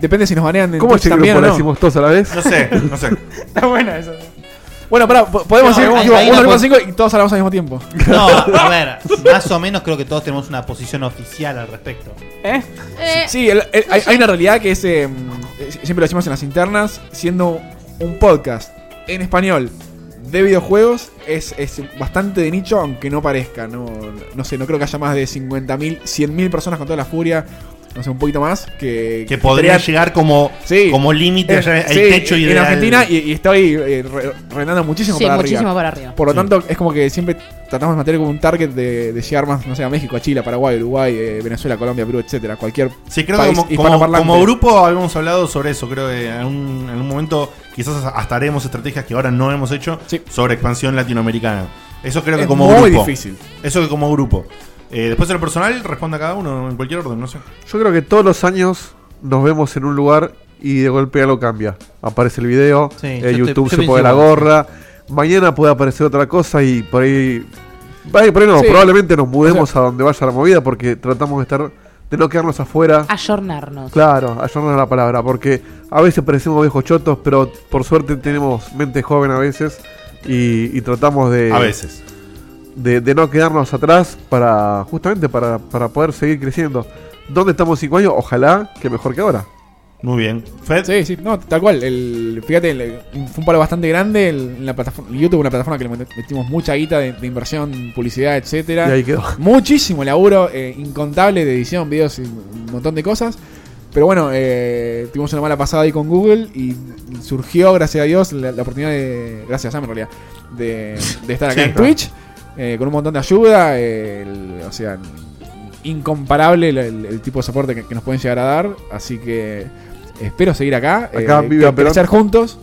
Speaker 7: Depende si nos banean en
Speaker 3: ¿Cómo
Speaker 7: Twitch
Speaker 3: es el
Speaker 7: también
Speaker 3: grupo?
Speaker 7: o
Speaker 3: ¿La
Speaker 7: no.
Speaker 3: decimos todos a la vez?
Speaker 2: No sé, no sé.
Speaker 6: Está buena esa.
Speaker 7: Bueno, pará, po- podemos
Speaker 5: No,
Speaker 7: ir
Speaker 5: ahí-
Speaker 7: tipo,
Speaker 5: ahí
Speaker 7: uno
Speaker 5: no
Speaker 7: al
Speaker 5: puedo-
Speaker 7: cinco y todos hablamos al mismo tiempo.
Speaker 5: No, a ver, más o menos creo que todos tenemos una posición oficial al respecto.
Speaker 6: ¿Eh?
Speaker 4: Eh,
Speaker 7: Sí, el- el- hay, hay una realidad que es. eh, eh, siempre lo decimos en las internas, siendo un podcast en español de videojuegos es, es bastante de nicho, aunque no parezca. No, no sé, no creo que haya más de 50.000, 100.000 personas con toda la furia, no sé, un poquito más, que,
Speaker 2: Que podría
Speaker 7: podrían-
Speaker 2: llegar como,
Speaker 7: Sí.
Speaker 2: como límite
Speaker 7: Eh,
Speaker 2: allá, el
Speaker 7: sí,
Speaker 2: techo
Speaker 7: en
Speaker 2: ideal.
Speaker 7: Argentina y, y estoy eh, re- renando muchísimo
Speaker 4: sí,
Speaker 7: para
Speaker 4: muchísimo
Speaker 7: arriba.
Speaker 4: para arriba.
Speaker 7: Por lo tanto, es como que siempre tratamos de mantener como un target de, de llegar más, no sé, a México, a Chile, a Paraguay, Uruguay, eh, Venezuela, Colombia, Perú, etcétera, cualquier
Speaker 2: Sí, creo que
Speaker 7: país
Speaker 2: como, como,
Speaker 7: hispanoparlante.
Speaker 2: como grupo habíamos hablado sobre eso, creo que en algún, en algún momento quizás hasta haremos estrategias que ahora no hemos hecho
Speaker 7: Sí.
Speaker 2: sobre expansión latinoamericana. Eso creo que
Speaker 7: Es
Speaker 2: como
Speaker 7: muy
Speaker 2: grupo.
Speaker 7: difícil.
Speaker 2: Eso que como grupo. Eh, después en lo personal responde a cada uno en cualquier orden, no sé.
Speaker 3: Yo creo que todos los años nos vemos en un lugar y de golpe algo cambia. Aparece el video,
Speaker 5: Sí,
Speaker 3: eh,
Speaker 5: yo estoy-
Speaker 3: YouTube
Speaker 5: yo
Speaker 3: se
Speaker 5: pienso
Speaker 3: pone la
Speaker 5: igual.
Speaker 3: gorra, mañana puede aparecer otra cosa y por ahí... Por ahí, por ahí no,
Speaker 7: Sí.
Speaker 3: probablemente nos mudemos a donde vaya la movida porque tratamos de estar de no quedarnos afuera.
Speaker 4: Ayornarnos.
Speaker 3: Claro, ayudarnos a la palabra, porque a veces parecemos viejos chotos, pero por suerte tenemos mente joven a veces y, y tratamos de,
Speaker 2: A veces.
Speaker 3: de, de no quedarnos atrás para justamente para, para poder seguir creciendo. ¿Dónde estamos en cinco años? Ojalá que mejor que ahora.
Speaker 2: Muy bien. Fed,
Speaker 7: Sí, sí, no, tal cual. El, fíjate, el- fue un palo bastante grande. el- en la plataforma, YouTube, una plataforma que le met- metimos mucha guita de, de inversión, publicidad, etcétera.
Speaker 3: Y ahí quedó.
Speaker 7: Muchísimo laburo, eh, incontable de edición, videos y un montón de cosas. Pero bueno, eh, tuvimos una mala pasada ahí con Google y surgió, gracias a Dios, la, la oportunidad de. Gracias a Sam en realidad, de, de estar acá
Speaker 2: Sí,
Speaker 7: en
Speaker 2: claro.
Speaker 7: Twitch eh, con un montón de ayuda. eh, el- o sea, incomparable el, el- el tipo de soporte que, que nos pueden llegar a dar. Así que espero seguir acá.
Speaker 3: Acá vive
Speaker 7: que-
Speaker 3: Perón.
Speaker 7: crecer juntos.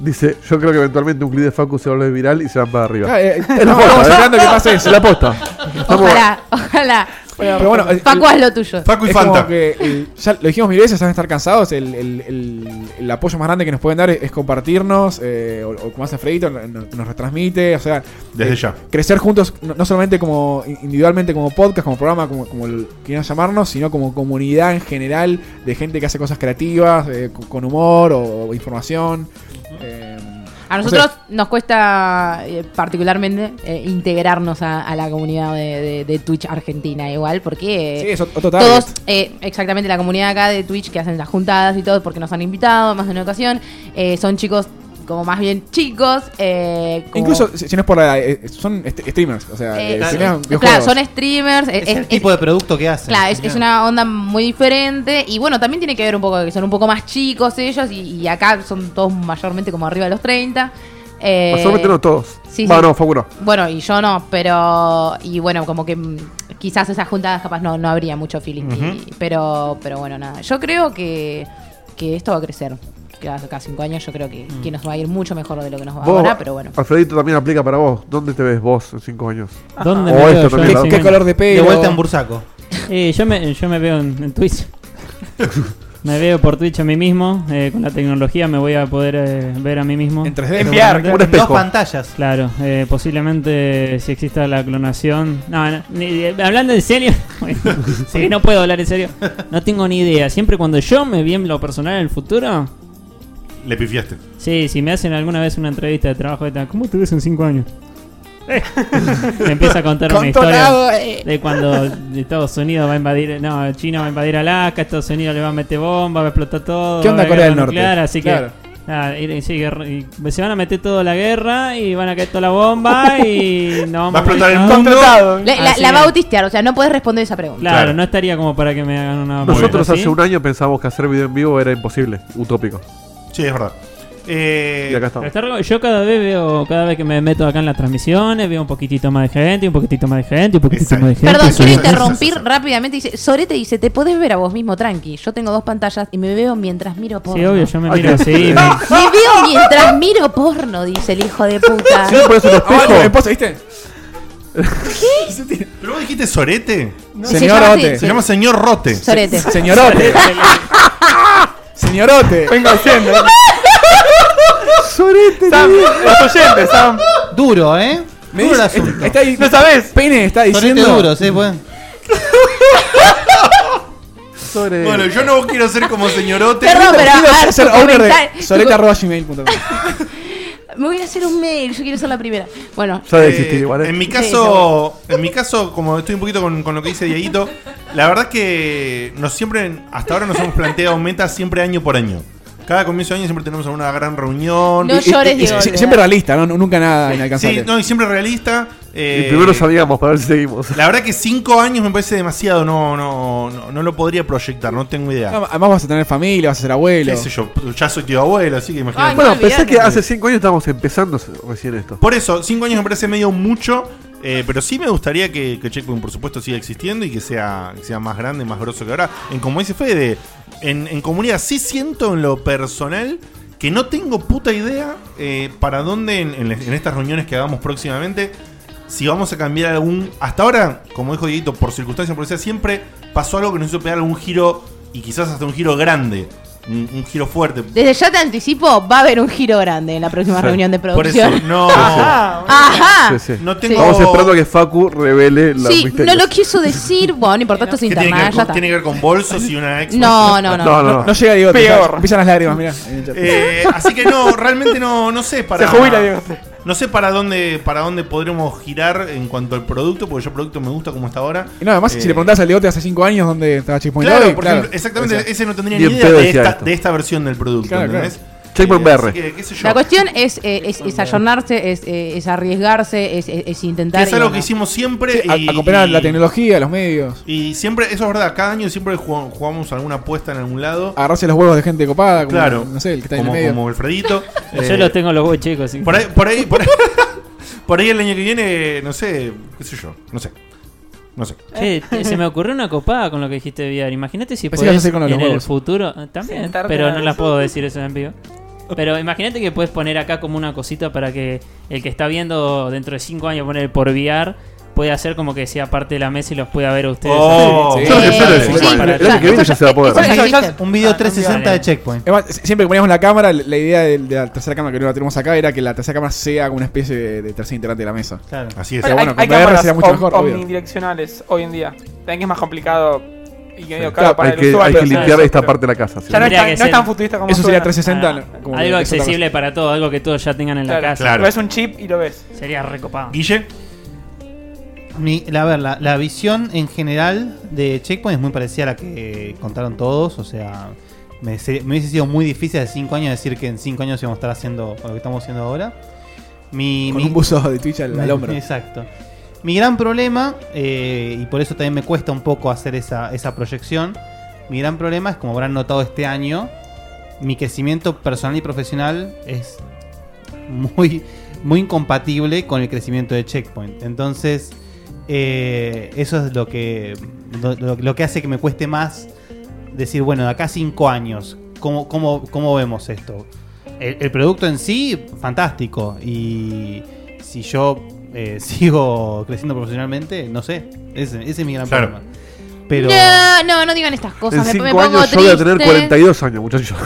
Speaker 3: Dice, yo creo que eventualmente un clip de Facu se va a volver viral y se van para arriba.
Speaker 7: Ah, eh, eh,
Speaker 3: Es la
Speaker 7: estamos
Speaker 3: posta, ¿eh?
Speaker 7: esperando que pase eso.
Speaker 3: Es la posta. Estamos-
Speaker 4: Ojalá, ojalá.
Speaker 7: Pero bueno, el-
Speaker 4: Facu, haz lo tuyo.
Speaker 2: Facu y
Speaker 7: es como
Speaker 2: Fanta.
Speaker 7: que, eh, ya lo dijimos mil veces, saben estar cansados. El, el- el- el apoyo más grande que nos pueden dar es, es compartirnos, eh, o, o como hace Fredito, no- no- nos retransmite. O sea,
Speaker 2: Desde
Speaker 7: eh,
Speaker 2: ya.
Speaker 7: crecer juntos, no, no solamente como in- individualmente como podcast, como programa, como, como el- quieran llamarnos, sino como comunidad en general de gente que hace cosas creativas, eh, con, con humor o, o información. Eh,
Speaker 4: A
Speaker 7: no sé.
Speaker 4: nosotros nos cuesta eh, particularmente eh, integrarnos a, a la comunidad de, de- de Twitch Argentina igual, porque eh,
Speaker 7: sí, es otro otro target.
Speaker 4: todos, eh, exactamente la comunidad acá de Twitch que hacen las juntadas y todo, porque nos han invitado más de una ocasión, eh, son chicos como más bien chicos. eh, como-
Speaker 7: Incluso si, si no es por la. eh, son est- streamers, o sea,
Speaker 4: eh,
Speaker 7: eh,
Speaker 4: claro,
Speaker 7: streamean
Speaker 4: claro,
Speaker 7: videojuegos.
Speaker 4: son streamers. eh,
Speaker 5: Es, el
Speaker 4: eh,
Speaker 5: tipo de producto que hacen.
Speaker 4: Claro, es, es una onda muy diferente. Y bueno, también tiene que ver un poco que son un poco más chicos ellos. Y, y acá son todos mayormente como arriba de los 30. Eh,
Speaker 3: Mayormente no todos.
Speaker 4: sí,
Speaker 3: Bueno,
Speaker 4: sí.
Speaker 3: no, Facu no.
Speaker 4: Bueno, y yo no, pero. Y bueno, como que mm, quizás esas juntadas capaz no, no habría mucho feeling. y- pero, pero bueno, nada. Yo creo que, que esto va a crecer. Que Cada cinco años yo creo que, que nos va a ir mucho mejor de lo que nos va
Speaker 3: Vos,
Speaker 4: ahora, pero bueno.
Speaker 3: Alfredito también aplica para vos. ¿Dónde te ves vos en cinco años?
Speaker 8: ¿Dónde
Speaker 3: O
Speaker 8: me
Speaker 3: esto
Speaker 8: veo yo
Speaker 3: también,
Speaker 8: en
Speaker 3: ¿no?
Speaker 8: cinco
Speaker 7: ¿Qué
Speaker 8: años?
Speaker 7: color de pelo?
Speaker 5: De vuelta en Bursaco.
Speaker 8: Eh, yo, me, yo me veo en, en Twitch. me veo por Twitch a mí mismo. eh, con la tecnología me voy a poder eh, ver a mí mismo.
Speaker 7: En 3D.
Speaker 6: Enviar.
Speaker 7: seguramente.
Speaker 3: Un espejo.
Speaker 5: Dos pantallas.
Speaker 8: Claro, eh, posiblemente si exista la clonación. No, no, ni- eh, hablando en serio, sí, no puedo hablar en serio. No tengo ni idea. Siempre cuando yo me vi en lo personal en el futuro,
Speaker 2: Le pifiaste.
Speaker 8: sí, si me hacen alguna vez una entrevista de trabajo, de tal, ¿cómo te ves en 5 años? me empieza a contar una historia
Speaker 4: eh.
Speaker 8: de cuando Estados Unidos va a invadir, no, China va a invadir Alaska, Estados Unidos le va a meter bomba, va a explotar todo.
Speaker 7: ¿Qué
Speaker 8: va a
Speaker 7: onda
Speaker 8: haber
Speaker 7: Corea del
Speaker 8: guerra
Speaker 7: Norte?
Speaker 8: nuclear, así que Ah, y- y sí, guerra- y se van a meter toda la guerra y van a caer toda la bomba y no vamos
Speaker 2: Va a explotar el
Speaker 8: nada.
Speaker 2: mundo.
Speaker 6: Contratado.
Speaker 4: Le- la,
Speaker 8: Así
Speaker 4: la
Speaker 8: es.
Speaker 4: bautistear, o sea, no puedes responder esa pregunta.
Speaker 8: Claro,
Speaker 2: Claro.
Speaker 8: no estaría como para que me hagan una
Speaker 3: Nosotros
Speaker 8: pregunta
Speaker 3: hace
Speaker 8: así.
Speaker 3: un año pensábamos que hacer video en vivo era imposible, utópico.
Speaker 2: Sí, es verdad. Eh,
Speaker 3: Y acá
Speaker 8: Pero
Speaker 3: estamos.
Speaker 8: está re- Yo cada vez veo, cada vez que me meto acá en las transmisiones, veo un poquitito más de gente, un poquitito más de gente, un poquitito
Speaker 2: Exacto.
Speaker 8: más de gente.
Speaker 4: Perdón,
Speaker 2: Gente,
Speaker 4: quiero
Speaker 2: sí.
Speaker 4: interrumpir rápidamente. Dice, Sorete dice, te podés ver a vos mismo tranqui. Yo tengo dos pantallas y me veo mientras miro porno.
Speaker 8: Sí, obvio, yo me
Speaker 3: Ay,
Speaker 8: miro
Speaker 3: qué-
Speaker 8: así. me-
Speaker 4: Me veo mientras miro porno, dice el hijo de puta.
Speaker 3: Sí, por eso un
Speaker 7: Ah, bueno,
Speaker 3: espejo.
Speaker 7: esposa, ¿viste?
Speaker 2: ¿Pero vos dijiste sorete?
Speaker 4: Se
Speaker 7: Señor
Speaker 4: llama
Speaker 7: Ote.
Speaker 4: así.
Speaker 2: Se llama señor Rote.
Speaker 4: Sorete.
Speaker 7: Señorote. Señorote.
Speaker 6: Vengo haciendo. Sam, los oyentes, Sam.
Speaker 5: Duro, ¿eh?
Speaker 7: Me
Speaker 5: duro el
Speaker 7: dice-
Speaker 5: asunto.
Speaker 7: está ahí-
Speaker 6: ¿No sabes?
Speaker 7: Pene está
Speaker 5: Sonete
Speaker 7: diciendo.
Speaker 5: duro, sí, pues.
Speaker 3: Sobre-
Speaker 2: Bueno, yo no quiero ser como señorote.
Speaker 4: Perdón, pero
Speaker 7: Quiero
Speaker 4: a ver,
Speaker 7: ser
Speaker 4: tu
Speaker 7: owner
Speaker 4: comentario-
Speaker 7: de soleta
Speaker 4: tu-
Speaker 7: arroba gmail punto com.
Speaker 4: Me voy a hacer un mail, yo quiero ser la primera. Bueno,
Speaker 3: Ya
Speaker 2: Eh,
Speaker 3: desistí, igual.
Speaker 2: En
Speaker 3: ¿eh?
Speaker 2: mi caso, en mi caso, como estoy un poquito con, con lo que dice Dieguito, la verdad es que nos siempre, hasta ahora nos hemos planteado metas siempre año por año. Cada comienzo de año siempre tenemos alguna gran reunión.
Speaker 4: No llores,
Speaker 7: Y- y- y-
Speaker 4: Diego,
Speaker 7: sie-
Speaker 4: boludo.
Speaker 7: Siempre realista, ¿no? nunca nada
Speaker 2: sí,
Speaker 7: inalcanzable.
Speaker 2: no, y siempre realista. eh,
Speaker 3: Y primero salíamos para ver si seguimos.
Speaker 2: La verdad que cinco años me parece demasiado, no, no, no, no lo podría proyectar, no tengo idea.
Speaker 7: No, Además vas a tener familia, vas a ser abuelo.
Speaker 2: ¿Qué sé yo? Ya soy tío abuelo, así que imagínate.
Speaker 6: Ay,
Speaker 3: Bueno,
Speaker 6: no,
Speaker 3: pensé
Speaker 6: olvidate.
Speaker 3: que hace cinco años estábamos empezando recién esto.
Speaker 2: Por eso, cinco años me parece medio mucho, eh, pero sí me gustaría que, que Checkpoint, por supuesto, siga existiendo y que sea, que sea más grande, más grosso que ahora. En como dice Fede, en, en comunidad sí siento en lo personal que no tengo puta idea eh, para dónde en, en les- en estas reuniones que hagamos próximamente. Si vamos a cambiar algún. Hasta ahora, como dijo Dieguito, por circunstancias, por decir, siempre pasó algo que nos hizo pegar algún giro y quizás hasta un giro grande, un, un giro fuerte.
Speaker 4: desde ya te anticipo, va a haber un giro grande en la próxima
Speaker 3: Sí.
Speaker 4: reunión de
Speaker 2: Por eso,
Speaker 4: producción.
Speaker 2: no.
Speaker 1: Ah,
Speaker 4: Ajá.
Speaker 3: Sí, sí.
Speaker 2: No tengo.
Speaker 3: Estamos esperando a que Facu revele los
Speaker 4: Ah, Sí, no
Speaker 3: misterios.
Speaker 4: lo quiso decir. Bueno, no importa, esto es
Speaker 2: ¿Qué tiene, que
Speaker 4: internet,
Speaker 2: ver
Speaker 4: ya
Speaker 2: con,
Speaker 4: está.
Speaker 2: tiene que ver con bolsos y una ex?
Speaker 4: No, no, no.
Speaker 3: No, no,
Speaker 7: No,
Speaker 3: no.
Speaker 7: no llega Diego.
Speaker 6: Peor.
Speaker 7: empiezan- Empiezan las lágrimas, mirá. en el chat.
Speaker 2: Eh, así que no, realmente no, no sé para.
Speaker 6: Se jubila, Diego.
Speaker 2: No sé para dónde, para dónde podremos girar en cuanto al producto, porque yo producto me gusta como está ahora.
Speaker 7: Y no, además,
Speaker 2: Eh,
Speaker 7: si le preguntás al Diego hace 5 años dónde estaba Checkpoint
Speaker 2: Claro,
Speaker 7: hoy,
Speaker 2: por
Speaker 7: claro.
Speaker 2: ejemplo, exactamente,
Speaker 7: O sea,
Speaker 2: ese no tendría
Speaker 3: Ni
Speaker 2: ni
Speaker 3: en
Speaker 2: idea
Speaker 3: pedo
Speaker 2: de
Speaker 3: decía
Speaker 2: esta,
Speaker 3: esto.
Speaker 2: de esta versión del producto,
Speaker 7: Claro,
Speaker 2: ¿entendés?
Speaker 3: Checkpoint
Speaker 2: Eh,
Speaker 3: BR.
Speaker 2: así que, qué sé yo.
Speaker 4: La cuestión es, eh, es, es allornarse, es, eh, es arriesgarse, es, es- es
Speaker 2: Que
Speaker 4: intentar.
Speaker 2: es
Speaker 4: y
Speaker 2: algo
Speaker 4: bueno.
Speaker 2: que hicimos siempre.
Speaker 7: a-
Speaker 2: y-
Speaker 7: acompañar
Speaker 2: y-
Speaker 7: la tecnología, los medios.
Speaker 2: Y siempre, eso es verdad, cada año siempre jugamos, jugamos alguna apuesta en algún lado.
Speaker 7: Agarrarse los huevos de gente copada, como,
Speaker 2: claro.
Speaker 7: no sé, el que está ahí en
Speaker 2: como,
Speaker 7: el medio.
Speaker 2: como Alfredito.
Speaker 8: Yo
Speaker 2: eh,
Speaker 8: los tengo los huevos chicos. así que-
Speaker 2: Por ahí, por ahí, por ahí, por ahí el año que viene, no sé, qué sé yo, no sé. No sé.
Speaker 8: Che, te- se me ocurrió una copada con lo que dijiste de VR. Imagínate si
Speaker 7: Pensé que ibas
Speaker 8: podés
Speaker 7: a hacer con lo de
Speaker 8: en
Speaker 7: los
Speaker 8: el
Speaker 7: huevos.
Speaker 8: futuro. eh, También,
Speaker 6: Sentarte
Speaker 8: pero
Speaker 6: a-
Speaker 8: no las puedo decir eso en vivo. Pero imagínate que puedes poner acá como una cosita para que el que está viendo dentro de 5 años poner por VR puede hacer como que sea parte de la mesa y los pueda ver a ustedes.
Speaker 2: Oh,
Speaker 7: Sí,
Speaker 2: sí,
Speaker 7: sí.
Speaker 2: sí,
Speaker 7: Eh,
Speaker 2: sí,
Speaker 7: sí,
Speaker 2: sí,
Speaker 7: sí.
Speaker 2: sí.
Speaker 3: el año que viene ya se va a poder.
Speaker 4: Eso ya
Speaker 5: Eso ya
Speaker 4: existe.
Speaker 5: es un video
Speaker 6: Ah,
Speaker 5: 360 de Checkpoint.
Speaker 7: Es más, si- siempre que poníamos una cámara, la la idea de, de la tercera cámara que no la tenemos acá era que la tercera cámara sea como una especie de, de tercer integrante de la mesa.
Speaker 5: Claro.
Speaker 2: Así es.
Speaker 7: Pero bueno, con VR
Speaker 6: cámaras
Speaker 7: sería mucho
Speaker 6: om-
Speaker 7: mejor, obvio.
Speaker 6: omnidireccionales hoy en día. También que es más complicado y que medio caro
Speaker 3: Claro,
Speaker 6: para
Speaker 3: hay
Speaker 6: el
Speaker 3: que, hay
Speaker 6: usuario.
Speaker 3: que
Speaker 6: ¿sabes?
Speaker 3: limpiar
Speaker 6: Eso,
Speaker 3: esta
Speaker 6: pero
Speaker 3: parte de la casa. sí.
Speaker 6: Ya no es,
Speaker 8: Tendría
Speaker 6: tan,
Speaker 8: que
Speaker 6: no es
Speaker 8: ser-
Speaker 6: tan futurista como
Speaker 7: Eso
Speaker 6: suena.
Speaker 7: sería 360.
Speaker 8: Ah,
Speaker 7: como
Speaker 8: algo
Speaker 7: 360.
Speaker 8: accesible para todos, algo que todos ya tengan en la
Speaker 6: Claro,
Speaker 8: casa.
Speaker 2: Claro.
Speaker 6: Lo ves un chip y lo ves.
Speaker 8: Sería recopado.
Speaker 2: Guille,
Speaker 5: Ni- la, a ver, la, la visión en general de Checkpoint es muy parecida a la que contaron todos. O sea, me, se- me hubiese sido muy difícil hace 5 años decir que en 5 años íbamos a estar haciendo lo que estamos haciendo ahora. Mi,
Speaker 7: Con
Speaker 5: mi-
Speaker 7: un buzo de Twitch al,
Speaker 5: mi-
Speaker 7: al hombro.
Speaker 5: Exacto. Mi gran problema, eh, y por eso también me cuesta un poco hacer esa, esa proyección, mi gran problema es, como habrán notado este año, mi crecimiento personal y profesional es muy, muy incompatible con el crecimiento de Checkpoint. Entonces, eh, eso es lo que, lo, lo- lo que hace que me cueste más decir, bueno, de acá a cinco años, ¿cómo, cómo, cómo vemos esto? El, el producto en sí, fantástico. Y si yo eh, sigo creciendo profesionalmente, no sé. Ese, ese es mi gran
Speaker 2: Claro.
Speaker 5: problema. Pero...
Speaker 4: No, no, no digan estas cosas.
Speaker 3: En
Speaker 4: me- me,
Speaker 3: 5
Speaker 4: pongo
Speaker 3: años yo voy a tener
Speaker 4: triste.
Speaker 3: 42 años, muchachos.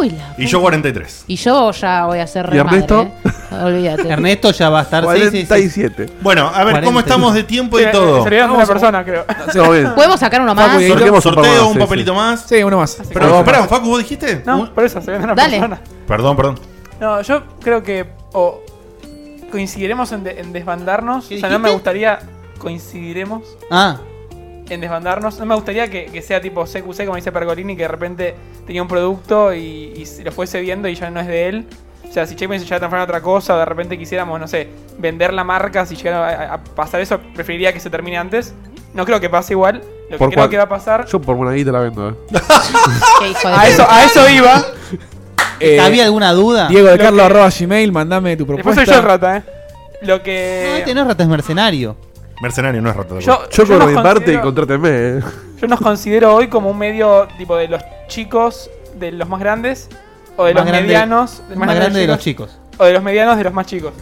Speaker 4: Uy, la
Speaker 2: y yo 43.
Speaker 4: Y yo ya voy a ser re
Speaker 3: ¿Y Ernesto?
Speaker 4: madre, ¿eh? Olvídate.
Speaker 5: Ernesto ya va a estar... sí, sí, sí.
Speaker 3: 47.
Speaker 2: Bueno, a ver, ¿cómo
Speaker 5: 40.
Speaker 2: estamos de tiempo
Speaker 6: Se-
Speaker 2: y todo?
Speaker 6: Se le una persona, creo.
Speaker 3: No, bien.
Speaker 4: ¿Podemos sacar uno más?
Speaker 7: Facu,
Speaker 2: Sorteo,
Speaker 3: Sorteemos un par
Speaker 2: sorteo,
Speaker 3: más,
Speaker 2: un
Speaker 3: sí,
Speaker 2: papelito más.
Speaker 7: Sí, uno más.
Speaker 6: Así que-
Speaker 2: Pero, espera, Facu, ¿vos dijiste?
Speaker 6: No, por eso se ve una
Speaker 4: Dale.
Speaker 6: persona.
Speaker 2: Perdón, perdón.
Speaker 6: No, yo creo que o coincidiremos en, de- en desbandarnos. O
Speaker 5: ¿Qué
Speaker 6: sea, no me
Speaker 5: dijiste?
Speaker 6: gustaría coincidiremos
Speaker 5: Ah,
Speaker 6: en desbandarnos. No me gustaría que, que sea tipo CQC, como dice Pergolini, que de repente tenía un producto y, y se lo fuese viendo y ya no es de él. O sea, si Checkpoint se llegara a transformar en otra cosa, o de repente quisiéramos, no sé, vender la marca, si llegara a, a pasar eso, preferiría que se termine antes. No creo que pase igual. Lo que
Speaker 3: ¿Por
Speaker 6: creo
Speaker 3: cuál?
Speaker 6: que va a pasar.
Speaker 3: Yo por una guita la vendo, eh.
Speaker 4: Qué hijo de
Speaker 6: A eso, a eso iba.
Speaker 7: Eh,
Speaker 5: ¿había alguna duda?
Speaker 7: Diego de
Speaker 6: Lo
Speaker 7: Carlos
Speaker 6: que-
Speaker 7: arroba gmail, mandame tu
Speaker 6: Después
Speaker 7: propuesta.
Speaker 6: soy yo el rata, ¿eh? Lo
Speaker 5: No,
Speaker 6: que.
Speaker 5: este no es rata, es mercenario.
Speaker 2: Mercenario no es rata.
Speaker 3: Yo
Speaker 6: nos
Speaker 3: por mi parte y
Speaker 6: considero-
Speaker 3: contráteme, eh.
Speaker 6: Yo nos considero hoy como un medio tipo de los chicos, de los más grandes, o de
Speaker 5: Más
Speaker 6: los
Speaker 5: grande-
Speaker 6: medianos, de
Speaker 5: El más grande de los chicos.
Speaker 6: o de los medianos de los más chicos.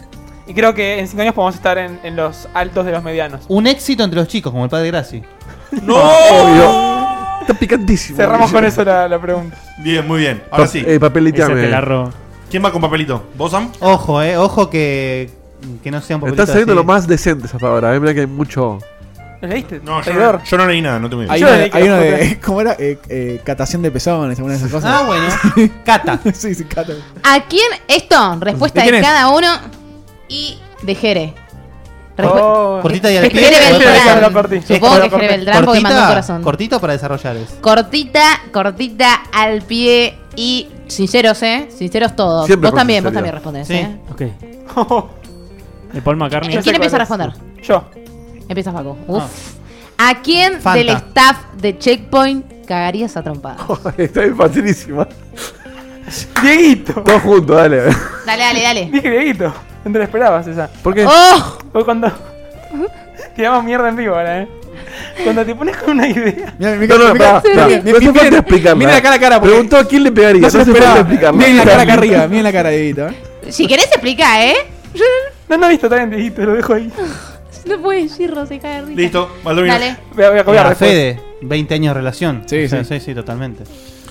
Speaker 6: Y creo que en 5 años podemos estar en, en los altos de los medianos.
Speaker 5: Un éxito entre los chicos, como el padre Graci.
Speaker 3: Obvio. Está picantísimo.
Speaker 6: Cerramos con eso la, la pregunta.
Speaker 2: Bien, muy bien. Ah,
Speaker 3: Pa-
Speaker 2: Ahora sí.
Speaker 3: eh,
Speaker 8: Esa
Speaker 3: papeliteame.
Speaker 8: te la robo.
Speaker 2: ¿Quién va con papelito? ¿Vos, Sam?
Speaker 5: Ojo, eh, ojo que, que no sea un
Speaker 3: Están
Speaker 5: papelito
Speaker 3: saliendo
Speaker 5: así.
Speaker 3: los más decentes hasta ahora, eh. Mira que hay mucho.
Speaker 6: ¿Lo leíste?
Speaker 2: No, yo
Speaker 6: Traidor.
Speaker 2: no, yo no leí nada, no te miento.
Speaker 7: Hay
Speaker 6: Yo
Speaker 7: uno
Speaker 6: le
Speaker 7: de,
Speaker 6: dije
Speaker 7: hay
Speaker 6: que
Speaker 7: uno
Speaker 6: lo
Speaker 7: de
Speaker 6: compré.
Speaker 7: ¿cómo era? Eh, eh, catación de pezones, alguna de esas cosas.
Speaker 5: Ah, bueno. Cata.
Speaker 7: sí, sí, cata.
Speaker 4: ¿A quién? Esto, respuesta
Speaker 7: ¿De
Speaker 4: de,
Speaker 7: quién es?
Speaker 4: cada uno y de Jere. Respu-
Speaker 6: Oh.
Speaker 5: Cortita y al
Speaker 4: de
Speaker 5: pie.
Speaker 4: Jere
Speaker 6: Esa la
Speaker 4: Beltrán.
Speaker 6: corté.
Speaker 4: Supongo
Speaker 6: Esa la
Speaker 4: que Jere
Speaker 6: corté.
Speaker 4: Beltrán porque mandó un
Speaker 5: Cortita,
Speaker 4: corazón.
Speaker 5: cortita para desarrollar es.
Speaker 4: Cortita, cortita al pie y sinceros, ¿eh? Sinceros todos.
Speaker 3: Siempre
Speaker 4: vos
Speaker 3: con
Speaker 4: también, vos
Speaker 3: sinceridad.
Speaker 4: también respondés,
Speaker 5: Sí.
Speaker 4: ¿eh?
Speaker 8: Ok. De Paul McCartney.
Speaker 4: ¿Quién empieza a responder?
Speaker 6: Yo.
Speaker 4: Empieza Facu.
Speaker 3: Ah.
Speaker 4: Uf. ¿A quién
Speaker 5: Fanta.
Speaker 4: del staff de Checkpoint cagarías a trompada?
Speaker 3: Está bien facilísima.
Speaker 6: Dieguito.
Speaker 3: Todos juntos, dale.
Speaker 4: Dale, dale, dale.
Speaker 6: Dije Dieguito. No te la esperabas esa.
Speaker 3: ¿Por qué?
Speaker 4: ¡Oh!
Speaker 6: O cuando. Tiramos mierda en vivo ahora, ¿eh? Cuando te pones con una idea.
Speaker 7: Mira,
Speaker 3: No, no, pará, pará.
Speaker 7: mira,
Speaker 3: No hace falta explicarla.
Speaker 7: Mira la cara a cara. porque
Speaker 3: Preguntó a quién le pegaría.
Speaker 7: No
Speaker 3: No,
Speaker 7: se lo
Speaker 3: hace falta
Speaker 7: esperaba.
Speaker 3: explicarla.
Speaker 7: Miren la cara acá arriba. Miren la cara de ¿eh? Edito.
Speaker 4: Si querés explicar, ¿eh?
Speaker 6: No, no, listo, está bien, Dieguito, lo dejo ahí.
Speaker 4: No puede decir, se cae de risa.
Speaker 2: Listo, Baldovino.
Speaker 4: Dale.
Speaker 6: Voy a, voy a copiar
Speaker 5: Para
Speaker 6: después.
Speaker 5: Fede, 20 años de relación.
Speaker 7: Sí,
Speaker 5: O sea,
Speaker 7: sí.
Speaker 5: sí, totalmente.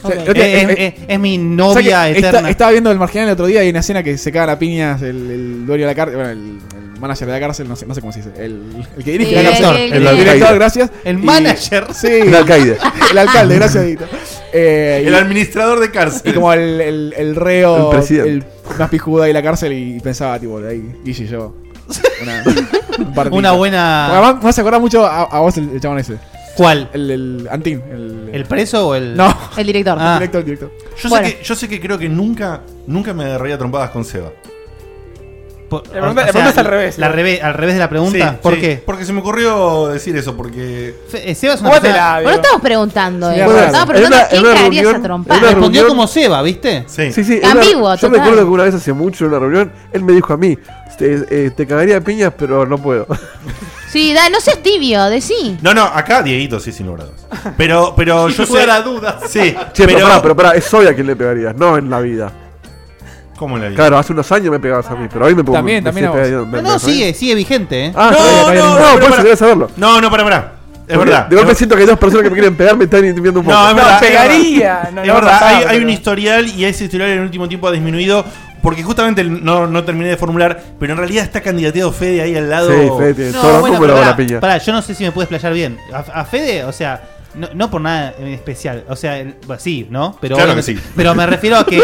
Speaker 4: Ok.
Speaker 5: Eh, eh, eh, es mi novia eterna.
Speaker 7: Estaba viendo el marginal el otro día y hay una escena que se cagan a piñas el, el dueño de la cárcel. Bueno, el, el manager de la cárcel, no sé, no sé cómo se dice. El, el que dirige
Speaker 4: Sí,
Speaker 7: la cárcel.
Speaker 4: el-
Speaker 3: el-
Speaker 7: El
Speaker 3: el-
Speaker 7: director,
Speaker 3: alcalde.
Speaker 7: gracias.
Speaker 5: El
Speaker 7: Y-
Speaker 5: manager.
Speaker 7: Sí,
Speaker 3: El alcaide.
Speaker 7: el alcalde, gracias, Edito. Eh,
Speaker 2: El administrador de cárcel.
Speaker 7: y, y como el, el, el reo,
Speaker 3: El presidente.
Speaker 7: más pijuda y la cárcel, y pensaba, tipo, de ahí, Guille y yo. Una, un partidito.
Speaker 5: Una
Speaker 7: Porque
Speaker 5: buena.
Speaker 7: además, me hace acordar mucho a, a vos, el, el chabón ese.
Speaker 5: ¿Cuál?
Speaker 7: El, el Antín. El,
Speaker 5: ¿El preso o el.?
Speaker 7: No,
Speaker 4: El director.
Speaker 5: Ah.
Speaker 7: directo, el directo.
Speaker 2: Yo,
Speaker 4: Bueno.
Speaker 2: sé que, yo sé que creo que nunca, nunca me agarraría trompadas con Seba.
Speaker 5: Por-
Speaker 6: La pregunta- la pregunta es al revés,
Speaker 5: La
Speaker 6: ¿no?
Speaker 5: revés- al revés de la pregunta.
Speaker 2: Sí,
Speaker 5: ¿Por
Speaker 2: sí,
Speaker 5: qué?
Speaker 2: Porque se me ocurrió decir eso, porque.
Speaker 5: Fe- eh, Seba es una persona-
Speaker 6: Jugátela,
Speaker 4: Pero no
Speaker 6: Diego.
Speaker 4: estamos preguntando,
Speaker 7: Sí,
Speaker 4: ¿eh?
Speaker 7: es
Speaker 4: Estamos
Speaker 7: verdad.
Speaker 4: preguntando
Speaker 3: En
Speaker 4: a
Speaker 3: una-
Speaker 4: quién
Speaker 3: en una
Speaker 4: cagarías a
Speaker 3: reunión- en
Speaker 4: trompada.
Speaker 3: una-
Speaker 5: Respondió
Speaker 3: reunión-
Speaker 5: como Seba, ¿viste?
Speaker 2: Sí.
Speaker 3: Sí, sí. en
Speaker 4: Ambiguo,
Speaker 3: una- yo
Speaker 4: total.
Speaker 3: recuerdo que una vez hace mucho en una reunión, él me dijo a mí, te, eh, te cagaría a piñas, pero no puedo.
Speaker 4: Sí, da, no seas tibio, decí.
Speaker 2: No, no, acá Dieguito sí, sin lugar a dudas. Pero, pero yo sé. Sí,
Speaker 3: Che, pero, pará, pero pará, es hoy a quien le pegarías, no en la vida.
Speaker 2: ¿Cómo en la vida?
Speaker 3: Claro, hace unos años me pegabas a mí, pero hoy me
Speaker 7: También,
Speaker 3: me-
Speaker 7: también
Speaker 3: me-
Speaker 7: a vos.
Speaker 3: me- me-
Speaker 5: No, no,
Speaker 3: me-
Speaker 5: sigue, sigue vigente, ¿eh?
Speaker 3: Ah,
Speaker 2: No, no,
Speaker 3: no, no,
Speaker 2: no,
Speaker 3: no, por
Speaker 2: pero
Speaker 3: eso
Speaker 2: pará.
Speaker 3: quería saberlo.
Speaker 2: No, no, para, para. Es
Speaker 3: Porque
Speaker 2: verdad.
Speaker 3: De golpe siento que hay dos personas que me quieren pegar me están intimidando un poco.
Speaker 2: No, es
Speaker 6: No,
Speaker 2: verdad. es
Speaker 6: pegaría.
Speaker 2: verdad.
Speaker 6: No,
Speaker 2: es
Speaker 6: no
Speaker 2: verdad.
Speaker 6: pasaba,
Speaker 2: hay, hay
Speaker 6: pero-
Speaker 2: un historial y ese historial en el último tiempo ha disminuido. Porque justamente no, no terminé de formular, pero en realidad está candidateado Fede ahí al lado.
Speaker 3: Sí, Fede tiene
Speaker 5: No,
Speaker 3: todo
Speaker 5: bueno,
Speaker 3: como
Speaker 5: pero
Speaker 3: la
Speaker 5: pará,
Speaker 3: la piña.
Speaker 5: pará, yo no sé si me puedes playar bien. A, a Fede, o sea, no, no por nada en especial. O sea, el- bueno, sí, ¿no? Pero,
Speaker 2: Claro que
Speaker 5: obviamente-
Speaker 2: sí.
Speaker 5: Pero me refiero a que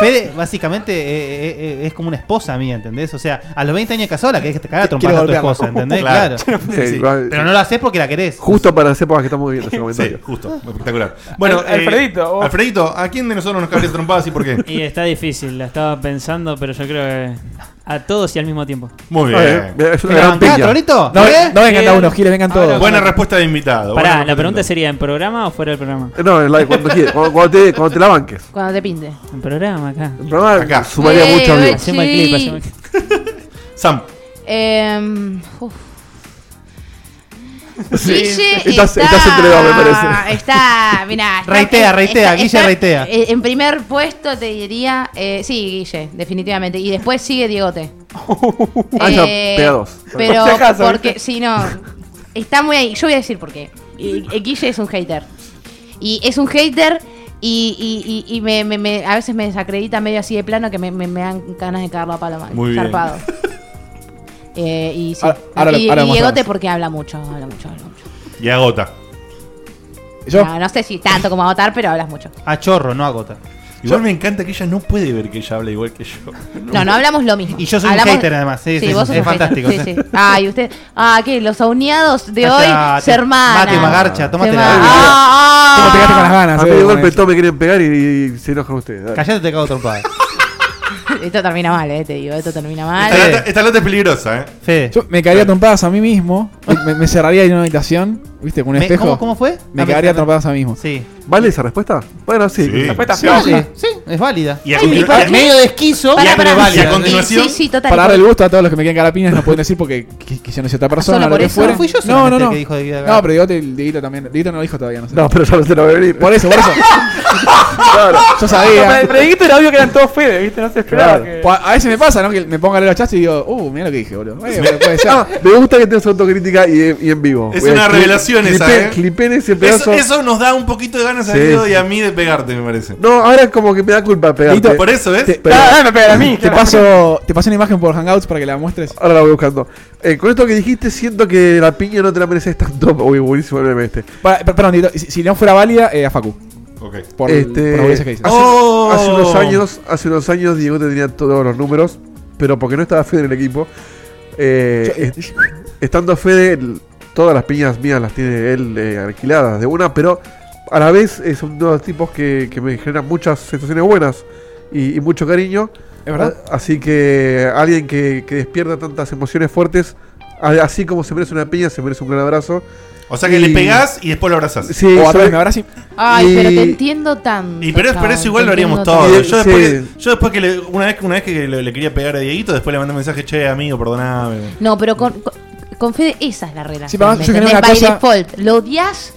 Speaker 5: Fede, básicamente, eh, eh, eh, es como una esposa mía, ¿entendés? O sea, a los 20 años casado la querés que te caga trompadas a tu
Speaker 7: volverlo.
Speaker 5: esposa, ¿entendés?
Speaker 2: Claro.
Speaker 5: Claro.
Speaker 3: Sí,
Speaker 2: sí.
Speaker 3: igual-
Speaker 5: Pero no lo haces porque la querés.
Speaker 3: Justo para las épocas que estamos viviendo ese
Speaker 2: Sí,
Speaker 3: comentario.
Speaker 2: justo, espectacular. Bueno, eh,
Speaker 6: Al- Alfredito, vos.
Speaker 2: Alfredito, ¿a quién de nosotros nos cae trompadas y por qué?
Speaker 8: Y está difícil, la estaba pensando, pero yo creo que a todos y al mismo tiempo.
Speaker 2: Muy
Speaker 3: Está bien,
Speaker 2: bien.
Speaker 3: bien, Es una
Speaker 5: ¿Te la
Speaker 3: gran
Speaker 5: bancás,
Speaker 3: piña.
Speaker 5: Tronito?
Speaker 7: No,
Speaker 5: ¿Eh?
Speaker 7: no vengan
Speaker 8: Bien.
Speaker 7: a unos giles, vengan todos.
Speaker 2: Buena respuesta de invitado. buena
Speaker 8: Pará,
Speaker 2: respuesta
Speaker 8: la
Speaker 2: de
Speaker 8: pregunta
Speaker 2: invitado.
Speaker 8: sería: ¿en programa o fuera del programa?
Speaker 3: No, es la de cuando, quieras, cuando, cuando te, cuando te la banques.
Speaker 4: Cuando te pinte.
Speaker 8: En programa acá.
Speaker 3: El programa
Speaker 2: Acá.
Speaker 3: sumaría
Speaker 4: Eh,
Speaker 3: mucho a
Speaker 4: eh,
Speaker 8: Hacemos el
Speaker 4: Sí.
Speaker 8: clip, hacemos el clip.
Speaker 2: Sam,
Speaker 4: Eh, uf. Guille
Speaker 3: estás,
Speaker 4: está,
Speaker 3: estás entre dos, me parece.
Speaker 4: Está, mira.
Speaker 5: Reitea, reitea, Guille reitea.
Speaker 4: En primer puesto te diría. eh, sí, Guille, definitivamente. Y después sigue Diegote. Eh,
Speaker 3: Ah, ya, pega dos.
Speaker 4: Pero
Speaker 6: Por si acaso,
Speaker 4: porque,
Speaker 6: ¿viste?
Speaker 4: si no. Está muy ahí. Yo voy a decir por qué. Y- y Guille es un hater. Y es un hater. Y, y- y- y me, me- me- a veces me desacredita medio así de plano que me, me- me dan ganas de cagarlo a palo mal.
Speaker 2: Muy bien.
Speaker 4: zarpado. Eh, y sí.
Speaker 7: Ahora- Ah, ahora lo-
Speaker 4: y,
Speaker 7: ahora
Speaker 4: y
Speaker 7: lo
Speaker 4: Diegote
Speaker 7: mostramos.
Speaker 4: porque habla mucho, habla mucho, habla mucho.
Speaker 2: y agota.
Speaker 3: Eh.
Speaker 7: Yo,
Speaker 4: No, no sé si tanto como votar, pero hablas mucho.
Speaker 5: A chorro, no agota.
Speaker 2: Igual me encanta que ella no puede ver que ella habla igual que yo.
Speaker 4: No, no hablamos lo mismo.
Speaker 5: Y yo soy un
Speaker 4: Hablamos-
Speaker 5: hater, además. Sí, sí,
Speaker 4: vos
Speaker 5: sí,
Speaker 4: sos
Speaker 5: es
Speaker 4: un hater.
Speaker 5: fantástico.
Speaker 4: Sí, sí. Ah, y usted. Ah, que los auneados de hoy
Speaker 5: Cállate,
Speaker 4: se hermanan.
Speaker 5: Mate, Magarcha,
Speaker 4: Se
Speaker 5: tómate
Speaker 4: ma-
Speaker 5: la.
Speaker 4: Ah,
Speaker 7: ¿cómo
Speaker 4: ah.
Speaker 7: te quedaste con las ganas?
Speaker 3: A mí
Speaker 7: eh,
Speaker 3: de
Speaker 7: con
Speaker 3: golpe
Speaker 7: eso?
Speaker 3: todos me quieren pegar y, y se enojan ustedes. dale.
Speaker 5: Callate, te cago trompada.
Speaker 4: Esto termina mal, eh, te digo. Esto termina mal.
Speaker 2: Esta lata, esta lata es peligrosa, ¿eh?
Speaker 5: Fede.
Speaker 7: Yo me caería a trompadas a mí mismo. Me, me cerraría en una habitación, ¿viste? Con un
Speaker 5: me-
Speaker 7: espejo.
Speaker 5: ¿cómo, cómo fue?
Speaker 7: Me
Speaker 5: Ah,
Speaker 7: caería a
Speaker 5: me-
Speaker 7: trompadas a mí mismo.
Speaker 5: Sí.
Speaker 3: ¿Vale esa respuesta? Bueno, sí.
Speaker 2: Sí.
Speaker 6: Respuesta
Speaker 5: Sí,
Speaker 6: floja.
Speaker 5: sí, sí, es válida.
Speaker 2: Y a,
Speaker 4: Ay, mi
Speaker 2: continu-
Speaker 4: padre.
Speaker 5: Medio de esquizo,
Speaker 4: Pará, pará.
Speaker 5: pero
Speaker 2: y a
Speaker 5: válida.
Speaker 4: Y
Speaker 2: continuación.
Speaker 4: Sí, sí, total.
Speaker 7: Para darle el gusto a todos los que me quieran cagar a piñas, no pueden decir porque qui- quizá no sea otra persona.
Speaker 4: Solo
Speaker 7: lo
Speaker 4: por
Speaker 7: que
Speaker 4: eso.
Speaker 7: fuera.
Speaker 5: Fui yo
Speaker 7: no, no,
Speaker 5: solamente
Speaker 7: no.
Speaker 5: que dijo que iba a cagar.
Speaker 7: no, pero Dieguito, el- Dieguito también. Dieguito no lo dijo todavía, no sé.
Speaker 3: No, pero yo no se lo voy a venir.
Speaker 7: Por eso, por eso.
Speaker 3: Claro.
Speaker 7: Yo
Speaker 6: Pero el
Speaker 7: sabía.
Speaker 6: predicto era obvio que eran todos Fede, ¿viste? No se esperaba
Speaker 3: Claro.
Speaker 6: que.
Speaker 7: Pues A a veces me pasa, ¿no? Que me pongo a leer los chats y digo, uh, mira lo que dije, boludo. Bueno, puede ser.
Speaker 3: Ah, me gusta que tengas autocrítica y, y en vivo.
Speaker 2: Es
Speaker 3: Voy a
Speaker 2: una
Speaker 3: cli-
Speaker 2: revelación esa,
Speaker 3: clipé-
Speaker 2: ¿eh?
Speaker 3: clipé en ese
Speaker 2: Eso,
Speaker 3: pedazo.
Speaker 2: eso nos da un poquito de ganas a
Speaker 3: Sí,
Speaker 2: Guido
Speaker 3: sí.
Speaker 2: y a mí de pegarte, me parece.
Speaker 3: No, ahora como que me da culpa pegarte.
Speaker 7: Dieguito,
Speaker 2: Por eso, ¿ves?
Speaker 7: Te-
Speaker 3: Pero-
Speaker 6: Ah, me pegan a mí.
Speaker 7: Te
Speaker 6: claro.
Speaker 7: paso, te paso una imagen por Hangouts para que la muestres.
Speaker 3: Ahora la voy buscando. Eh, con esto que dijiste, siento que la piña no te la mereces tanto. Uy, buenísimo el meme este.
Speaker 7: Pa- per- perdón, Dieguito, si, si no fuera válida, eh, a Facu.
Speaker 2: Ok.
Speaker 7: Por,
Speaker 3: Este,
Speaker 7: por las boludeces que dices.
Speaker 3: Hace,
Speaker 2: ¡Oh!
Speaker 3: hace unos años, hace unos años Diego te tenía todos los números, pero porque no estaba Fede en el equipo. Eh, est- estando Fede, el- todas las piñas mías las tiene él eh, alquiladas de una, pero a la vez eh, son dos tipos que, que me generan muchas sensaciones buenas y, y mucho cariño.
Speaker 7: ¿Es verdad?
Speaker 3: A- Así que alguien que, que despierta tantas emociones fuertes, a- así como se merece una piña, se merece un gran abrazo.
Speaker 2: O sea que
Speaker 3: Y-
Speaker 2: le pegás y después lo abrazás.
Speaker 3: Sí,
Speaker 7: o a
Speaker 3: sobre-
Speaker 7: todos me abrazas y-
Speaker 4: Ay, pero
Speaker 3: Y-
Speaker 4: te entiendo tanto.
Speaker 2: Y pero, es- pero
Speaker 4: chabón,
Speaker 2: eso igual
Speaker 4: te
Speaker 2: lo haríamos
Speaker 4: entiendo
Speaker 2: todos.
Speaker 4: tanto.
Speaker 3: Sí,
Speaker 2: Yo después,
Speaker 3: Ah, sí.
Speaker 2: que- yo después que le- una vez que una vez que le, le quería pegar a Dieguito, después le mandé un mensaje, che, amigo, perdoname.
Speaker 4: No, pero con, con, con Fede esa es la relación.
Speaker 7: Sí, pero
Speaker 4: ¿me
Speaker 7: yo creo
Speaker 4: entendés?
Speaker 7: una
Speaker 4: By
Speaker 7: cosa-
Speaker 4: default. Lo odias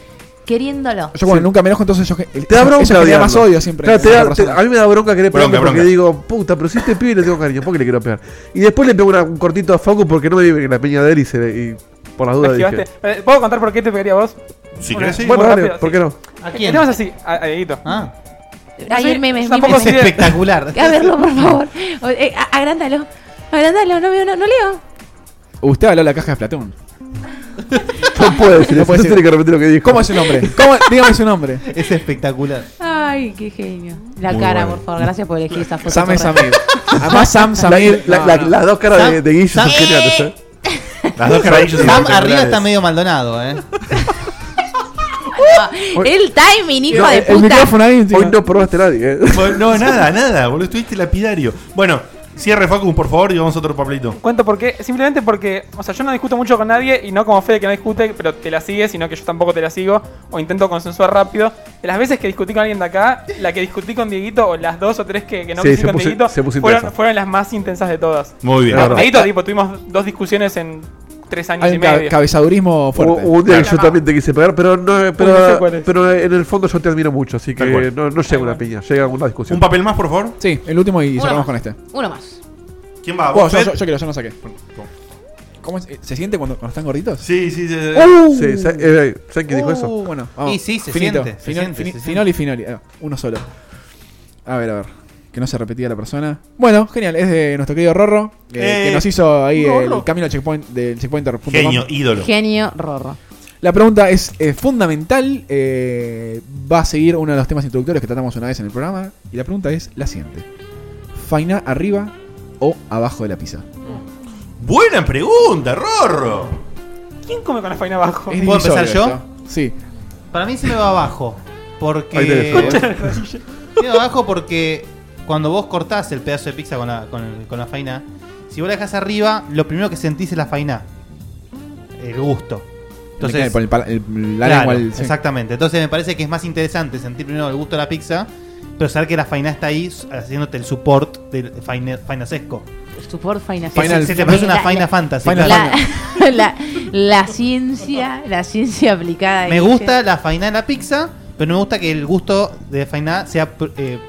Speaker 4: queriéndolo.
Speaker 7: Yo cuando nunca me enojo, entonces yo te
Speaker 3: Te da bronca.
Speaker 7: eso genera más
Speaker 3: odiarlo.
Speaker 7: odio siempre.
Speaker 3: Claro, te
Speaker 7: en
Speaker 3: da-
Speaker 7: otra
Speaker 3: te-
Speaker 7: persona.
Speaker 3: a mí me da bronca querer pegarle
Speaker 2: Bronca,
Speaker 3: porque
Speaker 2: bronca.
Speaker 3: digo, puta, pero si este pibe le tengo cariño, ¿por qué le quiero pegar? Y después le pego una- un cortito a Facu porque no me vive en la peña de él y, se le- y por las
Speaker 6: Me
Speaker 3: dudas dije.
Speaker 6: esquivaste. Eh, ¿Puedo contar por qué te pegaría vos?
Speaker 2: Si
Speaker 6: Bueno,
Speaker 2: querés, sí.
Speaker 3: Bueno,
Speaker 6: Muy
Speaker 3: dale,
Speaker 6: rápido,
Speaker 3: ¿por
Speaker 6: sí.
Speaker 3: qué no?
Speaker 5: ¿A
Speaker 6: El
Speaker 5: quién?
Speaker 6: tema es así, a, a Dieguito.
Speaker 5: Ah,
Speaker 4: Ay, el meme,
Speaker 6: Yo
Speaker 4: el
Speaker 6: tampoco
Speaker 4: meme.
Speaker 6: sé.
Speaker 5: espectacular.
Speaker 4: A verlo, por favor. O- eh, a- agrándalo. Agrándalo, no veo, no, no leo.
Speaker 7: Usted habló de la caja de Platón.
Speaker 3: No puede decir
Speaker 7: No
Speaker 3: eso,
Speaker 7: puede
Speaker 3: no
Speaker 7: ser.
Speaker 3: tiene que repetir lo que dijo.
Speaker 7: ¿Cómo es su nombre? ¿Cómo- dígame su nombre.
Speaker 5: Es espectacular.
Speaker 4: Ay, qué genio. La
Speaker 2: Muy
Speaker 4: cara,
Speaker 2: bueno.
Speaker 4: por favor. Gracias por elegir esa foto.
Speaker 7: Sam es
Speaker 4: Torres.
Speaker 7: Samir. Además, Sam,
Speaker 3: La-
Speaker 7: Samir.
Speaker 3: la-
Speaker 7: no,
Speaker 3: la-
Speaker 7: no.
Speaker 3: Las dos caras de, de Guillo son
Speaker 5: Sam-
Speaker 3: geniales, ¿eh?
Speaker 2: Las dos carajillos
Speaker 5: Sam
Speaker 2: espectaculares.
Speaker 5: arriba está medio Maldonado, ¿eh?
Speaker 4: Ah, El timing, hijo
Speaker 7: No,
Speaker 4: de
Speaker 7: el, el
Speaker 4: puta.
Speaker 7: micrófono ahí encima.
Speaker 3: Hoy no probaste a nadie, ¿eh?
Speaker 2: Bueno, No, nada, nada, boludo, estuviste lapidario. Bueno, cierre Facu, por favor, y vamos a otro papelito.
Speaker 6: Cuento por qué. Simplemente porque, o sea, yo no discuto mucho con nadie y no como Fede que no discute, pero te la sigue, sino que yo tampoco te la sigo o intento consensuar rápido. De las veces que discutí con alguien de acá, la que discutí con Dieguito o las dos o tres que, que no
Speaker 3: Sí,
Speaker 6: discutí
Speaker 3: se
Speaker 6: con
Speaker 3: puso-
Speaker 6: Dieguito
Speaker 3: se puso
Speaker 6: fueron,
Speaker 3: intensa.
Speaker 6: fueron las más intensas de todas.
Speaker 2: Muy bien.
Speaker 3: Claro.
Speaker 6: Con Dieguito, tipo, tuvimos dos discusiones en tres años
Speaker 7: Hay
Speaker 6: y
Speaker 7: un ca-
Speaker 6: medio.
Speaker 7: cabezadurismo
Speaker 3: Hubo
Speaker 7: fuerte.
Speaker 3: hubo un día que
Speaker 6: Claro.
Speaker 3: yo también te quise pegar, pero no,
Speaker 6: no sé
Speaker 3: pero,
Speaker 6: cuál es.
Speaker 3: pero en el fondo yo te admiro mucho, así
Speaker 2: Tal
Speaker 3: que
Speaker 2: cual.
Speaker 3: no, no llega una piña, llega una discusión.
Speaker 2: Un papel más, por favor.
Speaker 7: Sí, el último y
Speaker 4: Uno
Speaker 7: cerramos
Speaker 4: más.
Speaker 7: con este.
Speaker 4: Uno más.
Speaker 2: ¿Quién va?
Speaker 7: Bueno,
Speaker 2: ¿Vos,
Speaker 7: yo,
Speaker 2: Fed?
Speaker 7: yo, yo quiero, yo no saqué. ¿Cómo es? ¿Se siente cuando, cuando están gorditos?
Speaker 2: Sí, sí, sí. sí.
Speaker 3: Sí, sa- eh, ¿Saben quién dijo eso?
Speaker 7: Uh, Bueno, vamos.
Speaker 5: Y sí, se siente, se
Speaker 7: Final-
Speaker 5: siente,
Speaker 7: fini-
Speaker 5: se
Speaker 7: Finoli, Finoli. Ah, uno solo. A ver, a ver. Que no se repetía la persona. Bueno, genial. Es de nuestro querido Rorro. Que,
Speaker 2: Eh,
Speaker 7: que nos hizo ahí
Speaker 2: Rorro.
Speaker 7: el camino al checkpoint, del checkpointer.com.
Speaker 2: Genio, ídolo.
Speaker 4: Genio Rorro.
Speaker 7: La pregunta es eh, fundamental. eh, va a seguir uno de los temas introductorios que tratamos una vez en el programa. Y la pregunta es la siguiente: ¿Faina arriba o abajo de la pizza?
Speaker 2: Buena pregunta, Rorro.
Speaker 6: ¿Quién come con la faina abajo?
Speaker 7: Es
Speaker 5: ¿Puedo
Speaker 7: divisorio
Speaker 5: empezar yo?
Speaker 7: esto. Sí.
Speaker 5: Para mí se me va abajo. Porque.
Speaker 3: Ahí ¿eh? tenés,
Speaker 5: Se me va abajo porque cuando vos cortás el pedazo de pizza con la, con, con la faina, si vos la dejás arriba, lo primero que sentís es la faina. El gusto.
Speaker 7: Entonces,
Speaker 5: Entonces.
Speaker 7: el, pal- el- la
Speaker 5: claro,
Speaker 7: lengua al- sí.
Speaker 5: Exactamente. Entonces me parece que es más interesante sentir primero el gusto de la pizza, pero saber que la faina está ahí haciéndote el support del faine- fainasesco.
Speaker 4: Support Final
Speaker 7: Final-
Speaker 5: Se te parece una
Speaker 4: La-
Speaker 5: faina
Speaker 4: la-
Speaker 5: fantasy.
Speaker 7: Final
Speaker 5: claro.
Speaker 4: La, la, la ciencia, la ciencia aplicada.
Speaker 5: Me
Speaker 4: Guille.
Speaker 5: gusta la faina de la pizza, pero no me gusta que el gusto de faina sea pr- eh,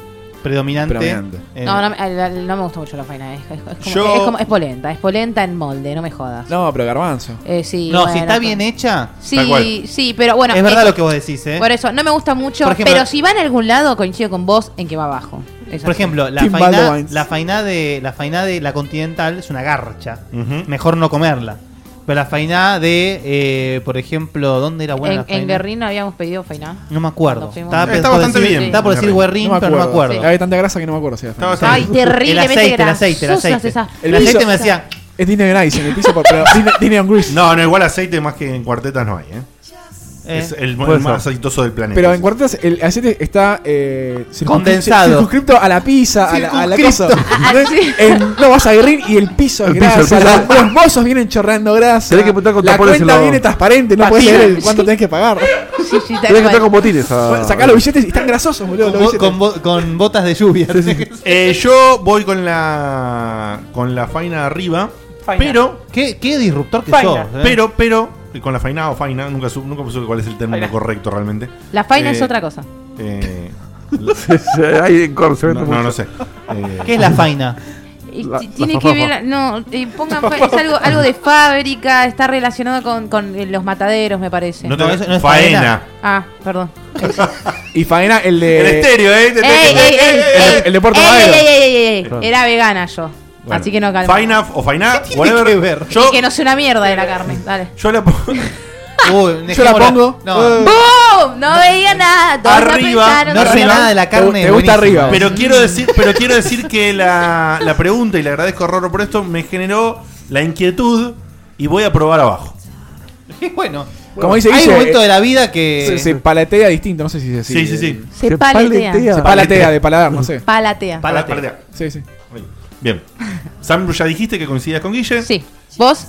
Speaker 5: predominante.
Speaker 7: Predominante.
Speaker 5: en-
Speaker 4: No, no, me- al- al- no me gusta mucho la faina. Es, es- es como,
Speaker 2: Yo-
Speaker 4: es como- es polenta, es polenta en molde, no me jodas.
Speaker 7: No, pero garbanzo.
Speaker 4: Eh, sí,
Speaker 5: No, si
Speaker 4: bueno,
Speaker 5: está
Speaker 4: con-
Speaker 5: bien hecha,
Speaker 2: Tal
Speaker 4: Sí,
Speaker 2: cual.
Speaker 4: sí, pero bueno.
Speaker 5: es verdad
Speaker 4: eso-
Speaker 5: lo que vos decís, ¿eh?
Speaker 4: Por
Speaker 5: Por,
Speaker 4: eso, no me gusta mucho,
Speaker 5: Por ejemplo-
Speaker 4: pero si va en algún lado, coincido con vos en que va abajo. Es así.
Speaker 5: ejemplo, la
Speaker 7: Tim
Speaker 5: faina,
Speaker 7: Baldwin.
Speaker 5: la faina de la faina de la continental es una garcha.
Speaker 2: Ujú.
Speaker 5: Mejor no comerla. Pero la faina de, eh, por ejemplo, ¿dónde era buena
Speaker 4: en,
Speaker 5: la faina?
Speaker 4: en Guerrino habíamos pedido faina.
Speaker 5: No me acuerdo.
Speaker 4: Cuando fuimos-
Speaker 5: Estaba,
Speaker 2: Está
Speaker 5: por
Speaker 2: bastante
Speaker 5: decir-
Speaker 2: bien.
Speaker 5: Estaba por decir
Speaker 2: Guerrín.
Speaker 5: Guerrín, pero no me acuerdo.
Speaker 4: Sí.
Speaker 7: Había tanta grasa que no me acuerdo. Si era
Speaker 2: Estaba
Speaker 7: famoso.
Speaker 4: Ay,
Speaker 5: El
Speaker 4: terriblemente
Speaker 5: aceite, el aceite, el
Speaker 4: grasosas
Speaker 5: aceite.
Speaker 4: esas
Speaker 5: El
Speaker 4: pizzas.
Speaker 5: aceite me hacía.
Speaker 7: Es Disney on Ice en el piso, por- pero Disney- Disney on Grease.
Speaker 2: No, no, igual aceite más que en cuartetas no hay, ¿eh?
Speaker 5: eh,
Speaker 2: Es el,
Speaker 3: Puede
Speaker 2: el más
Speaker 3: ser.
Speaker 2: aceitoso del planeta.
Speaker 7: Pero en cuartetas el aceite está eh, circunscri-
Speaker 5: Condensado.
Speaker 7: Circunscripto a la pizza, a la, a la cosa.
Speaker 4: Ah, sí.
Speaker 7: En- no vas a guerrir y el piso es
Speaker 3: El piso,
Speaker 7: grasa.
Speaker 3: el piso.
Speaker 7: la- los mozos vienen chorrando grasa.
Speaker 3: Tenés que apuntar con
Speaker 7: La
Speaker 3: tapones en
Speaker 7: cuenta
Speaker 3: los-
Speaker 7: viene transparente, no puedes leer el cuánto tenés que pagar.
Speaker 4: Sí, sí, tal
Speaker 3: Tenés que
Speaker 4: cual.
Speaker 3: estar con botines. ah, a-
Speaker 7: Bueno, Sacá los billetes y están grasosos, boludo. los
Speaker 5: con, bo-
Speaker 7: billetes.
Speaker 5: con bo- con botas de lluvia.
Speaker 2: Eh, yo voy con la con la faina arriba,
Speaker 6: Faina.
Speaker 2: pero
Speaker 5: ¿Qué, qué disruptor que
Speaker 6: Faina.
Speaker 5: sos. eh.
Speaker 2: pero pero con la faina o faina nunca su- nunca supe cuál es el término
Speaker 6: Faina.
Speaker 2: correcto realmente.
Speaker 4: La faina
Speaker 2: Eh,
Speaker 4: es otra cosa.
Speaker 2: Eh,
Speaker 3: Ahí en cor, se
Speaker 2: no,
Speaker 3: vende mucho.
Speaker 2: no, no sé. Eh,
Speaker 5: ¿Qué es la faina?
Speaker 4: Y
Speaker 3: La-
Speaker 4: ti-
Speaker 3: la
Speaker 4: tiene
Speaker 3: fafafa.
Speaker 4: que ver, no, eh, pongan, fa- es algo, algo de fábrica, está relacionado con, con eh, los mataderos, me parece.
Speaker 2: no te-
Speaker 5: No, eso no es
Speaker 2: faena.
Speaker 4: Ah, perdón.
Speaker 7: Y faena el
Speaker 2: El
Speaker 7: de.
Speaker 2: estéreo, ¿eh? Te- te-
Speaker 4: Ey,
Speaker 2: te-
Speaker 4: ey, ey,
Speaker 7: el-
Speaker 5: Eh,
Speaker 4: ey.
Speaker 7: el de Puerto
Speaker 4: Ey,
Speaker 7: Madero.
Speaker 4: ey, ey, ey, ey,
Speaker 2: Claro.
Speaker 4: Era vegana yo.
Speaker 2: Bueno,
Speaker 4: así que no calma.
Speaker 2: Faina o faina, whatever.
Speaker 4: Y
Speaker 2: Yo,
Speaker 4: que no sea una mierda de la carne. Dale.
Speaker 2: yo la pongo
Speaker 5: Uy,
Speaker 7: Yo la
Speaker 5: dejémosla.
Speaker 7: pongo.
Speaker 2: Eh.
Speaker 5: No,
Speaker 4: ¡Boom! No veía nada. Todos
Speaker 2: Arriba,
Speaker 4: aplastaron,
Speaker 5: no
Speaker 4: todos
Speaker 5: sé
Speaker 4: aplastaron.
Speaker 5: nada de la carne.
Speaker 7: te gusta
Speaker 5: buenísimo.
Speaker 7: arriba.
Speaker 2: Pero quiero decir, pero quiero decir que la, la pregunta, y le agradezco a Roro por esto, me generó la inquietud y voy a probar abajo.
Speaker 5: bueno,
Speaker 7: Como dice
Speaker 5: hay
Speaker 7: Guille,
Speaker 5: momentos
Speaker 7: eh,
Speaker 5: de la vida que.
Speaker 7: Se, se paletea distinto, no sé si se
Speaker 2: Sí, sí, sí.
Speaker 4: Se
Speaker 3: Se
Speaker 4: paletea.
Speaker 3: paletea.
Speaker 7: Se palatea de paladar, no sé.
Speaker 4: Palatea.
Speaker 5: Palate.
Speaker 2: Palatea.
Speaker 7: Sí, sí.
Speaker 2: Bien. Sam, ya dijiste que coincidías con Guille.
Speaker 4: Sí. ¿Vos?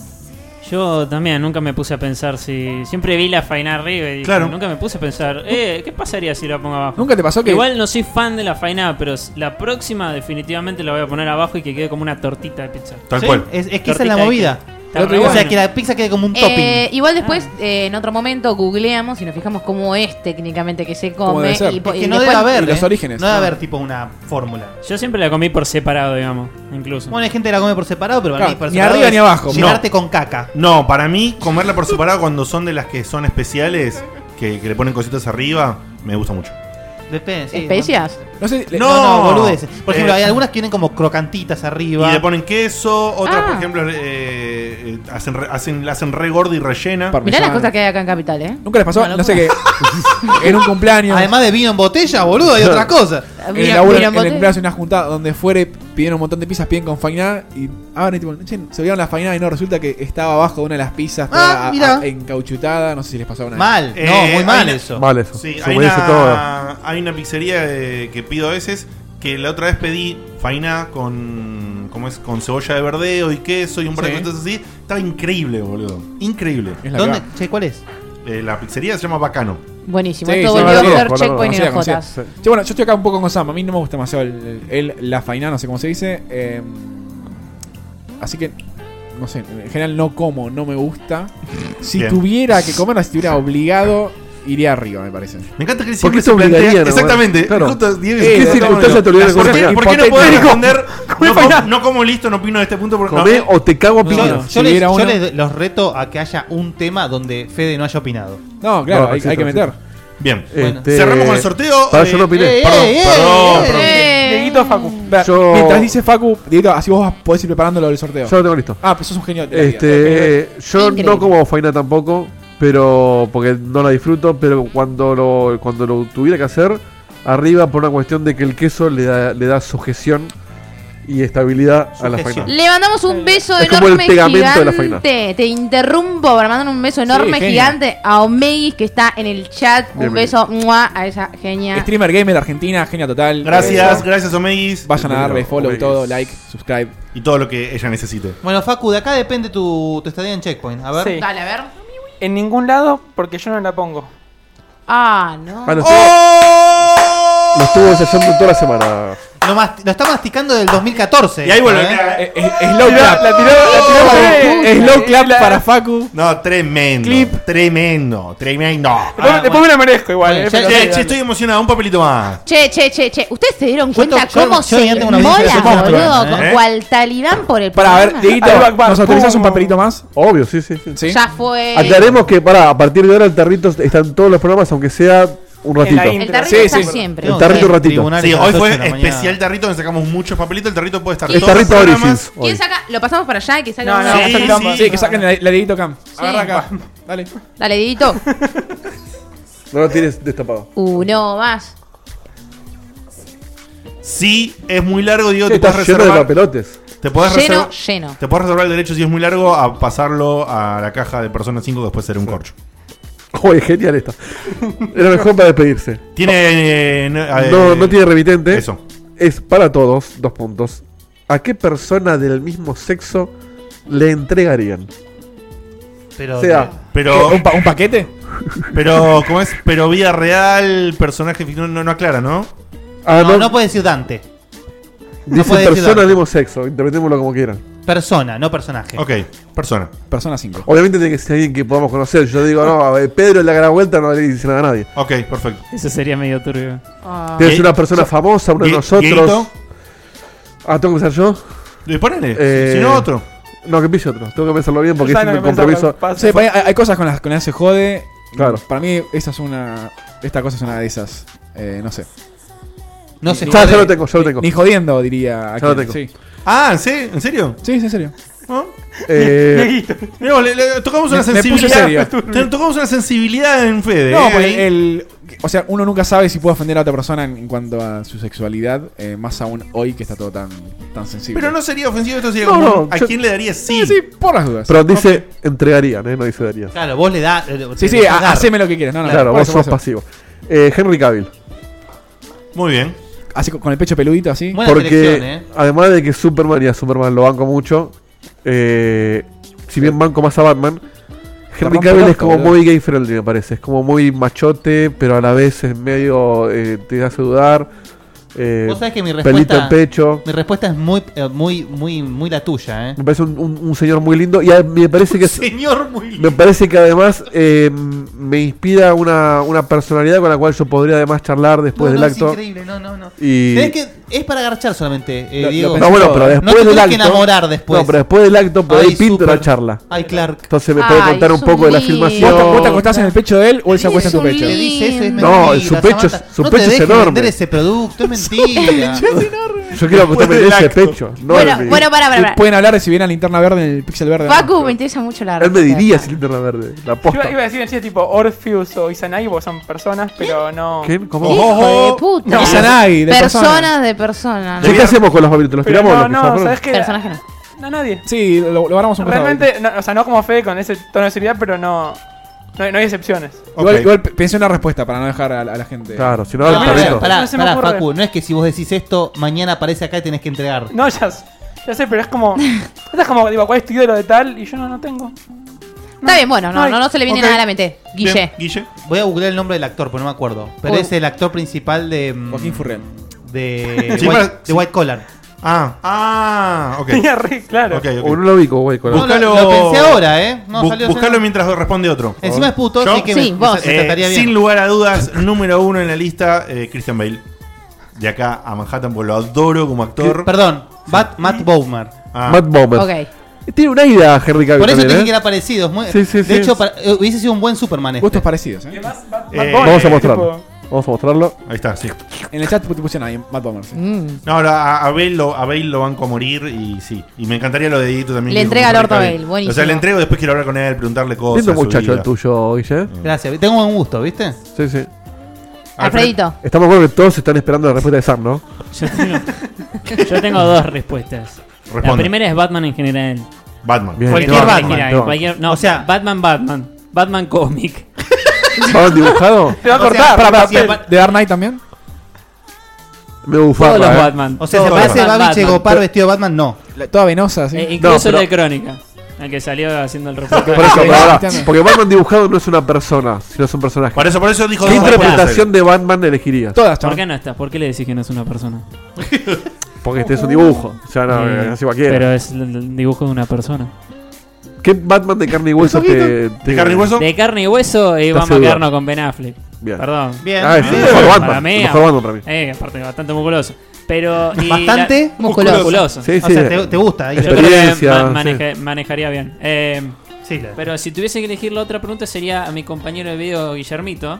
Speaker 8: Yo también nunca me puse a pensar si. Siempre vi la faina arriba y dije,
Speaker 2: Claro.
Speaker 8: nunca me puse a pensar, eh, ¿qué pasaría si la pongo abajo?
Speaker 7: ¿Nunca te pasó que
Speaker 8: Igual no soy fan de la faina, pero s- la próxima definitivamente la voy a poner abajo y que quede como una tortita de pizza.
Speaker 2: Tal
Speaker 5: Sí,
Speaker 2: cual.
Speaker 5: Es, es que esa es
Speaker 8: Tortita
Speaker 5: la
Speaker 8: de
Speaker 5: movida.
Speaker 8: queso. Está
Speaker 5: O
Speaker 8: re
Speaker 5: sea,
Speaker 8: bueno.
Speaker 5: que la pizza quede como un
Speaker 4: Eh,
Speaker 5: topping.
Speaker 4: igual después, eh, en otro momento, googleamos y nos fijamos cómo es técnicamente que se
Speaker 7: Cómo debe
Speaker 4: come.
Speaker 7: ser.
Speaker 4: Y, po-
Speaker 5: Es
Speaker 4: y
Speaker 5: que no
Speaker 4: después-
Speaker 5: debe haber.
Speaker 7: Y los
Speaker 5: eh.
Speaker 7: orígenes.
Speaker 5: No debe
Speaker 7: Ah.
Speaker 5: haber tipo una fórmula.
Speaker 8: Yo siempre la comí por separado, digamos, incluso.
Speaker 5: Bueno, hay gente que la come por separado, pero para
Speaker 7: Claro,
Speaker 5: mí por
Speaker 7: ni
Speaker 5: separado
Speaker 7: arriba
Speaker 5: es
Speaker 7: ni abajo.
Speaker 5: Llenarte con caca.
Speaker 2: No, para mí, comerla por separado cuando son de las que son especiales, que, que le ponen cositas arriba, me gusta mucho.
Speaker 5: Depende, sí.
Speaker 4: ¿Especias?
Speaker 7: No sé. le-
Speaker 5: No,
Speaker 2: No.
Speaker 5: no, boludeces. Por ejemplo,
Speaker 2: Eh.
Speaker 5: hay algunas que tienen como crocantitas arriba.
Speaker 2: Y le ponen queso, otras,
Speaker 4: Ah.
Speaker 2: por ejemplo, eh, eh, hacen, re- hacen, la hacen re gorda y rellena.
Speaker 4: Mirá
Speaker 7: Parmesano.
Speaker 4: las cosas pues. que hay acá en Capital, ¿eh?
Speaker 7: Nunca les pasó,
Speaker 4: Una
Speaker 7: no sé qué. en un cumpleaños.
Speaker 5: Además de vino en botella, boludo, hay otras cosas.
Speaker 7: en el
Speaker 4: Mira-
Speaker 7: laburo,
Speaker 4: mira
Speaker 7: en el
Speaker 4: bote-
Speaker 7: cumpleaños una juntada donde fuere pidieron un montón de pizzas, piden con fainá y abren y tipo, che, se olvidaron la fainá y no, resulta que estaba abajo de una de las pizzas toda
Speaker 5: Ah, mirá.
Speaker 7: a- encauchutada, no sé si les pasó una vez.
Speaker 5: Mal, no,
Speaker 2: Eh,
Speaker 5: muy mal
Speaker 2: hay-
Speaker 5: eso.
Speaker 3: Vale, eso.
Speaker 2: Sí,
Speaker 3: Se
Speaker 2: hay
Speaker 3: humedece todo.
Speaker 2: una, hay una pizzería eh, que pido a veces que la otra vez pedí faina con ¿cómo es? con cebolla de verdeo y queso y un par de
Speaker 7: Sí.
Speaker 2: cosas así. Estaba increíble, boludo. Increíble.
Speaker 7: Es la
Speaker 5: ¿Dónde?
Speaker 7: que va.
Speaker 5: Che, ¿cuál es?
Speaker 2: Eh, la pizzería se llama Bacano.
Speaker 4: Buenísimo.
Speaker 7: Sí,
Speaker 4: Esto
Speaker 7: sí,
Speaker 4: volvió a
Speaker 7: conocida,
Speaker 4: ser
Speaker 3: conocida,
Speaker 4: Checkpoint y
Speaker 7: conocida,
Speaker 4: NJ.
Speaker 7: conocida. Che, bueno, yo estoy acá un poco con Sam, a mí no me gusta demasiado el, el- la fainá, no sé cómo se dice. eh, así que no sé, en general no como, no me gusta. Si
Speaker 2: Bien.
Speaker 7: tuviera que comerla, si estuviera obligado, iría arriba, me parece.
Speaker 2: Me encanta que
Speaker 3: ¿Por
Speaker 2: siempre
Speaker 3: qué
Speaker 2: se
Speaker 3: se
Speaker 2: plantea.
Speaker 3: obligarían, no?
Speaker 2: Exactamente.
Speaker 3: Claro.
Speaker 2: Justo, Diego,
Speaker 7: ¿En
Speaker 2: sí,
Speaker 7: qué
Speaker 2: está
Speaker 3: circunstancia
Speaker 2: bueno.
Speaker 3: te olvidas de
Speaker 2: ¿Por qué,
Speaker 3: comer?
Speaker 2: ¿Por qué no puedes
Speaker 3: Hipotético.
Speaker 2: responder? No, com- no como listo, no opino de este punto porque
Speaker 3: Comé
Speaker 2: no,
Speaker 3: o te cago a
Speaker 5: Yo,
Speaker 3: piñas.
Speaker 5: yo
Speaker 7: Si
Speaker 5: les,
Speaker 7: hubiera
Speaker 5: yo
Speaker 7: uno-
Speaker 5: les- los reto a que haya un tema donde Fede no haya opinado.
Speaker 7: No, claro,
Speaker 3: No,
Speaker 7: hay,
Speaker 3: sí,
Speaker 7: hay que
Speaker 3: sí, sí.
Speaker 7: meter.
Speaker 2: Bien.
Speaker 3: Este,
Speaker 2: Cerramos con el sorteo. eh,
Speaker 3: pará, yo no opiné.
Speaker 2: perdón, perdón, perdón.
Speaker 4: Eh.
Speaker 6: Dieguito Facu.
Speaker 7: Espera,
Speaker 3: Yo-
Speaker 7: Mientras dice Facu, Dieguito, así vos podés ir preparando lo del sorteo.
Speaker 3: Ya lo tengo listo.
Speaker 7: Ah, pues sos un genio. de la vida.
Speaker 3: Este, yo
Speaker 4: Increíble.
Speaker 3: no como faina tampoco, pero porque no la disfruto, pero cuando lo cuando lo tuviera que hacer arriba por una cuestión de que el queso le da le da sujeción y estabilidad a la
Speaker 5: Sujeción.
Speaker 3: faina.
Speaker 4: Le mandamos un beso
Speaker 3: Es como el
Speaker 4: enorme
Speaker 3: pegamento de la
Speaker 4: gigante. Te interrumpo para mandar un beso enorme
Speaker 7: genio.
Speaker 4: gigante a Omegis que está en el chat.
Speaker 3: Bien,
Speaker 4: un beso mua, a esa genia.
Speaker 7: Streamer Gamer Argentina, genia total.
Speaker 2: Gracias,
Speaker 7: Eh,
Speaker 2: gracias Omeguis
Speaker 7: Vayan a darle follow y
Speaker 3: Omeguis.
Speaker 7: todo, like, subscribe.
Speaker 2: y todo lo que ella necesite.
Speaker 5: Bueno, Facu, de acá depende tu, tu estadía en Checkpoint. A ver.
Speaker 6: Sí.
Speaker 4: Dale, a ver.
Speaker 6: En ningún lado, porque yo no la pongo.
Speaker 4: Ah, no.
Speaker 3: Ah, lo estuvo, lo estuvo ensayando toda la semana.
Speaker 5: Lo, masti- lo está masticando del 2014.
Speaker 2: Y ahí vuelve.
Speaker 5: ¿eh?
Speaker 7: Eh, eh, slow clap.
Speaker 6: la tiró- la tiró para-
Speaker 7: Eh, slow clap para Facu.
Speaker 2: No, tremendo.
Speaker 7: Clip.
Speaker 2: Tremendo, tremendo.
Speaker 6: Después,
Speaker 5: Ah,
Speaker 6: después
Speaker 5: bueno.
Speaker 6: me la merezco igual.
Speaker 5: Bueno,
Speaker 6: eh,
Speaker 5: ya-
Speaker 6: pero
Speaker 2: Che,
Speaker 5: ya-
Speaker 6: sí,
Speaker 2: che,
Speaker 6: dale.
Speaker 2: estoy emocionado. Un papelito más.
Speaker 4: Che, che, che, che. ¿Ustedes se dieron cuenta
Speaker 5: to- yo-
Speaker 4: cómo
Speaker 5: yo
Speaker 4: se
Speaker 5: venía de una
Speaker 4: mola,
Speaker 5: noticia monstruo,
Speaker 4: boludo?
Speaker 5: ¿eh?
Speaker 4: Con
Speaker 2: ¿Eh?
Speaker 4: cual talibán por el
Speaker 7: Para, a ver,
Speaker 4: programa.
Speaker 7: Dieguito,
Speaker 6: Ahí va, va,
Speaker 7: ¿nos autorizas
Speaker 6: pum.
Speaker 7: un papelito más?
Speaker 3: Obvio, sí, sí. sí.
Speaker 7: Sí.
Speaker 4: Ya fue.
Speaker 3: Aclaremos que para a partir de ahora el tarrito están todos los programas aunque sea un
Speaker 6: En la
Speaker 3: ratito.
Speaker 6: intro.
Speaker 4: El tarrito
Speaker 7: Sí,
Speaker 4: está
Speaker 7: sí.
Speaker 4: siempre.
Speaker 3: El tarrito
Speaker 5: sí,
Speaker 3: ratito.
Speaker 5: tribunales
Speaker 2: Sí,
Speaker 5: a las
Speaker 2: hoy
Speaker 5: 8
Speaker 2: fue
Speaker 5: de la mañana.
Speaker 2: especial tarrito donde sacamos muchos papelitos. El tarrito puede estar
Speaker 4: El
Speaker 3: El
Speaker 2: todos los
Speaker 3: tarrito
Speaker 2: programas.
Speaker 3: Origins. hoy.
Speaker 4: ¿Quién saca? ¿Lo pasamos para allá? Que saca
Speaker 6: No,
Speaker 4: uno.
Speaker 6: no,
Speaker 2: Sí,
Speaker 6: ya está,
Speaker 2: sí.
Speaker 7: Sí, que saquen la, la Dieguito Cam. Agarra acá. Dale.
Speaker 4: Dale, dedito.
Speaker 3: No lo tienes destapado.
Speaker 4: Uno más.
Speaker 2: Sí, es muy largo, digo,
Speaker 3: Che,
Speaker 2: te puedes
Speaker 3: Está lleno de
Speaker 2: reservar.
Speaker 3: papelotes.
Speaker 2: Te podés
Speaker 4: Lleno,
Speaker 2: reservar-
Speaker 4: lleno.
Speaker 2: Te puedes reservar el derecho si es muy largo a pasarlo a la caja de Persona 5 que después será un corcho.
Speaker 3: Oye, genial esta. Era mejor para despedirse.
Speaker 2: Tiene. eh, no, eh,
Speaker 3: No, no tiene remitente.
Speaker 2: Eso.
Speaker 3: Es para todos, dos puntos. ¿A qué persona del mismo sexo le entregarían?
Speaker 5: Pero,
Speaker 3: O sea,
Speaker 2: Pero,
Speaker 7: ¿Un, pa- un paquete?
Speaker 2: pero, ¿cómo es? Pero vida real, personaje ficticio, no, no aclara, ¿no?
Speaker 3: ah,
Speaker 5: no,
Speaker 3: no,
Speaker 5: no puede decir Dante.
Speaker 3: dice
Speaker 5: puede decir
Speaker 3: persona
Speaker 5: nada.
Speaker 3: del mismo sexo, interpretémoslo como quieran.
Speaker 5: Persona, no personaje.
Speaker 2: Ok, persona.
Speaker 7: Persona 5.
Speaker 3: Obviamente tiene que ser alguien que podamos conocer. Yo digo, no, a ver, Pedro en la gran vuelta no le dice nada a nadie.
Speaker 2: Ok, perfecto.
Speaker 8: Eso sería medio turbio.
Speaker 4: Ah.
Speaker 3: Tiene que ser
Speaker 2: Die-
Speaker 3: una persona famosa, uno de
Speaker 2: Die-
Speaker 3: nosotros.
Speaker 2: Dieguito,
Speaker 3: Ah, tengo que pensar yo.
Speaker 2: eh, ponele.
Speaker 3: Eh,
Speaker 2: si no, otro.
Speaker 3: No, que pille otro. Tengo que pensarlo bien porque es
Speaker 6: Ya no
Speaker 3: un
Speaker 6: me pensaba,
Speaker 3: compromiso.
Speaker 6: pasa.
Speaker 7: Sí, para mí hay, hay cosas con las que se jode.
Speaker 3: Claro.
Speaker 7: Para mí, esta es una. Esta cosa es una de esas. Eh, no sé.
Speaker 5: No se
Speaker 3: Ya,
Speaker 5: jode.
Speaker 3: ya lo tengo, ya lo tengo.
Speaker 7: Ni jodiendo, diría.
Speaker 3: Ya lo
Speaker 7: aquel.
Speaker 3: tengo.
Speaker 7: Sí.
Speaker 2: Ah, ¿en serio? ¿En serio?
Speaker 7: sí, sí, en serio.
Speaker 2: ¿No?
Speaker 3: Eh,
Speaker 6: Dieguito.
Speaker 2: Mirá vos, le- le- tocamos una
Speaker 7: Me- me puse
Speaker 2: sensibilidad.
Speaker 7: serio.
Speaker 2: te- tocamos una sensibilidad en Fede.
Speaker 7: No,
Speaker 2: eh, ahí.
Speaker 7: porque el. O sea, uno nunca sabe si puede ofender a otra persona en, en cuanto a su sexualidad. eh, más aún hoy que está todo tan, tan sensible.
Speaker 2: Pero no sería ofensivo esto, sería
Speaker 3: No,
Speaker 2: como,
Speaker 3: no,
Speaker 2: ¿a
Speaker 3: yo-
Speaker 2: quién le daría
Speaker 7: Sí, sí, por las dudas.
Speaker 3: pero dice entregarían, ¿eh? No dice darían.
Speaker 5: Claro, vos le das.
Speaker 7: sí, sí, ha- haceme lo que quieras. No, no,
Speaker 3: Claro,
Speaker 7: por
Speaker 3: vos
Speaker 7: eso, por
Speaker 3: sos pasivo. Eh, Henry Cavill.
Speaker 2: Muy bien.
Speaker 7: eso. Así con con el pecho peludito, así.
Speaker 5: Buena
Speaker 3: Porque
Speaker 5: selección, ¿eh?
Speaker 3: además de que Superman y a Superman lo banco mucho, eh, si bien banco más a Batman, Henry
Speaker 7: rompe
Speaker 3: Cavill
Speaker 7: el
Speaker 3: es
Speaker 7: orto,
Speaker 3: como
Speaker 7: boludo.
Speaker 3: muy gay friendly, me parece. Es como muy machote, pero a la vez es medio. eh, te hace dudar. eh,
Speaker 5: Vos sabés que mi
Speaker 3: pelito
Speaker 5: respuesta.
Speaker 3: en pecho.
Speaker 5: Mi respuesta es muy, eh, muy, muy, muy la tuya, ¿eh?
Speaker 3: Me parece un, un- un señor muy lindo y a- me parece que es-
Speaker 2: Señor muy
Speaker 3: Me parece que además eh, me inspira una, una personalidad con la cual yo podría además charlar después
Speaker 5: No, no,
Speaker 3: del
Speaker 5: Es
Speaker 3: acto.
Speaker 5: increíble, no, no, no.
Speaker 3: Y-
Speaker 5: Tenés que, es para agarchar solamente,
Speaker 7: Lo-
Speaker 5: eh,
Speaker 7: lo
Speaker 5: Diego.
Speaker 7: pensé
Speaker 3: No, bueno, pero
Speaker 7: No
Speaker 5: te
Speaker 3: después
Speaker 5: tenés
Speaker 3: del acto.
Speaker 5: que enamorar después.
Speaker 3: No, pero después del acto por
Speaker 5: Ay,
Speaker 3: ahí pinta
Speaker 5: súper.
Speaker 3: la charla.
Speaker 5: Ay, Clark.
Speaker 3: Entonces me
Speaker 4: Ay,
Speaker 3: puede contar un
Speaker 4: es
Speaker 3: poco
Speaker 4: un
Speaker 3: de la
Speaker 4: lindo.
Speaker 7: ¿Vos, te, vos te
Speaker 3: filmación.
Speaker 7: acostás en el pecho de él o él se
Speaker 4: Es
Speaker 7: acuesta en tu
Speaker 4: un
Speaker 7: pecho?
Speaker 5: ¿Qué
Speaker 4: lindo.
Speaker 5: dice eso? Es
Speaker 3: No,
Speaker 5: mentira,
Speaker 3: el- su pecho es-
Speaker 5: Samantha.
Speaker 3: su
Speaker 5: no
Speaker 3: pecho
Speaker 5: te
Speaker 3: es
Speaker 5: dejes
Speaker 3: enorme.
Speaker 5: vender ese producto, es mentira.
Speaker 3: Yo quiero acostarme en
Speaker 2: del
Speaker 3: ese
Speaker 2: acto.
Speaker 3: pecho. no
Speaker 4: bueno,
Speaker 3: en mi-
Speaker 4: bueno, para, para,
Speaker 7: Y Pueden hablar de si vieran linterna verde en el pixel verde.
Speaker 4: Facu, me interesa mucho la
Speaker 3: Él me
Speaker 4: respuesta.
Speaker 3: diría si linterna verde.
Speaker 6: Yo iba, iba
Speaker 3: La
Speaker 6: a
Speaker 3: posta.
Speaker 6: decir un chiste tipo Orpheus o Izanagi porque son personas, pero no.
Speaker 3: ¿Quién? ¿Cómo?
Speaker 4: Hijo
Speaker 2: Ojo.
Speaker 4: de puta.
Speaker 7: No, Izanagi, de
Speaker 4: personas
Speaker 7: persona.
Speaker 4: de personas.
Speaker 3: Che, ¿Qué hacemos con los papeles? ¿Los
Speaker 6: Pero
Speaker 3: tiramos?
Speaker 6: no,
Speaker 3: o los
Speaker 6: no,
Speaker 3: pisamos?
Speaker 6: ¿sabes qué?
Speaker 4: Personaje no.
Speaker 6: No, nadie.
Speaker 7: Sí, lo, lo guardamos un costado.
Speaker 6: Realmente, no, o sea, no como Fede con ese tono de seriedad, pero no. No hay, no hay excepciones.
Speaker 7: Igual,
Speaker 2: Ok.
Speaker 7: igual pe- pensé una respuesta para no dejar a, la- a la gente.
Speaker 3: Claro, si no,
Speaker 5: No,
Speaker 3: el
Speaker 6: Ah,
Speaker 5: pará,
Speaker 3: tarrito.
Speaker 6: bueno,
Speaker 5: pará,
Speaker 6: No se me
Speaker 5: pará,
Speaker 6: ocurre.
Speaker 5: Facu, no es que si vos decís esto, mañana aparece acá y tenés que entregar.
Speaker 6: No, ya, s- ya sé, pero es como. Esta es como, digo, ¿cuál es tu ídolo de tal? Y yo no, no tengo.
Speaker 4: Está bien, bueno, no,
Speaker 6: Ay.
Speaker 4: no, no se le viene
Speaker 2: Ok.
Speaker 4: nada a la mente. Guille.
Speaker 2: Bien, Guille.
Speaker 5: Voy a googlear el nombre del actor, pero no me acuerdo. Pero
Speaker 4: Uy.
Speaker 5: es el actor principal de. mm,
Speaker 7: Joaquín Furriel.
Speaker 5: de,
Speaker 2: Sí,
Speaker 5: White,
Speaker 2: para-
Speaker 5: de White Collar.
Speaker 2: Ah, ah, ok.
Speaker 6: Tenía re claro.
Speaker 2: Ok, ok.
Speaker 3: O no lo ubico, güey. con la-
Speaker 5: No, lo- lo pensé ahora, ¿eh? No,
Speaker 2: Bu-
Speaker 5: salió-
Speaker 2: buscalo mientras responde otro.
Speaker 5: Encima es puto,
Speaker 2: ¿Yo?
Speaker 5: así que
Speaker 4: Sí, vos.
Speaker 5: se trataría
Speaker 2: Eh,
Speaker 5: bien.
Speaker 2: Sin lugar a dudas, número uno en la lista, eh, Christian Bale. De acá a Manhattan, porque lo adoro como actor.
Speaker 5: Perdón, Bat- Matt Bowmer.
Speaker 2: Ah,
Speaker 3: Matt Bomer.
Speaker 4: Ok.
Speaker 3: Tiene una idea Henry Cavill.
Speaker 5: Por eso te
Speaker 3: también,
Speaker 5: dije
Speaker 3: ¿eh?
Speaker 5: que era parecido. es muy-
Speaker 3: Sí, sí,
Speaker 5: de
Speaker 3: sí.
Speaker 5: hecho, para- eh, hubiese sido un buen Superman este.
Speaker 7: Gustos parecidos, ¿eh?
Speaker 2: eh,
Speaker 3: Vamos a
Speaker 2: eh,
Speaker 3: mostrarlo. Vamos a mostrarlo.
Speaker 2: Ahí está, sí.
Speaker 7: En el chat te pusieron ahí, Matt Bomber. sí.
Speaker 5: Mm.
Speaker 2: No, no, a, a Bale lo, a Bale lo banco a morir y sí. Y me encantaría lo de Dieguito también.
Speaker 4: Le
Speaker 2: que
Speaker 4: entrega
Speaker 2: como
Speaker 4: el orto a
Speaker 2: Henry Cavill.
Speaker 4: Bale, buenísimo.
Speaker 2: O sea, le entrego después quiero hablar con él, preguntarle cosas.
Speaker 3: Lindo
Speaker 2: su
Speaker 3: muchacho
Speaker 2: vida.
Speaker 3: el tuyo, Guille.
Speaker 5: Gracias. Tengo buen gusto, ¿viste?
Speaker 3: Sí, sí.
Speaker 4: Alfredito.
Speaker 3: Estamos de acuerdo que todos están esperando la respuesta de Sam, ¿no?
Speaker 8: Yo tengo, yo tengo dos respuestas. La
Speaker 2: Responde.
Speaker 8: primera es Batman en general.
Speaker 2: Batman.
Speaker 3: Bien.
Speaker 8: Cualquier
Speaker 3: No,
Speaker 8: Batman.
Speaker 3: Batman, no.
Speaker 8: cualquier- no,
Speaker 5: O sea-
Speaker 8: Batman, Batman. Batman cómic.
Speaker 3: ¿Estaban dibujado?
Speaker 6: Te va a
Speaker 5: O sea,
Speaker 6: cortar.
Speaker 5: para-
Speaker 6: papel.
Speaker 5: para- para-
Speaker 7: ¿De Dark Knight también?
Speaker 3: Me
Speaker 8: Todos los
Speaker 3: bufaba. ¿eh?
Speaker 8: Batman.
Speaker 5: O sea, ¿se
Speaker 8: Todos
Speaker 5: parece
Speaker 8: los
Speaker 5: Babiche
Speaker 8: Batman.
Speaker 5: Gopar vestido de Batman? No.
Speaker 7: La- toda venosa, sí.
Speaker 8: Eh, incluso
Speaker 3: No,
Speaker 8: el de Crónica. El que salió haciendo el reportaje.
Speaker 3: Por eso, pero
Speaker 7: Sí,
Speaker 3: ahora,
Speaker 7: entiendo.
Speaker 3: porque Batman dibujado no es una persona, sino es un personaje.
Speaker 2: Por eso, por eso dijo
Speaker 3: ¿Qué
Speaker 2: dos
Speaker 3: interpretación de Batman elegirías?
Speaker 7: Todas,
Speaker 8: ¿Por
Speaker 7: chaval.
Speaker 8: qué no estás? ¿Por qué le decís que no es una persona?
Speaker 3: Porque este es un dibujo. O sea, no,
Speaker 8: Eh,
Speaker 3: es así cualquiera.
Speaker 8: Pero es el- el dibujo de una persona.
Speaker 3: ¿Qué Batman de carne y hueso te, te-
Speaker 2: ¿De carne y hueso?
Speaker 8: De carne y hueso eh,
Speaker 3: Estás
Speaker 8: vamos a
Speaker 3: seguro.
Speaker 8: quedarnos con Ben Affleck.
Speaker 3: Bien.
Speaker 8: Perdón.
Speaker 5: Bien.
Speaker 3: Ah, es el
Speaker 8: Bien.
Speaker 3: mejor Batman.
Speaker 8: Para mí,
Speaker 3: el mejor Batman para mí.
Speaker 8: Eh, aparte, bastante musculoso. Pero. y
Speaker 5: Bastante
Speaker 8: la-
Speaker 4: Musculoso.
Speaker 8: musculoso.
Speaker 3: Sí,
Speaker 5: o
Speaker 3: sí.
Speaker 5: sea, te, te gusta. ahí
Speaker 8: Yo
Speaker 5: lo-
Speaker 8: creo que
Speaker 3: Experiencia,
Speaker 8: ma- maneja- manejaría bien. Eh, pero si tuviese que elegir la otra pregunta sería a mi compañero de video Guillermito.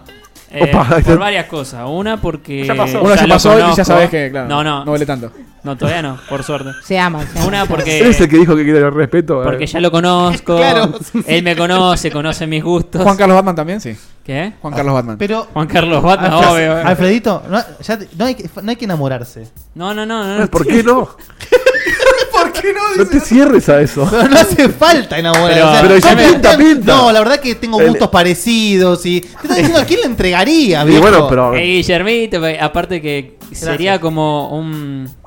Speaker 8: eh,
Speaker 3: Opa, ahí está.
Speaker 8: por varias cosas. Una porque.
Speaker 6: Ya pasó.
Speaker 7: Uno ya
Speaker 8: lo
Speaker 7: pasó y ya
Speaker 8: conozco.
Speaker 7: sabes que, claro.
Speaker 8: No, no.
Speaker 7: No vale tanto.
Speaker 8: No, todavía no, por suerte.
Speaker 4: Se aman. se aman, se
Speaker 8: Una
Speaker 4: aman.
Speaker 8: porque.
Speaker 3: Él es el que dijo que quiere el respeto.
Speaker 8: Porque
Speaker 3: eh.
Speaker 8: ya lo conozco.
Speaker 5: Pues- Claro.
Speaker 8: Él me conoce, conoce mis gustos.
Speaker 7: Juan Carlos Batman también, sí.
Speaker 8: ¿Qué?
Speaker 7: Juan Carlos Batman.
Speaker 5: Pero.
Speaker 8: ¿Eh? Juan Carlos Batman,
Speaker 5: Alfred-
Speaker 8: obvio. eh.
Speaker 5: Alfredito, no, ya te- no hay, que- no hay que enamorarse.
Speaker 8: No, no, no, no.
Speaker 3: Eh, ¿Por qué no?
Speaker 5: ¿Por qué no?
Speaker 3: No te cierres a eso.
Speaker 5: Pero no hace falta enamorar.
Speaker 8: Pero-
Speaker 3: pero ya
Speaker 5: ¿cómo
Speaker 3: pinta,
Speaker 5: están?
Speaker 3: pinta.
Speaker 5: No, la verdad que tengo
Speaker 3: El-
Speaker 5: gustos parecidos y. Te estás diciendo a quién le entregaría,
Speaker 3: Y
Speaker 5: viejo?
Speaker 3: bueno, pero.
Speaker 8: Eh, Guillermito, pe- aparte que sería como un.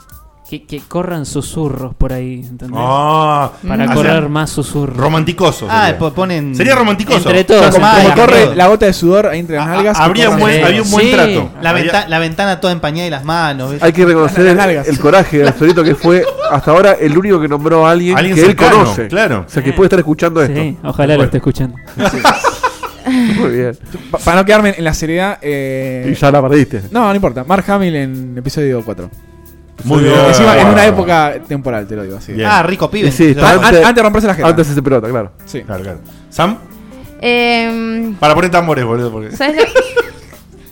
Speaker 8: Que, que corran susurros por ahí, ¿entendés?
Speaker 2: Ah,
Speaker 8: Para
Speaker 2: hacer
Speaker 8: correr más susurros.
Speaker 2: Romanticoso.
Speaker 5: Mm. Ah,
Speaker 2: sería.
Speaker 5: po- ponen.
Speaker 2: Sería romanticoso.
Speaker 8: Entre todos.
Speaker 5: Como-
Speaker 8: entre
Speaker 5: como
Speaker 8: todos.
Speaker 5: corre-
Speaker 7: La gota de sudor ahí entre las
Speaker 2: Ah,
Speaker 7: nalgas.
Speaker 2: ah, habría un buen,
Speaker 8: Sí.
Speaker 2: había un buen
Speaker 8: Sí.
Speaker 2: trato.
Speaker 5: La,
Speaker 2: Habría-
Speaker 5: venta- la ventana toda empañada y las manos. ¿ves?
Speaker 3: Hay que reconocer el,
Speaker 7: Las nalgas.
Speaker 3: el coraje de Alfredito que fue hasta ahora el único que nombró a alguien,
Speaker 2: Alguien
Speaker 3: que él
Speaker 2: cercano,
Speaker 3: conoce.
Speaker 2: claro.
Speaker 3: O sea, que puede estar escuchando
Speaker 8: Sí,
Speaker 3: esto.
Speaker 8: ojalá lo esté escuchando.
Speaker 3: Muy bien.
Speaker 7: Pa- para no quedarme en la seriedad. eh,
Speaker 3: Y ya la perdiste.
Speaker 7: No, no importa. Mark Hamill en episodio 4.
Speaker 2: Muy bien.
Speaker 7: Encima, en una época temporal, te lo digo así.
Speaker 2: Bien.
Speaker 5: Ah, rico pibe.
Speaker 3: Y Eh, sí,
Speaker 5: entonces,
Speaker 3: está-
Speaker 5: vamos.
Speaker 7: An- an- antes de romperse la gente.
Speaker 3: Antes se pelota, claro.
Speaker 7: Sí.
Speaker 2: Claro, claro. Sam,
Speaker 4: Eh,
Speaker 2: para poner tambores, boludo. Porque...
Speaker 4: ¿sabes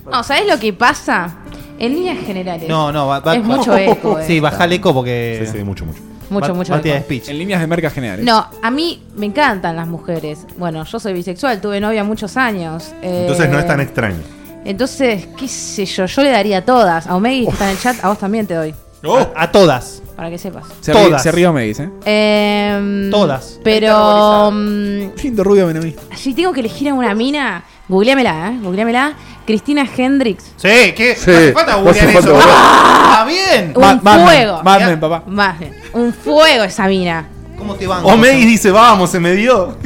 Speaker 4: lo... No, ¿sabes lo que pasa? En líneas generales.
Speaker 5: No, no, va, va-
Speaker 4: Es
Speaker 5: va-
Speaker 4: mucho eco, eh.
Speaker 5: Sí, baja el eco porque.
Speaker 2: Sí, sí, mucho, mucho.
Speaker 4: Mucho,
Speaker 5: va-
Speaker 4: mucho.
Speaker 5: va tira de
Speaker 4: eco.
Speaker 5: speech.
Speaker 7: En líneas de mercas generales.
Speaker 4: No, a mí me encantan las mujeres. Bueno, yo soy bisexual, tuve novia muchos años. eh,
Speaker 2: Entonces no es tan extraño.
Speaker 4: Entonces, qué sé yo, yo le daría a todas. A Omegui que está en el chat, a vos también te doy,
Speaker 2: Oh,
Speaker 5: A todas.
Speaker 4: para que sepas.
Speaker 7: Se, ríe,
Speaker 5: Todas.
Speaker 7: se ríe me dice.
Speaker 4: Em,
Speaker 5: Todas.
Speaker 4: Pero mm,
Speaker 7: Lindo rubio menemista.
Speaker 4: si tengo que elegir a una mina, googleamela, ¿eh? Googleamela. Cristina Hendrix.
Speaker 5: Sí, ¿qué?
Speaker 3: Sí. No hace falta
Speaker 5: boludo.
Speaker 3: googlear.
Speaker 5: ¡Ah, bien!
Speaker 4: Un
Speaker 7: Mad- Mad Men,
Speaker 4: fuego.
Speaker 7: Mad Men, papá.
Speaker 4: Más bien, Un fuego esa mina.
Speaker 5: ¿Cómo te van?
Speaker 2: Omei dice, vamos, se me dio.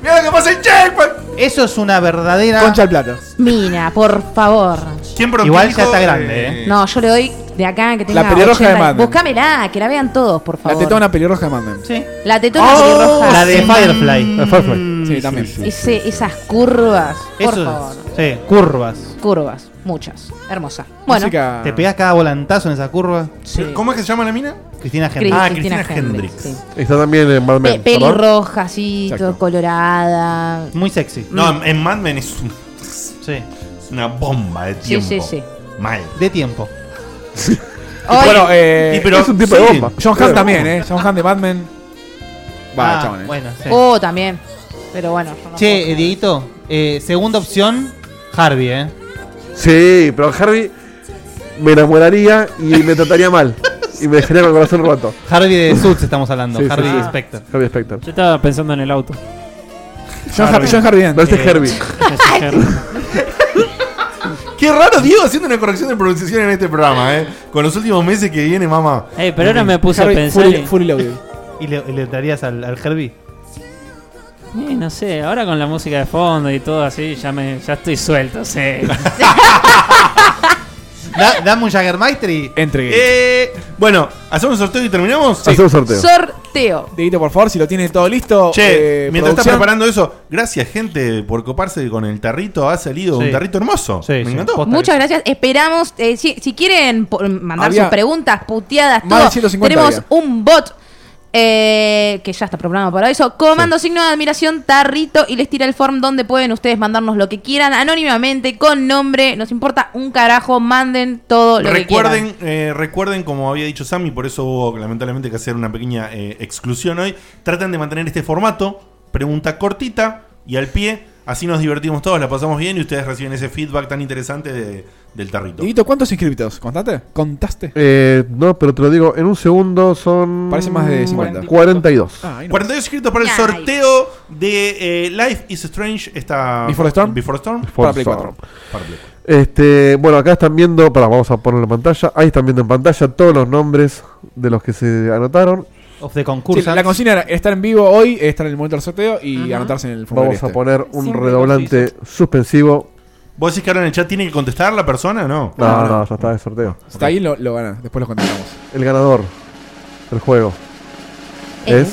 Speaker 2: Mira lo que pasa en Checkpoint.
Speaker 5: Eso es una
Speaker 4: Ah.
Speaker 5: verdadera.
Speaker 7: Concha al plato.
Speaker 4: Mina, por favor.
Speaker 2: ¿Quién propijo,
Speaker 5: Igual ya está grande, eh.
Speaker 4: No, yo le doy de acá que tenga.
Speaker 7: pelirroja de
Speaker 4: 80
Speaker 7: Mad Men.
Speaker 4: Buscámela, que la vean todos, por
Speaker 7: La Oh,
Speaker 4: favor.
Speaker 7: tetona pelirroja de Mad Men.
Speaker 5: Sí.
Speaker 4: La tetona pelirroja.
Speaker 5: Oh, La de
Speaker 4: sí.
Speaker 5: Firefly.
Speaker 3: La Firefly.
Speaker 7: Sí, también.
Speaker 4: Ese- esas curvas. Por
Speaker 5: Eso
Speaker 4: favor.
Speaker 5: es. Sí, curvas.
Speaker 4: Curvas, muchas. Hermosa. Bueno,
Speaker 7: Música-
Speaker 5: Te pegás cada volantazo en esa curva.
Speaker 4: sí.
Speaker 2: ¿Cómo es que se llama la mina?
Speaker 5: Cristina Henry.
Speaker 4: Cri-
Speaker 2: Ah, Cristina Hendrix.
Speaker 4: sí.
Speaker 3: Está también en Batman.
Speaker 4: Pe-
Speaker 3: ¿verdad?
Speaker 4: pelirroja, así, todo
Speaker 7: Exacto.
Speaker 4: colorada. Mm.
Speaker 5: Muy sexy.
Speaker 2: No, en Mad Men es, un-
Speaker 5: Sí.
Speaker 2: es una bomba de
Speaker 4: Sí,
Speaker 2: tiempo.
Speaker 4: sí, sí.
Speaker 2: Mal.
Speaker 5: De tiempo.
Speaker 4: Hoy,
Speaker 7: Bueno, eh,
Speaker 2: Y pero-
Speaker 3: es un tipo de
Speaker 2: sí.
Speaker 3: bomba.
Speaker 7: John Hamm también, ¿eh? John Hamm de Mad Men. Va, eh.
Speaker 5: Ah,
Speaker 7: chavales.
Speaker 5: Bueno, sí.
Speaker 4: oh, también. Pero bueno. yo no
Speaker 5: Che,
Speaker 4: puedo.
Speaker 5: eh, Dieguito, eh, segunda opción, Harvey, ¿eh?
Speaker 3: Sí, pero Harvey me enamoraría y me trataría mal. Y me dejaría con el corazón roto.
Speaker 5: Harvey de Suits estamos hablando,
Speaker 3: Sí, sí,
Speaker 5: Harvey
Speaker 3: sí.
Speaker 5: Specter.
Speaker 3: Harvey Specter.
Speaker 8: Yo estaba pensando en el auto. Eh,
Speaker 7: John, Har- John Harvey.
Speaker 3: No, este es Herbie.
Speaker 2: Qué raro, Diego, haciendo una corrección de pronunciación en este programa, ¿eh? Con los últimos meses que viene, mamá.
Speaker 5: Eh,
Speaker 8: Ey, pero ahora me puse a
Speaker 7: Harvey
Speaker 8: pensar.
Speaker 7: Fury,
Speaker 8: y-
Speaker 7: Fury Lauder.
Speaker 5: ¿Y le, y le darías al, al Harvey?
Speaker 8: Eh, no sé, ahora con la música de fondo y todo así, ya me ya estoy suelto, sí.
Speaker 5: Da- dame un Jaggermeister y.
Speaker 7: Entregué.
Speaker 2: Eh, bueno, ¿hacemos sorteo y terminamos?
Speaker 3: Hacemos sorteo.
Speaker 4: Sorteo.
Speaker 7: Dieguito, por favor, si lo tienes todo listo.
Speaker 2: Che,
Speaker 7: eh,
Speaker 2: mientras estás
Speaker 7: producción.
Speaker 2: preparando eso, gracias gente por coparse con el tarrito. Ha salido
Speaker 5: Sí.
Speaker 2: un tarrito hermoso.
Speaker 5: Sí,
Speaker 2: Me
Speaker 5: sí.
Speaker 2: encantó.
Speaker 5: Posta
Speaker 4: Muchas
Speaker 5: que-
Speaker 4: gracias. Esperamos, eh, si, si quieren po- mandar
Speaker 7: Había
Speaker 4: sus preguntas, puteadas,
Speaker 7: más de
Speaker 4: todo,
Speaker 7: 150
Speaker 4: tenemos
Speaker 7: había.
Speaker 4: un bot eh, que ya está programado para eso. Comando signo de admiración, tarrito y les tira el form donde pueden ustedes mandarnos lo que quieran anónimamente, con nombre. Nos importa un carajo, manden todo lo que
Speaker 2: Recuerden, eh, recuerden, como había dicho Sammy, por eso hubo lamentablemente que hacer una pequeña eh, exclusión hoy. Traten de mantener este formato, pregunta cortita y al pie. Así nos divertimos todos, la pasamos bien y ustedes reciben ese feedback tan interesante de- del tarrito.
Speaker 7: Dieguito, ¿cuántos inscriptos? ¿Contaste? ¿Contaste?
Speaker 3: Eh, no, pero te lo digo, en un segundo son.
Speaker 7: Parece más de 50.
Speaker 3: 42.
Speaker 7: Ah, ahí no.
Speaker 2: 42 inscritos para el
Speaker 4: Nice.
Speaker 2: sorteo de eh, Life is Strange. Esta
Speaker 7: Before Storm.
Speaker 2: Before Storm.
Speaker 7: Para Play 4.
Speaker 2: Para Play.
Speaker 3: Este, bueno, acá están viendo, para, vamos a ponerlo en pantalla. Ahí están viendo en pantalla todos los nombres de los que se anotaron.
Speaker 5: Of the
Speaker 7: Sí,
Speaker 5: concurso.
Speaker 7: la consigna era estar en vivo hoy, estar en el momento del sorteo y anotarse en el Este. formulario.
Speaker 3: Vamos a poner un
Speaker 6: Siempre
Speaker 3: redoblante suspensivo.
Speaker 2: ¿Vos decís que ahora en el chat tiene que contestar la persona o Ah, no?
Speaker 3: No,
Speaker 7: No,
Speaker 3: no,
Speaker 7: no.
Speaker 3: ya está, es sorteo.
Speaker 7: este. Está ahí, lo, lo gana. Después lo contestamos.
Speaker 3: El ganador del juego
Speaker 4: quieran.
Speaker 3: es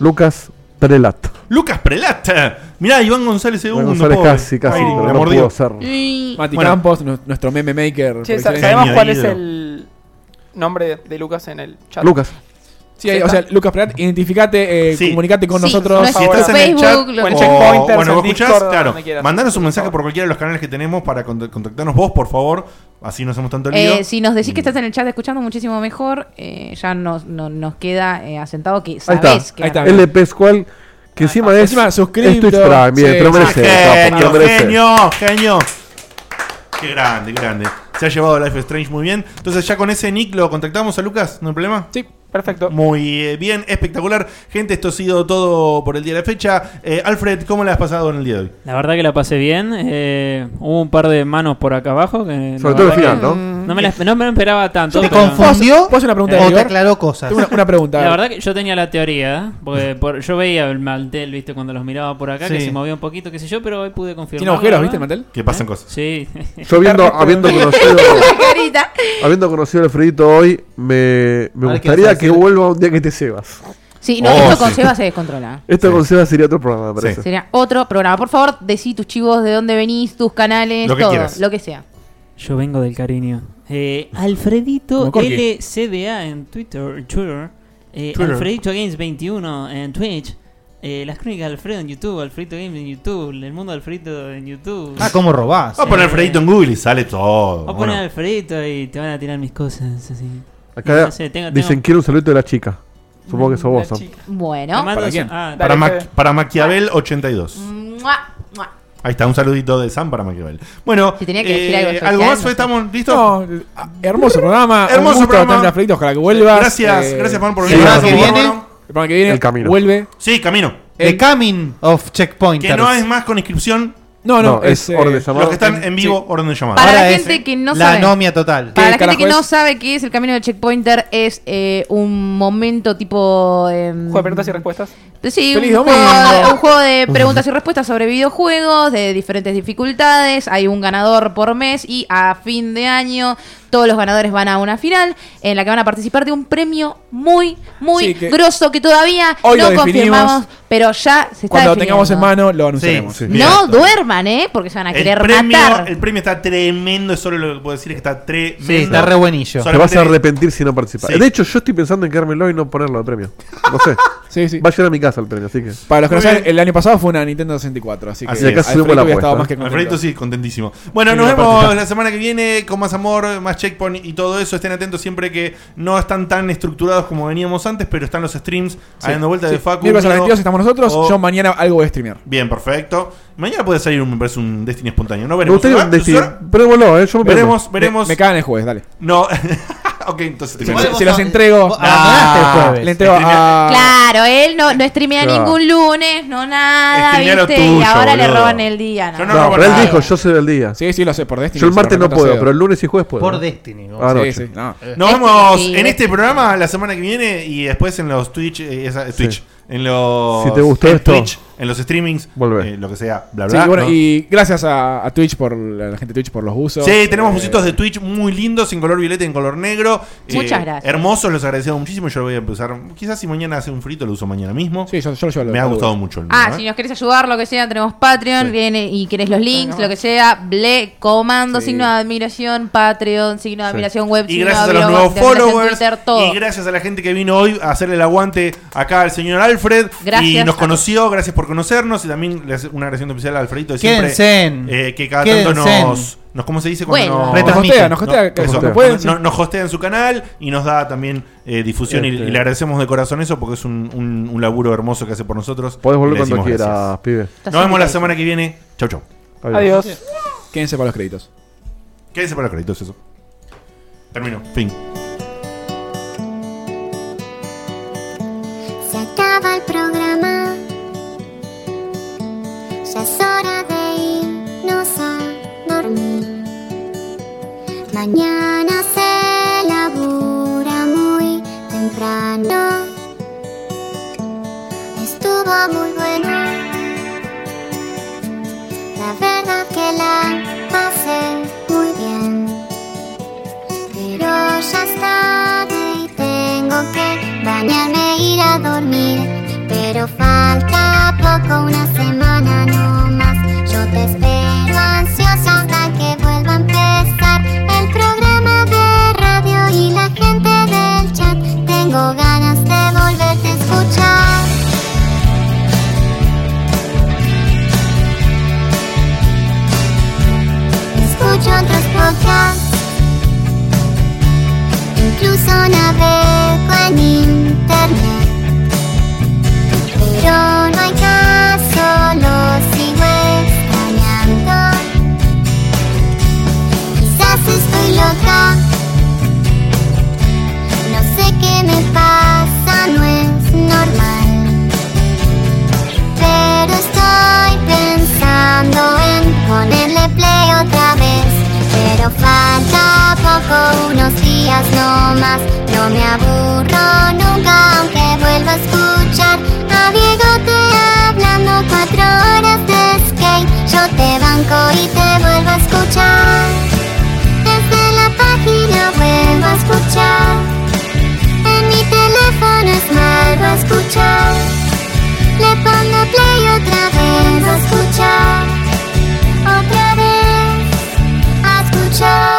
Speaker 3: Lucas Prelat.
Speaker 2: Lucas Prelata. Mirá, Iván González segundo.
Speaker 3: Bueno, González
Speaker 2: pobre.
Speaker 3: casi, casi,
Speaker 2: Ay,
Speaker 3: pero
Speaker 2: la
Speaker 3: no
Speaker 2: mordió.
Speaker 3: pudo ser.
Speaker 4: Y-
Speaker 7: Mati
Speaker 2: Bueno.
Speaker 7: Campos, nu- nuestro meme
Speaker 6: Che,
Speaker 7: maker. por
Speaker 6: sa-
Speaker 7: excelencia.
Speaker 6: sabemos
Speaker 2: Genio,
Speaker 6: cuál es
Speaker 2: ídolo.
Speaker 6: el nombre de, de Lucas en el chat.
Speaker 3: Lucas,
Speaker 7: Sí, ahí, o sea, Lucas Prat, identificate, eh,
Speaker 2: Sí.
Speaker 7: comunicate con
Speaker 4: Sí,
Speaker 7: nosotros.
Speaker 4: nuestro
Speaker 2: Si estás en el
Speaker 4: Facebook,
Speaker 2: chat,
Speaker 4: lo-
Speaker 2: o-
Speaker 6: en Checkpointers,
Speaker 2: bueno,
Speaker 6: en
Speaker 2: vos escuchás,
Speaker 6: Discord,
Speaker 2: claro.
Speaker 6: donde quieras.
Speaker 2: Mandanos un mensaje por cualquiera de los canales que tenemos para cont- contactarnos vos, por favor. Así no hacemos tanto lío.
Speaker 4: Eh, si nos decís que estás en el chat escuchando muchísimo mejor, eh, ya nos, no- nos queda eh, asentado que
Speaker 3: ahí
Speaker 4: sabés
Speaker 3: está.
Speaker 4: que Ah,
Speaker 7: ahí está.
Speaker 4: ganó.
Speaker 3: LP Squall, que encima es.
Speaker 7: Encima, suscripto.
Speaker 3: es Twitch Prime,
Speaker 7: Sí,
Speaker 3: bien, te lo
Speaker 7: sí.
Speaker 3: merece. capo, te
Speaker 2: genio,
Speaker 3: lo merece.
Speaker 2: genio, genio. Qué grande, qué grande. Se ha llevado Life is Strange muy bien. Entonces ya con ese nick lo contactamos a Lucas, ¿no hay problema?
Speaker 7: Sí.
Speaker 6: Perfecto.
Speaker 2: Muy eh, bien, espectacular. Gente, esto ha sido todo por el día de la fecha. Eh, Alfred, ¿cómo la has pasado en el día de hoy?
Speaker 8: La verdad que la pasé bien. eh, hubo un par de manos por acá abajo. Que la
Speaker 3: Sobre todo el
Speaker 8: verdad
Speaker 3: final,
Speaker 8: que
Speaker 3: ¿no?
Speaker 8: No me, la- no me lo esperaba tanto.
Speaker 5: ¿Te
Speaker 8: pero-
Speaker 5: confundió?
Speaker 7: ¿Puedo hacer una pregunta
Speaker 5: ¿O te
Speaker 7: anterior?
Speaker 5: aclaró cosas?
Speaker 7: Tengo una, una pregunta.
Speaker 8: La verdad que yo tenía la teoría, porque por- yo veía el mantel, viste, cuando los miraba por acá, que
Speaker 5: Sí.
Speaker 8: se movía un poquito, qué sé yo, pero hoy pude confirmar. ¿Eh?
Speaker 7: Tiene agujeros, ¿viste, Mantel?
Speaker 2: Que pasan cosas.
Speaker 8: Sí.
Speaker 3: Yo viendo, habiendo conocido,
Speaker 4: Carita.
Speaker 3: habiendo conocido a Alfredito hoy, me, me
Speaker 5: Ahora que
Speaker 3: gustaría
Speaker 5: hacer-
Speaker 3: que vuelva un día que te sebas.
Speaker 4: Sí, no,
Speaker 2: Oh,
Speaker 4: esto con
Speaker 2: sí.
Speaker 4: Seba se descontrola.
Speaker 3: Esto con Sebas sería otro programa, me parece.
Speaker 4: Sería otro programa. Por favor, decí tus chivos, de dónde venís, tus canales,
Speaker 2: Lo que
Speaker 4: todo,
Speaker 2: quieras.
Speaker 4: lo que sea.
Speaker 8: Yo vengo del cariño. Eh,
Speaker 7: Como
Speaker 8: Alfredito
Speaker 7: Corky.
Speaker 8: LCDA en Twitter, Twitter, eh,
Speaker 2: Twitter.
Speaker 8: Alfredito Games 21 en Twitch, eh, las crónicas de Alfredo en YouTube, Alfredito Games en YouTube, el mundo de Alfredito en YouTube.
Speaker 5: Ah, ¿cómo robás?
Speaker 2: Va a poner Alfredito en Google y sale todo.
Speaker 8: Voy a
Speaker 2: Bueno.
Speaker 8: poner Alfredito y te van a tirar mis cosas así.
Speaker 3: Acá
Speaker 8: No sé, tengo-
Speaker 3: dicen
Speaker 8: tengo-
Speaker 3: quiero un saludito de la chica. Supongo que sos
Speaker 6: La
Speaker 3: vos. Sam.
Speaker 6: chica.
Speaker 8: Me
Speaker 4: Bueno.
Speaker 8: mandan
Speaker 7: ¿Para
Speaker 8: su-
Speaker 7: quién?
Speaker 8: ah,
Speaker 2: Para,
Speaker 6: Dale,
Speaker 2: Ma-
Speaker 6: Fede.
Speaker 2: para Maquiavel 82.
Speaker 4: Mua, mua.
Speaker 2: Ahí está, un saludito de Sam para Maquiavel. Bueno,
Speaker 4: Si tenía que decir algo especial,
Speaker 2: Eh, más?
Speaker 4: no sé.
Speaker 2: ¿Estamos listos?
Speaker 7: No, ah, hermoso programa.
Speaker 2: Hermoso
Speaker 7: un gusto
Speaker 2: programa.
Speaker 7: tener a Fredito, ojalá que vuelvas.
Speaker 2: Gracias,
Speaker 7: Eh,
Speaker 2: gracias Juan por
Speaker 5: el
Speaker 2: venir.
Speaker 5: programa que
Speaker 2: Gracias,
Speaker 5: viene-
Speaker 2: Juan.
Speaker 7: El programa que viene,
Speaker 3: El camino.
Speaker 7: vuelve.
Speaker 2: Sí, camino.
Speaker 5: The coming of
Speaker 2: Que
Speaker 5: checkpointers.
Speaker 2: no es más con inscripción.
Speaker 7: No, no,
Speaker 3: No, es
Speaker 7: eh,
Speaker 3: orden de llamado.
Speaker 2: Los que están en vivo, orden de llamada.
Speaker 4: Para la
Speaker 5: Ahora es
Speaker 4: gente que no
Speaker 5: La
Speaker 4: sabe.
Speaker 5: anomia total.
Speaker 4: Para la
Speaker 7: ¿Qué
Speaker 4: gente que
Speaker 7: carajo
Speaker 4: no
Speaker 7: es?
Speaker 4: sabe qué es el camino de Checkpointer, es eh, un momento tipo. em,
Speaker 6: Juego de preguntas y respuestas.
Speaker 4: Sí,
Speaker 7: Feliz
Speaker 4: un juego,
Speaker 7: domingo.
Speaker 4: un juego de preguntas y respuestas sobre videojuegos de diferentes dificultades. Hay un ganador por mes y a fin de año todos los ganadores van a una final en la que van a participar de un premio muy, muy
Speaker 7: Sí, que-
Speaker 4: grosso que todavía
Speaker 7: Hoy
Speaker 4: no
Speaker 7: lo
Speaker 4: confirmamos,
Speaker 7: definimos.
Speaker 4: pero ya se está
Speaker 7: Cuando lo tengamos en
Speaker 4: definiendo.
Speaker 7: mano, lo anunciaremos.
Speaker 5: Sí,
Speaker 2: sí.
Speaker 4: No
Speaker 2: Bien.
Speaker 4: duerman, ¿eh? Porque se van a querer
Speaker 2: El premio,
Speaker 4: matar.
Speaker 2: el premio está tremendo, es solo lo que puedo decir es que está tremendo.
Speaker 5: Sí, está re buenillo.
Speaker 2: Solo-
Speaker 3: Te vas
Speaker 2: Solamente-
Speaker 3: a arrepentir si no participas.
Speaker 2: Sí.
Speaker 3: De hecho, yo estoy pensando en quedármelo y no ponerlo de premio. No sé.
Speaker 7: Sí, sí.
Speaker 3: Va a llegar a mi casa el premio, así que.
Speaker 7: Para los que no
Speaker 2: Muy
Speaker 7: saben,
Speaker 2: bien.
Speaker 7: el año pasado fue una Nintendo 64, así que
Speaker 2: Así que acá
Speaker 3: subimos
Speaker 7: Alfredito
Speaker 3: la
Speaker 7: había
Speaker 3: apuesta.
Speaker 7: estado más que
Speaker 2: Alfredito
Speaker 7: contento.
Speaker 2: sí, contentísimo. Bueno,
Speaker 7: Sí,
Speaker 2: nos
Speaker 7: la
Speaker 2: vemos
Speaker 7: participa.
Speaker 2: la semana que viene con más amor, más checkpoint y todo eso. Estén atentos siempre que no están tan estructurados como veníamos antes, pero están los streams dando vuelta
Speaker 7: Sí.
Speaker 2: de Facu.
Speaker 7: Miércoles a las
Speaker 2: Diego.
Speaker 7: 22 estamos nosotros.
Speaker 2: O-
Speaker 7: Yo mañana algo voy a streamear.
Speaker 2: Bien, perfecto. Mañana puede salir un, me parece un Destiny espontáneo. No
Speaker 3: Me
Speaker 2: veremos.
Speaker 3: gustaría
Speaker 2: ¿verdad?
Speaker 3: un destino.
Speaker 2: ¿Susura?
Speaker 3: Pero bueno, eh, yo me prendo.
Speaker 2: Veremos, veremos.
Speaker 7: Me, me cagan el jueves, dale.
Speaker 2: No. ok, entonces te
Speaker 7: Se,
Speaker 2: cago.
Speaker 5: Igual vos
Speaker 7: se los
Speaker 5: no-
Speaker 7: entrego. ah,
Speaker 5: vos abandonaste el jueves.
Speaker 7: Le entrego a.
Speaker 4: Claro, él no, no streamea
Speaker 3: Claro.
Speaker 4: ningún lunes, no nada,
Speaker 2: Streamea lo
Speaker 4: ¿viste? y
Speaker 2: tuyo,
Speaker 4: ahora le
Speaker 2: boludo.
Speaker 4: roban el día.
Speaker 2: Yo no
Speaker 3: No,
Speaker 2: robo
Speaker 3: pero él
Speaker 2: nada.
Speaker 3: dijo, yo sé del día.
Speaker 7: Sí, sí, lo sé, por Destiny.
Speaker 3: Yo el
Speaker 7: se
Speaker 3: martes
Speaker 7: lo
Speaker 3: no puedo,
Speaker 7: recontra
Speaker 3: pero el
Speaker 7: cedo.
Speaker 3: lunes y jueves puedo.
Speaker 5: Por Destiny. vos.
Speaker 3: Ah, no.
Speaker 7: Sí, sí, no.
Speaker 2: Nos
Speaker 4: Este
Speaker 2: vemos
Speaker 4: sí,
Speaker 2: en
Speaker 4: este
Speaker 2: este programa la semana que viene y después en los Twitch, eh, esa- Twitch, en los.
Speaker 3: Si te gustó
Speaker 2: en
Speaker 3: esto,
Speaker 2: Twitch, en los streamings,
Speaker 3: volvé.
Speaker 2: eh, lo que sea, bla,
Speaker 7: Sí,
Speaker 2: bla.
Speaker 7: y bueno,
Speaker 2: ¿no?
Speaker 7: y gracias a, a Twitch por a la gente de Twitch por los usos.
Speaker 2: Sí, tenemos
Speaker 7: Eh,
Speaker 2: busitos de Twitch muy lindos, en color violeta y en color negro. Eh,
Speaker 4: Muchas gracias.
Speaker 2: Hermosos, los agradecemos muchísimo. Yo lo voy a empezar. Quizás si mañana hace un frito, lo uso mañana mismo.
Speaker 7: Sí, yo, yo lo llevo al-
Speaker 2: Me ha
Speaker 7: al-
Speaker 2: gustado mucho el
Speaker 4: Ah,
Speaker 2: mío,
Speaker 4: si
Speaker 2: ¿eh?
Speaker 4: nos querés ayudar, lo que sea, tenemos Patreon,
Speaker 2: Sí.
Speaker 4: viene y querés los links,
Speaker 6: Ajá.
Speaker 4: lo que sea, ble, comando,
Speaker 7: Sí.
Speaker 4: signo de admiración, Patreon, signo de admiración, web,
Speaker 2: Y
Speaker 4: signo
Speaker 2: gracias a
Speaker 4: de
Speaker 2: los
Speaker 4: admiración,
Speaker 2: nuevos followers.
Speaker 4: Twitter, todo.
Speaker 2: Y gracias a la gente que vino hoy a hacerle el aguante acá al señor Alfred.
Speaker 4: Gracias
Speaker 2: Y nos
Speaker 4: a-
Speaker 2: conoció, gracias por conocernos. Y también le hace una agradecimiento especial a Alfredito de siempre.
Speaker 5: Quédense.
Speaker 2: eh, que cada
Speaker 5: Quédense.
Speaker 2: tanto nos, nos. ¿Cómo se dice? Cuando
Speaker 4: Bueno.
Speaker 2: nos-
Speaker 7: Nos
Speaker 5: Retransmite.
Speaker 7: hostea, nos hostea.
Speaker 2: No, eso,
Speaker 7: que eso,
Speaker 3: hostea.
Speaker 7: ¿no pueden?
Speaker 2: no- nos hostea en su canal y nos da también eh, difusión y,
Speaker 3: Este.
Speaker 2: y le agradecemos de corazón eso porque es un, un- un laburo hermoso que hace por nosotros.
Speaker 3: Podés
Speaker 2: Y
Speaker 3: volver
Speaker 2: le
Speaker 3: cuando
Speaker 2: decimos
Speaker 3: quieras,
Speaker 2: gracias.
Speaker 3: pibe.
Speaker 2: Nos vemos la semana que viene. Chau, chau.
Speaker 6: Adiós.
Speaker 7: Quédense para los créditos.
Speaker 2: Quédense para los créditos, eso. Termino. Fin.
Speaker 11: Se acaba el programa. Ya es hora de irnos a dormir. Mañana se labura muy temprano. Estuvo muy bueno. La verdad que la pasé muy bien. Pero ya es tarde y tengo que bañarme e ir a dormir. Pero falta poco, una semana no más. Yo te espero ansiosa hasta que vuelva a empezar el programa de radio y la gente del chat. Tengo ganas de volverte a escuchar. Escucho otros podcasts. Incluso navego en internet Pero no hay caso, lo sigo extrañando Quizás estoy loca No sé qué me pasa, no es normal Pero estoy pensando en ponerle play otra vez Pero falta poco, unos días no más No me aburro nunca aunque vuelva a escuchar A Diego te hablando cuatro horas de skate Yo te banco y te vuelvo a escuchar Desde la página vuelvo a escuchar En mi teléfono es malo escuchar Le pongo play otra vez a escuchar Otra vez a escuchar